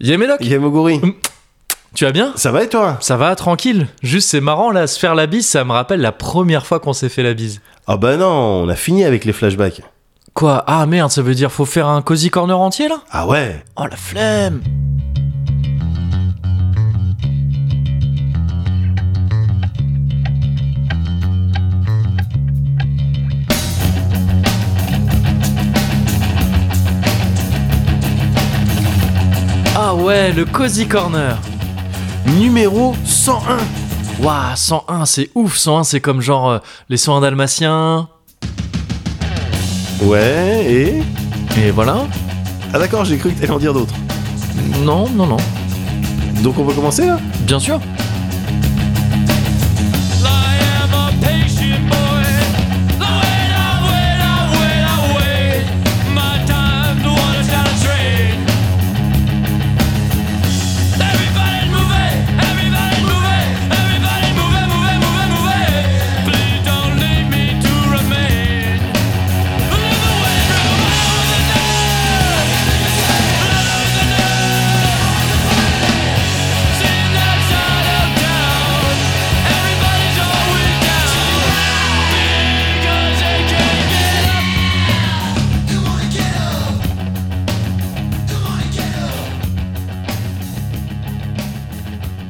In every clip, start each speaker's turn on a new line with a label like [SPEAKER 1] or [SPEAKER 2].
[SPEAKER 1] Yemeloc,
[SPEAKER 2] Yamoguri.
[SPEAKER 1] tu vas bien
[SPEAKER 2] Ça va et toi
[SPEAKER 1] Ça va, tranquille. Juste, c'est marrant là, se faire la bise, ça me rappelle la première fois qu'on s'est fait la bise.
[SPEAKER 2] Ah bah non, on a fini avec les flashbacks.
[SPEAKER 1] Quoi Ah merde, ça veut dire faut faire un cozy corner entier là
[SPEAKER 2] Ah ouais
[SPEAKER 1] Oh la flemme Ah ouais, le cozy corner
[SPEAKER 2] Numéro 101
[SPEAKER 1] Waouh, 101, c'est ouf, 101 c'est comme genre euh, les soins dalmatiens.
[SPEAKER 2] Ouais, et
[SPEAKER 1] Et voilà.
[SPEAKER 2] Ah d'accord, j'ai cru que t'allais en dire d'autres.
[SPEAKER 1] Non, non, non.
[SPEAKER 2] Donc on peut commencer là
[SPEAKER 1] Bien sûr.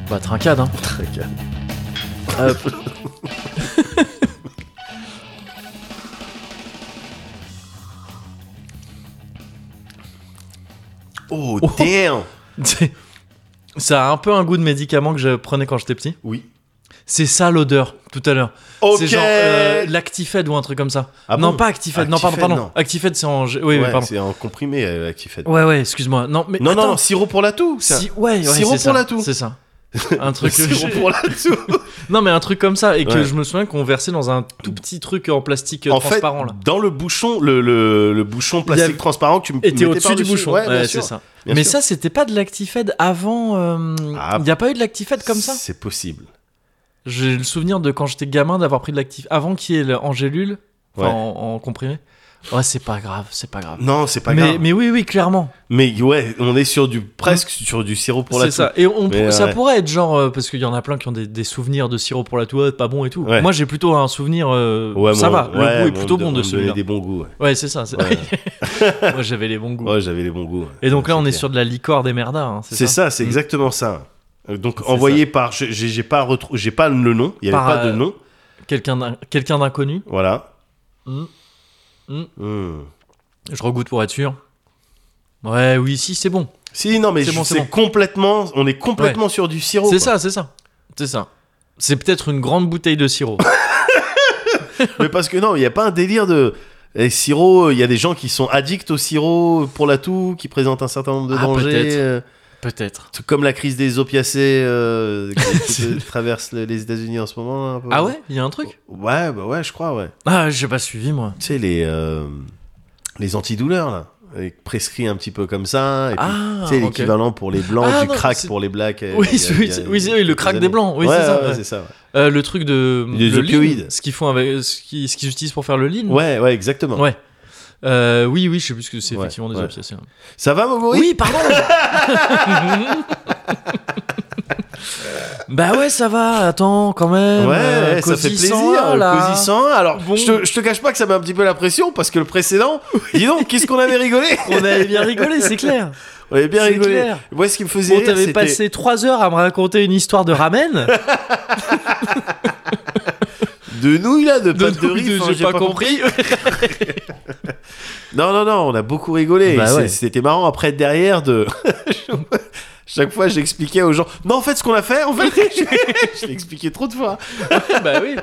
[SPEAKER 1] Bah trincade, hein.
[SPEAKER 2] Très calme.
[SPEAKER 1] Hop.
[SPEAKER 2] Oh,
[SPEAKER 1] Oh.
[SPEAKER 2] damn
[SPEAKER 1] C'est- Ça a un peu un goût de médicament que je prenais quand j'étais petit.
[SPEAKER 2] Oui.
[SPEAKER 1] C'est ça l'odeur, tout à l'heure.
[SPEAKER 2] Ok
[SPEAKER 1] C'est genre euh, l'Actifed ou un truc comme ça.
[SPEAKER 2] Ah
[SPEAKER 1] non,
[SPEAKER 2] bon
[SPEAKER 1] pas Actifed, non, pardon,
[SPEAKER 2] Actifed,
[SPEAKER 1] pardon.
[SPEAKER 2] non.
[SPEAKER 1] Actifed, c'est en. Oui, oui,
[SPEAKER 2] Ouais,
[SPEAKER 1] pardon.
[SPEAKER 2] C'est un comprimé euh, Actifed.
[SPEAKER 1] Ouais, ouais, excuse-moi. Non, mais.
[SPEAKER 2] Non, non,
[SPEAKER 1] attends,
[SPEAKER 2] non, sirop pour la toux c'est
[SPEAKER 1] si- Ouais, ouais,
[SPEAKER 2] sirop
[SPEAKER 1] c'est
[SPEAKER 2] pour
[SPEAKER 1] ça,
[SPEAKER 2] la toux.
[SPEAKER 1] C'est ça. Un
[SPEAKER 2] un-
[SPEAKER 1] truc.
[SPEAKER 2] Sirop pour la toux
[SPEAKER 1] Non, mais un truc comme ça, et que
[SPEAKER 2] Ouais.
[SPEAKER 1] je me souviens qu'on versait dans un tout petit truc en plastique euh,
[SPEAKER 2] En fait,
[SPEAKER 1] transparent là.
[SPEAKER 2] dans le bouchon, le, le, le bouchon
[SPEAKER 1] Il y
[SPEAKER 2] plastique
[SPEAKER 1] a-
[SPEAKER 2] transparent que tu me
[SPEAKER 1] Et t'es
[SPEAKER 2] mettais
[SPEAKER 1] au-dessus du
[SPEAKER 2] par-dessus.
[SPEAKER 1] bouchon.
[SPEAKER 2] Ouais, bien sûr.
[SPEAKER 1] c'est ça.
[SPEAKER 2] Bien
[SPEAKER 1] mais
[SPEAKER 2] sûr.
[SPEAKER 1] ça, c'était pas de l'Actifed avant. euh, Il
[SPEAKER 2] Ah.
[SPEAKER 1] n'y a pas eu de l'Actifed comme ça
[SPEAKER 2] C'est possible.
[SPEAKER 1] J'ai le souvenir de quand j'étais gamin d'avoir pris de l'actif avant qu'il y ait le- en gélule, enfin
[SPEAKER 2] Ouais.
[SPEAKER 1] en, en comprimé. Ouais, c'est pas grave, c'est pas grave.
[SPEAKER 2] Non, c'est pas
[SPEAKER 1] mais,
[SPEAKER 2] grave.
[SPEAKER 1] mais oui, oui, clairement.
[SPEAKER 2] Mais ouais, on est sur du presque sur du sirop pour la
[SPEAKER 1] C'est
[SPEAKER 2] toux.
[SPEAKER 1] ça. Et on,
[SPEAKER 2] Mais,
[SPEAKER 1] ça
[SPEAKER 2] ouais.
[SPEAKER 1] pourrait être genre, euh, parce qu'il y en a plein qui ont des, des souvenirs de sirop pour la toux, euh, pas bon et tout.
[SPEAKER 2] Ouais.
[SPEAKER 1] Moi, j'ai plutôt un souvenir, euh,
[SPEAKER 2] Ouais,
[SPEAKER 1] ça
[SPEAKER 2] moi,
[SPEAKER 1] va,
[SPEAKER 2] ouais,
[SPEAKER 1] le goût est
[SPEAKER 2] moi,
[SPEAKER 1] plutôt
[SPEAKER 2] on me
[SPEAKER 1] bon de
[SPEAKER 2] donnait
[SPEAKER 1] celui-là.
[SPEAKER 2] des bons goûts. ouais.
[SPEAKER 1] Ouais, c'est ça. c'est-
[SPEAKER 2] Ouais.
[SPEAKER 1] Moi, j'avais les bons goûts.
[SPEAKER 2] Ouais, j'avais les bons goûts. ouais.
[SPEAKER 1] Et donc là, on est
[SPEAKER 2] clair.
[SPEAKER 1] sur de la liqueur des merdas. hein,
[SPEAKER 2] C'est ça, c'est
[SPEAKER 1] Mm.
[SPEAKER 2] exactement ça. Euh, Donc
[SPEAKER 1] C'est
[SPEAKER 2] envoyé par, je- j'ai j'ai pas retrou- j'ai pas le nom, il y avait
[SPEAKER 1] Par,
[SPEAKER 2] pas de
[SPEAKER 1] euh,
[SPEAKER 2] nom,
[SPEAKER 1] Quelqu'un d'in- quelqu'un d'inconnu.
[SPEAKER 2] voilà.
[SPEAKER 1] Mm. Mm.
[SPEAKER 2] Mm.
[SPEAKER 1] Je regoute pour être sûr. Ouais, oui, si, c'est bon.
[SPEAKER 2] Si non mais
[SPEAKER 1] C'est
[SPEAKER 2] je-
[SPEAKER 1] bon, c'est
[SPEAKER 2] c'est
[SPEAKER 1] bon.
[SPEAKER 2] complètement, on est complètement sur du sirop.
[SPEAKER 1] C'est
[SPEAKER 2] quoi.
[SPEAKER 1] ça, c'est ça. C'est ça. C'est peut-être une grande bouteille de sirop.
[SPEAKER 2] Mais parce que non, il y a pas un délire de eh, sirop. Il y a des gens qui sont addicts au sirop pour la toux, qui présentent un certain nombre de
[SPEAKER 1] Ah, peut-être.
[SPEAKER 2] dangers, euh,
[SPEAKER 1] peut-être.
[SPEAKER 2] tout comme la crise des opiacés euh, qui- qui
[SPEAKER 1] C'est-
[SPEAKER 2] traverse le- les États-Unis en ce moment. un peu.
[SPEAKER 1] Ah ouais Il y a un truc
[SPEAKER 2] Ouais, bah ouais, je crois, ouais.
[SPEAKER 1] Ah, j'ai pas suivi, moi.
[SPEAKER 2] Tu sais, les, euh, les antidouleurs, là, et prescrits un petit peu comme ça. Et puis,
[SPEAKER 1] Ah,
[SPEAKER 2] tu sais,
[SPEAKER 1] ok.
[SPEAKER 2] l'équivalent pour les blancs,
[SPEAKER 1] Ah,
[SPEAKER 2] du
[SPEAKER 1] non,
[SPEAKER 2] crack
[SPEAKER 1] c'est-
[SPEAKER 2] pour les blacks. euh,
[SPEAKER 1] Oui,
[SPEAKER 2] il y a-
[SPEAKER 1] oui,
[SPEAKER 2] il y a-
[SPEAKER 1] oui, c'est- oui, le crack
[SPEAKER 2] des
[SPEAKER 1] des
[SPEAKER 2] années.
[SPEAKER 1] blancs, oui,
[SPEAKER 2] Ouais,
[SPEAKER 1] c'est ça,
[SPEAKER 2] ouais,
[SPEAKER 1] ouais.
[SPEAKER 2] c'est ça. ouais.
[SPEAKER 1] Euh, le truc de.
[SPEAKER 2] Les
[SPEAKER 1] le
[SPEAKER 2] opioïdes.
[SPEAKER 1] lean, Ce qu'ils font avec. Ce qu'ils ce qu'ils utilisent pour faire le lean
[SPEAKER 2] Ouais, ouais, exactement.
[SPEAKER 1] Ouais. Euh, oui, oui, je sais plus ce que c'est,
[SPEAKER 2] Ouais,
[SPEAKER 1] effectivement, des
[SPEAKER 2] ouais.
[SPEAKER 1] opiacés. hein.
[SPEAKER 2] Ça va, Mogori
[SPEAKER 1] Oui, pardon Bah ouais, ça va, attends, quand
[SPEAKER 2] Ouais,
[SPEAKER 1] même. euh,
[SPEAKER 2] ouais, ça fait plaisir,
[SPEAKER 1] cosissant, là.
[SPEAKER 2] Cosy 101. Alors,
[SPEAKER 1] Bon.
[SPEAKER 2] je, te, je te cache pas que ça met un petit peu la pression parce que le précédent, dis donc, qu'est-ce qu'on avait rigolé
[SPEAKER 1] On avait bien rigolé, c'est clair.
[SPEAKER 2] On avait bien
[SPEAKER 1] C'est
[SPEAKER 2] rigolé.
[SPEAKER 1] clair.
[SPEAKER 2] Moi, ce qui me faisait
[SPEAKER 1] On
[SPEAKER 2] rire,
[SPEAKER 1] t'avait
[SPEAKER 2] c'était-
[SPEAKER 1] passé 3 heures à me raconter une histoire de ramen.
[SPEAKER 2] de nouilles là, de pâtes de,
[SPEAKER 1] nouilles
[SPEAKER 2] riz.
[SPEAKER 1] de-
[SPEAKER 2] enfin, j'ai pas, compris. Non, non, non, on a beaucoup rigolé.
[SPEAKER 1] Bah
[SPEAKER 2] Et c'est-
[SPEAKER 1] ouais.
[SPEAKER 2] C'était marrant après derrière de. Chaque fois, j'expliquais aux gens. Non, en fait, ce qu'on a fait, en fait, je l'ai expliqué trop de fois.
[SPEAKER 1] bah oui.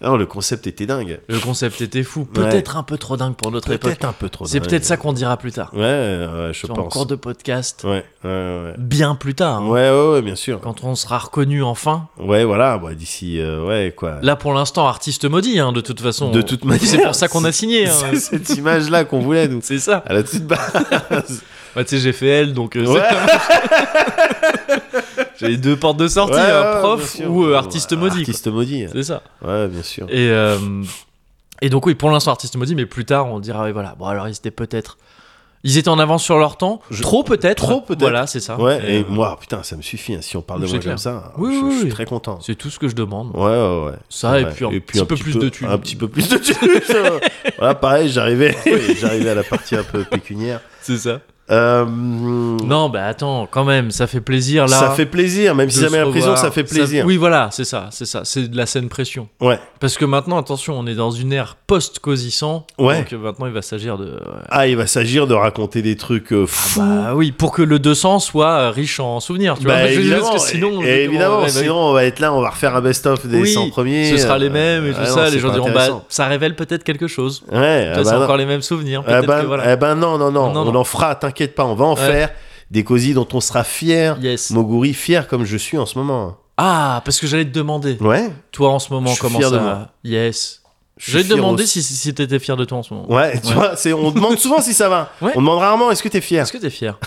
[SPEAKER 2] Non, le concept était dingue.
[SPEAKER 1] Le concept était fou, peut-être un peu trop dingue pour notre époque.
[SPEAKER 2] Peut-être un peu trop.
[SPEAKER 1] C'est
[SPEAKER 2] dingue.
[SPEAKER 1] peut-être ça qu'on dira plus tard.
[SPEAKER 2] Ouais, ouais, je
[SPEAKER 1] Sur un
[SPEAKER 2] pense.
[SPEAKER 1] cours de podcast,
[SPEAKER 2] Ouais, ouais, ouais.
[SPEAKER 1] bien plus tard. hein,
[SPEAKER 2] Ouais, ouais, ouais, bien sûr.
[SPEAKER 1] Quand on sera reconnu enfin.
[SPEAKER 2] Ouais, voilà, bah, d'ici, euh, ouais, quoi.
[SPEAKER 1] Là, pour l'instant, artiste maudit, hein, de toute façon.
[SPEAKER 2] De toute manière.
[SPEAKER 1] C'est pour ça qu'on a signé. hein.
[SPEAKER 2] C'est cette image-là qu'on voulait, nous.
[SPEAKER 1] C'est ça.
[SPEAKER 2] À la toute base.
[SPEAKER 1] Bah, tu sais, j'ai fait elle, donc euh,
[SPEAKER 2] Ouais.
[SPEAKER 1] j'ai deux portes de sortie,
[SPEAKER 2] Ouais,
[SPEAKER 1] hein,
[SPEAKER 2] ouais, bien
[SPEAKER 1] prof
[SPEAKER 2] sûr.
[SPEAKER 1] ou euh, artiste
[SPEAKER 2] Ouais,
[SPEAKER 1] maudit. quoi.
[SPEAKER 2] Artiste maudit. hein.
[SPEAKER 1] C'est ça.
[SPEAKER 2] Ouais, bien sûr.
[SPEAKER 1] Et, euh, et donc oui, pour l'instant artiste maudit, mais plus tard on dira, oui voilà, bon alors ils étaient peut-être Ils étaient en avance sur leur temps.
[SPEAKER 2] Je-
[SPEAKER 1] Trop peut-être.
[SPEAKER 2] Trop peut-être.
[SPEAKER 1] Voilà, c'est ça.
[SPEAKER 2] Ouais, et
[SPEAKER 1] Euh,
[SPEAKER 2] moi, putain, ça me suffit. hein, si on parle de
[SPEAKER 1] C'est
[SPEAKER 2] moi
[SPEAKER 1] clair.
[SPEAKER 2] comme ça,
[SPEAKER 1] Oui,
[SPEAKER 2] je,
[SPEAKER 1] oui,
[SPEAKER 2] je suis
[SPEAKER 1] oui.
[SPEAKER 2] très content.
[SPEAKER 1] C'est tout ce que je demande.
[SPEAKER 2] Ouais, ouais, ouais.
[SPEAKER 1] Ça, et
[SPEAKER 2] Ouais.
[SPEAKER 1] puis un petit peu plus de thunes.
[SPEAKER 2] Un petit peu plus de thunes. voilà, pareil, j'arrivais j'arrivais à la partie un peu pécuniaire.
[SPEAKER 1] C'est ça.
[SPEAKER 2] Euh,
[SPEAKER 1] Non, bah attends, quand même, ça fait plaisir là.
[SPEAKER 2] ça fait plaisir, même
[SPEAKER 1] de
[SPEAKER 2] si ça
[SPEAKER 1] se
[SPEAKER 2] met la pression,
[SPEAKER 1] revoir.
[SPEAKER 2] ça fait plaisir.
[SPEAKER 1] Oui, voilà, c'est ça, c'est ça. C'est de la saine pression.
[SPEAKER 2] Ouais.
[SPEAKER 1] Parce que maintenant, attention, on est dans une ère post-causissant.
[SPEAKER 2] Ouais.
[SPEAKER 1] Donc euh, maintenant, il va s'agir de. ouais.
[SPEAKER 2] Ah, il va s'agir de raconter des trucs euh, fous.
[SPEAKER 1] Bah oui, pour que le 200 soit euh, riche en souvenirs, tu vois.
[SPEAKER 2] Bah,
[SPEAKER 1] Mais je veux dire,
[SPEAKER 2] évidemment,
[SPEAKER 1] parce que sinon,
[SPEAKER 2] et-
[SPEAKER 1] je-
[SPEAKER 2] et évidemment,
[SPEAKER 1] ouais, bah,
[SPEAKER 2] sinon on va être là, on va refaire un best-of des
[SPEAKER 1] Oui,
[SPEAKER 2] 100 premiers.
[SPEAKER 1] ce sera les
[SPEAKER 2] euh,
[SPEAKER 1] mêmes et tout
[SPEAKER 2] ah non,
[SPEAKER 1] ça.
[SPEAKER 2] c'est
[SPEAKER 1] les gens
[SPEAKER 2] pas
[SPEAKER 1] diront,
[SPEAKER 2] intéressant.
[SPEAKER 1] bah, ça révèle peut-être quelque chose.
[SPEAKER 2] Ouais,
[SPEAKER 1] Tu
[SPEAKER 2] ah
[SPEAKER 1] vois, c'est
[SPEAKER 2] bah non.
[SPEAKER 1] encore les mêmes souvenirs.
[SPEAKER 2] Eh
[SPEAKER 1] Peut-être
[SPEAKER 2] ben,
[SPEAKER 1] que voilà.
[SPEAKER 2] eh ben non, non, non,
[SPEAKER 1] Non,
[SPEAKER 2] on
[SPEAKER 1] non.
[SPEAKER 2] en fera, t'inquiète pas, on va en
[SPEAKER 1] Ouais.
[SPEAKER 2] faire des cosy dont on sera fier.
[SPEAKER 1] Yes.
[SPEAKER 2] Moguri, fier comme je suis en ce moment.
[SPEAKER 1] Ah, parce que j'allais te demander,
[SPEAKER 2] Ouais,
[SPEAKER 1] toi en ce moment,
[SPEAKER 2] Je suis
[SPEAKER 1] comment
[SPEAKER 2] fier
[SPEAKER 1] ça
[SPEAKER 2] de moi.
[SPEAKER 1] Yes.
[SPEAKER 2] je
[SPEAKER 1] J'allais
[SPEAKER 2] suis
[SPEAKER 1] te
[SPEAKER 2] fier
[SPEAKER 1] demander
[SPEAKER 2] aussi.
[SPEAKER 1] si, si t'étais fier de toi en ce moment.
[SPEAKER 2] Ouais, tu
[SPEAKER 1] Ouais.
[SPEAKER 2] vois, c'est, on demande souvent si ça va.
[SPEAKER 1] Ouais.
[SPEAKER 2] On demande rarement est-ce que t'es fier.
[SPEAKER 1] Est-ce que t'es fier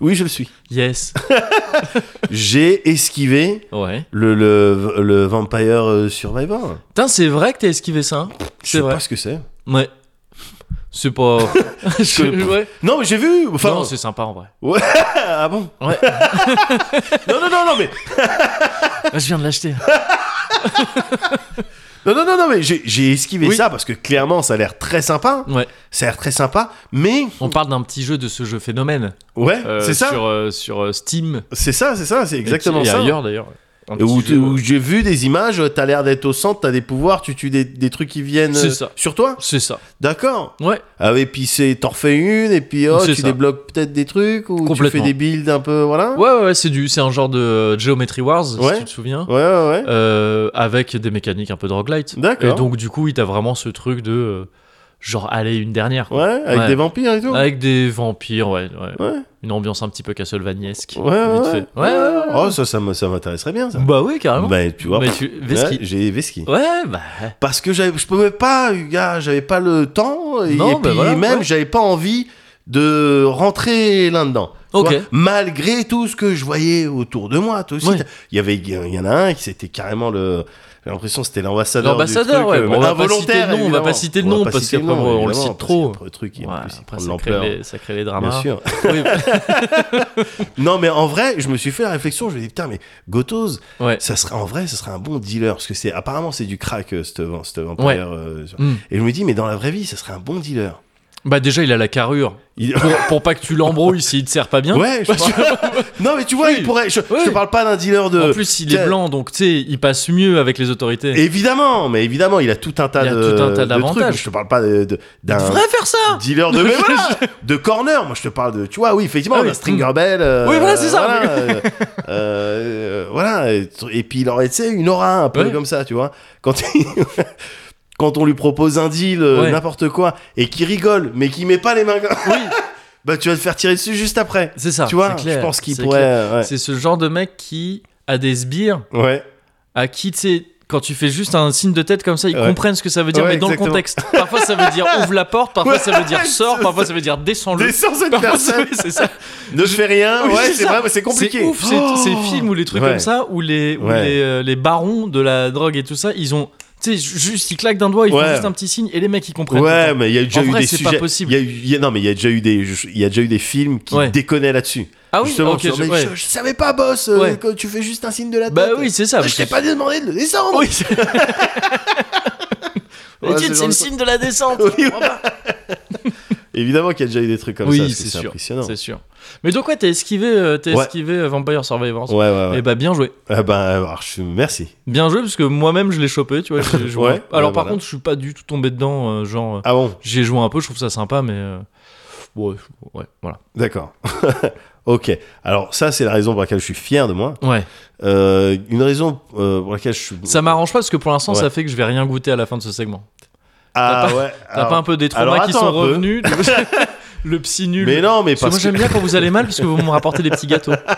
[SPEAKER 2] Oui, je le suis.
[SPEAKER 1] Yes.
[SPEAKER 2] J'ai esquivé
[SPEAKER 1] Ouais.
[SPEAKER 2] le, le, le Vampire euh, Survivor.
[SPEAKER 1] Putain, c'est vrai que t'as esquivé ça. hein
[SPEAKER 2] Je
[SPEAKER 1] C'est
[SPEAKER 2] sais
[SPEAKER 1] vrai.
[SPEAKER 2] pas ce que c'est.
[SPEAKER 1] Ouais. C'est pas. Je- ouais.
[SPEAKER 2] Non, mais j'ai vu. Enfin, euh.
[SPEAKER 1] non, c'est sympa en vrai.
[SPEAKER 2] ah bon
[SPEAKER 1] Ouais.
[SPEAKER 2] Non, non, non, non, mais
[SPEAKER 1] Ah, Je viens de l'acheter.
[SPEAKER 2] Non, non, non, non, mais j'ai j'ai esquivé
[SPEAKER 1] Oui.
[SPEAKER 2] ça parce que clairement, ça a l'air très sympa.
[SPEAKER 1] Ouais.
[SPEAKER 2] Ça a l'air très sympa, mais.
[SPEAKER 1] On parle d'un petit jeu de ce jeu phénomène.
[SPEAKER 2] Ouais,
[SPEAKER 1] euh,
[SPEAKER 2] c'est ça.
[SPEAKER 1] Sur, euh, sur euh, Steam.
[SPEAKER 2] C'est ça, c'est ça, c'est exactement
[SPEAKER 1] et qui- et
[SPEAKER 2] ça.
[SPEAKER 1] ailleurs d'ailleurs. Un
[SPEAKER 2] Et
[SPEAKER 1] petit
[SPEAKER 2] Où,
[SPEAKER 1] jeu,
[SPEAKER 2] où
[SPEAKER 1] ouais.
[SPEAKER 2] j'ai vu des images, t'as l'air d'être au centre, t'as des pouvoirs, tu tues des, des trucs qui viennent
[SPEAKER 1] C'est
[SPEAKER 2] euh,
[SPEAKER 1] ça.
[SPEAKER 2] sur toi.
[SPEAKER 1] C'est ça.
[SPEAKER 2] D'accord.
[SPEAKER 1] Ouais.
[SPEAKER 2] Ah, et puis c'est, t'en refais une, et puis oh,
[SPEAKER 1] C'est ça.
[SPEAKER 2] tu débloques peut-être des trucs, ou tu fais
[SPEAKER 1] Complètement.
[SPEAKER 2] des builds un peu, voilà.
[SPEAKER 1] Ouais, ouais, ouais, c'est du, c'est un genre de euh, Geometry Wars,
[SPEAKER 2] Ouais.
[SPEAKER 1] si tu te souviens,
[SPEAKER 2] Ouais, ouais, ouais.
[SPEAKER 1] Euh, avec des mécaniques un peu de roguelite.
[SPEAKER 2] D'accord.
[SPEAKER 1] Et donc du coup, il t'a vraiment ce truc de euh, genre allez une dernière. quoi.
[SPEAKER 2] Ouais, avec
[SPEAKER 1] Ouais.
[SPEAKER 2] des vampires et tout.
[SPEAKER 1] Avec des vampires, ouais, ouais.
[SPEAKER 2] Ouais.
[SPEAKER 1] Une ambiance un petit peu Castlevaniesque.
[SPEAKER 2] Ouais, ouais,
[SPEAKER 1] vite
[SPEAKER 2] ouais.
[SPEAKER 1] fait. Ouais, ouais, ouais, ouais.
[SPEAKER 2] Oh, ça, ça me- ça m'intéresserait bien, ça.
[SPEAKER 1] Bah oui, carrément.
[SPEAKER 2] Bah, tu vois.
[SPEAKER 1] Mais tu- Veski.
[SPEAKER 2] Ouais, j'ai Veski.
[SPEAKER 1] Ouais, bah.
[SPEAKER 2] parce que j'avais- je pouvais pas, gars, j'avais pas le temps et,
[SPEAKER 1] Non,
[SPEAKER 2] et
[SPEAKER 1] bah
[SPEAKER 2] puis
[SPEAKER 1] voilà,
[SPEAKER 2] même
[SPEAKER 1] ouais.
[SPEAKER 2] j'avais pas envie de rentrer là-dedans. Tu
[SPEAKER 1] Ok.
[SPEAKER 2] vois, malgré tout ce que je voyais autour de moi, toi aussi,
[SPEAKER 1] Ouais.
[SPEAKER 2] t'as- il y avait, il y en a un qui c'était carrément le, j'ai l'impression que c'était l'ambassadeur. du
[SPEAKER 1] L'ambassadeur,
[SPEAKER 2] truc,
[SPEAKER 1] ouais,
[SPEAKER 2] euh,
[SPEAKER 1] bon, on va pas
[SPEAKER 2] involontaire,
[SPEAKER 1] citer le nom, on va
[SPEAKER 2] évidemment.
[SPEAKER 1] pas citer le
[SPEAKER 2] On va
[SPEAKER 1] nom,
[SPEAKER 2] pas
[SPEAKER 1] parce
[SPEAKER 2] citer le
[SPEAKER 1] qu'après,
[SPEAKER 2] nom,
[SPEAKER 1] on le
[SPEAKER 2] évidemment,
[SPEAKER 1] cite
[SPEAKER 2] parce
[SPEAKER 1] trop.
[SPEAKER 2] qu'il y a Le truc, il, en
[SPEAKER 1] Ouais,
[SPEAKER 2] plus, il
[SPEAKER 1] après,
[SPEAKER 2] prend de
[SPEAKER 1] ça crée,
[SPEAKER 2] l'ampleur.
[SPEAKER 1] les, ça crée les dramas.
[SPEAKER 2] Bien sûr.
[SPEAKER 1] Oui,
[SPEAKER 2] Non, mais en vrai, je me suis fait la réflexion. Je me dis putain, mais Gotos,
[SPEAKER 1] ouais.
[SPEAKER 2] ça serait en vrai, ça serait un bon dealer parce que c'est apparemment c'est du crack, euh, ce vent- ce vampire.
[SPEAKER 1] Ouais.
[SPEAKER 2] euh, sur-
[SPEAKER 1] Mm.
[SPEAKER 2] Et je me dis, mais dans la vraie vie, ça serait un bon dealer.
[SPEAKER 1] Bah déjà, il a la carrure.
[SPEAKER 2] Il-
[SPEAKER 1] Pour, pour pas que tu l'embrouilles s'il te sert pas bien.
[SPEAKER 2] Ouais, je parle- non mais tu vois,
[SPEAKER 1] Oui.
[SPEAKER 2] il pourrait. Je, je
[SPEAKER 1] Oui.
[SPEAKER 2] te parle pas d'un dealer de.
[SPEAKER 1] En plus, il est
[SPEAKER 2] Tiens.
[SPEAKER 1] blanc, donc tu sais, il passe mieux avec les autorités.
[SPEAKER 2] Évidemment, mais évidemment, il a tout un tas
[SPEAKER 1] Il y a
[SPEAKER 2] de.
[SPEAKER 1] tout un tas
[SPEAKER 2] de
[SPEAKER 1] d'avantages.
[SPEAKER 2] trucs. Je te parle pas de- de- d'un.
[SPEAKER 1] Tu devrais faire ça
[SPEAKER 2] Dealer de, mais voilà, de corner, moi je te parle de, tu vois, oui, effectivement,
[SPEAKER 1] Ah
[SPEAKER 2] on a
[SPEAKER 1] oui.
[SPEAKER 2] Stringer Bell. euh,
[SPEAKER 1] Oui, voilà, c'est ça.
[SPEAKER 2] Voilà, euh, euh, voilà, et, et puis il aurait, tu sais, une aura un peu
[SPEAKER 1] Ouais.
[SPEAKER 2] comme ça, tu vois. Quand, il- quand on lui propose un deal, euh,
[SPEAKER 1] Ouais.
[SPEAKER 2] n'importe quoi, et qu'il rigole, mais qu'il met pas les mains. comme-
[SPEAKER 1] Oui,
[SPEAKER 2] bah, tu vas te faire tirer dessus juste après.
[SPEAKER 1] c'est ça.
[SPEAKER 2] tu vois,
[SPEAKER 1] Ah, c'est clair,
[SPEAKER 2] je pense qu'il
[SPEAKER 1] c'est
[SPEAKER 2] pourrait.
[SPEAKER 1] clair.
[SPEAKER 2] euh,
[SPEAKER 1] C'est ce genre de mec qui a des sbires
[SPEAKER 2] Ouais. ouais.
[SPEAKER 1] à qui, tu sais, quand tu fais juste un signe de tête comme ça, ils
[SPEAKER 2] Ouais.
[SPEAKER 1] comprennent ce que ça veut dire,
[SPEAKER 2] Ouais,
[SPEAKER 1] mais dans
[SPEAKER 2] exactement.
[SPEAKER 1] le contexte. Parfois, ça veut dire ouvre la porte, parfois,
[SPEAKER 2] Ouais,
[SPEAKER 1] ça veut dire sors,
[SPEAKER 2] c'est
[SPEAKER 1] parfois, ça veut dire descends-le.
[SPEAKER 2] Descends cette
[SPEAKER 1] Parfois, ça-
[SPEAKER 2] personne.
[SPEAKER 1] oui, c'est ça.
[SPEAKER 2] Ne fais rien.
[SPEAKER 1] Oui,
[SPEAKER 2] ouais,
[SPEAKER 1] c'est
[SPEAKER 2] c'est
[SPEAKER 1] ça.
[SPEAKER 2] vrai, c'est compliqué.
[SPEAKER 1] C'est ouf, c'est
[SPEAKER 2] Oh
[SPEAKER 1] ces films ou les trucs
[SPEAKER 2] Ouais.
[SPEAKER 1] comme ça où les où
[SPEAKER 2] Ouais.
[SPEAKER 1] les, euh, les barons de la drogue et tout ça, ils ont tu sais ju- juste ils claquent d'un doigt, ils
[SPEAKER 2] Ouais.
[SPEAKER 1] font juste un petit signe et les mecs ils comprennent.
[SPEAKER 2] Ouais, mais il y a déjà
[SPEAKER 1] En
[SPEAKER 2] eu
[SPEAKER 1] vrai,
[SPEAKER 2] des
[SPEAKER 1] c'est pas
[SPEAKER 2] sujets.
[SPEAKER 1] possible.
[SPEAKER 2] il Y a eu- il y a- non, mais il y a déjà eu des, je- il y a déjà eu des films qui
[SPEAKER 1] Ouais.
[SPEAKER 2] déconnaient là-dessus.
[SPEAKER 1] Ah oui,
[SPEAKER 2] Justement,
[SPEAKER 1] ok,
[SPEAKER 2] sur-
[SPEAKER 1] je-
[SPEAKER 2] mais
[SPEAKER 1] ouais.
[SPEAKER 2] je, je savais pas, boss. euh,
[SPEAKER 1] Ouais.
[SPEAKER 2] que tu fais juste un signe de la tête. Ah,
[SPEAKER 1] Bah oui, c'est ça.
[SPEAKER 2] je t'ai pas demandé de le descendre.
[SPEAKER 1] Oui, c'est
[SPEAKER 2] Ouais,
[SPEAKER 1] Étienne,
[SPEAKER 2] ce
[SPEAKER 1] c'est
[SPEAKER 2] genre
[SPEAKER 1] le
[SPEAKER 2] de-
[SPEAKER 1] signe de la descente.
[SPEAKER 2] Oui, voilà. Évidemment qu'il y a déjà eu des trucs comme
[SPEAKER 1] Oui,
[SPEAKER 2] ça. parce que
[SPEAKER 1] c'est
[SPEAKER 2] C'est
[SPEAKER 1] sûr.
[SPEAKER 2] impressionnant.
[SPEAKER 1] C'est sûr. Mais donc ouais, t'as esquivé, euh, t'as
[SPEAKER 2] Ouais.
[SPEAKER 1] esquivé euh, Vampire Survivors.
[SPEAKER 2] Ouais, ouais, ouais.
[SPEAKER 1] Et bah bien joué,
[SPEAKER 2] Ah bah, alors, je- merci.
[SPEAKER 1] bien joué parce que moi-même je l'ai chopé, tu vois. j'ai joué.
[SPEAKER 2] Ouais, bah
[SPEAKER 1] Alors par
[SPEAKER 2] ouais, voilà.
[SPEAKER 1] contre, je suis pas du tout tombé dedans, euh, genre.
[SPEAKER 2] Ah bon,
[SPEAKER 1] J'ai joué un peu, je trouve ça sympa, mais euh, ouais, ouais, voilà.
[SPEAKER 2] d'accord. ok. Alors, ça, c'est la raison pour laquelle je suis fier de moi.
[SPEAKER 1] Ouais.
[SPEAKER 2] Euh, une raison euh, pour laquelle je suis.
[SPEAKER 1] Ça m'arrange pas parce que pour l'instant,
[SPEAKER 2] Ouais.
[SPEAKER 1] ça fait que je vais rien goûter à la fin de ce segment.
[SPEAKER 2] Ah
[SPEAKER 1] pas-
[SPEAKER 2] ouais.
[SPEAKER 1] T'as
[SPEAKER 2] alors-
[SPEAKER 1] pas un peu des
[SPEAKER 2] alors,
[SPEAKER 1] traumas qui
[SPEAKER 2] attends
[SPEAKER 1] sont
[SPEAKER 2] un peu.
[SPEAKER 1] revenus Le psy nul.
[SPEAKER 2] Mais non, mais
[SPEAKER 1] Parce que
[SPEAKER 2] parce
[SPEAKER 1] moi,
[SPEAKER 2] que.
[SPEAKER 1] j'aime bien quand vous allez mal parce que vous me rapportez des petits gâteaux.
[SPEAKER 2] Ah,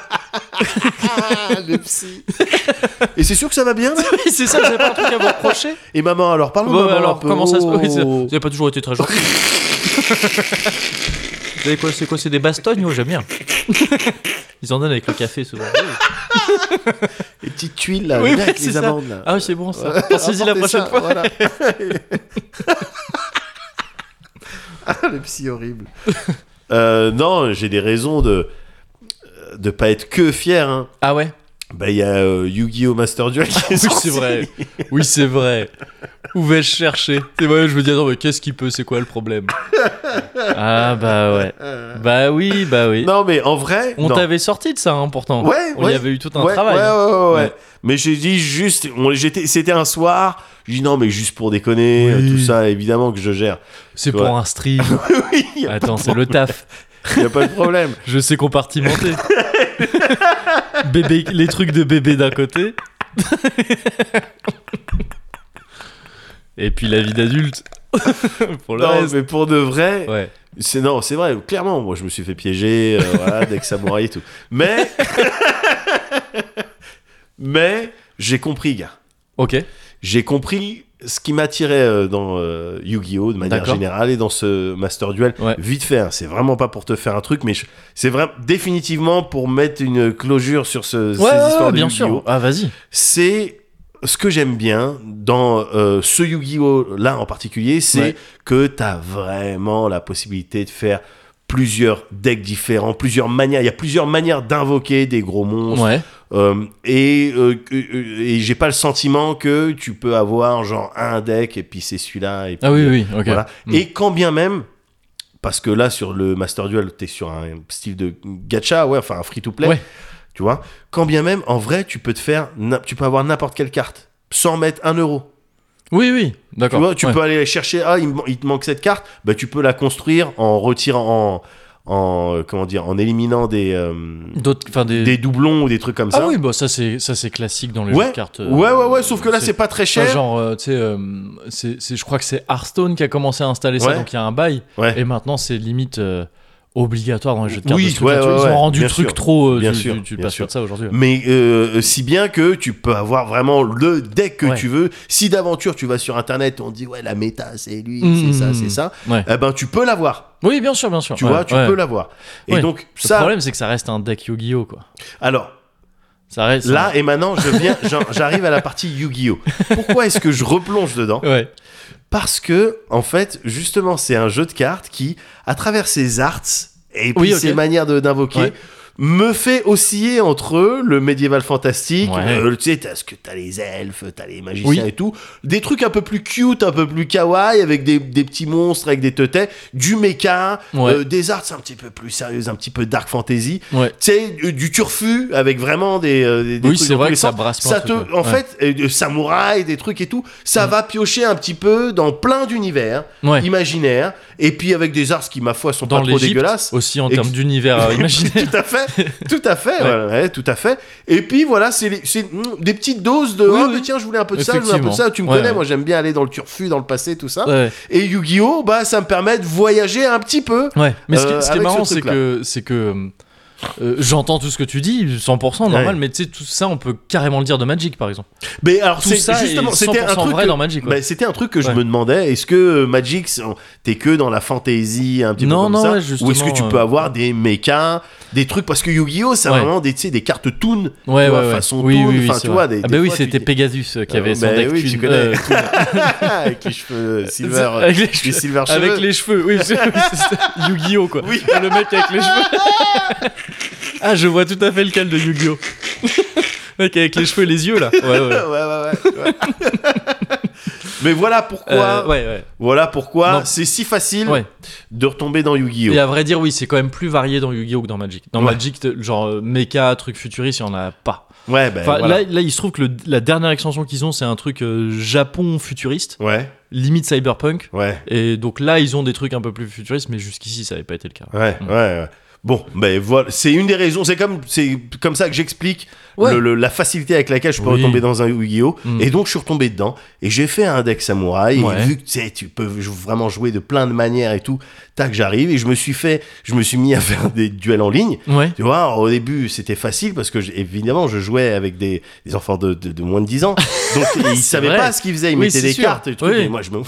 [SPEAKER 2] le psy. Et c'est sûr que ça va bien là
[SPEAKER 1] Oui, c'est ça, j'avais pas un truc à vous reprocher.
[SPEAKER 2] Et maman, alors parle-nous
[SPEAKER 1] Bon, bah,
[SPEAKER 2] maman, un
[SPEAKER 1] alors,
[SPEAKER 2] peu.
[SPEAKER 1] comment ça se
[SPEAKER 2] Oh.
[SPEAKER 1] passe Vous avez pas toujours été très gentil. Vous savez quoi C'est quoi C'est des bastognes Oh, J'aime bien. Ils en donnent avec le café souvent.
[SPEAKER 2] Les petites tuiles là,
[SPEAKER 1] Oui,
[SPEAKER 2] là,
[SPEAKER 1] oui,
[SPEAKER 2] avec
[SPEAKER 1] c'est
[SPEAKER 2] les
[SPEAKER 1] ça.
[SPEAKER 2] amandes là.
[SPEAKER 1] Ah, c'est bon ça. Pensez-y la
[SPEAKER 2] Apportez
[SPEAKER 1] prochaine
[SPEAKER 2] ça,
[SPEAKER 1] fois.
[SPEAKER 2] voilà. Ah, le psy horrible. Euh, non, j'ai des raisons de de pas être que fier. Hein.
[SPEAKER 1] Ah ouais
[SPEAKER 2] Bah il y a euh, Yu-Gi-Oh Master Duel qui est
[SPEAKER 1] Oui,
[SPEAKER 2] sorti.
[SPEAKER 1] c'est vrai. Oui, c'est vrai. Où vais-je chercher C'est vrai, je veux dire, non, mais qu'est-ce qu'il peut C'est quoi le problème Ah bah ouais.
[SPEAKER 2] Euh,
[SPEAKER 1] Bah oui, bah oui.
[SPEAKER 2] Non mais en vrai,
[SPEAKER 1] on
[SPEAKER 2] non.
[SPEAKER 1] t'avait sorti de ça, hein, pourtant.
[SPEAKER 2] Ouais,
[SPEAKER 1] on
[SPEAKER 2] ouais.
[SPEAKER 1] y avait eu tout un
[SPEAKER 2] ouais,
[SPEAKER 1] travail. hein.
[SPEAKER 2] ouais, ouais, ouais, ouais.
[SPEAKER 1] Ouais.
[SPEAKER 2] Mais j'ai dit juste, on- j'étais, c'était un soir. J'ai dit non mais juste pour déconner, euh,
[SPEAKER 1] Oui.
[SPEAKER 2] tout ça évidemment que je gère.
[SPEAKER 1] C'est
[SPEAKER 2] Ouais.
[SPEAKER 1] pour un stream.
[SPEAKER 2] oui, y a,
[SPEAKER 1] Attends, c'est le taf.
[SPEAKER 2] y a pas de problème.
[SPEAKER 1] Je sais compartimenter. bébé, les trucs de bébé d'un côté. Et puis la vie d'adulte. pour le
[SPEAKER 2] non
[SPEAKER 1] reste.
[SPEAKER 2] mais pour de vrai,
[SPEAKER 1] Ouais.
[SPEAKER 2] c'est non c'est vrai. Clairement, moi je me suis fait piéger, euh, voilà, Dex Samouraï et tout. Mais mais j'ai compris, gars.
[SPEAKER 1] Ok.
[SPEAKER 2] j'ai compris ce qui m'attirait euh, dans euh, Yu-Gi-Oh de manière
[SPEAKER 1] D'accord.
[SPEAKER 2] générale et dans ce Master Duel.
[SPEAKER 1] Ouais.
[SPEAKER 2] Vite fait, hein, c'est vraiment pas pour te faire un truc, mais je- c'est vraiment définitivement pour mettre une closure sur ce, ces
[SPEAKER 1] Ouais, ouais,
[SPEAKER 2] histoires
[SPEAKER 1] ouais,
[SPEAKER 2] de
[SPEAKER 1] bien sûr.
[SPEAKER 2] Yu-Gi-Oh.
[SPEAKER 1] Ah, vas-y.
[SPEAKER 2] C'est ce que j'aime bien dans euh, ce Yu-Gi-Oh là en particulier, c'est
[SPEAKER 1] Ouais.
[SPEAKER 2] que t'as vraiment la possibilité de faire plusieurs decks différents, plusieurs manières. Il y a plusieurs manières d'invoquer des gros monstres.
[SPEAKER 1] Ouais.
[SPEAKER 2] Euh, et euh, que- euh, et j'ai pas le sentiment que tu peux avoir genre un deck et puis c'est celui-là et puis,
[SPEAKER 1] Ah oui, oui, ok.
[SPEAKER 2] voilà.
[SPEAKER 1] Mm.
[SPEAKER 2] Et quand bien même, parce que là sur le Master Duel, t'es sur un style de gacha, ouais, enfin un free to play,
[SPEAKER 1] Ouais.
[SPEAKER 2] tu vois. Quand bien même, en vrai, tu peux te faire, na- tu peux avoir n'importe quelle carte sans mettre un euro.
[SPEAKER 1] Oui, oui,
[SPEAKER 2] Tu
[SPEAKER 1] d'accord.
[SPEAKER 2] vois, tu
[SPEAKER 1] Ouais.
[SPEAKER 2] peux aller chercher, ah, il, me- il te manque cette carte, bah tu peux la construire en retirant, en, en euh, comment dire, en éliminant des euh,
[SPEAKER 1] D'autres, enfin des.
[SPEAKER 2] des doublons ou des trucs comme ça.
[SPEAKER 1] Ah oui, bah ça c'est ça c'est classique dans les jeux
[SPEAKER 2] Ouais,
[SPEAKER 1] de cartes. euh,
[SPEAKER 2] ouais, ouais, ouais, sauf que là, c'est pas très
[SPEAKER 1] pas
[SPEAKER 2] cher.
[SPEAKER 1] genre, euh, tu sais, euh, c'est- c'est- je crois que c'est Hearthstone qui a commencé à installer ça,
[SPEAKER 2] Ouais.
[SPEAKER 1] donc il y a un bail.
[SPEAKER 2] Ouais.
[SPEAKER 1] Et maintenant, c'est limite euh, obligatoire dans les jeux de cartes.
[SPEAKER 2] Oui,
[SPEAKER 1] de ce
[SPEAKER 2] ouais,
[SPEAKER 1] truc-là, tu
[SPEAKER 2] ouais,
[SPEAKER 1] vois, ils
[SPEAKER 2] ouais,
[SPEAKER 1] ont rendu
[SPEAKER 2] bien
[SPEAKER 1] le truc
[SPEAKER 2] sûr.
[SPEAKER 1] trop. euh,
[SPEAKER 2] Bien
[SPEAKER 1] tu,
[SPEAKER 2] sûr,
[SPEAKER 1] tu- tu
[SPEAKER 2] bien
[SPEAKER 1] passes
[SPEAKER 2] sûr.
[SPEAKER 1] pas de ça aujourd'hui.
[SPEAKER 2] Mais euh, si bien que tu peux avoir vraiment le deck que
[SPEAKER 1] Ouais.
[SPEAKER 2] tu veux. Si d'aventure tu vas sur internet, on dit ouais la méta c'est lui,
[SPEAKER 1] Mmh,
[SPEAKER 2] c'est ça,
[SPEAKER 1] mmh,
[SPEAKER 2] c'est
[SPEAKER 1] mmh.
[SPEAKER 2] ça.
[SPEAKER 1] Ouais.
[SPEAKER 2] Eh ben tu peux l'avoir.
[SPEAKER 1] Oui, bien sûr, bien sûr.
[SPEAKER 2] Tu
[SPEAKER 1] Ouais,
[SPEAKER 2] vois, Ah, tu
[SPEAKER 1] ouais.
[SPEAKER 2] peux l'avoir. Et
[SPEAKER 1] Ouais.
[SPEAKER 2] donc
[SPEAKER 1] Le
[SPEAKER 2] ça.
[SPEAKER 1] problème, c'est que ça reste un deck Yu-Gi-Oh quoi.
[SPEAKER 2] Alors
[SPEAKER 1] Ça reste.
[SPEAKER 2] là et maintenant je viens, j'en- j'arrive à la partie Yu-Gi-Oh. Pourquoi est-ce que je replonge dedans
[SPEAKER 1] un- Ouais.
[SPEAKER 2] Parce que en fait justement c'est un jeu de cartes qui, à travers ses arts et puis
[SPEAKER 1] Oui, ok.
[SPEAKER 2] ses manières de- d'invoquer.
[SPEAKER 1] Ouais.
[SPEAKER 2] me fait osciller entre le médiéval fantastique,
[SPEAKER 1] Ouais.
[SPEAKER 2] euh, tu sais, t'as ce que t'as les elfes, t'as les magiciens
[SPEAKER 1] Oui.
[SPEAKER 2] et tout, des trucs un peu plus cute, un peu plus kawaii, avec des, des petits monstres, avec des teutets, du mecha,
[SPEAKER 1] Ouais.
[SPEAKER 2] euh, des arts un petit peu plus sérieuses, un petit peu dark fantasy,
[SPEAKER 1] Ouais.
[SPEAKER 2] tu sais, du, du turfu avec vraiment des, euh, des, des
[SPEAKER 1] Oui,
[SPEAKER 2] trucs
[SPEAKER 1] c'est
[SPEAKER 2] dans
[SPEAKER 1] vrai
[SPEAKER 2] tous les
[SPEAKER 1] que ça
[SPEAKER 2] sens.
[SPEAKER 1] brasse plein
[SPEAKER 2] Ça
[SPEAKER 1] de
[SPEAKER 2] te,
[SPEAKER 1] trucs, ouais.
[SPEAKER 2] en
[SPEAKER 1] Ouais.
[SPEAKER 2] fait, euh, de samouraï, des trucs et tout, ça va piocher un petit peu dans plein d'univers
[SPEAKER 1] Ouais.
[SPEAKER 2] imaginaires, et puis avec des arts qui, ma foi, sont
[SPEAKER 1] Dans
[SPEAKER 2] pas trop
[SPEAKER 1] l'Égypte
[SPEAKER 2] dégueulasses.
[SPEAKER 1] aussi en
[SPEAKER 2] Ex-
[SPEAKER 1] termes d'univers euh, imaginaire.
[SPEAKER 2] tout à fait, tout à fait, ouais, ouais, tout à fait. Et puis voilà, c'est les- c'est, mm, des petites doses de
[SPEAKER 1] Oui,
[SPEAKER 2] oh,
[SPEAKER 1] oui.
[SPEAKER 2] mais tiens, je voulais un peu de ça, je voulais un peu de ça. Tu me
[SPEAKER 1] Ouais,
[SPEAKER 2] connais,
[SPEAKER 1] ouais.
[SPEAKER 2] moi j'aime bien aller dans le turfu, dans le passé, tout ça.
[SPEAKER 1] Ouais.
[SPEAKER 2] Et Yu-Gi-Oh, bah ça me permet de voyager un petit peu.
[SPEAKER 1] Ouais, mais ce qui,
[SPEAKER 2] Euh,
[SPEAKER 1] ce qui est
[SPEAKER 2] avec ce
[SPEAKER 1] marrant, c'est
[SPEAKER 2] truc-là.
[SPEAKER 1] que, c'est que euh, j'entends tout ce que tu dis, 100% normal,
[SPEAKER 2] Ouais.
[SPEAKER 1] mais tu sais, tout ça, on peut carrément le dire de Magic, par exemple.
[SPEAKER 2] Mais alors
[SPEAKER 1] Tout
[SPEAKER 2] c'est
[SPEAKER 1] ça
[SPEAKER 2] justement,
[SPEAKER 1] est
[SPEAKER 2] c'était un
[SPEAKER 1] 100%
[SPEAKER 2] truc.
[SPEAKER 1] vrai
[SPEAKER 2] que-
[SPEAKER 1] dans Magic. quoi.
[SPEAKER 2] bah, c'était un truc que je
[SPEAKER 1] Ouais.
[SPEAKER 2] me demandais. Est-ce que euh, Magic, c'est- t'es que dans la fantasy un petit
[SPEAKER 1] Non,
[SPEAKER 2] peu comme
[SPEAKER 1] non,
[SPEAKER 2] ça,
[SPEAKER 1] ouais, justement,
[SPEAKER 2] ou est-ce que tu
[SPEAKER 1] euh,
[SPEAKER 2] peux avoir des mechas, des trucs parce que Yu-Gi-Oh, c'est
[SPEAKER 1] Ouais.
[SPEAKER 2] vraiment des, tu sais, des cartes toon.
[SPEAKER 1] ouais,
[SPEAKER 2] tu
[SPEAKER 1] ouais,
[SPEAKER 2] vois,
[SPEAKER 1] ouais.
[SPEAKER 2] façon
[SPEAKER 1] oui,
[SPEAKER 2] Toon,
[SPEAKER 1] oui, oui,
[SPEAKER 2] enfin,
[SPEAKER 1] c'est
[SPEAKER 2] tu
[SPEAKER 1] vrai.
[SPEAKER 2] vois, des-
[SPEAKER 1] ah,
[SPEAKER 2] des
[SPEAKER 1] bah oui,
[SPEAKER 2] fois, tu
[SPEAKER 1] c'était
[SPEAKER 2] dis-
[SPEAKER 1] Pegasus euh, qui
[SPEAKER 2] Euh,
[SPEAKER 1] avait son
[SPEAKER 2] bah
[SPEAKER 1] deck
[SPEAKER 2] oui, tu
[SPEAKER 1] Toon,
[SPEAKER 2] connais.
[SPEAKER 1] euh, Toon.
[SPEAKER 2] avec les cheveux silver, euh,
[SPEAKER 1] avec les
[SPEAKER 2] les
[SPEAKER 1] cheveux.
[SPEAKER 2] silver cheveux.
[SPEAKER 1] Avec les cheveux, oui, c'est- oui, c'est ça. Yu-Gi-Oh quoi.
[SPEAKER 2] Oui.
[SPEAKER 1] Le mec avec les cheveux. ah, je vois tout à fait lequel de Yu-Gi-Oh. Le mec avec les cheveux et les yeux là. Ouais, ouais.
[SPEAKER 2] ouais, ouais, ouais, ouais. Mais voilà pourquoi,
[SPEAKER 1] Euh, ouais, ouais.
[SPEAKER 2] voilà pourquoi
[SPEAKER 1] Non.
[SPEAKER 2] c'est si facile
[SPEAKER 1] ouais.
[SPEAKER 2] de retomber dans Yu-Gi-Oh.
[SPEAKER 1] Et euh, à vrai dire, oui, c'est quand même plus varié dans Yu-Gi-Oh que dans Magic. Dans
[SPEAKER 2] Ouais.
[SPEAKER 1] Magic, t- genre euh, mecha, truc futuriste, il n'y en a pas.
[SPEAKER 2] Ouais, ben
[SPEAKER 1] Enfin,
[SPEAKER 2] voilà.
[SPEAKER 1] là, là, il se trouve que le- la dernière extension qu'ils ont, c'est un truc euh, Japon futuriste,
[SPEAKER 2] Ouais,
[SPEAKER 1] limite cyberpunk.
[SPEAKER 2] ouais,
[SPEAKER 1] Et donc là, ils ont des trucs un peu plus futuristes, mais jusqu'ici, ça n'avait pas été le cas.
[SPEAKER 2] ouais, ouais.
[SPEAKER 1] Mm.
[SPEAKER 2] ouais. Bon, ben voilà, c'est une des raisons, c'est comme, c'est comme ça que j'explique
[SPEAKER 1] Ouais.
[SPEAKER 2] le- le- la facilité avec laquelle je peux
[SPEAKER 1] Oui.
[SPEAKER 2] retomber dans un Yu-Gi-Oh!
[SPEAKER 1] Mm.
[SPEAKER 2] Et donc je suis retombé dedans, et j'ai fait un deck samouraï,
[SPEAKER 1] Ouais.
[SPEAKER 2] et vu que tu sais, tu peux jou- vraiment jouer de plein de manières et tout, tac, j'arrive, et je me suis fait, je me suis mis à faire des duels en ligne,
[SPEAKER 1] Ouais.
[SPEAKER 2] Tu vois, au début, c'était facile parce que, j- évidemment, je jouais avec des, des enfants de, de, de moins de 10 ans. Donc, ils savaient
[SPEAKER 1] vrai.
[SPEAKER 2] pas ce qu'ils faisaient. Ils
[SPEAKER 1] Oui,
[SPEAKER 2] mettaient
[SPEAKER 1] c'est
[SPEAKER 2] des
[SPEAKER 1] sûr.
[SPEAKER 2] cartes et tout.
[SPEAKER 1] Oui.
[SPEAKER 2] Et moi, je me.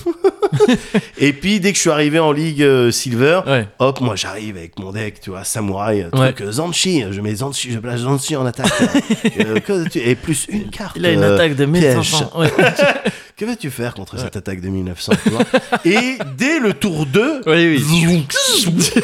[SPEAKER 2] et puis, dès que je suis arrivé en Ligue euh, Silver,
[SPEAKER 1] Ouais.
[SPEAKER 2] hop, moi, j'arrive avec mon deck, tu vois, Samouraï, euh,
[SPEAKER 1] Ouais.
[SPEAKER 2] truc euh, Zanshi. Je mets Zanshi, je place hein. Zanshi en attaque. Euh, que- tu- et plus une carte.
[SPEAKER 1] Il a une
[SPEAKER 2] euh,
[SPEAKER 1] attaque de
[SPEAKER 2] piège. 1500,
[SPEAKER 1] Ouais.
[SPEAKER 2] que- Que vas-tu faire contre cette attaque de 1900 tu vois Et dès le tour 2,
[SPEAKER 1] Oui, oui.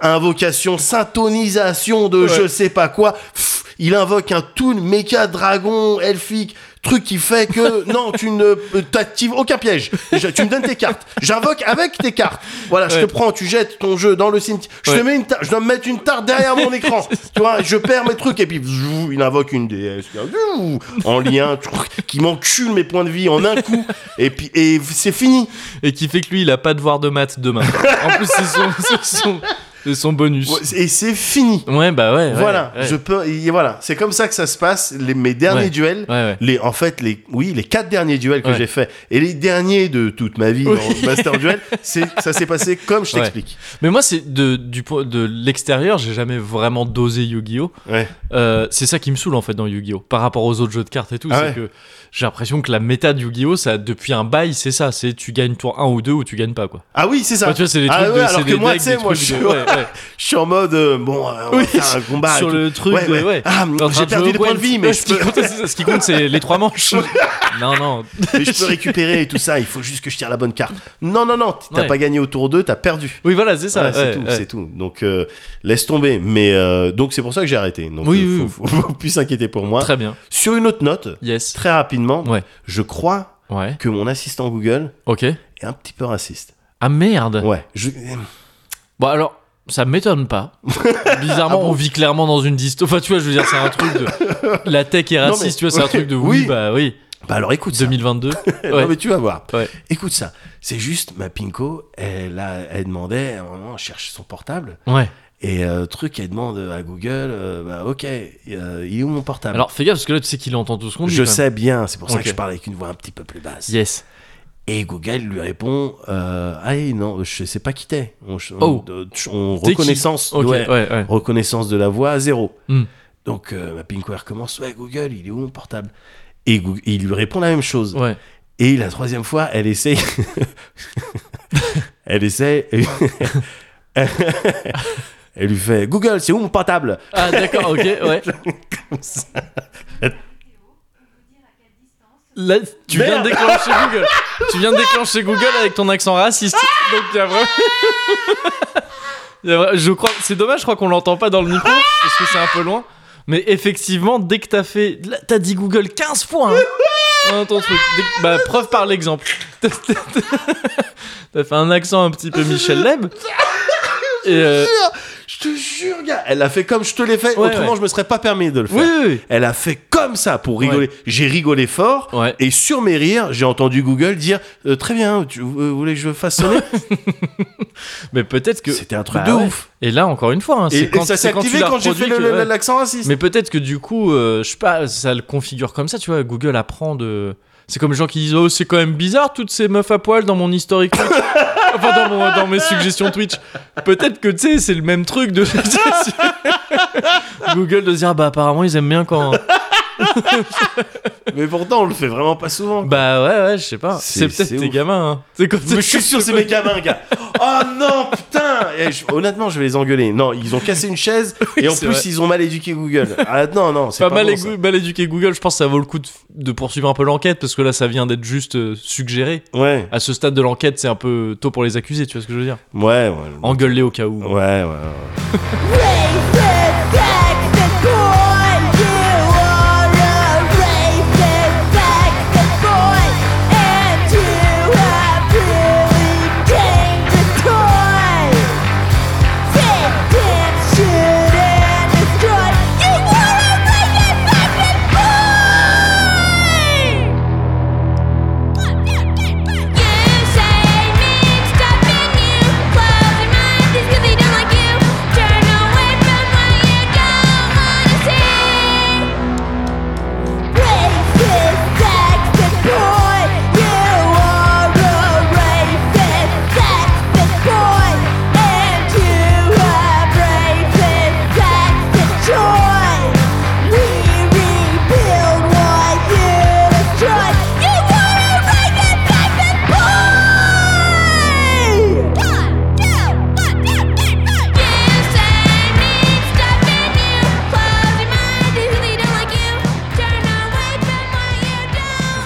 [SPEAKER 2] invocation, syntonisation de
[SPEAKER 1] Ouais.
[SPEAKER 2] je sais pas quoi. Pff, Il invoque un toon méca dragon elfique, truc qui fait que non, tu ne euh, t'actives aucun piège. Je- tu me donnes tes cartes. J'invoque avec tes cartes. Voilà, je
[SPEAKER 1] Ouais.
[SPEAKER 2] te prends, tu jettes ton jeu dans le cimetière. Je te
[SPEAKER 1] Ouais.
[SPEAKER 2] mets une tarte, je dois me mettre une tarte derrière mon écran. tu vois, je perds mes trucs et puis vzou, il invoque une déesse vzou, en lien tchouc, qui m'encule mes points de vie en un coup et puis et c'est fini.
[SPEAKER 1] Et qui fait que lui, il a pas de devoir de maths demain. en plus, c'est son, c'est son, c'est son bonus. Ouais,
[SPEAKER 2] Et c'est fini.
[SPEAKER 1] bah ouais. ouais,
[SPEAKER 2] voilà,
[SPEAKER 1] ouais.
[SPEAKER 2] je peux. et voilà, c'est comme ça que ça se passe. Les, mes derniers
[SPEAKER 1] Ouais.
[SPEAKER 2] duels,
[SPEAKER 1] Ouais, ouais.
[SPEAKER 2] les, en fait, les, oui, les quatre derniers duels que
[SPEAKER 1] Ouais.
[SPEAKER 2] j'ai fait et les derniers de toute ma vie
[SPEAKER 1] Oui.
[SPEAKER 2] dans Master Duel, c'est ça s'est passé comme je
[SPEAKER 1] Ouais.
[SPEAKER 2] t'explique.
[SPEAKER 1] Mais moi, c'est de, du, point- de l'extérieur, j'ai jamais vraiment dosé Yu-Gi-Oh!
[SPEAKER 2] Ouais.
[SPEAKER 1] Euh, c'est ça qui me saoule en fait dans Yu-Gi-Oh! Par rapport aux autres jeux de cartes et tout,
[SPEAKER 2] Ah
[SPEAKER 1] c'est
[SPEAKER 2] ouais.
[SPEAKER 1] que j'ai l'impression que la méta de Yu-Gi-Oh! ça depuis un bail, c'est ça, c'est tu gagnes tour 1 ou 2 ou tu gagnes pas quoi.
[SPEAKER 2] Ah oui, c'est ça.
[SPEAKER 1] Enfin, tu vois, c'est des
[SPEAKER 2] Ah
[SPEAKER 1] trucs
[SPEAKER 2] ouais,
[SPEAKER 1] de.
[SPEAKER 2] alors
[SPEAKER 1] c'est
[SPEAKER 2] que
[SPEAKER 1] des
[SPEAKER 2] moi,
[SPEAKER 1] decks,
[SPEAKER 2] tu sais,
[SPEAKER 1] des
[SPEAKER 2] moi,
[SPEAKER 1] trucs
[SPEAKER 2] je-
[SPEAKER 1] de- ouais, ouais.
[SPEAKER 2] Je suis en mode euh, bon, euh, on va
[SPEAKER 1] Oui,
[SPEAKER 2] faire un combat et
[SPEAKER 1] sur
[SPEAKER 2] tout.
[SPEAKER 1] le truc
[SPEAKER 2] Ouais,
[SPEAKER 1] de-
[SPEAKER 2] ouais.
[SPEAKER 1] ouais.
[SPEAKER 2] Ah,
[SPEAKER 1] En train
[SPEAKER 2] j'ai
[SPEAKER 1] de
[SPEAKER 2] perdu
[SPEAKER 1] jouer
[SPEAKER 2] des
[SPEAKER 1] au
[SPEAKER 2] points de
[SPEAKER 1] Gwen.
[SPEAKER 2] vie, mais
[SPEAKER 1] Ouais,
[SPEAKER 2] je
[SPEAKER 1] ce, qui
[SPEAKER 2] peux,
[SPEAKER 1] compte, c'est- ce qui compte, c'est les trois manches. non, non.
[SPEAKER 2] mais je peux récupérer et tout ça. Il faut juste que je tire la bonne carte. Non, non, non, t'as
[SPEAKER 1] Ouais.
[SPEAKER 2] pas gagné au tour 2, t'as perdu.
[SPEAKER 1] Oui, voilà, c'est ça.
[SPEAKER 2] Voilà,
[SPEAKER 1] ouais,
[SPEAKER 2] c'est tout,
[SPEAKER 1] ouais.
[SPEAKER 2] c'est tout. Donc euh, laisse tomber. Mais euh, donc c'est pour ça que j'ai arrêté. Donc
[SPEAKER 1] Oui,
[SPEAKER 2] euh,
[SPEAKER 1] oui,
[SPEAKER 2] faut, faut- faut plus s'inquiéter pour moi.
[SPEAKER 1] Très bien.
[SPEAKER 2] Sur une autre note,
[SPEAKER 1] Yes.
[SPEAKER 2] très rapidement,
[SPEAKER 1] Ouais.
[SPEAKER 2] je crois
[SPEAKER 1] Ouais.
[SPEAKER 2] que mon assistant Google
[SPEAKER 1] Ok.
[SPEAKER 2] est un petit peu raciste.
[SPEAKER 1] Ah merde.
[SPEAKER 2] Ouais. Je... euh,
[SPEAKER 1] Bon Bah, alors, ça m'étonne pas. Bizarrement,
[SPEAKER 2] Ah bon
[SPEAKER 1] on vit clairement dans une dystopie. Enfin, tu vois, je veux dire, c'est un truc de la tech est
[SPEAKER 2] Non,
[SPEAKER 1] raciste,
[SPEAKER 2] mais-
[SPEAKER 1] tu vois, c'est un truc de
[SPEAKER 2] Oui.
[SPEAKER 1] oui, bah oui,
[SPEAKER 2] Bah alors écoute ça.
[SPEAKER 1] 2022.
[SPEAKER 2] Non,
[SPEAKER 1] ouais.
[SPEAKER 2] mais tu vas voir.
[SPEAKER 1] Ouais.
[SPEAKER 2] Écoute ça. C'est juste ma Pinko, elle, a, elle demandait, à un moment, elle cherche son portable.
[SPEAKER 1] Ouais.
[SPEAKER 2] Et euh, truc, elle demande à Google, euh, bah ok, euh, il est où mon portable
[SPEAKER 1] Alors, fais gaffe parce que là, tu sais qu'il entend tout ce qu'on dit.
[SPEAKER 2] Je
[SPEAKER 1] quand même.
[SPEAKER 2] sais bien, c'est pour ça
[SPEAKER 1] Ok.
[SPEAKER 2] que je parle avec une voix un petit peu plus basse.
[SPEAKER 1] Yes.
[SPEAKER 2] Et Google lui répond euh, Ah non, je sais pas qui t'es. On,
[SPEAKER 1] Oh.
[SPEAKER 2] on- on-
[SPEAKER 1] T'es qui
[SPEAKER 2] reconnaissance,
[SPEAKER 1] Ok.
[SPEAKER 2] ouais,
[SPEAKER 1] Ouais. Ouais. ouais.
[SPEAKER 2] reconnaissance de la voix à zéro.
[SPEAKER 1] Hmm.
[SPEAKER 2] Donc euh, ma Pinkware commence Ouais, Google, il est où mon portable Et Goog- il lui répond la même chose. Et la troisième fois, elle essaye. elle essaye. elle lui fait Google, c'est où mon portable
[SPEAKER 1] Ah d'accord. Ok. Ouais. Là, tu viens
[SPEAKER 2] Merde.
[SPEAKER 1] de déclencher Google. tu viens de déclencher Google avec ton accent raciste. Donc il y a vraiment. Il y a vra- je crois, c'est dommage, je crois qu'on l'entend pas dans le micro parce que c'est un peu loin. Mais effectivement, dès que t'as fait, là, t'as dit Google 15 fois. hein. Hein, ton truc. Dès que- bah, preuve par l'exemple. t'as fait un accent un petit peu Michel Leb. Et euh,
[SPEAKER 2] Je te jure, gars. Elle a fait comme je te l'ai fait.
[SPEAKER 1] Ouais,
[SPEAKER 2] Autrement,
[SPEAKER 1] ouais.
[SPEAKER 2] je me serais pas permis de le faire.
[SPEAKER 1] oui, oui,
[SPEAKER 2] Elle a fait comme ça pour rigoler. J'ai rigolé fort.
[SPEAKER 1] oui. Ouais.
[SPEAKER 2] Et sur mes rires, j'ai entendu Google dire Euh, Très bien, tu, vous voulez que je fasse sonner
[SPEAKER 1] Mais peut-être que.
[SPEAKER 2] C'était un truc
[SPEAKER 1] Bah
[SPEAKER 2] de
[SPEAKER 1] ouais.
[SPEAKER 2] ouf.
[SPEAKER 1] Et là, encore une fois, hein,
[SPEAKER 2] Et,
[SPEAKER 1] c'est quand
[SPEAKER 2] et ça s'est
[SPEAKER 1] c'est quand tu
[SPEAKER 2] activé
[SPEAKER 1] l'as
[SPEAKER 2] quand, j'ai fait
[SPEAKER 1] reproduit que-
[SPEAKER 2] le- le-
[SPEAKER 1] ouais.
[SPEAKER 2] l'accent raciste.
[SPEAKER 1] Mais peut-être que du coup, euh, je sais pas, ça le configure comme ça, tu vois. Google apprend de. C'est comme les gens qui disent Oh, c'est quand même bizarre toutes ces meufs à poil dans mon historique Twitch. enfin, dans, mon- dans mes suggestions Twitch. Peut-être que tu sais, c'est le même truc de. Google de se dire Bah, apparemment, ils aiment bien quand.
[SPEAKER 2] Mais... pourtant, on le fait vraiment pas souvent.
[SPEAKER 1] bah, ouais, ouais, je sais pas. C'est
[SPEAKER 2] C'est- c'est
[SPEAKER 1] peut-être tes
[SPEAKER 2] ouf.
[SPEAKER 1] gamins. Hein. C'est quand
[SPEAKER 2] Mais je suis sûr, c'est mes gamins, gars. Oh non, putain. Et je- honnêtement, je vais les engueuler. Non, ils ont cassé une chaise et en
[SPEAKER 1] c'est
[SPEAKER 2] plus,
[SPEAKER 1] vrai.
[SPEAKER 2] ils ont mal éduqué Google. Ah non, non, c'est
[SPEAKER 1] pas,
[SPEAKER 2] pas,
[SPEAKER 1] mal,
[SPEAKER 2] bon,
[SPEAKER 1] égu- mal éduqué Google, je pense que ça vaut le coup de, de poursuivre un peu l'enquête parce que là ça vient d'être juste euh, suggéré.
[SPEAKER 2] ça. Ouais,
[SPEAKER 1] À ce stade de l'enquête, c'est un peu tôt pour les accuser, tu vois ce que je veux dire
[SPEAKER 2] ouais, ouais.
[SPEAKER 1] Engueule-les au cas où.
[SPEAKER 2] Ouais, ouais, ouais.
[SPEAKER 3] Close your mind, these cause they don't like you. Turn away from what you got.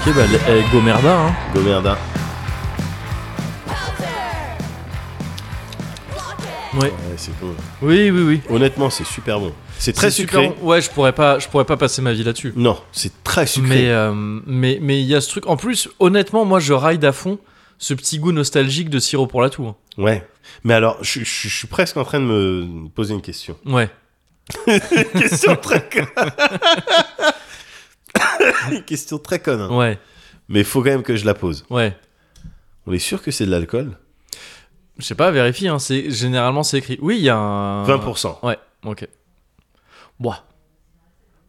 [SPEAKER 1] écoutez, bah, les- eh, Gomerda, hein.
[SPEAKER 2] Gomerda.
[SPEAKER 1] Ouais.
[SPEAKER 2] Ouais, c'est bon.
[SPEAKER 1] Oui, oui, oui.
[SPEAKER 2] Honnêtement, c'est super bon. C'est très
[SPEAKER 1] C'est
[SPEAKER 2] sucré.
[SPEAKER 1] super bon. Ouais, je pourrais pas, je pourrais pas passer ma vie là-dessus.
[SPEAKER 2] Non, c'est très sucré.
[SPEAKER 1] Mais euh, mais mais il y a ce truc. En plus, honnêtement, moi, je ride à fond ce petit goût nostalgique de sirop pour la toux. hein.
[SPEAKER 2] Ouais. Mais alors, je, je- je suis presque en train de me poser une question.
[SPEAKER 1] hein. Ouais.
[SPEAKER 2] Une question très conne. une question très conne. hein.
[SPEAKER 1] Ouais.
[SPEAKER 2] Mais faut quand même que je la pose.
[SPEAKER 1] Ouais.
[SPEAKER 2] On est sûr que c'est de l'alcool
[SPEAKER 1] Je sais pas, vérifie. Hein. C'est généralement c'est écrit. Oui, il y a un.
[SPEAKER 2] 20%.
[SPEAKER 1] Ouais. Ok. Bois.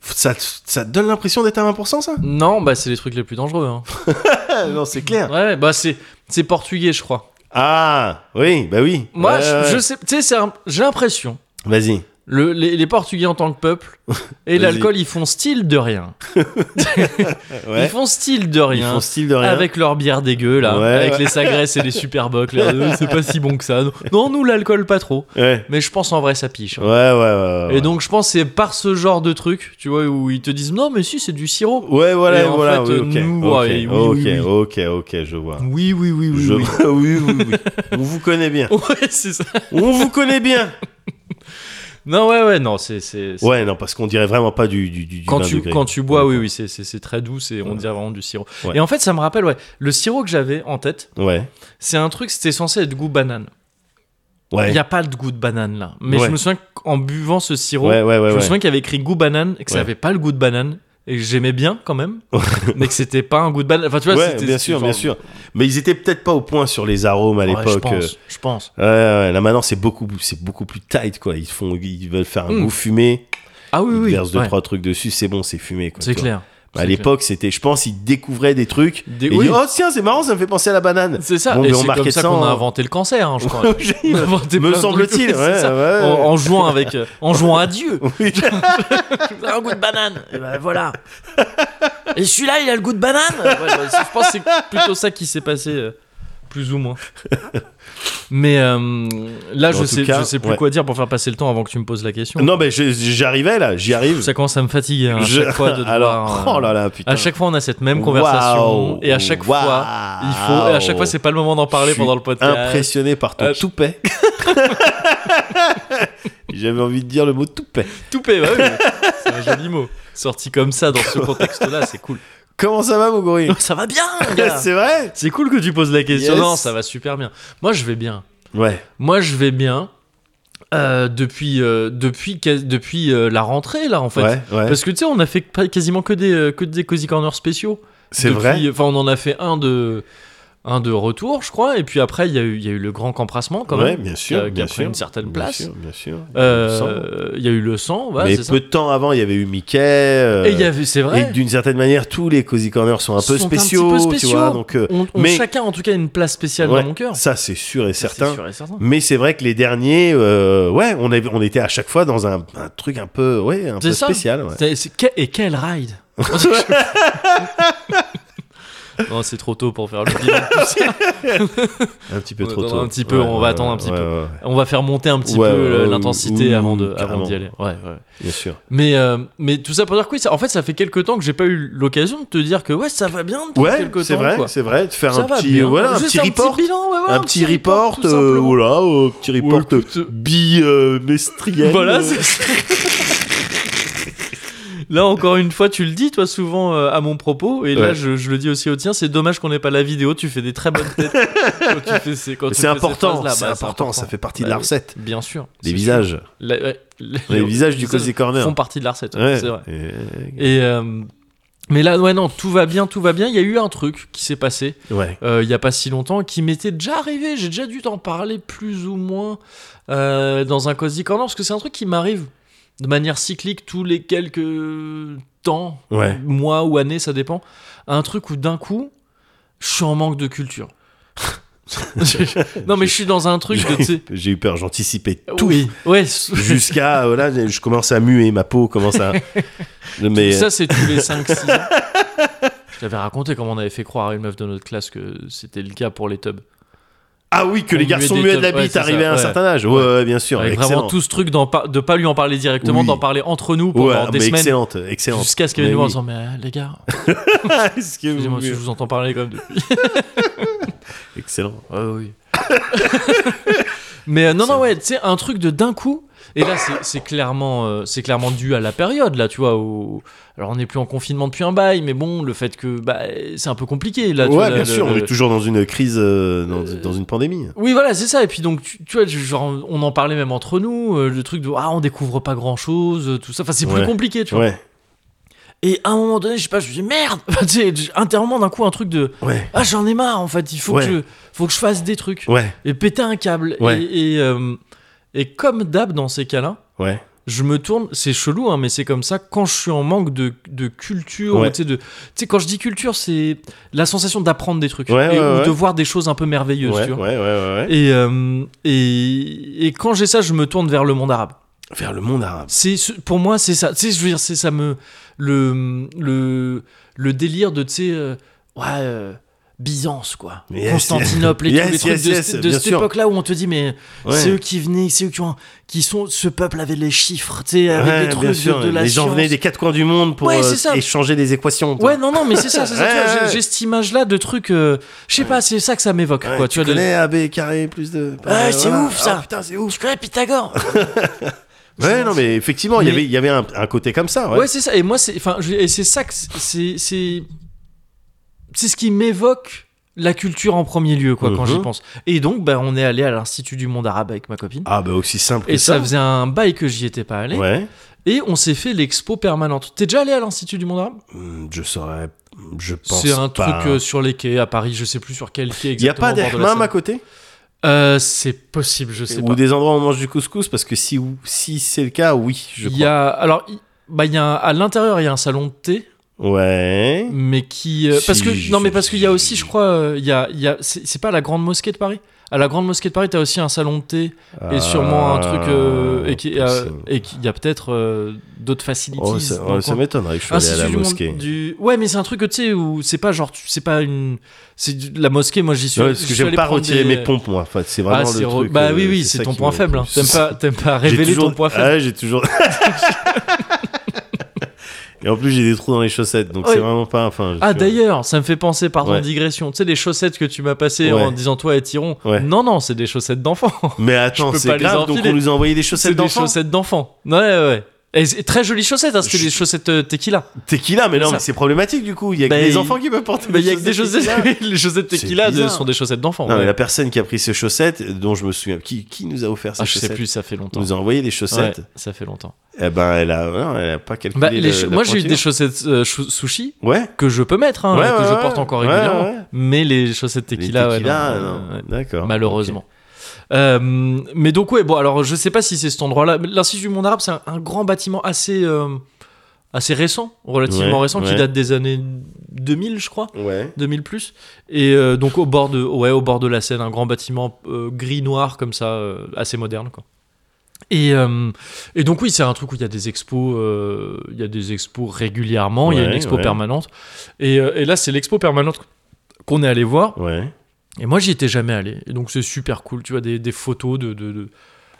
[SPEAKER 2] Ça, ça te donne l'impression d'être à 20% ça
[SPEAKER 1] Non, bah c'est les trucs les plus dangereux. Hein.
[SPEAKER 2] Non, c'est clair.
[SPEAKER 1] Ouais, bah c'est c'est portugais, je crois.
[SPEAKER 2] Ah, oui, bah oui.
[SPEAKER 1] Moi,
[SPEAKER 2] Ouais,
[SPEAKER 1] je,
[SPEAKER 2] ouais.
[SPEAKER 1] je sais. Tu sais, c'est un- j'ai l'impression.
[SPEAKER 2] Vas-y.
[SPEAKER 1] Le- les, les Portugais en tant que peuple et
[SPEAKER 2] Vas-y.
[SPEAKER 1] l'alcool, ils font style de rien.
[SPEAKER 2] Ouais.
[SPEAKER 1] Ils font style de rien.
[SPEAKER 2] Ils font style de rien.
[SPEAKER 1] Avec leur bière dégueu, là.
[SPEAKER 2] Ouais,
[SPEAKER 1] avec
[SPEAKER 2] ouais.
[SPEAKER 1] les sagresses et les superbocs. là. Euh, C'est pas si bon que ça. Non, nous, l'alcool, pas trop.
[SPEAKER 2] Ouais.
[SPEAKER 1] Mais je pense en vrai, ça piche. hein.
[SPEAKER 2] Ouais, ouais, ouais. ouais.
[SPEAKER 1] Et donc, je pense c'est par ce genre de truc, tu vois, où ils te disent non, mais si, c'est du sirop.
[SPEAKER 2] Ouais, voilà,
[SPEAKER 1] Et en
[SPEAKER 2] voilà.
[SPEAKER 1] fait, euh,
[SPEAKER 2] oui, ok,
[SPEAKER 1] nous,
[SPEAKER 2] ok,
[SPEAKER 1] ouais, oui,
[SPEAKER 2] ok,
[SPEAKER 1] oui, oui.
[SPEAKER 2] ok, ok, je vois.
[SPEAKER 1] Oui, oui, oui, oui.
[SPEAKER 2] Je-
[SPEAKER 1] oui.
[SPEAKER 2] oui, oui, oui. On vous connaît bien.
[SPEAKER 1] Ouais, c'est ça.
[SPEAKER 2] On vous connaît bien.
[SPEAKER 1] Non, ouais, ouais, non, c'est. c'est- c'est-
[SPEAKER 2] Ouais, non, parce qu'on dirait vraiment pas du, du, du, du
[SPEAKER 1] Quand
[SPEAKER 2] 20
[SPEAKER 1] tu,
[SPEAKER 2] degrés.
[SPEAKER 1] quand tu bois, oui, oui, c'est- c'est c'est très doux, c'est on
[SPEAKER 2] Ouais.
[SPEAKER 1] dirait vraiment du sirop.
[SPEAKER 2] Ouais.
[SPEAKER 1] Et en fait, ça me rappelle, ouais, le sirop que j'avais en tête,
[SPEAKER 2] Ouais.
[SPEAKER 1] c'est un truc, c'était censé être goût banane. Il
[SPEAKER 2] Ouais.
[SPEAKER 1] n'y a pas de goût de banane là. Mais
[SPEAKER 2] Ouais.
[SPEAKER 1] je me souviens qu'en buvant ce sirop,
[SPEAKER 2] Ouais, ouais, ouais.
[SPEAKER 1] je me
[SPEAKER 2] ouais.
[SPEAKER 1] souviens qu'il y avait écrit goût banane et que ça
[SPEAKER 2] Ouais.
[SPEAKER 1] n'avait pas le goût de banane. Et que j'aimais bien quand même, mais que c'était pas un goût de banane. Enfin, tu vois,
[SPEAKER 2] Ouais,
[SPEAKER 1] c'était-
[SPEAKER 2] bien
[SPEAKER 1] c'était
[SPEAKER 2] sûr,
[SPEAKER 1] genre-
[SPEAKER 2] bien sûr. Mais ils étaient peut-être pas au point sur les arômes à
[SPEAKER 1] Ouais, je
[SPEAKER 2] l'époque. euh,
[SPEAKER 1] pense, je pense.
[SPEAKER 2] Ouais, ouais, là maintenant c'est beaucoup, c'est beaucoup plus tight quoi. Ils font, ils veulent faire un
[SPEAKER 1] Mm.
[SPEAKER 2] goût fumé,
[SPEAKER 1] Ah oui,
[SPEAKER 2] ils
[SPEAKER 1] oui,
[SPEAKER 2] versent deux
[SPEAKER 1] ouais,
[SPEAKER 2] trois trucs dessus, c'est bon, c'est fumé quoi.
[SPEAKER 1] c'est
[SPEAKER 2] tu vois.
[SPEAKER 1] clair.
[SPEAKER 2] Bah,
[SPEAKER 1] c'est
[SPEAKER 2] à l'époque c'était, je pense, ils découvraient des trucs.
[SPEAKER 1] Des-
[SPEAKER 2] et
[SPEAKER 1] oui.
[SPEAKER 2] ils disent, oh tiens, c'est marrant, ça me fait penser à la banane.
[SPEAKER 1] C'est ça,
[SPEAKER 2] Bon,
[SPEAKER 1] et
[SPEAKER 2] mais on
[SPEAKER 1] c'est comme
[SPEAKER 2] marquait
[SPEAKER 1] ça
[SPEAKER 2] ça
[SPEAKER 1] qu'on a
[SPEAKER 2] en-
[SPEAKER 1] inventé le cancer, hein, je crois. On a inventé plein
[SPEAKER 2] me
[SPEAKER 1] de trucs,
[SPEAKER 2] semble-t-il.
[SPEAKER 1] c'est
[SPEAKER 2] Ouais,
[SPEAKER 1] ça.
[SPEAKER 2] ouais.
[SPEAKER 1] En, en jouant avec, euh, en jouant à Dieu.
[SPEAKER 2] Oui.
[SPEAKER 1] un goût de banane. Et ben voilà. Et celui-là, il a le goût de banane. Ouais, bah, je pense que c'est plutôt ça qui s'est passé, euh, plus ou moins. Mais euh, là,
[SPEAKER 2] En
[SPEAKER 1] je
[SPEAKER 2] tout
[SPEAKER 1] sais,
[SPEAKER 2] cas,
[SPEAKER 1] je sais plus
[SPEAKER 2] ouais.
[SPEAKER 1] quoi dire pour faire passer le temps avant que tu me poses la question.
[SPEAKER 2] non mais je- j'arrivais là, j'y arrive.
[SPEAKER 1] Ça commence à me fatiguer hein, à
[SPEAKER 2] Je-
[SPEAKER 1] chaque fois de devoir,
[SPEAKER 2] Alors,
[SPEAKER 1] euh,
[SPEAKER 2] oh là là, putain.
[SPEAKER 1] à chaque fois, on a cette même conversation
[SPEAKER 2] Waouh,
[SPEAKER 1] et à chaque fois,
[SPEAKER 2] waouh.
[SPEAKER 1] il faut. et à chaque fois, c'est pas le moment d'en parler
[SPEAKER 2] Je suis
[SPEAKER 1] pendant le podcast.
[SPEAKER 2] Impressionné par ton
[SPEAKER 1] Ah, je-
[SPEAKER 2] toupet. J'avais envie de dire le mot toupet.
[SPEAKER 1] Toupé, ouais, ouais. c'est un joli mot. Sorti comme ça dans ce contexte-là, c'est cool.
[SPEAKER 2] Comment ça va, mon gorille
[SPEAKER 1] Ça va bien, gars.
[SPEAKER 2] C'est vrai
[SPEAKER 1] C'est cool que tu poses la question.
[SPEAKER 2] Yes.
[SPEAKER 1] Non, ça va super bien. Moi, je vais bien.
[SPEAKER 2] Ouais.
[SPEAKER 1] Moi, je vais bien euh, depuis euh, depuis que- depuis euh, la rentrée là en fait.
[SPEAKER 2] ouais, ouais.
[SPEAKER 1] Parce que tu sais, on a fait pas- quasiment que des euh, que des cozy corners spéciaux.
[SPEAKER 2] C'est
[SPEAKER 1] Depuis- euh,
[SPEAKER 2] vrai.
[SPEAKER 1] Enfin, on en a fait un de un de retour, je crois. Et puis après, il y a eu il y a eu le grand emprassement quand
[SPEAKER 2] Ouais,
[SPEAKER 1] même.
[SPEAKER 2] bien sûr,
[SPEAKER 1] euh, qui
[SPEAKER 2] bien
[SPEAKER 1] a pris
[SPEAKER 2] sûr,
[SPEAKER 1] une certaine
[SPEAKER 2] bien
[SPEAKER 1] place.
[SPEAKER 2] sûr, bien sûr. Il me semble.
[SPEAKER 1] Euh, Il y a eu le sang, voilà,
[SPEAKER 2] Mais
[SPEAKER 1] c'est ça.
[SPEAKER 2] peu de temps avant, il y avait eu Mickey. euh,
[SPEAKER 1] Et il y avait, c'est
[SPEAKER 2] et
[SPEAKER 1] vrai.
[SPEAKER 2] d'une certaine manière, tous les cozy corners sont un peu
[SPEAKER 1] Sont un petit peu
[SPEAKER 2] spéciaux,
[SPEAKER 1] spéciaux.
[SPEAKER 2] tu vois. Donc, euh,
[SPEAKER 1] on- on-
[SPEAKER 2] mais-
[SPEAKER 1] Chacun, en tout cas, a une place spéciale
[SPEAKER 2] ouais,
[SPEAKER 1] dans mon cœur.
[SPEAKER 2] ça c'est sûr et
[SPEAKER 1] Ça,
[SPEAKER 2] certain.
[SPEAKER 1] C'est sûr et certain.
[SPEAKER 2] Mais c'est vrai que les derniers, euh, ouais, on, avait, on était à chaque fois dans un, un truc un peu, ouais, un
[SPEAKER 1] C'est
[SPEAKER 2] peu
[SPEAKER 1] ça.
[SPEAKER 2] spécial. ouais.
[SPEAKER 1] C'est- c'est- que- et quel ride Non, c'est trop tôt pour faire le bilan. de tout ça.
[SPEAKER 2] Un petit peu
[SPEAKER 1] On
[SPEAKER 2] trop
[SPEAKER 1] attendra
[SPEAKER 2] tôt.
[SPEAKER 1] un petit peu, on va attendre un petit peu.
[SPEAKER 2] ouais, ouais,
[SPEAKER 1] On va faire monter un petit
[SPEAKER 2] Ouais,
[SPEAKER 1] peu le-
[SPEAKER 2] ouais,
[SPEAKER 1] l'intensité
[SPEAKER 2] oui,
[SPEAKER 1] avant de-
[SPEAKER 2] oui,
[SPEAKER 1] avant d'y
[SPEAKER 2] carrément.
[SPEAKER 1] aller. Ouais, ouais.
[SPEAKER 2] bien sûr.
[SPEAKER 1] Mais, euh, mais tout ça pour dire que oui, ça- en fait, ça fait quelques temps que j'ai pas eu l'occasion de te dire que ouais, ça va bien depuis
[SPEAKER 2] Ouais,
[SPEAKER 1] quelques
[SPEAKER 2] c'est
[SPEAKER 1] temps.
[SPEAKER 2] vrai,
[SPEAKER 1] quoi.
[SPEAKER 2] c'est vrai, de faire
[SPEAKER 1] Ça
[SPEAKER 2] un
[SPEAKER 1] va
[SPEAKER 2] petit,
[SPEAKER 1] bien.
[SPEAKER 2] voilà, un
[SPEAKER 1] Juste
[SPEAKER 2] petit report,
[SPEAKER 1] bilan, ouais, ouais,
[SPEAKER 2] un petit report,
[SPEAKER 1] tout
[SPEAKER 2] euh,
[SPEAKER 1] simplement.
[SPEAKER 2] voilà, euh, petit
[SPEAKER 1] Ouais,
[SPEAKER 2] report
[SPEAKER 1] écoute, euh,
[SPEAKER 2] bi euh, mestriel.
[SPEAKER 1] Voilà,
[SPEAKER 2] euh,
[SPEAKER 1] c'est ça. Là, encore une fois, tu le dis, toi, souvent euh, à mon propos, et là,
[SPEAKER 2] Ouais.
[SPEAKER 1] je, je le dis aussi au tien, c'est dommage qu'on n'ait pas la vidéo, tu fais des très bonnes têtes quand tu fais ces quand
[SPEAKER 2] Mais
[SPEAKER 1] tu
[SPEAKER 2] C'est
[SPEAKER 1] fais ces
[SPEAKER 2] important,
[SPEAKER 1] phrases-là.
[SPEAKER 2] c'est
[SPEAKER 1] Bah,
[SPEAKER 2] important, ça fait partie de
[SPEAKER 1] Bah
[SPEAKER 2] la
[SPEAKER 1] oui.
[SPEAKER 2] recette.
[SPEAKER 1] Bien sûr.
[SPEAKER 2] Les
[SPEAKER 1] C'est
[SPEAKER 2] visages,
[SPEAKER 1] sûr. La- ouais, les,
[SPEAKER 2] les visages du
[SPEAKER 1] visages
[SPEAKER 2] cozy corner.
[SPEAKER 1] font partie de la recette,
[SPEAKER 2] Ouais.
[SPEAKER 1] c'est vrai.
[SPEAKER 2] Et-
[SPEAKER 1] Et, euh, mais là, ouais, non, tout va bien, tout va bien. Il y a eu un truc qui s'est passé
[SPEAKER 2] Ouais.
[SPEAKER 1] euh, il y a pas si longtemps qui m'était déjà arrivé. J'ai déjà dû t'en parler plus ou moins euh, dans un Cozy Corner parce que c'est un truc qui m'arrive de manière cyclique tous les quelques temps,
[SPEAKER 2] Ouais.
[SPEAKER 1] mois ou années, ça dépend. Un truc où d'un coup, je suis en manque de culture. non, mais je suis dans un truc de. tu sais-
[SPEAKER 2] J'ai eu peur, j'anticipais tout.
[SPEAKER 1] Ah Oui, ouais.
[SPEAKER 2] Jusqu'à, euh, là, je commence à muer, ma peau commence à. Mais
[SPEAKER 1] Ça, c'est tous les 5-6 ans. Je t'avais raconté comment on avait fait croire à une meuf de notre classe que c'était le cas pour les tubs.
[SPEAKER 2] Ah oui, que
[SPEAKER 1] On
[SPEAKER 2] les
[SPEAKER 1] lui
[SPEAKER 2] garçons
[SPEAKER 1] est des
[SPEAKER 2] muets de la
[SPEAKER 1] tops, ouais,
[SPEAKER 2] bite
[SPEAKER 1] c'est ça,
[SPEAKER 2] arrivaient à un
[SPEAKER 1] ouais.
[SPEAKER 2] certain âge. Ouais,
[SPEAKER 1] Ouais.
[SPEAKER 2] ouais, bien sûr.
[SPEAKER 1] Avec
[SPEAKER 2] excellent.
[SPEAKER 1] vraiment tout ce truc d'en par- de pas lui en parler directement,
[SPEAKER 2] Oui.
[SPEAKER 1] d'en parler entre nous pendant
[SPEAKER 2] Ouais,
[SPEAKER 1] des
[SPEAKER 2] mais
[SPEAKER 1] semaines.
[SPEAKER 2] excellente, excellente.
[SPEAKER 1] Jusqu'à ce qu'il vienne
[SPEAKER 2] Mais
[SPEAKER 1] nous voir en
[SPEAKER 2] oui.
[SPEAKER 1] disant Mais euh, les gars,
[SPEAKER 2] Est-ce que vous-
[SPEAKER 1] excusez-moi, je vous entends parler quand même depuis.
[SPEAKER 2] Excellent.
[SPEAKER 1] oui. Mais euh, non, non, ouais, tu sais, un truc de d'un coup. Et là, c'est- c'est clairement, euh, c'est clairement dû à la période, là, tu vois. au- Alors, on n'est plus en confinement depuis un bail, mais bon, le fait que bah, c'est un peu compliqué, là. Ah, tu vois,
[SPEAKER 2] ouais,
[SPEAKER 1] le-
[SPEAKER 2] bien
[SPEAKER 1] le-
[SPEAKER 2] sûr, on
[SPEAKER 1] le-
[SPEAKER 2] est toujours dans une crise, euh, dans, dans une pandémie.
[SPEAKER 1] Oui, voilà, c'est ça. Et puis, donc, tu, tu vois, genre, on en parlait même entre nous, euh, le truc de Ah, on découvre pas grand chose, tout ça. Enfin, c'est
[SPEAKER 2] Ouais.
[SPEAKER 1] plus compliqué, tu vois.
[SPEAKER 2] Ouais,
[SPEAKER 1] Et à un moment donné, je sais pas, je me dis Merde Tu sais, intérieurement, d'un coup, un truc de
[SPEAKER 2] ouais,
[SPEAKER 1] Ah, j'en ai marre, en fait, il faut,
[SPEAKER 2] Ouais.
[SPEAKER 1] que, je, faut que je fasse des trucs.
[SPEAKER 2] ouais,
[SPEAKER 1] et péter un câble.
[SPEAKER 2] Ouais.
[SPEAKER 1] Et, et, euh, et comme d'hab dans ces cas-là,
[SPEAKER 2] ouais.
[SPEAKER 1] je me tourne, c'est chelou, hein, mais c'est comme ça quand je suis en manque de, de culture.
[SPEAKER 2] Ouais.
[SPEAKER 1] ou tu sais, de- tu sais, quand je dis culture, c'est la sensation d'apprendre des trucs
[SPEAKER 2] Ouais,
[SPEAKER 1] et,
[SPEAKER 2] ouais,
[SPEAKER 1] ou
[SPEAKER 2] ouais.
[SPEAKER 1] de voir des choses un peu
[SPEAKER 2] Ouais,
[SPEAKER 1] merveilleuses.
[SPEAKER 2] ouais,
[SPEAKER 1] tu vois.
[SPEAKER 2] ouais, ouais, ouais.
[SPEAKER 1] Et, euh, et, et quand j'ai ça, je me tourne vers le monde arabe.
[SPEAKER 2] Vers le monde arabe.
[SPEAKER 1] C'est ce- pour moi, c'est ça. Tu sais, je veux dire, c'est ça me le le le délire de tu sais euh, ouais euh, Byzance quoi,
[SPEAKER 2] Yes,
[SPEAKER 1] Constantinople et
[SPEAKER 2] yes.
[SPEAKER 1] tout, les
[SPEAKER 2] Yes,
[SPEAKER 1] trucs
[SPEAKER 2] yes,
[SPEAKER 1] de,
[SPEAKER 2] yes,
[SPEAKER 1] cette- de
[SPEAKER 2] bien
[SPEAKER 1] cette
[SPEAKER 2] sûr.
[SPEAKER 1] époque-là où on te dit mais
[SPEAKER 2] Ouais.
[SPEAKER 1] c'est eux qui venaient, c'est eux qui ont qui sont ce peuple avait les chiffres, tu sais avec
[SPEAKER 2] Ouais,
[SPEAKER 1] les trucs
[SPEAKER 2] bien
[SPEAKER 1] de-
[SPEAKER 2] sûr,
[SPEAKER 1] de, la
[SPEAKER 2] les gens
[SPEAKER 1] science.
[SPEAKER 2] venaient des quatre coins du monde pour
[SPEAKER 1] Ouais, c'est
[SPEAKER 2] euh,
[SPEAKER 1] ça.
[SPEAKER 2] échanger des équations. toi.
[SPEAKER 1] Ouais non non mais c'est ça, c'est ça, tu
[SPEAKER 2] Ouais,
[SPEAKER 1] vois,
[SPEAKER 2] ouais.
[SPEAKER 1] j'ai- j'ai cette image là de trucs euh, je sais pas, c'est ça que ça m'évoque
[SPEAKER 2] Ouais,
[SPEAKER 1] quoi,
[SPEAKER 2] tu
[SPEAKER 1] tu, vois de-
[SPEAKER 2] connais AB carré E, plus de.
[SPEAKER 1] Ah, c'est
[SPEAKER 2] voilà.
[SPEAKER 1] ouf, ça.
[SPEAKER 2] Ah, putain, c'est ouf.
[SPEAKER 1] Je connais Pythagore.
[SPEAKER 2] Ouais, non, mais effectivement, il y
[SPEAKER 1] Mais-
[SPEAKER 2] avait, il y avait un, un côté comme ça.
[SPEAKER 1] Ouais,
[SPEAKER 2] Ouais.
[SPEAKER 1] c'est ça. Et moi, c'est, enfin, je- et c'est ça que c'est- c'est, c'est, c'est ce qui m'évoque la culture en premier lieu, quoi, quand
[SPEAKER 2] Mhm.
[SPEAKER 1] j'y pense. Et donc, ben, on est allé à l'institut du monde arabe avec ma copine.
[SPEAKER 2] Ah, bah aussi simple
[SPEAKER 1] Et
[SPEAKER 2] que
[SPEAKER 1] ça faisait un bail que j'y étais pas allé.
[SPEAKER 2] Ouais.
[SPEAKER 1] Et on s'est fait l'expo permanente. T'es déjà allé à l'Institut du Monde Arabe
[SPEAKER 2] Hmm, Je saurais. Je pense.
[SPEAKER 1] C'est un
[SPEAKER 2] pas.
[SPEAKER 1] truc euh, sur les quais à Paris, je sais plus sur quel quai
[SPEAKER 2] Il n'y a
[SPEAKER 1] exactement.
[SPEAKER 2] pas
[SPEAKER 1] au bord de la
[SPEAKER 2] d'Hermam
[SPEAKER 1] Seine.
[SPEAKER 2] à côté
[SPEAKER 1] Euh, C'est possible, je sais
[SPEAKER 2] Ou
[SPEAKER 1] pas.
[SPEAKER 2] des endroits où on mange du couscous Parce que si, si c'est le cas, oui, je
[SPEAKER 1] Il y a, alors, il- bah, il y a un- à l'intérieur, il y a un salon de thé.
[SPEAKER 2] crois. Ouais.
[SPEAKER 1] mais qui euh,
[SPEAKER 2] Si,
[SPEAKER 1] parce que
[SPEAKER 2] j'ai
[SPEAKER 1] non
[SPEAKER 2] fait-
[SPEAKER 1] mais parce qu'il y a aussi je crois euh, il y a, il y a c'est c'est pas la grande mosquée de Paris à la grande mosquée de Paris t'as aussi un salon de thé et
[SPEAKER 2] Ah,
[SPEAKER 1] sûrement un truc euh, et qui euh,
[SPEAKER 2] possible.
[SPEAKER 1] et qu'il y a peut-être euh, d'autres facilities
[SPEAKER 2] Oh, ça,
[SPEAKER 1] dans le
[SPEAKER 2] oh, ça
[SPEAKER 1] coin.
[SPEAKER 2] m'étonnerait que je sois allé à
[SPEAKER 1] Institut
[SPEAKER 2] la
[SPEAKER 1] du monde-
[SPEAKER 2] mosquée.
[SPEAKER 1] du- ouais mais c'est un truc que, tu sais où c'est pas genre tu- c'est pas une c'est du- la mosquée moi j'y suis
[SPEAKER 2] Ouais, parce
[SPEAKER 1] je
[SPEAKER 2] que
[SPEAKER 1] suis
[SPEAKER 2] j'aime
[SPEAKER 1] allé
[SPEAKER 2] pas
[SPEAKER 1] prendre
[SPEAKER 2] retirer
[SPEAKER 1] des-
[SPEAKER 2] mes pompes, moi. Enfin, c'est vraiment
[SPEAKER 1] ah,
[SPEAKER 2] le
[SPEAKER 1] c'est re-
[SPEAKER 2] truc.
[SPEAKER 1] bah
[SPEAKER 2] euh,
[SPEAKER 1] oui oui
[SPEAKER 2] c'est
[SPEAKER 1] c'est
[SPEAKER 2] ça
[SPEAKER 1] ton
[SPEAKER 2] qui
[SPEAKER 1] point
[SPEAKER 2] me-
[SPEAKER 1] faible hein. t'aimes pas t'aimes pas
[SPEAKER 2] J'ai
[SPEAKER 1] révéler
[SPEAKER 2] toujours- Ah,
[SPEAKER 1] ton point faible
[SPEAKER 2] Ouais, j'ai toujours. Et en plus, j'ai des trous dans les chaussettes, donc
[SPEAKER 1] Ouais.
[SPEAKER 2] c'est vraiment pas. Enfin, je
[SPEAKER 1] Ah
[SPEAKER 2] suis-
[SPEAKER 1] d'ailleurs, ça me fait penser, pardon,
[SPEAKER 2] Ouais.
[SPEAKER 1] digression, tu sais les chaussettes que tu m'as passées
[SPEAKER 2] Ouais.
[SPEAKER 1] en disant toi et Tiron.
[SPEAKER 2] Ouais.
[SPEAKER 1] Non non, c'est des chaussettes d'enfant.
[SPEAKER 2] Mais attends,
[SPEAKER 1] peux
[SPEAKER 2] c'est
[SPEAKER 1] pas les
[SPEAKER 2] grave, donc
[SPEAKER 1] enfiler.
[SPEAKER 2] on nous a envoyé des
[SPEAKER 1] C'est
[SPEAKER 2] chaussettes
[SPEAKER 1] des
[SPEAKER 2] d'enfant.
[SPEAKER 1] chaussettes d'enfant. Ouais ouais. ouais. Et c'est- très jolies chaussettes, hein, c'était
[SPEAKER 2] Je-
[SPEAKER 1] des chaussettes euh, tequila.
[SPEAKER 2] Tequila, mais non,
[SPEAKER 1] Ça.
[SPEAKER 2] mais c'est problématique du coup. Il y a
[SPEAKER 1] Bah,
[SPEAKER 2] que les
[SPEAKER 1] il-
[SPEAKER 2] enfants qui peuvent porter
[SPEAKER 1] Mais il y a que des chaussettes,
[SPEAKER 2] tequila.
[SPEAKER 1] les chaussettes
[SPEAKER 2] C'est
[SPEAKER 1] tequila de-
[SPEAKER 2] bizarre.
[SPEAKER 1] sont des chaussettes d'enfant.
[SPEAKER 2] Non, mais
[SPEAKER 1] ouais.
[SPEAKER 2] la personne qui a pris ces chaussettes, dont je me souviens, qui, qui nous a offert ces
[SPEAKER 1] Ah, je
[SPEAKER 2] chaussettes
[SPEAKER 1] sais plus, ça fait longtemps.
[SPEAKER 2] On nous a envoyé des chaussettes.
[SPEAKER 1] Ouais, ça fait longtemps.
[SPEAKER 2] Eh ben, elle a, non, elle a pas calculé.
[SPEAKER 1] Bah,
[SPEAKER 2] le-
[SPEAKER 1] les cha-
[SPEAKER 2] la
[SPEAKER 1] moi j'ai eu
[SPEAKER 2] pointure.
[SPEAKER 1] des chaussettes euh, chou- sushi
[SPEAKER 2] Ouais.
[SPEAKER 1] que je peux mettre, hein,
[SPEAKER 2] Ouais,
[SPEAKER 1] que
[SPEAKER 2] ouais,
[SPEAKER 1] je
[SPEAKER 2] ouais.
[SPEAKER 1] porte encore
[SPEAKER 2] Ouais,
[SPEAKER 1] régulièrement.
[SPEAKER 2] ouais.
[SPEAKER 1] Mais les chaussettes
[SPEAKER 2] Les
[SPEAKER 1] tequila, ouais,
[SPEAKER 2] tequila,
[SPEAKER 1] non,
[SPEAKER 2] non.
[SPEAKER 1] ouais,
[SPEAKER 2] D'accord.
[SPEAKER 1] malheureusement. Hein, Euh, mais donc ouais, bon alors je sais pas si c'est cet endroit-là. mais L'Institut du Monde Arabe, c'est un, un grand bâtiment assez euh, assez récent, relativement
[SPEAKER 2] Ouais,
[SPEAKER 1] récent,
[SPEAKER 2] ouais.
[SPEAKER 1] qui date des années 2000, je crois.
[SPEAKER 2] Ok. Ouais.
[SPEAKER 1] 2000 plus et euh, donc au bord de ouais au bord de la Seine un grand bâtiment euh, gris noir comme ça euh, assez moderne quoi et, euh, et donc oui c'est un truc où il y a des expos euh, il y a des expos régulièrement il y a une
[SPEAKER 2] Ouais,
[SPEAKER 1] expo
[SPEAKER 2] ouais.
[SPEAKER 1] permanente et, euh, et là c'est l'expo permanente qu'on est allé voir
[SPEAKER 2] Ouais.
[SPEAKER 1] et moi j'y étais jamais allé et donc c'est super cool tu vois des, des photos de, de, de-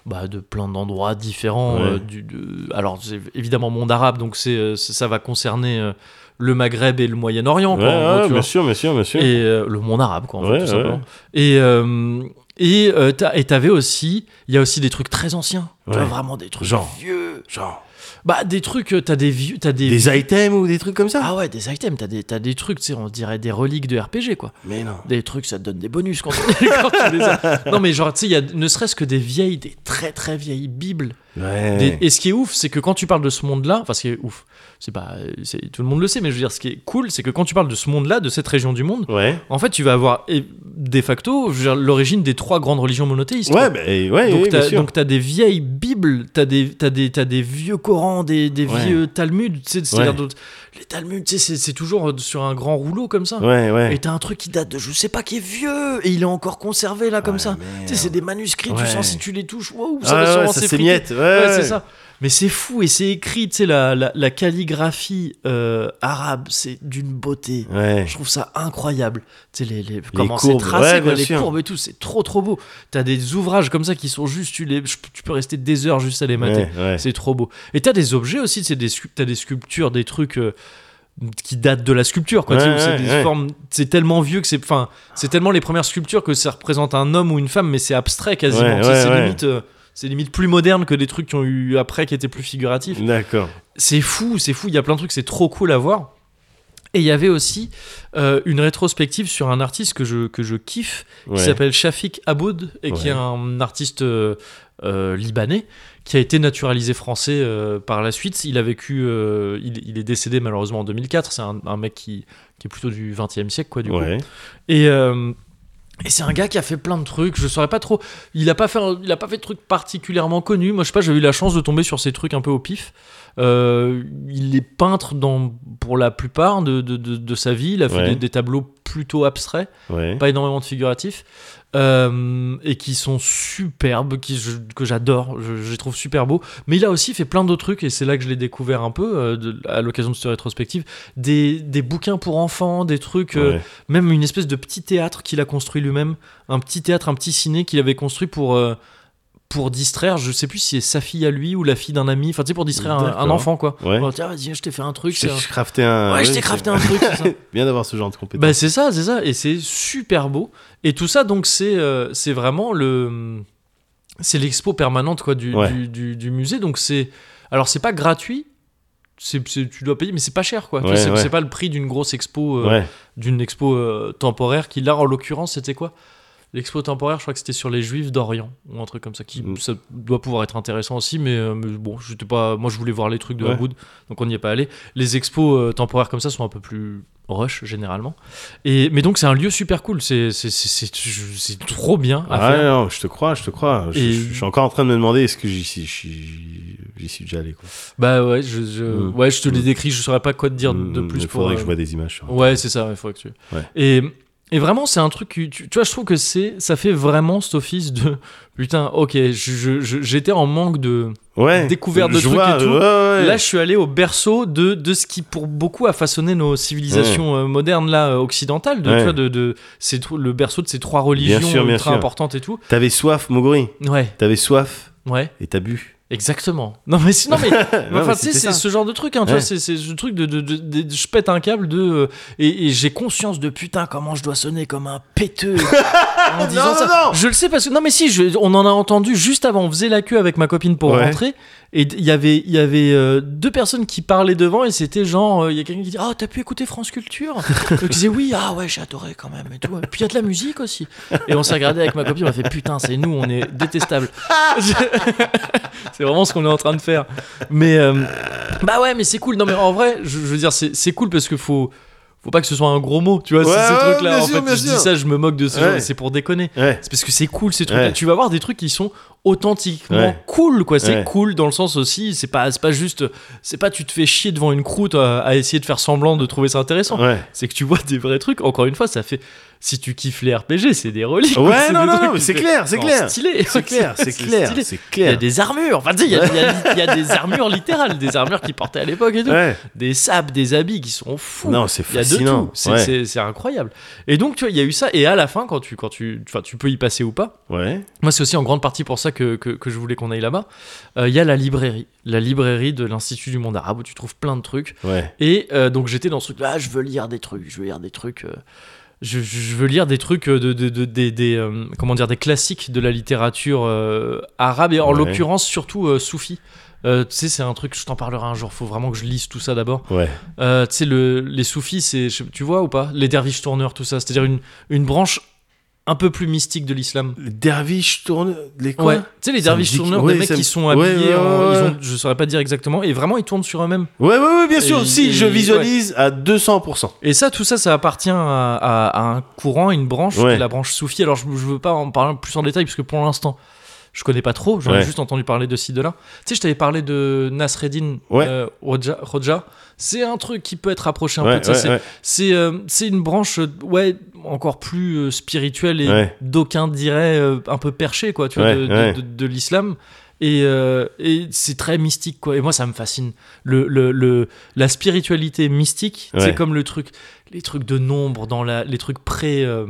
[SPEAKER 1] bah, de plein d'endroits différents
[SPEAKER 2] Ouais.
[SPEAKER 1] euh, du, de- alors c'est évidemment monde arabe donc c'est euh, c'est- ça va concerner euh, le Maghreb et le Moyen-Orient quoi,
[SPEAKER 2] Ouais,
[SPEAKER 1] en gros,
[SPEAKER 2] ouais,
[SPEAKER 1] tu vois.
[SPEAKER 2] bien sûr, bien sûr, bien sûr.
[SPEAKER 1] Et euh, le monde arabe, quoi, en fait,
[SPEAKER 2] Ouais,
[SPEAKER 1] tout
[SPEAKER 2] ouais.
[SPEAKER 1] simplement. Et euh, et euh, t'as- et t'avais aussi, il y a aussi des trucs très anciens, Tu vois,
[SPEAKER 2] Ouais.
[SPEAKER 1] vraiment des trucs
[SPEAKER 2] Genre.
[SPEAKER 1] vieux.
[SPEAKER 2] Genre.
[SPEAKER 1] Bah des trucs, euh, t'as des vieux, t'as des,
[SPEAKER 2] Des items ou des trucs comme ça
[SPEAKER 1] ah ouais, des items, t'as des, t'as des trucs, tu sais, on dirait des reliques de RPG, quoi.
[SPEAKER 2] Mais non.
[SPEAKER 1] Des trucs, ça te donne des bonus quand, quand tu les as. Non, mais genre, tu sais, il y a ne serait-ce que des vieilles, des très très vieilles Bibles.
[SPEAKER 2] Ouais.
[SPEAKER 1] Des- et ce qui est ouf, c'est que quand tu parles de ce monde-là, enfin, ce qui est ouf, c'est pas, c'est- tout le monde le sait, mais je veux dire, ce qui est cool, c'est que quand tu parles de ce monde-là, de cette région du monde,
[SPEAKER 2] Ouais.
[SPEAKER 1] en fait, tu vas avoir eh, de facto je veux dire, l'origine des trois grandes religions monothéistes.
[SPEAKER 2] Ouais,
[SPEAKER 1] quoi.
[SPEAKER 2] bah, et- ouais,
[SPEAKER 1] donc
[SPEAKER 2] oui, bien
[SPEAKER 1] t'as
[SPEAKER 2] sûr.
[SPEAKER 1] donc t'as des vieilles Bibles, t'as des t'as des t'as des vieux Corans, des, des
[SPEAKER 2] Ouais.
[SPEAKER 1] vieux Talmuds, tu sais, c'est-à-dire
[SPEAKER 2] Ouais.
[SPEAKER 1] d'autres- les Talmuds, tu sais, c'est- c'est toujours euh, sur un grand rouleau comme ça.
[SPEAKER 2] Ouais, ouais.
[SPEAKER 1] Et t'as un truc qui date de je sais pas qui est vieux et il est encore conservé là comme
[SPEAKER 2] Ouais,
[SPEAKER 1] ça.
[SPEAKER 2] Ah, merde.
[SPEAKER 1] Tu sais, c'est des manuscrits,
[SPEAKER 2] Ouais.
[SPEAKER 1] tu sens si tu les touches, waouh, ça
[SPEAKER 2] Ah
[SPEAKER 1] va
[SPEAKER 2] ouais,
[SPEAKER 1] sûrement
[SPEAKER 2] ça
[SPEAKER 1] s'effriter.
[SPEAKER 2] s'émiette. Ouais,
[SPEAKER 1] Ouais,
[SPEAKER 2] ouais.
[SPEAKER 1] c'est ça. Mais c'est fou et c'est écrit, tu sais, la, la, la calligraphie euh, arabe, c'est d'une beauté.
[SPEAKER 2] Ouais.
[SPEAKER 1] Je trouve ça incroyable. Tu sais, les, les, comment c'est
[SPEAKER 2] courbes,
[SPEAKER 1] tracé,
[SPEAKER 2] ouais,
[SPEAKER 1] quoi,
[SPEAKER 2] bien
[SPEAKER 1] les
[SPEAKER 2] sûr.
[SPEAKER 1] courbes et tout, c'est trop trop beau. T'as des ouvrages comme ça qui sont juste, tu, les, tu peux rester des heures juste à les mater.
[SPEAKER 2] Ouais, ouais.
[SPEAKER 1] C'est trop beau. Et t'as des objets aussi, c'est des scu- t'as des sculptures, des trucs euh, qui datent de la sculpture, quoi. tu sais,
[SPEAKER 2] Ouais,
[SPEAKER 1] où c'est
[SPEAKER 2] ouais,
[SPEAKER 1] des
[SPEAKER 2] ouais.
[SPEAKER 1] formes, c'est tellement vieux que c'est, enfin, c'est tellement les premières sculptures que ça représente un homme ou une femme, mais c'est abstrait quasiment.
[SPEAKER 2] Ouais,
[SPEAKER 1] Tu sais,
[SPEAKER 2] ouais,
[SPEAKER 1] c'est
[SPEAKER 2] ouais.
[SPEAKER 1] limite, euh, c'est limite plus moderne que des trucs qui ont eu après qui étaient plus figuratifs.
[SPEAKER 2] D'accord.
[SPEAKER 1] C'est fou, c'est fou. Il y a plein de trucs, c'est trop cool à voir. Et il y avait aussi euh, une rétrospective sur un artiste que je, que je kiffe,
[SPEAKER 2] Ouais.
[SPEAKER 1] qui s'appelle Shafik Aboud et qui
[SPEAKER 2] Ouais.
[SPEAKER 1] est un artiste euh, euh, libanais qui a été naturalisé français euh, par la suite. Il a vécu, euh, il, il est décédé malheureusement en 2004. C'est un, un mec qui, qui est plutôt du 20e siècle, quoi, du coup.
[SPEAKER 2] Ouais.
[SPEAKER 1] Et, euh, et c'est un gars qui a fait plein de trucs. Je saurais pas trop. Il a pas fait, il a pas fait de trucs particulièrement connus. Moi, je sais pas. J'ai eu la chance de tomber sur ces trucs un peu au pif. Euh, il est peintre dans, pour la plupart de, de- de- de sa vie. Il a fait
[SPEAKER 2] Ouais.
[SPEAKER 1] des- des tableaux plutôt abstraits
[SPEAKER 2] Ouais.
[SPEAKER 1] pas énormément de figuratifs euh, et qui sont superbes qui je- que j'adore je, je les trouve super beaux mais il a aussi fait plein d'autres trucs et c'est là que je l'ai découvert un peu euh, de- à l'occasion de cette rétrospective des, des bouquins pour enfants des trucs euh,
[SPEAKER 2] Ouais.
[SPEAKER 1] même une espèce de petit théâtre qu'il a construit lui-même un petit théâtre un petit ciné qu'il avait construit pour euh, pour distraire je sais plus si c'est sa fille à lui ou la fille d'un ami enfin tu sais pour distraire un, un
[SPEAKER 2] D'accord.
[SPEAKER 1] enfant quoi
[SPEAKER 2] Ouais.
[SPEAKER 1] Bon, tiens vas-y je t'ai fait un truc
[SPEAKER 2] Je
[SPEAKER 1] c'est un-
[SPEAKER 2] t'ai crafté un.
[SPEAKER 1] ouais, je
[SPEAKER 2] ouais,
[SPEAKER 1] t'ai
[SPEAKER 2] c'est-
[SPEAKER 1] crafté un truc c'est ça.
[SPEAKER 2] Bien d'avoir ce genre de compétences.
[SPEAKER 1] Bah c'est ça, c'est ça, et c'est super beau. Et tout ça, donc c'est euh, c'est vraiment le c'est l'expo permanente quoi du,
[SPEAKER 2] Ouais.
[SPEAKER 1] du, du- du musée. Donc c'est alors c'est pas gratuit, c'est c'est- tu dois payer, mais c'est pas cher quoi. Tu
[SPEAKER 2] Ouais,
[SPEAKER 1] vois, c'est
[SPEAKER 2] ouais.
[SPEAKER 1] c'est pas le prix d'une grosse expo euh,
[SPEAKER 2] ouais.
[SPEAKER 1] d'une expo euh, temporaire qui là en l'occurrence c'était quoi L'expo temporaire, je crois que c'était sur les Juifs d'Orient ou un truc comme ça qui
[SPEAKER 2] Mm.
[SPEAKER 1] ça doit pouvoir être intéressant aussi, mais, euh, mais bon, j'étais pas, moi je voulais voir les trucs de
[SPEAKER 2] Ouais.
[SPEAKER 1] Hawood, donc on n'y est pas allé. Les expos euh, temporaires comme ça sont un peu plus rush généralement, et mais donc c'est un lieu super cool, c'est c'est- c'est- c'est- je- c'est trop bien à
[SPEAKER 2] Ah ouais,
[SPEAKER 1] faire.
[SPEAKER 2] non, je te crois, je te crois. Je,
[SPEAKER 1] Et-
[SPEAKER 2] je- je suis encore en train de me demander est-ce que j'y suis, j'y- j'y suis déjà allé. Quoi.
[SPEAKER 1] Bah ouais, je, je-
[SPEAKER 2] Mm.
[SPEAKER 1] ouais, je te l'ai
[SPEAKER 2] Mm.
[SPEAKER 1] décrit, je saurais pas quoi te dire de
[SPEAKER 2] Mm,
[SPEAKER 1] plus
[SPEAKER 2] Il
[SPEAKER 1] pour.
[SPEAKER 2] faudrait
[SPEAKER 1] euh,
[SPEAKER 2] que je vois des images. hein. sur-
[SPEAKER 1] Ouais, c'est ça, il faudrait que tu.
[SPEAKER 2] Ouais.
[SPEAKER 1] Et, et vraiment, c'est un truc. que Tu, tu vois, je trouve que c'est, ça fait vraiment cet office de. Putain, ok, je- je- je- j'étais en manque de.
[SPEAKER 2] Ouais.
[SPEAKER 1] découverte de
[SPEAKER 2] Je
[SPEAKER 1] trucs et
[SPEAKER 2] vois,
[SPEAKER 1] tout.
[SPEAKER 2] ouais, ouais.
[SPEAKER 1] Là, je suis allé au berceau de, de ce qui, pour beaucoup, a façonné nos civilisations euh, modernes, là, euh, occidentales. De,
[SPEAKER 2] Ouais.
[SPEAKER 1] tu vois, de, de, ces tro- le berceau de ces trois religions
[SPEAKER 2] sûr, bien
[SPEAKER 1] ultra
[SPEAKER 2] sûr.
[SPEAKER 1] importantes et tout.
[SPEAKER 2] T'avais soif, Mogori.
[SPEAKER 1] Ouais,
[SPEAKER 2] T'avais soif
[SPEAKER 1] ouais,
[SPEAKER 2] et t'as bu.
[SPEAKER 1] exactement. Non, mais sinon, mais
[SPEAKER 2] Non,
[SPEAKER 1] enfin,
[SPEAKER 2] mais
[SPEAKER 1] tu sais,
[SPEAKER 2] c'était
[SPEAKER 1] c'est
[SPEAKER 2] ça.
[SPEAKER 1] ce genre de truc, hein, tu
[SPEAKER 2] Ouais.
[SPEAKER 1] vois, c'est c'est ce truc de, de- de- de- je pète un câble de, euh, et, et j'ai conscience de putain comment je dois sonner comme un péteux en disant
[SPEAKER 2] Non,
[SPEAKER 1] ça.
[SPEAKER 2] non, non.
[SPEAKER 1] Je le sais parce que non, mais si, je- on en a entendu juste avant, on faisait la queue avec ma copine pour
[SPEAKER 2] Ouais.
[SPEAKER 1] rentrer, et d- il y avait, il y avait euh, deux personnes qui parlaient devant et c'était genre, euh, il y a quelqu'un qui dit, ah t'as pu écouter France Culture, donc je disais oui, ah ouais j'ai adoré quand même et tout, et puis il y a de la musique aussi, et on s'est regardé avec ma copine, on a fait putain c'est nous, on est détestables. c'est vraiment ce qu'on est en train de faire. Mais euh, bah ouais, mais c'est cool. Non mais en vrai, je, je veux dire, c'est c'est cool parce que faut faut pas que ce soit un gros mot, tu vois,
[SPEAKER 2] Ouais,
[SPEAKER 1] c'est ces
[SPEAKER 2] ouais,
[SPEAKER 1] trucs-là.
[SPEAKER 2] bien
[SPEAKER 1] En
[SPEAKER 2] sûr,
[SPEAKER 1] fait,
[SPEAKER 2] bien
[SPEAKER 1] je dis
[SPEAKER 2] sûr.
[SPEAKER 1] ça, je me moque de ce
[SPEAKER 2] Ouais.
[SPEAKER 1] genre, c'est pour déconner.
[SPEAKER 2] Ouais.
[SPEAKER 1] C'est parce que c'est cool ces trucs-là.
[SPEAKER 2] Ouais.
[SPEAKER 1] Tu vas voir des trucs qui sont authentiquement
[SPEAKER 2] Ouais.
[SPEAKER 1] cool, quoi. C'est
[SPEAKER 2] Ouais.
[SPEAKER 1] cool dans le sens aussi, c'est pas, c'est pas juste, c'est pas tu te fais chier devant une croûte à, à essayer de faire semblant de trouver ça intéressant.
[SPEAKER 2] Ouais.
[SPEAKER 1] C'est que tu vois des vrais trucs. Encore une fois, ça fait. Si tu kiffes les RPG, c'est des reliques.
[SPEAKER 2] Ouais,
[SPEAKER 1] C'est
[SPEAKER 2] non,
[SPEAKER 1] des
[SPEAKER 2] non,
[SPEAKER 1] trucs
[SPEAKER 2] non, mais
[SPEAKER 1] qui
[SPEAKER 2] c'est
[SPEAKER 1] te-
[SPEAKER 2] clair, c'est
[SPEAKER 1] Non,
[SPEAKER 2] clair.
[SPEAKER 1] stylé.
[SPEAKER 2] C'est clair, c'est clair,
[SPEAKER 1] stylé.
[SPEAKER 2] c'est
[SPEAKER 1] Il y a
[SPEAKER 2] clair.
[SPEAKER 1] des armures, enfin tu sais, il y, a- il y a- il y a des armures littérales, des armures qui portaient à l'époque et tout.
[SPEAKER 2] Ouais.
[SPEAKER 1] Des sapes, des habits qui sont fous.
[SPEAKER 2] Non, c'est
[SPEAKER 1] Il y a de tout,
[SPEAKER 2] fascinant.
[SPEAKER 1] c'est
[SPEAKER 2] ouais.
[SPEAKER 1] c'est- c'est incroyable. Et donc, tu vois, il y a eu ça, et à la fin, quand tu, quand tu, enfin, tu peux y passer ou pas,
[SPEAKER 2] ouais.
[SPEAKER 1] moi, c'est aussi en grande partie pour ça que, que, que je voulais qu'on aille là-bas. Euh, Il y a la librairie, la librairie de l'Institut du Monde Arabe où tu trouves plein de trucs.
[SPEAKER 2] Ouais.
[SPEAKER 1] Et euh, donc, j'étais dans ce truc, ah, je veux lire des trucs, je veux lire des trucs. euh, je, je- je veux lire des trucs euh, de, de- de- des- des, euh, comment dire des classiques de la littérature euh, arabe et en
[SPEAKER 2] Ouais.
[SPEAKER 1] l'occurrence surtout euh, soufi. Euh, tu sais c'est un truc je t'en parlerai un jour. Faut vraiment que je lise tout ça d'abord.
[SPEAKER 2] Ouais.
[SPEAKER 1] Euh, tu sais, le, les soufis, c'est, je- tu vois ou pas Les derviches tourneurs, tout ça. C'est-à-dire une, une branche un peu plus mystique de l'islam.
[SPEAKER 2] Le derviche tourne les quoi
[SPEAKER 1] Ouais. Tu sais, les
[SPEAKER 2] Ça me
[SPEAKER 1] derviches
[SPEAKER 2] dit que-
[SPEAKER 1] tourneurs,
[SPEAKER 2] ouais,
[SPEAKER 1] des mecs
[SPEAKER 2] ça me-
[SPEAKER 1] qui sont
[SPEAKER 2] ouais,
[SPEAKER 1] habillés
[SPEAKER 2] ouais, ouais,
[SPEAKER 1] en- ils
[SPEAKER 2] ouais.
[SPEAKER 1] ont- je saurais pas dire exactement, et vraiment, ils tournent sur eux-mêmes.
[SPEAKER 2] Ouais, ouais, ouais, bien
[SPEAKER 1] Et-
[SPEAKER 2] sûr. Si, je
[SPEAKER 1] et-
[SPEAKER 2] visualise à 200%.
[SPEAKER 1] Et ça, tout ça, ça appartient à, à- à un courant, à une branche, qui
[SPEAKER 2] Ouais.
[SPEAKER 1] est la branche soufie. Alors, je, je veux pas en parler plus en détail, parce que pour l'instant, je connais pas trop. J'en ai
[SPEAKER 2] Ouais.
[SPEAKER 1] juste entendu parler de ci, de là. Tu sais, je t'avais parlé de Nasreddin
[SPEAKER 2] Ouais.
[SPEAKER 1] euh, Roja. Roja. C'est un truc qui peut être rapproché un peu
[SPEAKER 2] Ouais,
[SPEAKER 1] de ça. C'est-
[SPEAKER 2] ouais, ouais.
[SPEAKER 1] C'est euh, c'est une branche euh, ouais encore plus euh, spirituelle et
[SPEAKER 2] Ouais.
[SPEAKER 1] d'aucuns diraient euh, un peu perchée quoi tu vois
[SPEAKER 2] Ouais,
[SPEAKER 1] de, de-
[SPEAKER 2] ouais.
[SPEAKER 1] de- de l'islam Et, euh, et c'est très mystique, quoi. Et moi, ça me fascine. Le, le, le- la spiritualité mystique,
[SPEAKER 2] Ouais.
[SPEAKER 1] c'est comme le truc, les trucs de nombre, dans la, les trucs pré. euh,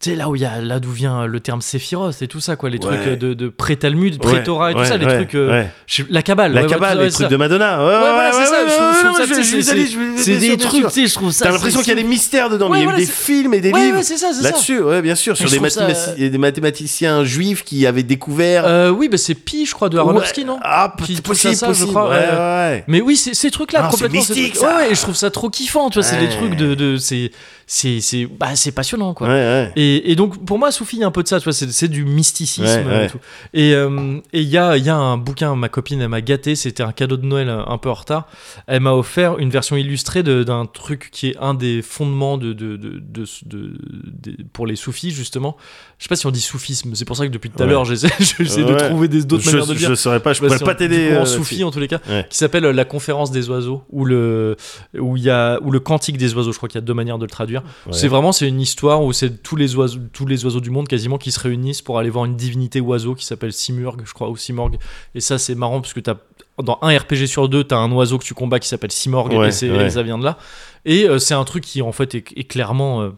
[SPEAKER 1] tu sais, là où il y a, là d'où vient le terme séphiroth et tout ça, quoi. Les
[SPEAKER 2] Ouais.
[SPEAKER 1] trucs euh, de, de pré-Talmud, pré-Torah et tout
[SPEAKER 2] Ouais,
[SPEAKER 1] ça, les
[SPEAKER 2] ouais,
[SPEAKER 1] trucs. euh,
[SPEAKER 2] ouais.
[SPEAKER 1] je sais- la cabale.
[SPEAKER 2] La
[SPEAKER 1] ouais,
[SPEAKER 2] cabale,
[SPEAKER 1] ouais,
[SPEAKER 2] les
[SPEAKER 1] c'est
[SPEAKER 2] trucs
[SPEAKER 1] ça.
[SPEAKER 2] de Madonna. Ouais,
[SPEAKER 1] Ouais, voilà, c'est ça.
[SPEAKER 2] ouais,
[SPEAKER 1] je- je trouve ça,
[SPEAKER 2] ouais,
[SPEAKER 1] tu sais,
[SPEAKER 2] je- je
[SPEAKER 1] c'est-
[SPEAKER 2] visualise, je visualise
[SPEAKER 1] C'est
[SPEAKER 2] sur
[SPEAKER 1] des
[SPEAKER 2] des
[SPEAKER 1] trucs,
[SPEAKER 2] trucs.
[SPEAKER 1] tu sais, je trouve ça.
[SPEAKER 2] T'as l'impression
[SPEAKER 1] c'est-
[SPEAKER 2] qu'il y a des mystères dedans,
[SPEAKER 1] Ouais,
[SPEAKER 2] mais il y a eu
[SPEAKER 1] voilà,
[SPEAKER 2] des
[SPEAKER 1] c'est-
[SPEAKER 2] films et des
[SPEAKER 1] Ouais,
[SPEAKER 2] livres
[SPEAKER 1] ouais, c'est ça, c'est ça.
[SPEAKER 2] là-dessus, ouais, bien sûr, sur
[SPEAKER 1] je
[SPEAKER 2] des,
[SPEAKER 1] trouve ça-
[SPEAKER 2] mathématici- des mathématiciens juifs qui avaient découvert.
[SPEAKER 1] Euh, oui, bah, c'est Pi, je crois, de Aronofsky,
[SPEAKER 2] Ouais.
[SPEAKER 1] non
[SPEAKER 2] Ah, p-
[SPEAKER 1] Qui touche à
[SPEAKER 2] possible,
[SPEAKER 1] ça, je
[SPEAKER 2] possible.
[SPEAKER 1] crois,
[SPEAKER 2] ouais,
[SPEAKER 1] ouais.
[SPEAKER 2] ouais.
[SPEAKER 1] Mais oui, c'est- ces trucs-là,
[SPEAKER 2] Ah,
[SPEAKER 1] complètement.
[SPEAKER 2] c'est
[SPEAKER 1] ces
[SPEAKER 2] mystique,
[SPEAKER 1] trucs-
[SPEAKER 2] ça.
[SPEAKER 1] Ouais, ouais, et je trouve ça trop kiffant, tu vois, c'est
[SPEAKER 2] Ouais.
[SPEAKER 1] des trucs de. de c'est, c'est, c'est, bah, c'est passionnant, quoi.
[SPEAKER 2] Ouais, ouais.
[SPEAKER 1] Et, et donc, pour moi, Soufi, il y a un peu de ça, tu vois, c'est, c'est du mysticisme
[SPEAKER 2] Ouais,
[SPEAKER 1] euh,
[SPEAKER 2] ouais.
[SPEAKER 1] et tout. Et euh, et il y, a, il y a un bouquin, ma copine, elle m'a gâté, c'était un cadeau de Noël euh, un peu en retard. Elle m'a offert une version illustrée de- d'un truc qui est un des fondements de, de, de, de- de- des- pour les soufis, justement. Je sais pas si on dit soufisme, c'est pour ça que depuis tout à
[SPEAKER 2] Ouais.
[SPEAKER 1] l'heure, j'essaie, j'essaie de
[SPEAKER 2] Ouais.
[SPEAKER 1] trouver des, d'autres
[SPEAKER 2] je,
[SPEAKER 1] manières de
[SPEAKER 2] je
[SPEAKER 1] dire.
[SPEAKER 2] saurais pas, je
[SPEAKER 1] Bah,
[SPEAKER 2] pourrais
[SPEAKER 1] si
[SPEAKER 2] pas
[SPEAKER 1] on-
[SPEAKER 2] t'aider.
[SPEAKER 1] du coup,
[SPEAKER 2] euh,
[SPEAKER 1] En soufi, en tous les cas,
[SPEAKER 2] Ouais.
[SPEAKER 1] qui s'appelle euh, La conférence des oiseaux, ou le, où il y a, ou le cantique des oiseaux, je crois qu'il y a deux manières de le traduire.
[SPEAKER 2] Ouais.
[SPEAKER 1] C'est vraiment c'est une histoire où c'est tous les oiseaux, tous les oiseaux du monde quasiment qui se réunissent pour aller voir une divinité oiseau qui s'appelle Simurg, je crois, ou Simorg. Et ça, c'est marrant parce que t'as, dans un RPG sur deux, t'as un oiseau que tu combats qui s'appelle Simorg,
[SPEAKER 2] Ouais,
[SPEAKER 1] et, ben, c'est-
[SPEAKER 2] ouais.
[SPEAKER 1] et ça vient de là. Et euh, c'est un truc qui, en fait, est, est clairement. euh,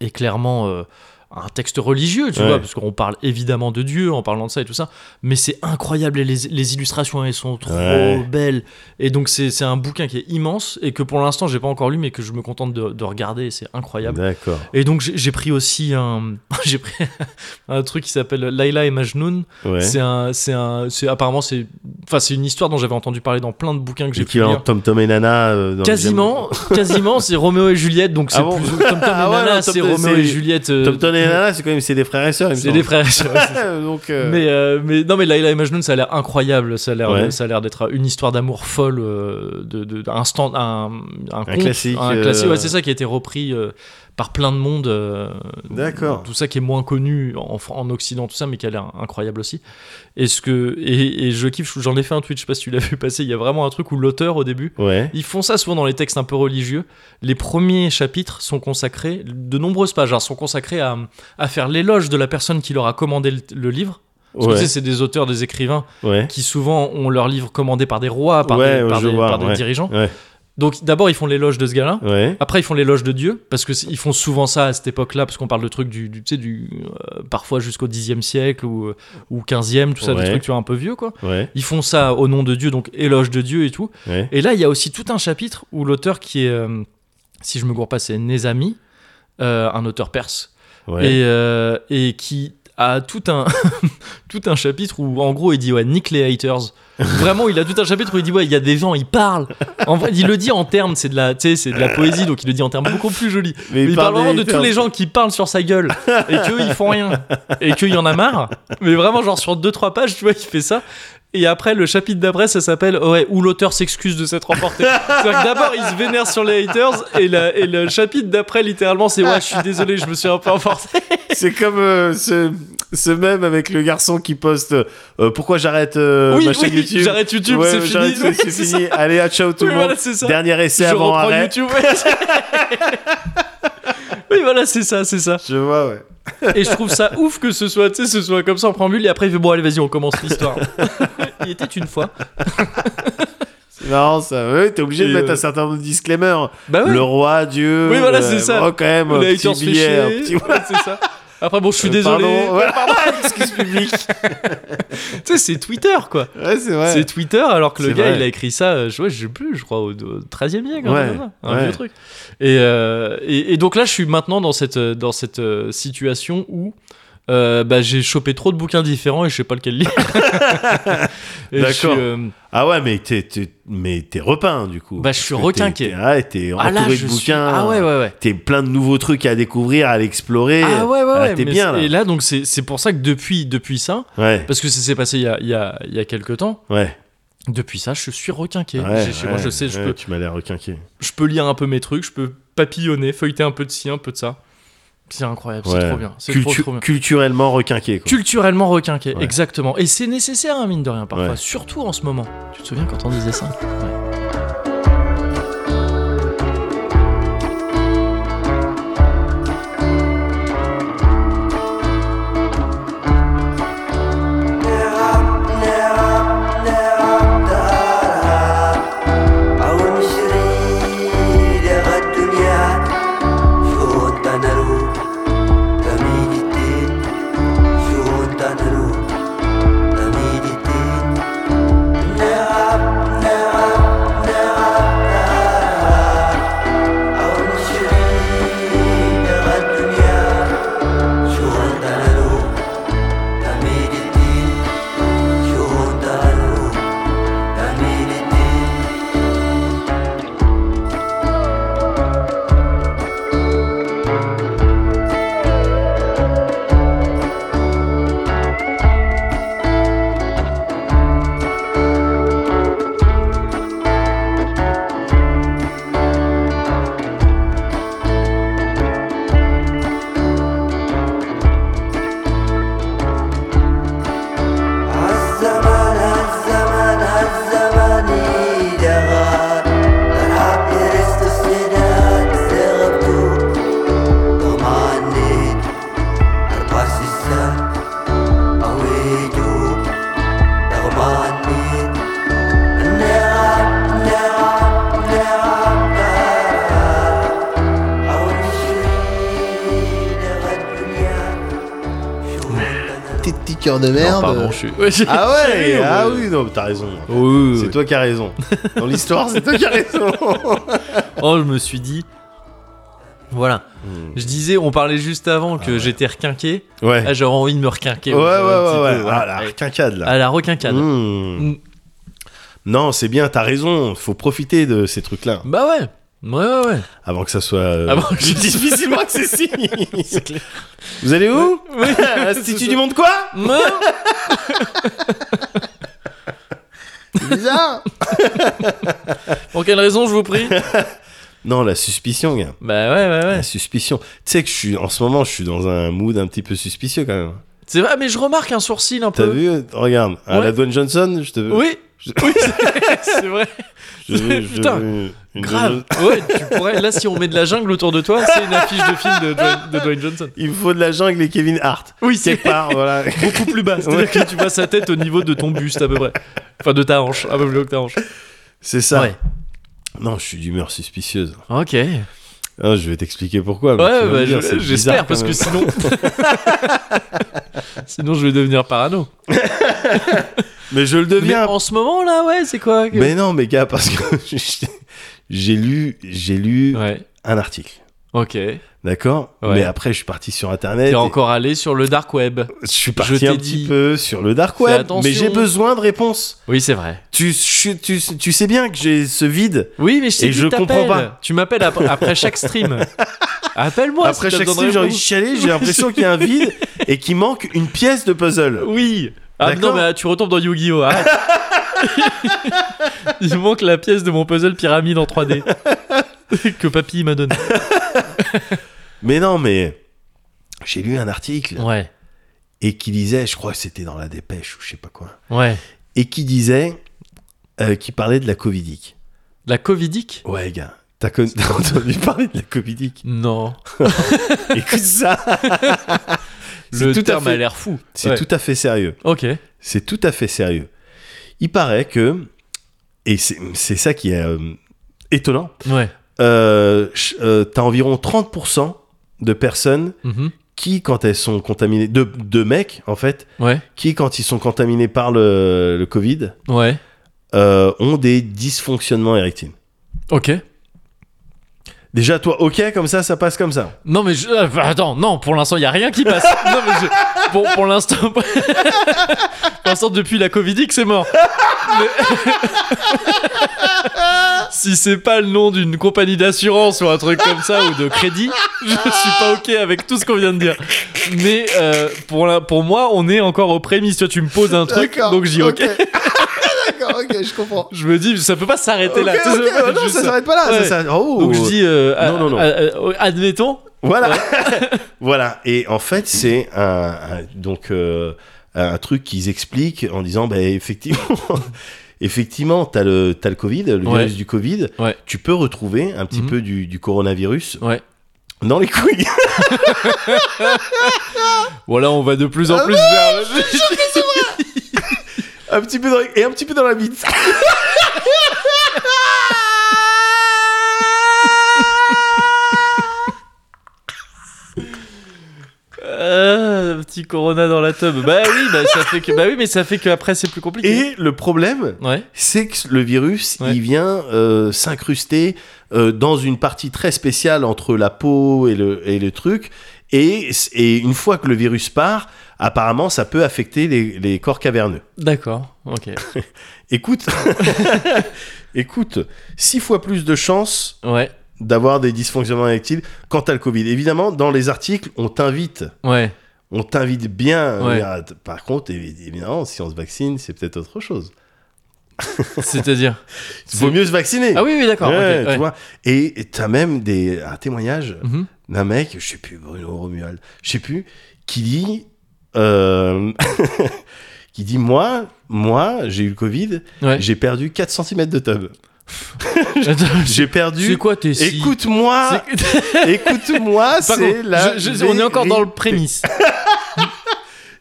[SPEAKER 1] est clairement euh, un texte religieux, tu
[SPEAKER 2] Ouais.
[SPEAKER 1] vois, parce qu'on parle évidemment de Dieu en parlant de ça et tout ça, mais c'est incroyable et les, les illustrations, elles sont trop
[SPEAKER 2] Ouais.
[SPEAKER 1] belles. Et donc, c'est c'est un bouquin qui est immense et que pour l'instant, j'ai pas encore lu, mais que je me contente de, de regarder et c'est incroyable.
[SPEAKER 2] D'accord.
[SPEAKER 1] Et donc, j'ai j'ai pris aussi un, j'ai pris un truc qui s'appelle Laila et Majnoun.
[SPEAKER 2] Ouais.
[SPEAKER 1] C'est un, c'est un, c'est apparemment, c'est enfin, c'est une histoire dont j'avais entendu parler dans plein de bouquins que j'ai pu
[SPEAKER 2] Équivalent
[SPEAKER 1] lire.
[SPEAKER 2] Tom Tom et Nana. euh, dans les-
[SPEAKER 1] Quasiment, quasiment, c'est Roméo et Juliette, donc c'est
[SPEAKER 2] Ah bon
[SPEAKER 1] plus Tom Tom et
[SPEAKER 2] Ah ouais,
[SPEAKER 1] Nana,
[SPEAKER 2] non, Tom
[SPEAKER 1] c'est
[SPEAKER 2] Tom-
[SPEAKER 1] Roméo
[SPEAKER 2] c'est-
[SPEAKER 1] et Juliette. euh,
[SPEAKER 2] Tom Tom et Nana, c'est quand même c'est des frères et sœurs. il me
[SPEAKER 1] c'est des
[SPEAKER 2] semble.
[SPEAKER 1] frères et sœurs, ouais, c'est ça.
[SPEAKER 2] Donc. euh,
[SPEAKER 1] Mais, euh, mais non, mais Laila et Majnun, ça a l'air incroyable. Ça a l'air,
[SPEAKER 2] Ouais.
[SPEAKER 1] ça a l'air d'être une histoire d'amour folle, euh, de, de- d'un stand- un, un, conte,
[SPEAKER 2] classique,
[SPEAKER 1] un classique.
[SPEAKER 2] euh,
[SPEAKER 1] Ouais, c'est ça qui a été repris euh, par plein de monde. euh,
[SPEAKER 2] D'accord.
[SPEAKER 1] Tout ça qui est moins connu en, Fran- en Occident, tout ça, mais qui a l'air incroyable aussi. Et ce que et, et je kiffe. J'en ai fait un tweet. Je sais pas si tu l'as vu passer. Il y a vraiment un truc où l'auteur au début.
[SPEAKER 2] Ouais.
[SPEAKER 1] Ils font ça souvent dans les textes un peu religieux. Les premiers chapitres sont consacrés, de nombreuses pages hein, sont consacrées à, à faire l'éloge de la personne qui leur a commandé le, le livre. Parce que tu
[SPEAKER 2] Ouais.
[SPEAKER 1] sais, c'est des auteurs, des écrivains
[SPEAKER 2] Ouais.
[SPEAKER 1] qui souvent ont leurs livres commandés par des rois, par
[SPEAKER 2] Ouais,
[SPEAKER 1] des, par
[SPEAKER 2] je
[SPEAKER 1] des-
[SPEAKER 2] vois,
[SPEAKER 1] par des
[SPEAKER 2] ouais.
[SPEAKER 1] dirigeants.
[SPEAKER 2] Ouais.
[SPEAKER 1] Donc d'abord, ils font l'éloge de ce gars-là.
[SPEAKER 2] Ouais.
[SPEAKER 1] Après, ils font l'éloge de Dieu, parce qu'ils font souvent ça à cette époque-là, parce qu'on parle de trucs du, du, tu sais, du euh, parfois jusqu'au 10e siècle ou, euh, ou 15e, tout ça,
[SPEAKER 2] Ouais.
[SPEAKER 1] des trucs tu vois, un peu vieux, quoi.
[SPEAKER 2] Ouais.
[SPEAKER 1] Ils font ça au nom de Dieu, donc éloge de Dieu et tout.
[SPEAKER 2] Ouais.
[SPEAKER 1] Et là, il y a aussi tout un chapitre où l'auteur qui est, euh, si je me gourre pas, c'est Nezami, euh, un auteur perse,
[SPEAKER 2] Ouais.
[SPEAKER 1] et, euh, et qui a tout un, tout un chapitre où, en gros, il dit, ouais, nique les haters. Vraiment, il a tout un chapitre où il dit, ouais, il y a des gens, ils parlent. En vrai, il le dit en termes, c'est de la, tu sais, c'est de la poésie, donc il le dit en termes beaucoup plus jolis. Mais il parle
[SPEAKER 2] parlait-
[SPEAKER 1] vraiment de tous les gens qui parlent sur sa gueule et qu'eux ils font rien et qu'il y en a marre. Mais vraiment, genre sur 2-3 pages, tu vois, il fait ça. Et après, le chapitre d'après, ça s'appelle Ouais, où l'auteur s'excuse de s'être emporté. C'est-à-dire que d'abord, il se vénère sur les haters et, la- et le chapitre d'après, littéralement, c'est Ouais, je suis désolé, je me suis un peu emporté.
[SPEAKER 2] C'est comme euh, ce, ce même avec le garçon qui poste euh, Pourquoi j'arrête euh,
[SPEAKER 1] oui,
[SPEAKER 2] ma chaîne
[SPEAKER 1] oui,
[SPEAKER 2] YouTube
[SPEAKER 1] j'arrête YouTube,
[SPEAKER 2] Ouais,
[SPEAKER 1] c'est
[SPEAKER 2] ouais,
[SPEAKER 1] fini.
[SPEAKER 2] j'arrête,
[SPEAKER 1] Oui,
[SPEAKER 2] C'est
[SPEAKER 1] ça.
[SPEAKER 2] fini. Allez, à ciao tout
[SPEAKER 1] Oui,
[SPEAKER 2] le monde.
[SPEAKER 1] voilà, c'est ça.
[SPEAKER 2] Dernier essai
[SPEAKER 1] Je
[SPEAKER 2] avant
[SPEAKER 1] reprends
[SPEAKER 2] arrêt.
[SPEAKER 1] YouTube. ouais. oui, voilà, c'est ça, c'est ça.
[SPEAKER 2] Je vois, ouais.
[SPEAKER 1] Et je trouve ça ouf que ce soit, tu sais, ce soit comme ça en préambule et après il fait bon allez vas-y on commence l'histoire. il était une fois.
[SPEAKER 2] C'est marrant ça. Ouais, t'es obligé
[SPEAKER 1] Et,
[SPEAKER 2] de mettre
[SPEAKER 1] euh,
[SPEAKER 2] un certain nombre de disclaimers.
[SPEAKER 1] Bah ouais.
[SPEAKER 2] Le roi, Dieu.
[SPEAKER 1] Oui, voilà,
[SPEAKER 2] euh,
[SPEAKER 1] c'est ça.
[SPEAKER 2] bon, quand même, un
[SPEAKER 1] le
[SPEAKER 2] petit
[SPEAKER 1] hater se fait
[SPEAKER 2] billet, un
[SPEAKER 1] chier.
[SPEAKER 2] petit-
[SPEAKER 1] Ouais, c'est ça. Après bon je suis
[SPEAKER 2] Euh,
[SPEAKER 1] désolé.
[SPEAKER 2] pardon. Ouais,
[SPEAKER 1] excuse publique. tu sais c'est Twitter quoi.
[SPEAKER 2] Ouais, c'est vrai.
[SPEAKER 1] C'est Twitter alors que le
[SPEAKER 2] C'est
[SPEAKER 1] gars
[SPEAKER 2] vrai.
[SPEAKER 1] il a écrit ça euh, je, ouais, je sais plus je crois au, au 13e siècle.
[SPEAKER 2] Ouais,
[SPEAKER 1] un truc comme ça, un
[SPEAKER 2] ouais.
[SPEAKER 1] vieux truc. Et, euh, et, et donc là je suis maintenant dans cette, euh, dans cette euh, situation où euh, bah, j'ai chopé trop de bouquins différents et je sais pas lequel lire. Et je
[SPEAKER 2] D'accord.
[SPEAKER 1] suis, euh,
[SPEAKER 2] Ah ouais, mais t'es, t'es- mais t'es repeint du coup.
[SPEAKER 1] Bah, je suis
[SPEAKER 2] Parce que t'es-
[SPEAKER 1] requinqué.
[SPEAKER 2] t'es- Ah, t'es entouré
[SPEAKER 1] Ah là,
[SPEAKER 2] de
[SPEAKER 1] je
[SPEAKER 2] bouquins.
[SPEAKER 1] suis- Ah ouais, ouais, ouais.
[SPEAKER 2] T'es plein de nouveaux trucs à découvrir, à l'explorer.
[SPEAKER 1] Ah ouais, ouais,
[SPEAKER 2] Ah,
[SPEAKER 1] ouais.
[SPEAKER 2] t'es
[SPEAKER 1] mais
[SPEAKER 2] bien,
[SPEAKER 1] c'est-
[SPEAKER 2] là.
[SPEAKER 1] Et là, donc, c'est c'est pour ça que depuis, depuis ça,
[SPEAKER 2] Ouais,
[SPEAKER 1] parce que ça s'est passé il y a, il y, a, il y a quelques temps,
[SPEAKER 2] ouais.
[SPEAKER 1] depuis ça, je suis requinqué.
[SPEAKER 2] ouais,
[SPEAKER 1] J'ai- chez moi,
[SPEAKER 2] ouais,
[SPEAKER 1] je sais, je,
[SPEAKER 2] ouais,
[SPEAKER 1] peux,
[SPEAKER 2] Tu m'as l'air requinqué.
[SPEAKER 1] je peux lire un peu mes trucs, je peux papillonner, feuilleter un peu de ci, un peu de ça. C'est incroyable,
[SPEAKER 2] Ouais.
[SPEAKER 1] c'est trop bien. C'est
[SPEAKER 2] Cultu-
[SPEAKER 1] trop, trop bien.
[SPEAKER 2] Culturellement requinqué. Quoi.
[SPEAKER 1] Culturellement requinqué,
[SPEAKER 2] Ouais.
[SPEAKER 1] exactement. Et c'est nécessaire, hein, mine de rien, parfois.
[SPEAKER 2] Ouais.
[SPEAKER 1] Surtout en ce moment. Tu te souviens quand on disait ça Ouais.
[SPEAKER 3] There are
[SPEAKER 2] cœur de merde.
[SPEAKER 1] pardon, je suis. Ouais, j'ai-
[SPEAKER 2] Ah ouais,
[SPEAKER 1] Oui,
[SPEAKER 2] ah
[SPEAKER 1] oui.
[SPEAKER 2] oui, non, t'as raison.
[SPEAKER 1] Oui, oui,
[SPEAKER 2] C'est
[SPEAKER 1] oui.
[SPEAKER 2] toi qui as raison. Dans l'histoire, c'est toi qui as raison.
[SPEAKER 1] Oh, je me suis dit. Voilà. Je disais, on parlait juste avant que j'étais requinqué.
[SPEAKER 2] Hmm. Ah Ouais.
[SPEAKER 1] Ah, j'aurais envie de me requinquer.
[SPEAKER 2] ouais, ouais, ouais,
[SPEAKER 1] un petit peu,
[SPEAKER 2] ouais.
[SPEAKER 1] voilà.
[SPEAKER 2] Ah, la quinquade, là.
[SPEAKER 1] À la requinquade.
[SPEAKER 2] Hmm.
[SPEAKER 1] Mm.
[SPEAKER 2] Non, c'est bien, t'as raison. Faut profiter de ces trucs-là
[SPEAKER 1] Bah ouais. Ouais, ouais, ouais.
[SPEAKER 2] avant que ça soit euh,
[SPEAKER 1] Avant que-
[SPEAKER 2] difficilement accessible.
[SPEAKER 1] C'est clair.
[SPEAKER 2] Vous allez où
[SPEAKER 1] Oui.
[SPEAKER 2] Institut du Monde quoi
[SPEAKER 1] Ouais.
[SPEAKER 2] C'est bizarre.
[SPEAKER 1] Pour quelle raison, je vous prie
[SPEAKER 2] Non, la suspicion, gars.
[SPEAKER 1] Bah ouais, ouais, ouais.
[SPEAKER 2] La suspicion. Tu sais que je suis en ce moment, je suis dans un mood un petit peu suspicieux quand même.
[SPEAKER 1] C'est vrai, mais je remarque un sourcil un
[SPEAKER 2] T'as
[SPEAKER 1] peu.
[SPEAKER 2] vu Regarde, à
[SPEAKER 1] Ouais.
[SPEAKER 2] la Dwayne Johnson, je te
[SPEAKER 1] Oui. Oui, c'est- c'est vrai.
[SPEAKER 2] je te veux- je te
[SPEAKER 1] Putain.
[SPEAKER 2] veux une Dwayne
[SPEAKER 1] Grave.
[SPEAKER 2] Johnson.
[SPEAKER 1] Ouais, tu pourrais. Là, si on met de la jungle autour de toi, c'est une affiche de film de Dwayne, de Dwayne Johnson.
[SPEAKER 2] Il me faut de la jungle et Kevin Hart.
[SPEAKER 1] Oui, c'est
[SPEAKER 2] Quelque part, voilà.
[SPEAKER 1] beaucoup plus bas. C'est-à-dire que tu vois sa tête au niveau de ton buste à peu près. Enfin, de ta hanche. Un peu plus haut que ta hanche.
[SPEAKER 2] C'est ça.
[SPEAKER 1] Ouais.
[SPEAKER 2] Non, je suis d'humeur suspicieuse.
[SPEAKER 1] Ok. Ouais,
[SPEAKER 2] Ah, je vais t'expliquer pourquoi. mais tu vas me
[SPEAKER 1] bah,
[SPEAKER 2] dire,
[SPEAKER 1] je-
[SPEAKER 2] c'est
[SPEAKER 1] j'espère
[SPEAKER 2] bizarre,
[SPEAKER 1] parce
[SPEAKER 2] quand
[SPEAKER 1] que sinon. sinon, je vais devenir parano.
[SPEAKER 2] même. Mais je le
[SPEAKER 1] Mais
[SPEAKER 2] deviens.
[SPEAKER 1] en ce moment là, ouais, c'est quoi que-
[SPEAKER 2] Mais, non, mais gars, parce que j'ai- j'ai lu, j'ai lu
[SPEAKER 1] Ouais.
[SPEAKER 2] un article.
[SPEAKER 1] Ok. T'es
[SPEAKER 2] D'accord
[SPEAKER 1] Ouais.
[SPEAKER 2] Mais après, je suis parti sur Internet. et
[SPEAKER 1] encore allé sur le dark web.
[SPEAKER 2] Je suis parti
[SPEAKER 1] t'ai
[SPEAKER 2] un
[SPEAKER 1] dit.
[SPEAKER 2] petit peu sur le dark
[SPEAKER 1] Fais
[SPEAKER 2] web.
[SPEAKER 1] attention.
[SPEAKER 2] Mais j'ai besoin de réponses.
[SPEAKER 1] Oui, c'est vrai.
[SPEAKER 2] Tu, je- tu, tu sais bien que j'ai ce vide.
[SPEAKER 1] Oui, mais je t'ai
[SPEAKER 2] Et
[SPEAKER 1] dit
[SPEAKER 2] je
[SPEAKER 1] que t'appelles.
[SPEAKER 2] comprends pas.
[SPEAKER 1] Tu m'appelles ap- après chaque stream. Appelle-moi.
[SPEAKER 2] Après
[SPEAKER 1] si t'as
[SPEAKER 2] chaque
[SPEAKER 1] besoin de
[SPEAKER 2] stream, j'ai envie de
[SPEAKER 1] réponse.
[SPEAKER 2] chialer. J'ai l'impression qu'il y a un vide et qu'il manque une pièce de puzzle.
[SPEAKER 1] Oui. Ah non,
[SPEAKER 2] D'accord.
[SPEAKER 1] mais tu retombes dans Yu-Gi-Oh. arrête. Il manque la pièce de mon puzzle pyramide en 3D que papy m'a donné.
[SPEAKER 2] Mais non, mais j'ai lu un article
[SPEAKER 1] Ouais.
[SPEAKER 2] et qui disait, je crois que c'était dans la dépêche ou je sais pas quoi,
[SPEAKER 1] Ouais.
[SPEAKER 2] et qui disait, euh, qui parlait de la covidique.
[SPEAKER 1] La covidique
[SPEAKER 2] Ouais, gars. T'as con- t'as entendu parler de la covidique
[SPEAKER 1] Non.
[SPEAKER 2] Écoute ça C'est
[SPEAKER 1] Le
[SPEAKER 2] tout à
[SPEAKER 1] terme
[SPEAKER 2] fait-
[SPEAKER 1] a l'air fou.
[SPEAKER 2] C'est
[SPEAKER 1] Ouais.
[SPEAKER 2] tout à fait sérieux.
[SPEAKER 1] Ok.
[SPEAKER 2] C'est tout à fait sérieux. Il paraît que, et c'est c'est ça qui est euh, étonnant,
[SPEAKER 1] Ouais.
[SPEAKER 2] euh, ch- euh, t'as environ 30% de personnes
[SPEAKER 1] Mhm.
[SPEAKER 2] qui, quand elles sont contaminées, de, de mecs en fait,
[SPEAKER 1] Ouais.
[SPEAKER 2] qui, quand ils sont contaminés par le, le Covid,
[SPEAKER 1] Ouais.
[SPEAKER 2] euh, ont des dysfonctionnements érectiles.
[SPEAKER 1] Ok.
[SPEAKER 2] Déjà, toi, ok, comme ça, ça passe comme ça.
[SPEAKER 1] Non mais je... euh, attends, non, pour l'instant il y a rien qui passe. non mais je... pour, pour l'instant, pour l'instant depuis la Covidique c'est mort. Mais- si c'est pas le nom d'une compagnie d'assurance ou un truc comme ça ou de crédit, je suis pas ok avec tout ce qu'on vient de dire. Mais euh, pour la... pour moi, on est encore aux prémices. Toi, tu me poses un truc, donc j'y ok.
[SPEAKER 2] D'accord, ok, je comprends.
[SPEAKER 1] Je me dis, ça peut pas s'arrêter là. Tu sais, ça peut être juste ça.
[SPEAKER 2] s'arrête pas là.
[SPEAKER 1] ça Ouais. Donc je dis, euh,
[SPEAKER 2] Non, non, non.
[SPEAKER 1] a- a- a- admettons.
[SPEAKER 2] Oh. Voilà. voilà. Et en fait, c'est un, un- donc euh, un truc qu'ils expliquent en disant, bah, effectivement, effectivement, t'as le t'as le Covid, le
[SPEAKER 1] Ouais.
[SPEAKER 2] virus du Covid.
[SPEAKER 1] Ouais.
[SPEAKER 2] Tu peux retrouver un petit
[SPEAKER 1] Mhm.
[SPEAKER 2] peu du, du coronavirus
[SPEAKER 1] Ouais.
[SPEAKER 2] dans les couilles.
[SPEAKER 1] Voilà, on va de plus en
[SPEAKER 2] Ah
[SPEAKER 1] plus vers.
[SPEAKER 2] un petit peu dans, les- et un petit peu dans la bite.
[SPEAKER 1] Euh, petit corona dans la tub. Bah oui, bah ça fait que. Bah oui, mais ça fait qu'après c'est plus compliqué.
[SPEAKER 2] Et le problème,
[SPEAKER 1] Ouais.
[SPEAKER 2] c'est que le virus,
[SPEAKER 1] Ouais.
[SPEAKER 2] il vient euh, s'incruster euh, dans une partie très spéciale entre la peau et le, et le truc. Et, et une fois que le virus part, apparemment, ça peut affecter les, les corps caverneux.
[SPEAKER 1] D'accord. Ok.
[SPEAKER 2] Écoute, écoute, six fois plus de chances
[SPEAKER 1] Ouais.
[SPEAKER 2] d'avoir des dysfonctionnements érectiles quand t'as le Covid. Évidemment, dans les articles, on t'invite.
[SPEAKER 1] Ouais.
[SPEAKER 2] On t'invite bien.
[SPEAKER 1] Ouais.
[SPEAKER 2] Mais, euh, Par contre, évi- évidemment, si on se vaccine, c'est peut-être autre chose.
[SPEAKER 1] C'est-à-dire.
[SPEAKER 2] Il vaut mieux se vacciner.
[SPEAKER 1] Ah oui, oui, d'accord. ok,
[SPEAKER 2] Ouais, tu
[SPEAKER 1] ouais.
[SPEAKER 2] vois. Et et t'as même des, un témoignage
[SPEAKER 1] Mhm.
[SPEAKER 2] d'un mec, je sais plus, Bruno Romuald, je sais plus, qui dit, euh, qui dit, moi, moi, j'ai eu le Covid,
[SPEAKER 1] Ouais.
[SPEAKER 2] j'ai perdu 4 cm de tub.
[SPEAKER 1] Attends,
[SPEAKER 2] J'ai
[SPEAKER 1] C'est
[SPEAKER 2] perdu...
[SPEAKER 1] quoi tes si-
[SPEAKER 2] Écoute-moi,
[SPEAKER 1] ah, C'est-
[SPEAKER 2] écoute-moi,
[SPEAKER 1] Par
[SPEAKER 2] c'est
[SPEAKER 1] contre,
[SPEAKER 2] la...
[SPEAKER 1] je- je- on est encore dans le
[SPEAKER 2] vérité.
[SPEAKER 1] prémisse.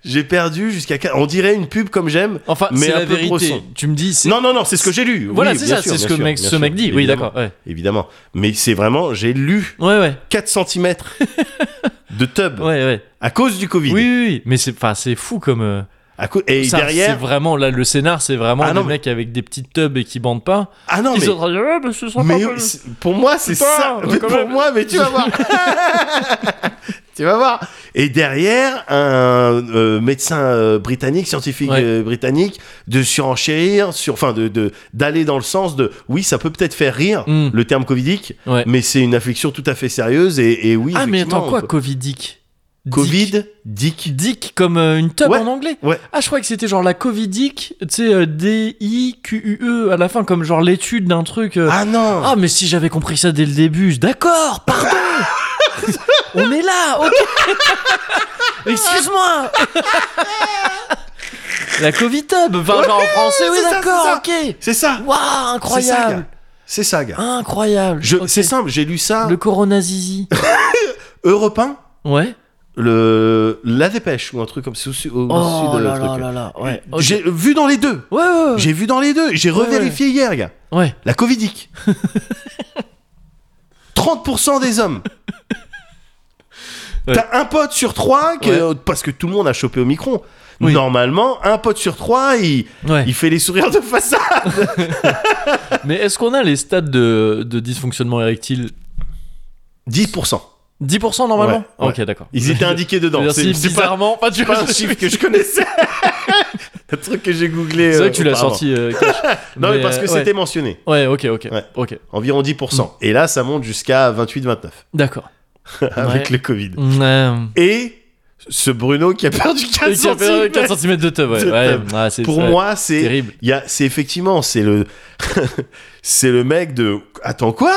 [SPEAKER 2] J'ai perdu jusqu'à. quin- On dirait une pub comme j'aime.
[SPEAKER 1] Enfin,
[SPEAKER 2] Mais
[SPEAKER 1] c'est
[SPEAKER 2] un
[SPEAKER 1] la
[SPEAKER 2] peu
[SPEAKER 1] vérité.
[SPEAKER 2] prosson.
[SPEAKER 1] Tu me dis. c'est-
[SPEAKER 2] Non, non, non, c'est ce que j'ai lu.
[SPEAKER 1] Voilà,
[SPEAKER 2] Oui,
[SPEAKER 1] c'est
[SPEAKER 2] bien
[SPEAKER 1] ça,
[SPEAKER 2] sûr,
[SPEAKER 1] c'est ce
[SPEAKER 2] bien
[SPEAKER 1] que
[SPEAKER 2] sûr,
[SPEAKER 1] mec,
[SPEAKER 2] bien
[SPEAKER 1] ce
[SPEAKER 2] sûr,
[SPEAKER 1] mec dit. Oui,
[SPEAKER 2] évidemment.
[SPEAKER 1] d'accord. Ouais,
[SPEAKER 2] Évidemment. Mais c'est vraiment, j'ai lu
[SPEAKER 1] ouais, ouais.
[SPEAKER 2] 4 cm de tub
[SPEAKER 1] ouais, ouais.
[SPEAKER 2] à cause du Covid.
[SPEAKER 1] Oui, oui, oui. Mais c'est, enfin, c'est fou comme. euh,
[SPEAKER 2] À cau- et
[SPEAKER 1] ça, c'est
[SPEAKER 2] derrière.
[SPEAKER 1] vraiment là le scénar, c'est vraiment
[SPEAKER 2] Ah
[SPEAKER 1] des
[SPEAKER 2] non, mais-
[SPEAKER 1] mecs avec des petites tubs et qui bandent pas.
[SPEAKER 2] Ah non,
[SPEAKER 1] Ils
[SPEAKER 2] mais.
[SPEAKER 1] sont en train de dire, ouais, mais ce sera
[SPEAKER 2] mais
[SPEAKER 1] pas mal.
[SPEAKER 2] c'est- pour moi, c'est
[SPEAKER 1] Putain,
[SPEAKER 2] ça.
[SPEAKER 1] quand
[SPEAKER 2] Mais pour
[SPEAKER 1] même.
[SPEAKER 2] moi, mais tu vas voir. tu vas voir. Et derrière, un euh, médecin euh, britannique, scientifique
[SPEAKER 1] Ouais.
[SPEAKER 2] euh, britannique, de surenchérir, sur, enfin, de de- d'aller dans le sens de oui, ça peut peut-être faire rire
[SPEAKER 1] Hmm,
[SPEAKER 2] le terme covidique,
[SPEAKER 1] ouais.
[SPEAKER 2] mais c'est une affliction tout à fait sérieuse et, et oui.
[SPEAKER 1] Ah, mais
[SPEAKER 2] effectivement,
[SPEAKER 1] attends, quoi,
[SPEAKER 2] on peut-
[SPEAKER 1] Covidic Dick.
[SPEAKER 2] Covid, dick.
[SPEAKER 1] Dick comme euh, une tub
[SPEAKER 2] Ouais,
[SPEAKER 1] en anglais
[SPEAKER 2] ouais.
[SPEAKER 1] Ah, je croyais que c'était genre la Covidic, tu sais, euh, D-I-Q-U-E E, à la fin, comme genre l'étude d'un truc. euh,
[SPEAKER 2] Ah non.
[SPEAKER 1] Ah, mais si j'avais compris ça dès le début, je- d'accord, pardon On est là, ok Excuse-moi La Covid-Tub, enfin, genre en français, oui,
[SPEAKER 2] c'est ça,
[SPEAKER 1] d'accord, ok
[SPEAKER 2] C'est ça.
[SPEAKER 1] Waouh,
[SPEAKER 2] C'est ça, gars.
[SPEAKER 1] incroyable
[SPEAKER 2] C'est ça, gars.
[SPEAKER 1] Incroyable
[SPEAKER 2] Je-
[SPEAKER 1] Ah, Ok.
[SPEAKER 2] C'est simple, j'ai lu ça.
[SPEAKER 1] Le Corona Zizi.
[SPEAKER 2] Europe 1,
[SPEAKER 1] Ouais
[SPEAKER 2] le, la dépêche ou un truc comme ça. Au, au- au-dessus
[SPEAKER 1] Oh
[SPEAKER 2] de
[SPEAKER 1] là
[SPEAKER 2] truc.
[SPEAKER 1] là là là, ouais. ok.
[SPEAKER 2] J'ai euh, vu dans les deux.
[SPEAKER 1] Ouais, ouais, ouais.
[SPEAKER 2] J'ai vu dans les deux. J'ai
[SPEAKER 1] Ouais,
[SPEAKER 2] revérifié hier, gars.
[SPEAKER 1] Ouais.
[SPEAKER 2] La Covidique. 30% des hommes.
[SPEAKER 1] Ouais.
[SPEAKER 2] T'as un pote sur trois, que, parce que tout le monde a chopé au micron.
[SPEAKER 1] Oui.
[SPEAKER 2] Normalement, un pote sur trois, il,
[SPEAKER 1] ouais.
[SPEAKER 2] il fait les sourires de façade.
[SPEAKER 1] Mais est-ce qu'on a les stades de, de dysfonctionnement érectile
[SPEAKER 2] 10%.
[SPEAKER 1] 10% normalement
[SPEAKER 2] Ouais, ouais.
[SPEAKER 1] Ok, d'accord.
[SPEAKER 2] Ils étaient indiqués dedans.
[SPEAKER 1] C'est-à-dire,
[SPEAKER 2] C'est
[SPEAKER 1] si
[SPEAKER 2] c'est pas,
[SPEAKER 1] bizarrement, pas, tu
[SPEAKER 2] c'est pas un chiffre que je connaissais. un truc que j'ai googlé.
[SPEAKER 1] C'est
[SPEAKER 2] euh,
[SPEAKER 1] vrai que tu l'as
[SPEAKER 2] auparavant.
[SPEAKER 1] sorti, euh, cash.
[SPEAKER 2] Non, mais, parce que
[SPEAKER 1] euh, ouais.
[SPEAKER 2] c'était mentionné.
[SPEAKER 1] Ouais, ok, ok.
[SPEAKER 2] Ouais.
[SPEAKER 1] Ok,
[SPEAKER 2] Environ 10%. Et là, ça monte jusqu'à 28-29
[SPEAKER 1] d'accord. Ouais.
[SPEAKER 2] avec le Covid.
[SPEAKER 1] Euh,
[SPEAKER 2] et ce Bruno qui a perdu 4
[SPEAKER 1] et qui a fait 4 cm
[SPEAKER 2] centimètres.
[SPEAKER 1] de tub, ouais.
[SPEAKER 2] De
[SPEAKER 1] ouais.
[SPEAKER 2] tub.
[SPEAKER 1] Ah, c'est
[SPEAKER 2] Pour
[SPEAKER 1] c'est
[SPEAKER 2] moi, c'est
[SPEAKER 1] terrible.
[SPEAKER 2] il y a- c'est effectivement c'est le c'est le mec de attends quoi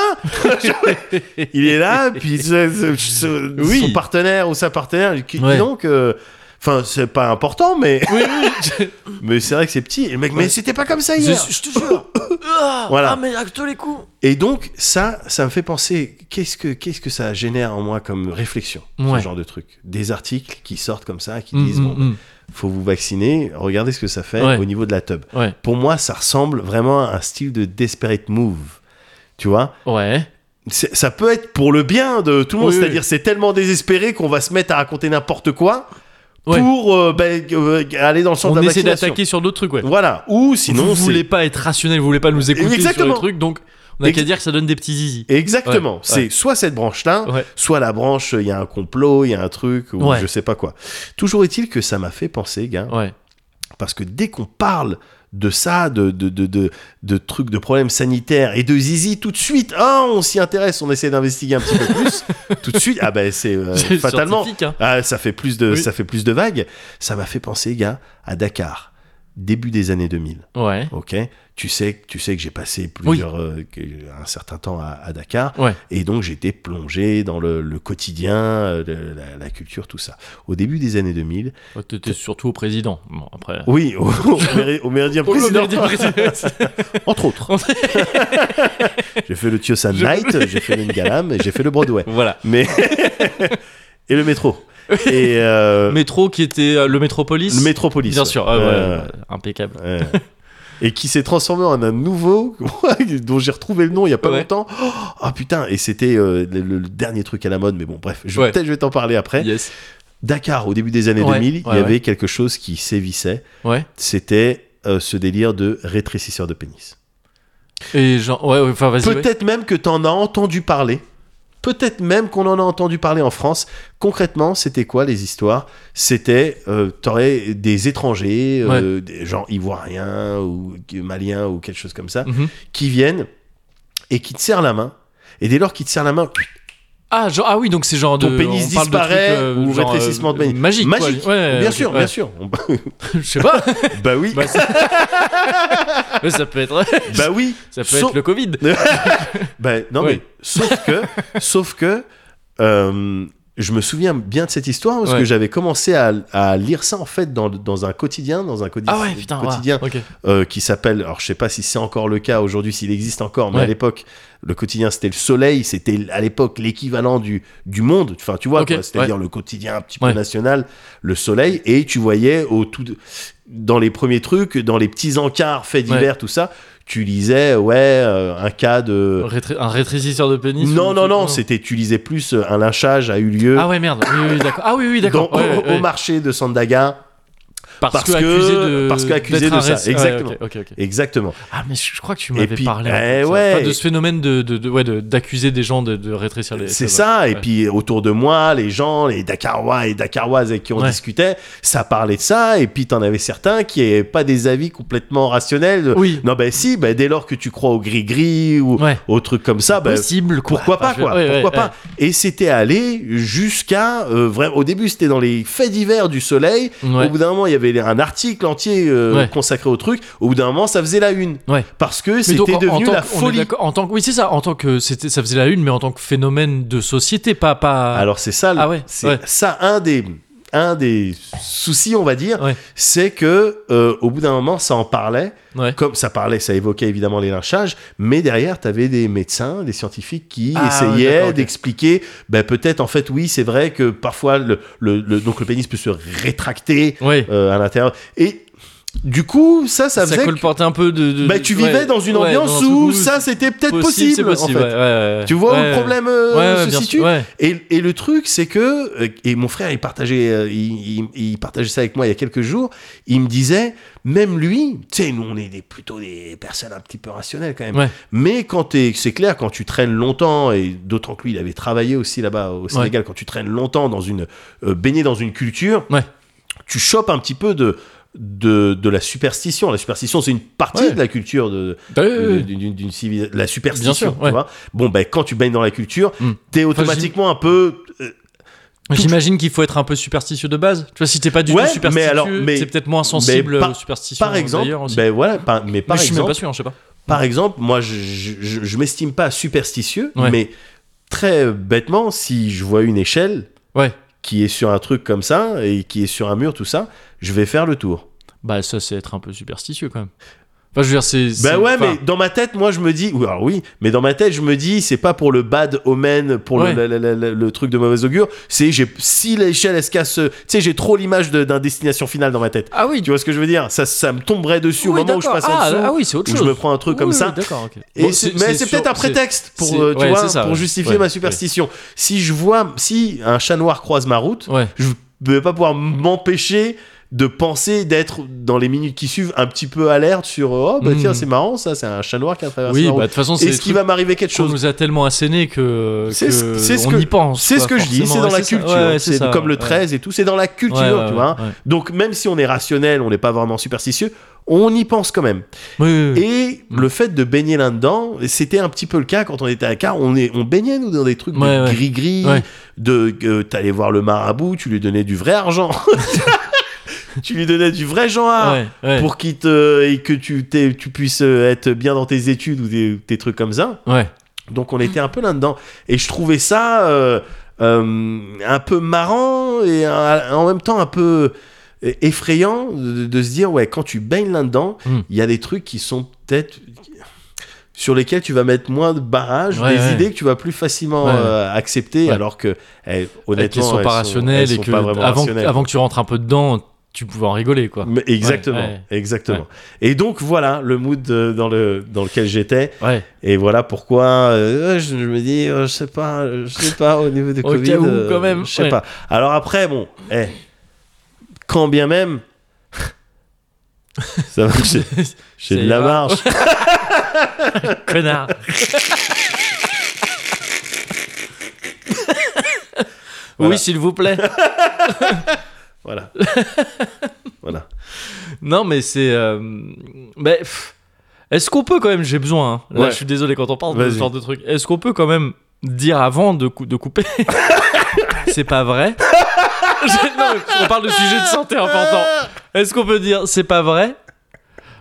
[SPEAKER 2] Il est là puis ce- ce- ce-
[SPEAKER 1] Oui.
[SPEAKER 2] son partenaire ou sa partenaire qui, qui
[SPEAKER 1] Ouais.
[SPEAKER 2] donc euh, enfin c'est pas important mais
[SPEAKER 1] oui, oui, je-
[SPEAKER 2] mais c'est vrai que c'est petit Et le mec mais
[SPEAKER 1] Ouais.
[SPEAKER 2] c'était pas comme ça
[SPEAKER 1] je,
[SPEAKER 2] hier.
[SPEAKER 1] je te jure. Ah,
[SPEAKER 2] Voilà.
[SPEAKER 1] ah, mais à tous les coups.
[SPEAKER 2] Et donc ça ça me fait penser qu'est-ce que qu'est-ce que ça génère en moi comme réflexion
[SPEAKER 1] Ouais.
[SPEAKER 2] ce genre de truc des articles qui sortent comme ça qui
[SPEAKER 1] Mm,
[SPEAKER 2] disent
[SPEAKER 1] mm,
[SPEAKER 2] bon
[SPEAKER 1] mm.
[SPEAKER 2] faut vous vacciner, regardez ce que ça fait
[SPEAKER 1] Ouais.
[SPEAKER 2] au niveau de la tub.
[SPEAKER 1] Ouais,
[SPEAKER 2] Pour moi, ça ressemble vraiment à un style de desperate move. Tu vois
[SPEAKER 1] ouais.
[SPEAKER 2] C'est- Ça peut être pour le bien de tout le monde,
[SPEAKER 1] Oui,
[SPEAKER 2] c'est-à-dire c'est tellement désespéré qu'on va se mettre à raconter n'importe quoi
[SPEAKER 1] Ouais.
[SPEAKER 2] pour euh, ben, euh, aller dans le sens
[SPEAKER 1] On
[SPEAKER 2] de la
[SPEAKER 1] essaie
[SPEAKER 2] vaccination.
[SPEAKER 1] d'attaquer sur d'autres trucs, ouais.
[SPEAKER 2] Voilà. Ou sinon,
[SPEAKER 1] vous
[SPEAKER 2] c'est-
[SPEAKER 1] voulez pas être rationnel, vous voulez pas nous écouter sur
[SPEAKER 2] Exactement.
[SPEAKER 1] le truc, donc on a
[SPEAKER 2] Ex-
[SPEAKER 1] qu'à dire que ça donne des petits zizi.
[SPEAKER 2] Exactement.
[SPEAKER 1] Ouais,
[SPEAKER 2] C'est soit cette branche-là,
[SPEAKER 1] Ouais.
[SPEAKER 2] soit la branche, il y a un complot, il y a un truc, ou
[SPEAKER 1] Ouais.
[SPEAKER 2] je sais pas quoi. Toujours est-il que ça m'a fait penser, gars,
[SPEAKER 1] Ouais.
[SPEAKER 2] Parce que dès qu'on parle de ça, de, de, de, de, de trucs, de problèmes sanitaires et de zizi, tout de suite, ah, on s'y intéresse, on essaie d'investiguer un petit peu plus. tout de suite, ah ben c'est euh,
[SPEAKER 1] C'est
[SPEAKER 2] fatalement,
[SPEAKER 1] scientifique, hein.
[SPEAKER 2] ah, ça, fait plus de,
[SPEAKER 1] Oui.
[SPEAKER 2] ça fait plus de vagues. Ça m'a fait penser, gars, à Dakar, début des années 2000.
[SPEAKER 1] Ouais.
[SPEAKER 2] Ok, tu sais, tu sais que j'ai passé plusieurs euh, que- un certain temps à, à Dakar,
[SPEAKER 1] Ouais.
[SPEAKER 2] et donc j'étais plongé dans le, le quotidien, euh, le- la, la culture, tout ça. Au début des années 2000,
[SPEAKER 1] Ouais, T'étais surtout au président. Bon, après.
[SPEAKER 2] oui, au, au méri- au méridien président, Entre autres. j'ai fait le Tiosan
[SPEAKER 1] Je-
[SPEAKER 2] Night, j'ai fait le Ngalam et j'ai fait le Broadway.
[SPEAKER 1] voilà.
[SPEAKER 2] Mais. et le métro. Et. euh,
[SPEAKER 1] Métro qui était euh, le Métropolis.
[SPEAKER 2] le métropolis.
[SPEAKER 1] Bien
[SPEAKER 2] ouais.
[SPEAKER 1] sûr, ah ouais,
[SPEAKER 2] Euh,
[SPEAKER 1] ouais, impeccable.
[SPEAKER 2] ouais. Et qui s'est transformé en un nouveau dont j'ai retrouvé le nom il y a pas
[SPEAKER 1] Ouais.
[SPEAKER 2] longtemps. Oh, Ah putain, et c'était euh, le, le dernier truc à la mode, mais bon, bref, je,
[SPEAKER 1] Ouais.
[SPEAKER 2] peut-être je vais t'en parler après.
[SPEAKER 1] Yes.
[SPEAKER 2] Dakar, au début des années
[SPEAKER 1] Ouais,
[SPEAKER 2] 2000, il
[SPEAKER 1] ouais,
[SPEAKER 2] y avait quelque chose qui sévissait.
[SPEAKER 1] Ouais.
[SPEAKER 2] C'était euh, ce délire de rétrécisseur de pénis.
[SPEAKER 1] Et genre, ouais, ouais, enfin vas-y. ouais.
[SPEAKER 2] Peut-être même que t'en as entendu parler. Peut-être même qu'on en a entendu parler en France. Concrètement, c'était quoi les histoires C'était, euh, t'aurais des étrangers, euh, des gens ivoiriens ou maliens ou quelque chose comme ça,
[SPEAKER 1] Mhm.
[SPEAKER 2] qui viennent et qui te serrent la main. Et dès lors qu'ils te serrent la main,
[SPEAKER 1] Ah, genre, ah oui, donc c'est genre
[SPEAKER 2] Ton
[SPEAKER 1] de.
[SPEAKER 2] pénis
[SPEAKER 1] on parle de
[SPEAKER 2] disparaît
[SPEAKER 1] trucs, euh,
[SPEAKER 2] ou
[SPEAKER 1] genre,
[SPEAKER 2] rétrécissement de
[SPEAKER 1] euh,
[SPEAKER 2] pénis.
[SPEAKER 1] Magique. quoi.
[SPEAKER 2] Magique.
[SPEAKER 1] Ouais,
[SPEAKER 2] bien
[SPEAKER 1] Euh, ok,
[SPEAKER 2] sûr,
[SPEAKER 1] ouais.
[SPEAKER 2] bien sûr. On-
[SPEAKER 1] Je sais pas.
[SPEAKER 2] bah oui,
[SPEAKER 1] Bah, ça- Ouais, ça peut être.
[SPEAKER 2] bah oui.
[SPEAKER 1] Ça peut
[SPEAKER 2] Sauf-
[SPEAKER 1] être le Covid.
[SPEAKER 2] Ben, non,
[SPEAKER 1] Oui.
[SPEAKER 2] mais sauf que, sauf que euh, je me souviens bien de cette histoire parce
[SPEAKER 1] Ouais.
[SPEAKER 2] que j'avais commencé à, à lire ça en fait dans, dans un quotidien, dans un quotidien,
[SPEAKER 1] Ah ouais, putain, ouais,
[SPEAKER 2] quotidien
[SPEAKER 1] ok.
[SPEAKER 2] euh, qui s'appelle, alors je sais pas si c'est encore le cas aujourd'hui, s'il existe encore, mais
[SPEAKER 1] Ouais.
[SPEAKER 2] à l'époque, le quotidien c'était le soleil, c'était à l'époque l'équivalent du, du monde, enfin tu vois,
[SPEAKER 1] Ok,
[SPEAKER 2] quoi, c'est-à-dire le quotidien un petit peu
[SPEAKER 1] Ouais.
[SPEAKER 2] national, le soleil, et tu voyais au tout, dans les premiers trucs, dans les petits encarts faits
[SPEAKER 1] Ouais.
[SPEAKER 2] divers, tout ça, tu lisais, ouais, euh, un cas de.
[SPEAKER 1] Rétri- un rétrécisseur de pénis ou-
[SPEAKER 2] Non, non, non, c'était, tu lisais plus, euh, un lynchage a eu lieu
[SPEAKER 1] Ah ouais, merde. Oui, oui, oui, d'accord. Ah oui, oui, d'accord.
[SPEAKER 2] dans-
[SPEAKER 1] Ouais,
[SPEAKER 2] au,
[SPEAKER 1] ouais, ouais.
[SPEAKER 2] au marché de Sandaga.
[SPEAKER 1] Parce,
[SPEAKER 2] parce
[SPEAKER 1] que,
[SPEAKER 2] que-
[SPEAKER 1] accusé de.
[SPEAKER 2] parce que accusé
[SPEAKER 1] d'être
[SPEAKER 2] de
[SPEAKER 1] un
[SPEAKER 2] ça,
[SPEAKER 1] ré- ouais,
[SPEAKER 2] exactement.
[SPEAKER 1] ok, ok, ok.
[SPEAKER 2] Exactement.
[SPEAKER 1] Ah, mais je je crois que tu
[SPEAKER 2] Et
[SPEAKER 1] m'avais
[SPEAKER 2] puis-
[SPEAKER 1] parlé.
[SPEAKER 2] eh
[SPEAKER 1] en fait, ça.
[SPEAKER 2] ouais.
[SPEAKER 1] Enfin, de ce phénomène de, de, de- ouais, de- d'accuser des gens de, de rétrécir les.
[SPEAKER 2] C'est ça, et
[SPEAKER 1] ouais.
[SPEAKER 2] puis autour de moi, les gens, les Dakarois et Dakaroises avec qui on
[SPEAKER 1] Ouais.
[SPEAKER 2] discutait, ça parlait de ça, et puis t'en avais certains qui n'avaient pas des avis complètement rationnels.
[SPEAKER 1] Oui.
[SPEAKER 2] Non, ben si, ben, dès lors que tu crois au gris-gris ou
[SPEAKER 1] Ouais.
[SPEAKER 2] au truc comme ça, ben,
[SPEAKER 1] Possible, quoi.
[SPEAKER 2] pourquoi
[SPEAKER 1] Enfin,
[SPEAKER 2] pas,
[SPEAKER 1] je-
[SPEAKER 2] quoi
[SPEAKER 1] ouais, ouais,
[SPEAKER 2] Pourquoi
[SPEAKER 1] ouais.
[SPEAKER 2] pas Et c'était allé jusqu'à... euh, vraiment, au début, c'était dans les faits divers du soleil,
[SPEAKER 1] Ouais.
[SPEAKER 2] Au bout d'un moment, il y avait un article entier euh,
[SPEAKER 1] Ouais.
[SPEAKER 2] consacré au truc. Au bout d'un moment, ça faisait la une.
[SPEAKER 1] Ouais.
[SPEAKER 2] Parce que
[SPEAKER 1] Mais
[SPEAKER 2] c'était
[SPEAKER 1] donc, en- en
[SPEAKER 2] devenu
[SPEAKER 1] tant
[SPEAKER 2] la
[SPEAKER 1] que- on est
[SPEAKER 2] folie.
[SPEAKER 1] d'accord- En tant que, oui, c'est ça. En tant que c'était, ça faisait la une, mais en tant que phénomène de société, pas pas.
[SPEAKER 2] Alors c'est ça, le-
[SPEAKER 1] Ah ouais,
[SPEAKER 2] c'est
[SPEAKER 1] ouais.
[SPEAKER 2] ça un des un des soucis, on va dire,
[SPEAKER 1] Ouais.
[SPEAKER 2] c'est que euh, au bout d'un moment, ça en parlait.
[SPEAKER 1] Ouais.
[SPEAKER 2] Comme ça parlait, ça évoquait évidemment les lynchages, mais derrière, tu avais des médecins, des scientifiques qui
[SPEAKER 1] Ah, ouais,
[SPEAKER 2] essayaient
[SPEAKER 1] d'accord, ok.
[SPEAKER 2] d'expliquer, ben peut-être en fait, oui, c'est vrai que parfois le, le- le- donc le pénis peut se rétracter
[SPEAKER 1] Ouais.
[SPEAKER 2] euh, à l'intérieur. Et du coup, ça, ça
[SPEAKER 1] ça,
[SPEAKER 2] faisait
[SPEAKER 1] colportait un peu de. de-
[SPEAKER 2] bah, tu
[SPEAKER 1] ouais,
[SPEAKER 2] vivais dans une
[SPEAKER 1] ouais,
[SPEAKER 2] ambiance
[SPEAKER 1] dans un
[SPEAKER 2] où
[SPEAKER 1] truc
[SPEAKER 2] ça c'était peut-être
[SPEAKER 1] possible,
[SPEAKER 2] possible,
[SPEAKER 1] c'est possible,
[SPEAKER 2] en fait.
[SPEAKER 1] ouais, ouais, ouais.
[SPEAKER 2] Tu vois où
[SPEAKER 1] Ouais,
[SPEAKER 2] le
[SPEAKER 1] ouais.
[SPEAKER 2] problème euh,
[SPEAKER 1] Ouais, ouais,
[SPEAKER 2] se
[SPEAKER 1] bien
[SPEAKER 2] situe
[SPEAKER 1] sûr, ouais.
[SPEAKER 2] et, et le truc c'est que euh, et mon frère il partageait euh, il, il- il partageait ça avec moi il y a quelques jours il me disait même lui tu sais nous on est des, plutôt des personnes un petit peu rationnelles quand même
[SPEAKER 1] Ouais.
[SPEAKER 2] mais quand t'es c'est clair quand tu traînes longtemps et d'autant que lui il avait travaillé aussi là-bas au Sénégal quand tu traînes longtemps dans une euh, baigné dans une culture
[SPEAKER 1] Ouais.
[SPEAKER 2] tu chopes un petit peu de de, de la superstition. La superstition, c'est une partie
[SPEAKER 1] Ouais.
[SPEAKER 2] de la culture de,
[SPEAKER 1] Bah, ouais, ouais, ouais.
[SPEAKER 2] Euh, d'une- d'une d'une civilisation, la superstition,
[SPEAKER 1] sûr,
[SPEAKER 2] tu
[SPEAKER 1] ouais.
[SPEAKER 2] vois. Bon, ben quand tu baignes dans la culture,
[SPEAKER 1] Mm.
[SPEAKER 2] t'es automatiquement un peu. euh,
[SPEAKER 1] J'imagine qu'il faut être un peu superstitieux de base. Tu vois, si t'es pas du
[SPEAKER 2] Ouais,
[SPEAKER 1] tout superstitieux,
[SPEAKER 2] mais alors- mais-
[SPEAKER 1] c'est peut-être moins sensible
[SPEAKER 2] mais par-
[SPEAKER 1] aux superstitions.
[SPEAKER 2] par exemple,
[SPEAKER 1] d'ailleurs, aussi.
[SPEAKER 2] ben voilà, par- mais par
[SPEAKER 1] mais je suis même
[SPEAKER 2] exemple,
[SPEAKER 1] pas sûr, hein, je sais pas.
[SPEAKER 2] par exemple, moi, je, je, je- je m'estime pas superstitieux,
[SPEAKER 1] Ouais.
[SPEAKER 2] mais très bêtement, si je vois une échelle
[SPEAKER 1] Ouais.
[SPEAKER 2] qui est sur un truc comme ça et qui est sur un mur, tout ça, je vais faire le tour.
[SPEAKER 1] Bah, ça, c'est être un peu superstitieux quand même. Enfin, je veux dire, c'est. c'est-
[SPEAKER 2] Ben ouais,
[SPEAKER 1] enfin,
[SPEAKER 2] mais dans ma tête, moi, je me dis, oui, alors oui, mais dans ma tête, je me dis, c'est pas pour le bad omen, pour le-
[SPEAKER 1] Ouais.
[SPEAKER 2] la- la- la- la- le, truc de mauvais augure. C'est j'ai- si l'échelle elle se casse, tu sais, j'ai trop l'image de- d'un destination finale dans ma tête.
[SPEAKER 1] Ah oui,
[SPEAKER 2] Tu vois ce que je veux dire ça, ça me tomberait dessus
[SPEAKER 1] Oui,
[SPEAKER 2] au moment où je
[SPEAKER 1] d'accord.
[SPEAKER 2] passe en
[SPEAKER 1] ah,
[SPEAKER 2] dessous,
[SPEAKER 1] ah oui, c'est autre
[SPEAKER 2] où
[SPEAKER 1] chose.
[SPEAKER 2] je me prends un truc comme
[SPEAKER 1] Oui,
[SPEAKER 2] ça.
[SPEAKER 1] oui, D'accord, ok.
[SPEAKER 2] Et
[SPEAKER 1] Bon,
[SPEAKER 2] c'est- mais
[SPEAKER 1] sûr-
[SPEAKER 2] c'est peut-être un
[SPEAKER 1] c'est-
[SPEAKER 2] prétexte pour,
[SPEAKER 1] c'est-
[SPEAKER 2] euh, tu
[SPEAKER 1] ouais,
[SPEAKER 2] vois,
[SPEAKER 1] c'est ça,
[SPEAKER 2] pour
[SPEAKER 1] ouais.
[SPEAKER 2] justifier
[SPEAKER 1] Ouais,
[SPEAKER 2] ma superstition. Si je vois, si un chat noir croise ma route,
[SPEAKER 1] Ouais.
[SPEAKER 2] je ne vais pas pouvoir m'empêcher de penser d'être dans les minutes qui suivent un petit peu alerte sur oh bah
[SPEAKER 1] Mhm.
[SPEAKER 2] tiens c'est marrant ça c'est un chat noir qui a traversé
[SPEAKER 1] Oui,
[SPEAKER 2] ma
[SPEAKER 1] bah, de
[SPEAKER 2] route
[SPEAKER 1] toute façon, c'est.
[SPEAKER 2] est-ce
[SPEAKER 1] des
[SPEAKER 2] qu'il
[SPEAKER 1] trucs
[SPEAKER 2] va m'arriver quelque
[SPEAKER 1] qu'on
[SPEAKER 2] chose
[SPEAKER 1] nous a tellement asséné que.
[SPEAKER 2] C'est ce-
[SPEAKER 1] que
[SPEAKER 2] c'est ce
[SPEAKER 1] on
[SPEAKER 2] que-
[SPEAKER 1] y pense.
[SPEAKER 2] c'est ce
[SPEAKER 1] quoi,
[SPEAKER 2] que je dis c'est
[SPEAKER 1] forcément.
[SPEAKER 2] dans la
[SPEAKER 1] Ouais, ça.
[SPEAKER 2] culture
[SPEAKER 1] Ouais,
[SPEAKER 2] c'est
[SPEAKER 1] ça,
[SPEAKER 2] comme le
[SPEAKER 1] ouais.
[SPEAKER 2] 13 et tout c'est dans la
[SPEAKER 1] Ouais,
[SPEAKER 2] culture
[SPEAKER 1] ouais,
[SPEAKER 2] tu vois
[SPEAKER 1] ouais, ouais.
[SPEAKER 2] donc même si on est rationnel on n'est pas vraiment superstitieux on y pense quand même
[SPEAKER 1] Oui, oui, oui.
[SPEAKER 2] Et
[SPEAKER 1] Mm.
[SPEAKER 2] le fait de baigner là-dedans, c'était un petit peu le cas quand on était à Car. On, est, on baignait, nous, dans des trucs de
[SPEAKER 1] Ouais, ouais.
[SPEAKER 2] gris-gris.
[SPEAKER 1] Ouais.
[SPEAKER 2] De, euh, t'allais voir le marabout, tu lui donnais du vrai argent. tu lui donnais du vrai genre
[SPEAKER 1] Ouais, ouais.
[SPEAKER 2] pour qu'il te, et que tu, t'es- tu puisses euh, être bien dans tes études ou des- tes trucs comme ça.
[SPEAKER 1] Ouais.
[SPEAKER 2] Donc on était un peu là-dedans. Et je trouvais ça euh, euh, un peu marrant et un- en même temps un peu effrayant de, de se dire, ouais, quand tu baignes là-dedans, il
[SPEAKER 1] Mm.
[SPEAKER 2] y a des trucs qui sont peut-être sur lesquels tu vas mettre moins de barrages,
[SPEAKER 1] Ouais,
[SPEAKER 2] des
[SPEAKER 1] ouais.
[SPEAKER 2] idées que tu vas plus facilement
[SPEAKER 1] Ouais.
[SPEAKER 2] euh, accepter,
[SPEAKER 1] Ouais.
[SPEAKER 2] alors que, eh,
[SPEAKER 1] Et
[SPEAKER 2] honnêtement,
[SPEAKER 1] qu'elles sont
[SPEAKER 2] elles
[SPEAKER 1] pas rationnelles
[SPEAKER 2] elles
[SPEAKER 1] et
[SPEAKER 2] sont
[SPEAKER 1] que
[SPEAKER 2] pas vraiment
[SPEAKER 1] avant,
[SPEAKER 2] rationnelles.
[SPEAKER 1] avant que tu rentres un peu dedans, tu pouvais en rigoler, quoi.
[SPEAKER 2] Mais Exactement,
[SPEAKER 1] Ouais,
[SPEAKER 2] exactement.
[SPEAKER 1] Ouais.
[SPEAKER 2] Et donc voilà le mood euh, dans, le, dans lequel j'étais.
[SPEAKER 1] Ouais.
[SPEAKER 2] Et voilà pourquoi euh, je, je me dis, euh, je sais pas, euh, je sais pas au niveau de
[SPEAKER 1] Au
[SPEAKER 2] Covid.
[SPEAKER 1] cas où,
[SPEAKER 2] euh,
[SPEAKER 1] quand même,
[SPEAKER 2] Je sais
[SPEAKER 1] ouais.
[SPEAKER 2] pas. Alors après, bon, eh, quand bien même, ça va, j'ai- j'ai
[SPEAKER 1] Ça
[SPEAKER 2] de
[SPEAKER 1] y
[SPEAKER 2] la
[SPEAKER 1] va.
[SPEAKER 2] marge.
[SPEAKER 1] Connard.
[SPEAKER 2] Voilà.
[SPEAKER 1] Oui, s'il vous plaît.
[SPEAKER 2] Voilà. voilà.
[SPEAKER 1] Non, mais c'est. euh, mais, pff, Est-ce qu'on peut quand même. J'ai besoin. hein. Là,
[SPEAKER 2] Ouais.
[SPEAKER 1] je suis désolé quand on parle de ce
[SPEAKER 2] Vas-y.
[SPEAKER 1] genre de truc. Est-ce qu'on peut quand même dire avant de, cou- de couper C'est pas vrai. Je- non, mais on parle de sujet de santé important. Est-ce qu'on peut dire c'est pas vrai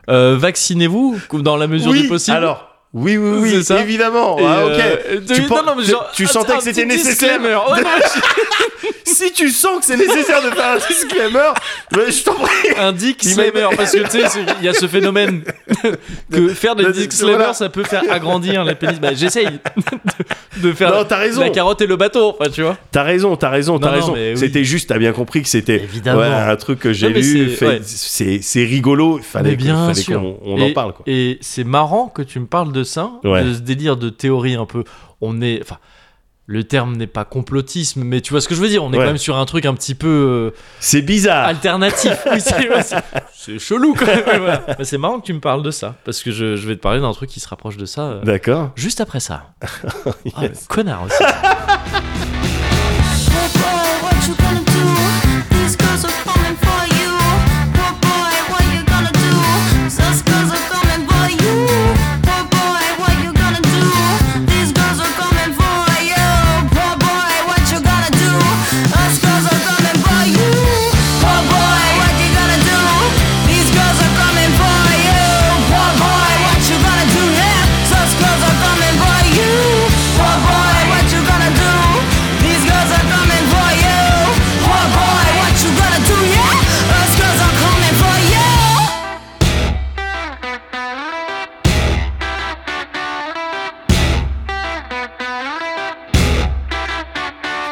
[SPEAKER 1] Euh, Vaccinez-vous dans la mesure
[SPEAKER 2] Oui,
[SPEAKER 1] du possible.
[SPEAKER 2] Alors, Oui, oui, oui,
[SPEAKER 1] C'est ça.
[SPEAKER 2] évidemment.
[SPEAKER 1] Et,
[SPEAKER 2] Ah, ok.
[SPEAKER 1] euh,
[SPEAKER 2] Tu
[SPEAKER 1] non,
[SPEAKER 2] pen-
[SPEAKER 1] non, mais
[SPEAKER 2] tu-
[SPEAKER 1] genre,
[SPEAKER 2] tu
[SPEAKER 1] un-
[SPEAKER 2] sentais
[SPEAKER 1] un
[SPEAKER 2] que c'était
[SPEAKER 1] petit
[SPEAKER 2] nécessaire.
[SPEAKER 1] disclaimer. Ouais, non,
[SPEAKER 2] Si tu sens que c'est nécessaire de faire un disclaimer, ouais, je t'en prie.
[SPEAKER 1] un disclaimer parce que tu sais c'est- il y a ce phénomène que faire des
[SPEAKER 2] de-
[SPEAKER 1] disclaimers
[SPEAKER 2] voilà.
[SPEAKER 1] ça peut faire agrandir les pénis bah j'essaye de- de faire
[SPEAKER 2] Non, t'as raison.
[SPEAKER 1] la carotte et le bâton enfin tu vois
[SPEAKER 2] T'as raison, t'as raison, t'as
[SPEAKER 1] Non, non,
[SPEAKER 2] raison.
[SPEAKER 1] mais oui.
[SPEAKER 2] C'était juste, t'as bien compris que c'était
[SPEAKER 1] Évidemment.
[SPEAKER 2] voilà, un truc que j'ai
[SPEAKER 1] Non, mais
[SPEAKER 2] lu.
[SPEAKER 1] c'est-
[SPEAKER 2] fait-
[SPEAKER 1] ouais.
[SPEAKER 2] C'est c'est rigolo. Fallait
[SPEAKER 1] Mais
[SPEAKER 2] que-
[SPEAKER 1] bien
[SPEAKER 2] fallait
[SPEAKER 1] sûr.
[SPEAKER 2] qu'on on en
[SPEAKER 1] Et-
[SPEAKER 2] parle. Quoi.
[SPEAKER 1] et c'est marrant que tu me parles de ça
[SPEAKER 2] Ouais.
[SPEAKER 1] de ce délire de théorie un peu on est enfin le terme n'est pas complotisme, mais tu vois ce que je veux dire. On est
[SPEAKER 2] Ouais.
[SPEAKER 1] quand même sur un truc un petit peu euh,
[SPEAKER 2] C'est bizarre.
[SPEAKER 1] alternatif. Oui, c'est- ouais, c'est- c'est chelou quand même. mais voilà. Mais c'est marrant que tu me parles de ça, parce que je, je vais te parler d'un truc qui se rapproche de ça. euh,
[SPEAKER 2] D'accord.
[SPEAKER 1] Juste après ça. Ah, le connard aussi.
[SPEAKER 3] Poor boy, what you gonna do? These girls are falling for you. Poor boy, what you gonna do? Those girls are coming for you. Poor boy, what you gonna do? These girls are coming for you. Poor boy, what you gonna do? Those girls are coming for you. Poor boy, what you gonna do? These girls are coming for you. Poor boy, what you gonna do? Yeah, those girls are coming for you. Poor boy, what you gonna do? These girls are coming for you. Poor boy, what you gonna do? Yeah, those girls are coming for you.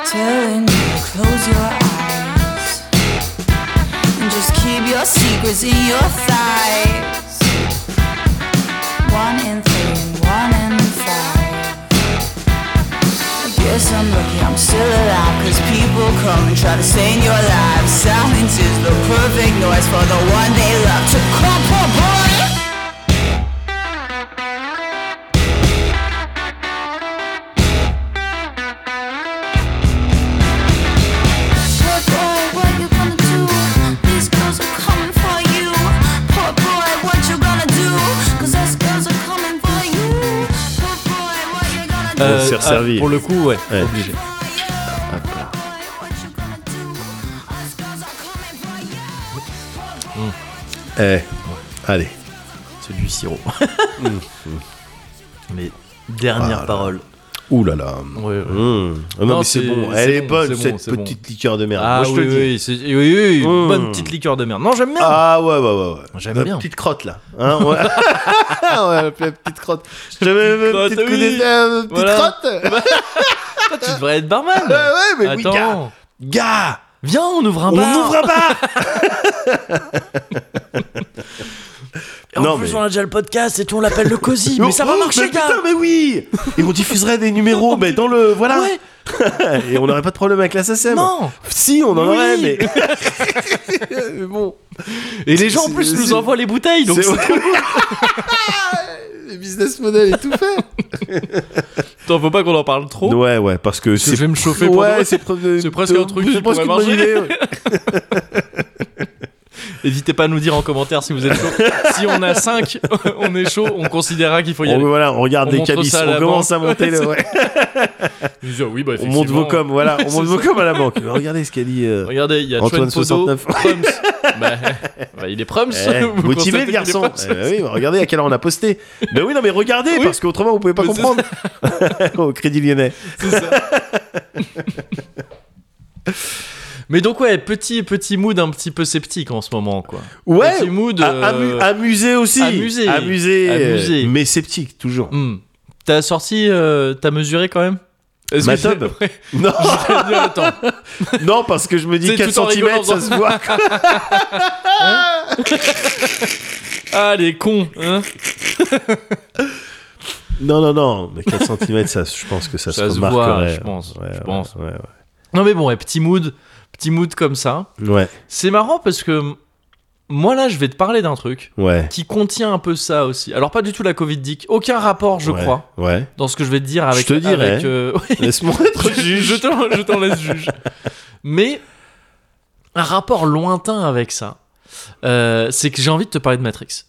[SPEAKER 3] telling you to close your eyes and just keep your secrets in your thighs. One in three and one in five. I guess I'm lucky I'm still alive, cause people come and try to stain your life. Silence is the perfect noise for the one they love to call poor boy. Poor boy, what you gonna do? These girls are coming for you. Poor boy, what you gonna do? Cause those girls are coming for you. Poor boy, what you gonna do?
[SPEAKER 2] Euh, s'est resservi.
[SPEAKER 1] ah, pour le coup, ouais,
[SPEAKER 2] Ouais.
[SPEAKER 1] obligé.
[SPEAKER 3] For you. Poor boy, what you gonna do? Those girls are coming for you.
[SPEAKER 2] Eh, allez.
[SPEAKER 1] C'est du sirop. Mm. Mais dernière
[SPEAKER 2] Ah,
[SPEAKER 1] parole.
[SPEAKER 2] Ouh là là.
[SPEAKER 1] Ouais, ouais.
[SPEAKER 2] Mmh. Non,
[SPEAKER 1] Non,
[SPEAKER 2] mais c'est
[SPEAKER 1] c'est-
[SPEAKER 2] bon.
[SPEAKER 1] c'est
[SPEAKER 2] Elle est
[SPEAKER 1] bon,
[SPEAKER 2] bonne,
[SPEAKER 1] c'est bon,
[SPEAKER 2] cette
[SPEAKER 1] c'est bon.
[SPEAKER 2] petite liqueur de merde.
[SPEAKER 1] Ah
[SPEAKER 2] Moi, je
[SPEAKER 1] oui,
[SPEAKER 2] te le dis.
[SPEAKER 1] oui, c'est- oui, oui, oui,
[SPEAKER 2] Mm.
[SPEAKER 1] bonne petite liqueur de merde. Non, j'aime bien.
[SPEAKER 2] Ah ouais, ouais, ouais. ouais.
[SPEAKER 1] J'aime
[SPEAKER 2] La
[SPEAKER 1] bien.
[SPEAKER 2] petite crotte là. Hein, ouais. ouais, la petite crotte. Je te mets une
[SPEAKER 1] crotte,
[SPEAKER 2] petite, coup
[SPEAKER 1] oui.
[SPEAKER 2] d'essai, euh, petite
[SPEAKER 1] Voilà.
[SPEAKER 2] crotte.
[SPEAKER 1] Toi, tu devrais être barman.
[SPEAKER 2] Ah, Ouais, ouais, mais oui, gars.
[SPEAKER 1] Attends,
[SPEAKER 2] Gars,
[SPEAKER 1] viens, on ouvre un
[SPEAKER 2] on
[SPEAKER 1] bar.
[SPEAKER 2] ouvre un bar.
[SPEAKER 1] Et en
[SPEAKER 2] Non,
[SPEAKER 1] plus,
[SPEAKER 2] mais-
[SPEAKER 1] on a déjà le podcast et tout, on l'appelle le cosy. mais ça va
[SPEAKER 2] Oh,
[SPEAKER 1] marcher,
[SPEAKER 2] mais
[SPEAKER 1] gars.
[SPEAKER 2] Putain, mais oui. Et on diffuserait des numéros, mais dans le voilà.
[SPEAKER 1] Ouais,
[SPEAKER 2] Et on n'aurait pas de problème avec la SACEM.
[SPEAKER 1] non.
[SPEAKER 2] Si, on en
[SPEAKER 1] Oui.
[SPEAKER 2] aurait, mais.
[SPEAKER 1] bon. Et les gens en plus
[SPEAKER 2] C'est-
[SPEAKER 1] nous
[SPEAKER 2] c'est-
[SPEAKER 1] envoient les bouteilles, donc c'est-
[SPEAKER 2] Les business model est tout fait.
[SPEAKER 1] Attends, faut pas qu'on en parle trop.
[SPEAKER 2] Ouais, ouais, parce que
[SPEAKER 1] que je vais me chauffer pendant-
[SPEAKER 2] Ouais, c'est pre-
[SPEAKER 1] C'est presque un truc qui
[SPEAKER 2] C'est presque une
[SPEAKER 1] pourrait
[SPEAKER 2] bonne
[SPEAKER 1] marcher.
[SPEAKER 2] idée. ouais.
[SPEAKER 1] N'hésitez pas à nous dire en commentaire si vous êtes chaud. si on a 5, on est chaud, on considérera qu'il faut y
[SPEAKER 2] On,
[SPEAKER 1] aller.
[SPEAKER 2] voilà, on regarde
[SPEAKER 1] On
[SPEAKER 2] les
[SPEAKER 1] montre
[SPEAKER 2] cabis,
[SPEAKER 1] ça à la
[SPEAKER 2] on commence à
[SPEAKER 1] banque.
[SPEAKER 2] monter le. ouais.
[SPEAKER 1] Ils disent, ah oui, bah,
[SPEAKER 2] On monte
[SPEAKER 1] effectivement.
[SPEAKER 2] vos coms, voilà, on
[SPEAKER 1] C'est
[SPEAKER 2] monte vos coms à la banque. Regardez ce qu'a dit. euh,
[SPEAKER 1] Regardez, il y a
[SPEAKER 2] Antoine
[SPEAKER 1] Antoine Podo,
[SPEAKER 2] 69.
[SPEAKER 1] Proms. bah, bah, il est Proms.
[SPEAKER 2] eh,
[SPEAKER 1] vous
[SPEAKER 2] motivé
[SPEAKER 1] constatez qu'il
[SPEAKER 2] le
[SPEAKER 1] est
[SPEAKER 2] garçon.
[SPEAKER 1] Proms.
[SPEAKER 2] Eh ben oui, bah, regardez à quelle heure on a posté. Mais oui, non, mais regardez,
[SPEAKER 1] Oui.
[SPEAKER 2] parce qu'autrement vous pouvez pas
[SPEAKER 1] Mais c'est
[SPEAKER 2] comprendre. Au Crédit Lyonnais.
[SPEAKER 1] C'est ça. Mais donc ouais, petit petit mood un petit peu sceptique en ce moment quoi.
[SPEAKER 2] Ouais.
[SPEAKER 1] Petit mood.
[SPEAKER 2] a-
[SPEAKER 1] euh,
[SPEAKER 2] amu- amusé aussi.
[SPEAKER 1] amusé.
[SPEAKER 2] Amusé. euh,
[SPEAKER 1] Amusé.
[SPEAKER 2] Mais sceptique toujours.
[SPEAKER 1] hmm. T'as sorti, euh, t'as mesuré quand même. Est-ce
[SPEAKER 2] Ma
[SPEAKER 1] que
[SPEAKER 2] teub
[SPEAKER 1] Ouais.
[SPEAKER 2] Non,
[SPEAKER 1] J'allais dire, attends.
[SPEAKER 2] non, parce que je me dis
[SPEAKER 1] C'est
[SPEAKER 2] 4
[SPEAKER 1] tout en rigolant,
[SPEAKER 2] cm, ça se voit.
[SPEAKER 1] Ah les cons. Hein
[SPEAKER 2] Non, non, non, mais 4 cm, ça, je pense que ça,
[SPEAKER 1] Ça
[SPEAKER 2] se
[SPEAKER 1] se voit,
[SPEAKER 2] remarquerait.
[SPEAKER 1] je pense,
[SPEAKER 2] Ouais,
[SPEAKER 1] je
[SPEAKER 2] ouais,
[SPEAKER 1] pense.
[SPEAKER 2] ouais,
[SPEAKER 1] non mais bon, ouais, petit mood, petit mood comme ça.
[SPEAKER 2] ouais. ouais.
[SPEAKER 1] C'est marrant parce que moi là, je vais te parler d'un truc
[SPEAKER 2] ouais.
[SPEAKER 1] qui contient un peu ça aussi. Alors pas du tout la Covid dick, aucun rapport je
[SPEAKER 2] Ouais,
[SPEAKER 1] crois
[SPEAKER 2] Ouais.
[SPEAKER 1] dans ce que je vais te dire avec.
[SPEAKER 2] Je te dirai.
[SPEAKER 1] avec, euh, ouais.
[SPEAKER 2] Laisse-moi être
[SPEAKER 1] je,
[SPEAKER 2] juge.
[SPEAKER 1] je t'en, je t'en laisse juge. Mais un rapport lointain avec ça, euh, c'est que j'ai envie de te parler de Matrix.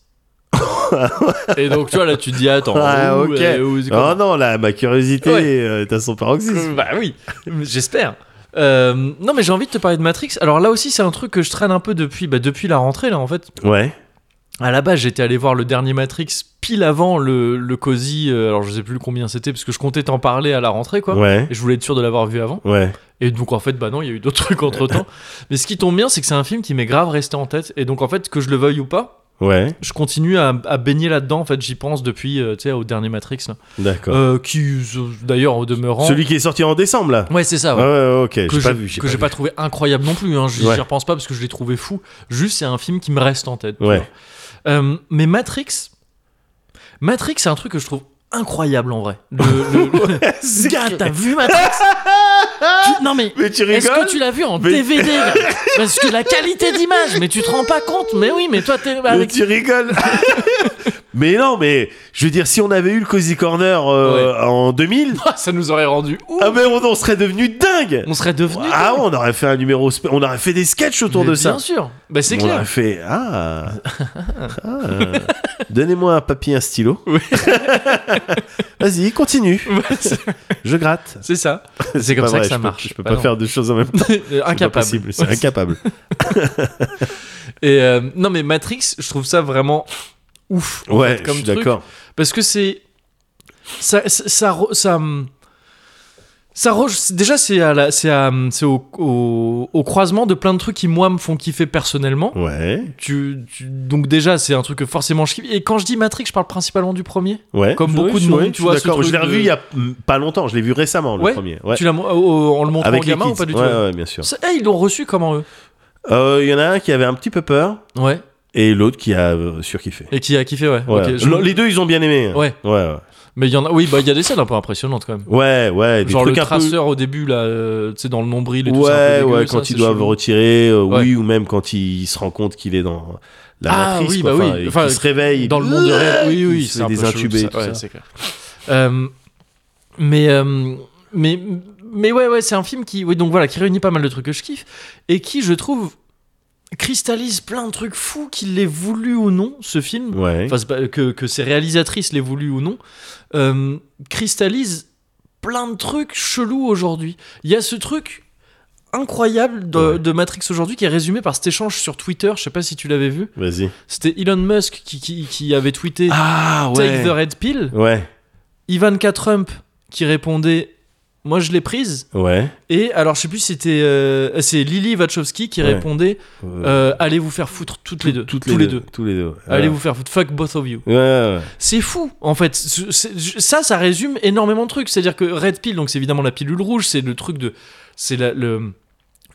[SPEAKER 1] Et donc, tu vois, là, tu te dis, attends,
[SPEAKER 2] Ah,
[SPEAKER 1] où,
[SPEAKER 2] ok.
[SPEAKER 1] euh, où, c'est
[SPEAKER 2] Oh
[SPEAKER 1] quoi
[SPEAKER 2] non, là, ma curiosité,
[SPEAKER 1] Ouais.
[SPEAKER 2] euh, t'as son paroxysme.
[SPEAKER 1] Bah oui, j'espère. Euh, non, mais j'ai envie de te parler de Matrix. Alors là aussi, c'est un truc que je traîne un peu depuis, bah, depuis la rentrée, là, en fait.
[SPEAKER 2] Ouais.
[SPEAKER 1] À la base, j'étais allé voir le dernier Matrix pile avant le, le COSI, euh, alors je sais plus combien c'était, parce que je comptais t'en parler à la rentrée, quoi.
[SPEAKER 2] Ouais.
[SPEAKER 1] Et je voulais être sûr de l'avoir vu avant.
[SPEAKER 2] Ouais.
[SPEAKER 1] Et donc en fait, bah non, il y a eu d'autres trucs entre temps. Mais ce qui tombe bien, c'est que c'est un film qui m'est grave resté en tête. Et donc en fait, que je le veuille ou pas,
[SPEAKER 2] Ouais.
[SPEAKER 1] je continue à, à baigner là-dedans. En fait, j'y pense depuis, euh, tu sais, au dernier Matrix, là.
[SPEAKER 2] D'accord.
[SPEAKER 1] Euh, qui, euh, d'ailleurs, au demeurant.
[SPEAKER 2] Celui qui est sorti en décembre là.
[SPEAKER 1] Ouais, c'est ça. ouais.
[SPEAKER 2] Ah ouais,
[SPEAKER 1] que
[SPEAKER 2] ok. J'ai
[SPEAKER 1] j'ai
[SPEAKER 2] pas
[SPEAKER 1] que
[SPEAKER 2] vu.
[SPEAKER 1] j'ai pas, trouvé incroyable non plus. Hein. J'y
[SPEAKER 2] Ouais.
[SPEAKER 1] j'y repense pas parce que je l'ai trouvé fou. Juste, c'est un film qui me reste en tête. tu
[SPEAKER 2] Ouais.
[SPEAKER 1] vois. Euh, mais Matrix, Matrix, c'est un truc que je trouve incroyable en vrai. Le, le- le-
[SPEAKER 2] C'est
[SPEAKER 1] Gars,
[SPEAKER 2] que-
[SPEAKER 1] t'as vu Matrix Tu- Non mais.
[SPEAKER 2] Mais tu
[SPEAKER 1] Est-ce
[SPEAKER 2] rigoles
[SPEAKER 1] que tu l'as vu en
[SPEAKER 2] Mais-
[SPEAKER 1] DVD gars Parce que la qualité d'image, mais tu te rends pas compte. Mais oui, mais toi t'es
[SPEAKER 2] Mais
[SPEAKER 1] avec.
[SPEAKER 2] tu rigoles Mais non, mais je veux dire, si on avait eu le Cozy Corner euh, en 2000,
[SPEAKER 1] Ça nous aurait rendu ouf.
[SPEAKER 2] ah ben on, on serait devenu dingue
[SPEAKER 1] On serait devenu.
[SPEAKER 2] Ah, on aurait fait un numéro, spé- on aurait fait des sketchs autour
[SPEAKER 1] Mais
[SPEAKER 2] de
[SPEAKER 1] bien
[SPEAKER 2] ça.
[SPEAKER 1] sûr. Bah c'est
[SPEAKER 2] on
[SPEAKER 1] clair.
[SPEAKER 2] aurait fait ah, Ah. donnez-moi un papier, un stylo.
[SPEAKER 1] Oui.
[SPEAKER 2] Vas-y, continue.
[SPEAKER 1] Ouais, c'est-
[SPEAKER 2] Je gratte.
[SPEAKER 1] c'est ça. C'est comme
[SPEAKER 2] Pas
[SPEAKER 1] ça
[SPEAKER 2] vrai,
[SPEAKER 1] que ça
[SPEAKER 2] je peux-
[SPEAKER 1] marche.
[SPEAKER 2] je peux
[SPEAKER 1] Bah
[SPEAKER 2] pas
[SPEAKER 1] non.
[SPEAKER 2] faire deux choses en même temps. C'est pas
[SPEAKER 1] Incapable.
[SPEAKER 2] possible, C'est incapable.
[SPEAKER 1] Et euh, non, mais Matrix, je trouve ça vraiment ouf. en
[SPEAKER 2] Ouais,
[SPEAKER 1] fait,
[SPEAKER 2] je
[SPEAKER 1] comme
[SPEAKER 2] suis
[SPEAKER 1] truc.
[SPEAKER 2] d'accord.
[SPEAKER 1] Parce que c'est. Ça. Ça. ça, re- ça, hum, ça re- déjà, c'est à la- c'est à, hum, c'est au, au- au croisement de plein de trucs qui, moi, me font kiffer personnellement.
[SPEAKER 2] Ouais,
[SPEAKER 1] Tu, tu- donc, déjà, c'est un truc que forcément je kiffe. Et quand je dis Matrix, je parle principalement du premier.
[SPEAKER 2] ouais.
[SPEAKER 1] Comme
[SPEAKER 2] Ouais,
[SPEAKER 1] beaucoup de
[SPEAKER 2] je-
[SPEAKER 1] monde,
[SPEAKER 2] ouais,
[SPEAKER 1] tu
[SPEAKER 2] je suis
[SPEAKER 1] vois, ce
[SPEAKER 2] D'accord,
[SPEAKER 1] truc
[SPEAKER 2] je l'ai
[SPEAKER 1] de-
[SPEAKER 2] revu il y a mm, pas longtemps. Je l'ai vu récemment, le
[SPEAKER 1] Ouais.
[SPEAKER 2] premier. Ouais.
[SPEAKER 1] Tu l'as, mon- euh, en le montrant
[SPEAKER 2] Avec
[SPEAKER 1] au
[SPEAKER 2] les
[SPEAKER 1] gamin
[SPEAKER 2] kids.
[SPEAKER 1] ou pas du
[SPEAKER 2] ouais,
[SPEAKER 1] tout
[SPEAKER 2] ouais, bien sûr.
[SPEAKER 1] Ça- eh, ils l'ont reçu comment eux
[SPEAKER 2] Euh, Il y en a un qui avait un petit peu peur
[SPEAKER 1] Ouais.
[SPEAKER 2] et l'autre qui a euh, surkiffé.
[SPEAKER 1] Et qui a kiffé, ouais.
[SPEAKER 2] Ouais.
[SPEAKER 1] Ok, je-
[SPEAKER 2] Non, Les deux, ils ont bien aimé.
[SPEAKER 1] Ouais.
[SPEAKER 2] Ouais, ouais.
[SPEAKER 1] Mais il y en a. Oui, bah, il y a des scènes un peu impressionnantes quand même.
[SPEAKER 2] Ouais, ouais, des
[SPEAKER 1] Genre le
[SPEAKER 2] trucs un peu-
[SPEAKER 1] traceur au début, là, euh, tu sais, dans le nombril et tout ça. un
[SPEAKER 2] ouais,
[SPEAKER 1] peu dégueu,
[SPEAKER 2] ouais,
[SPEAKER 1] ça,
[SPEAKER 2] quand
[SPEAKER 1] c'est
[SPEAKER 2] ils doivent
[SPEAKER 1] chelou.
[SPEAKER 2] retirer, euh,
[SPEAKER 1] Ouais.
[SPEAKER 2] oui, ou même quand il, il se rend compte qu'il est dans la
[SPEAKER 1] Ah,
[SPEAKER 2] matrice,
[SPEAKER 1] oui,
[SPEAKER 2] quoi,
[SPEAKER 1] bah oui.
[SPEAKER 2] et
[SPEAKER 1] Enfin,
[SPEAKER 2] qu'il se réveille,
[SPEAKER 1] Dans le monde réel, oui, oui,
[SPEAKER 2] il
[SPEAKER 1] c'est
[SPEAKER 2] se fait
[SPEAKER 1] un peu
[SPEAKER 2] des
[SPEAKER 1] chelou,
[SPEAKER 2] intubés,
[SPEAKER 1] ça,
[SPEAKER 2] tout
[SPEAKER 1] ouais,
[SPEAKER 2] ça.
[SPEAKER 1] c'est clair. Euh, mais, euh, mais, mais ouais, ouais, c'est un film qui, oui, donc voilà, qui réunit pas mal de trucs que je kiffe et qui, je trouve, cristallise plein de trucs fous qu'il l'ait voulu ou non, ce film.
[SPEAKER 2] Ouais.
[SPEAKER 1] Enfin, c'est pas- que, que ses réalisatrices l'aient voulu ou non, euh, cristallise plein de trucs chelous aujourd'hui. Il y a ce truc incroyable de,
[SPEAKER 2] Ouais.
[SPEAKER 1] de Matrix aujourd'hui qui est résumé par cet échange sur Twitter, je sais pas si tu l'avais vu,
[SPEAKER 2] Vas-y.
[SPEAKER 1] c'était Elon Musk qui, qui, qui avait tweeté
[SPEAKER 2] Ah,
[SPEAKER 1] Take the Red Pill,
[SPEAKER 2] Ouais,
[SPEAKER 1] Ivanka Trump qui répondait Moi je l'ai prise,
[SPEAKER 2] ouais.
[SPEAKER 1] et alors je sais plus si c'était... euh, c'est Lily Wachowski qui
[SPEAKER 2] Ouais.
[SPEAKER 1] répondait euh, Allez vous faire foutre toutes les deux, tous les deux.
[SPEAKER 2] Tous les deux.
[SPEAKER 1] Allez vous faire foutre, fuck both of you.
[SPEAKER 2] Ouais, ouais, ouais.
[SPEAKER 1] C'est fou, en fait. C'est- c'est- Ça, ça résume énormément de trucs. C'est-à-dire que Red Pill, donc c'est évidemment la pilule rouge, c'est le truc de. C'est la- le.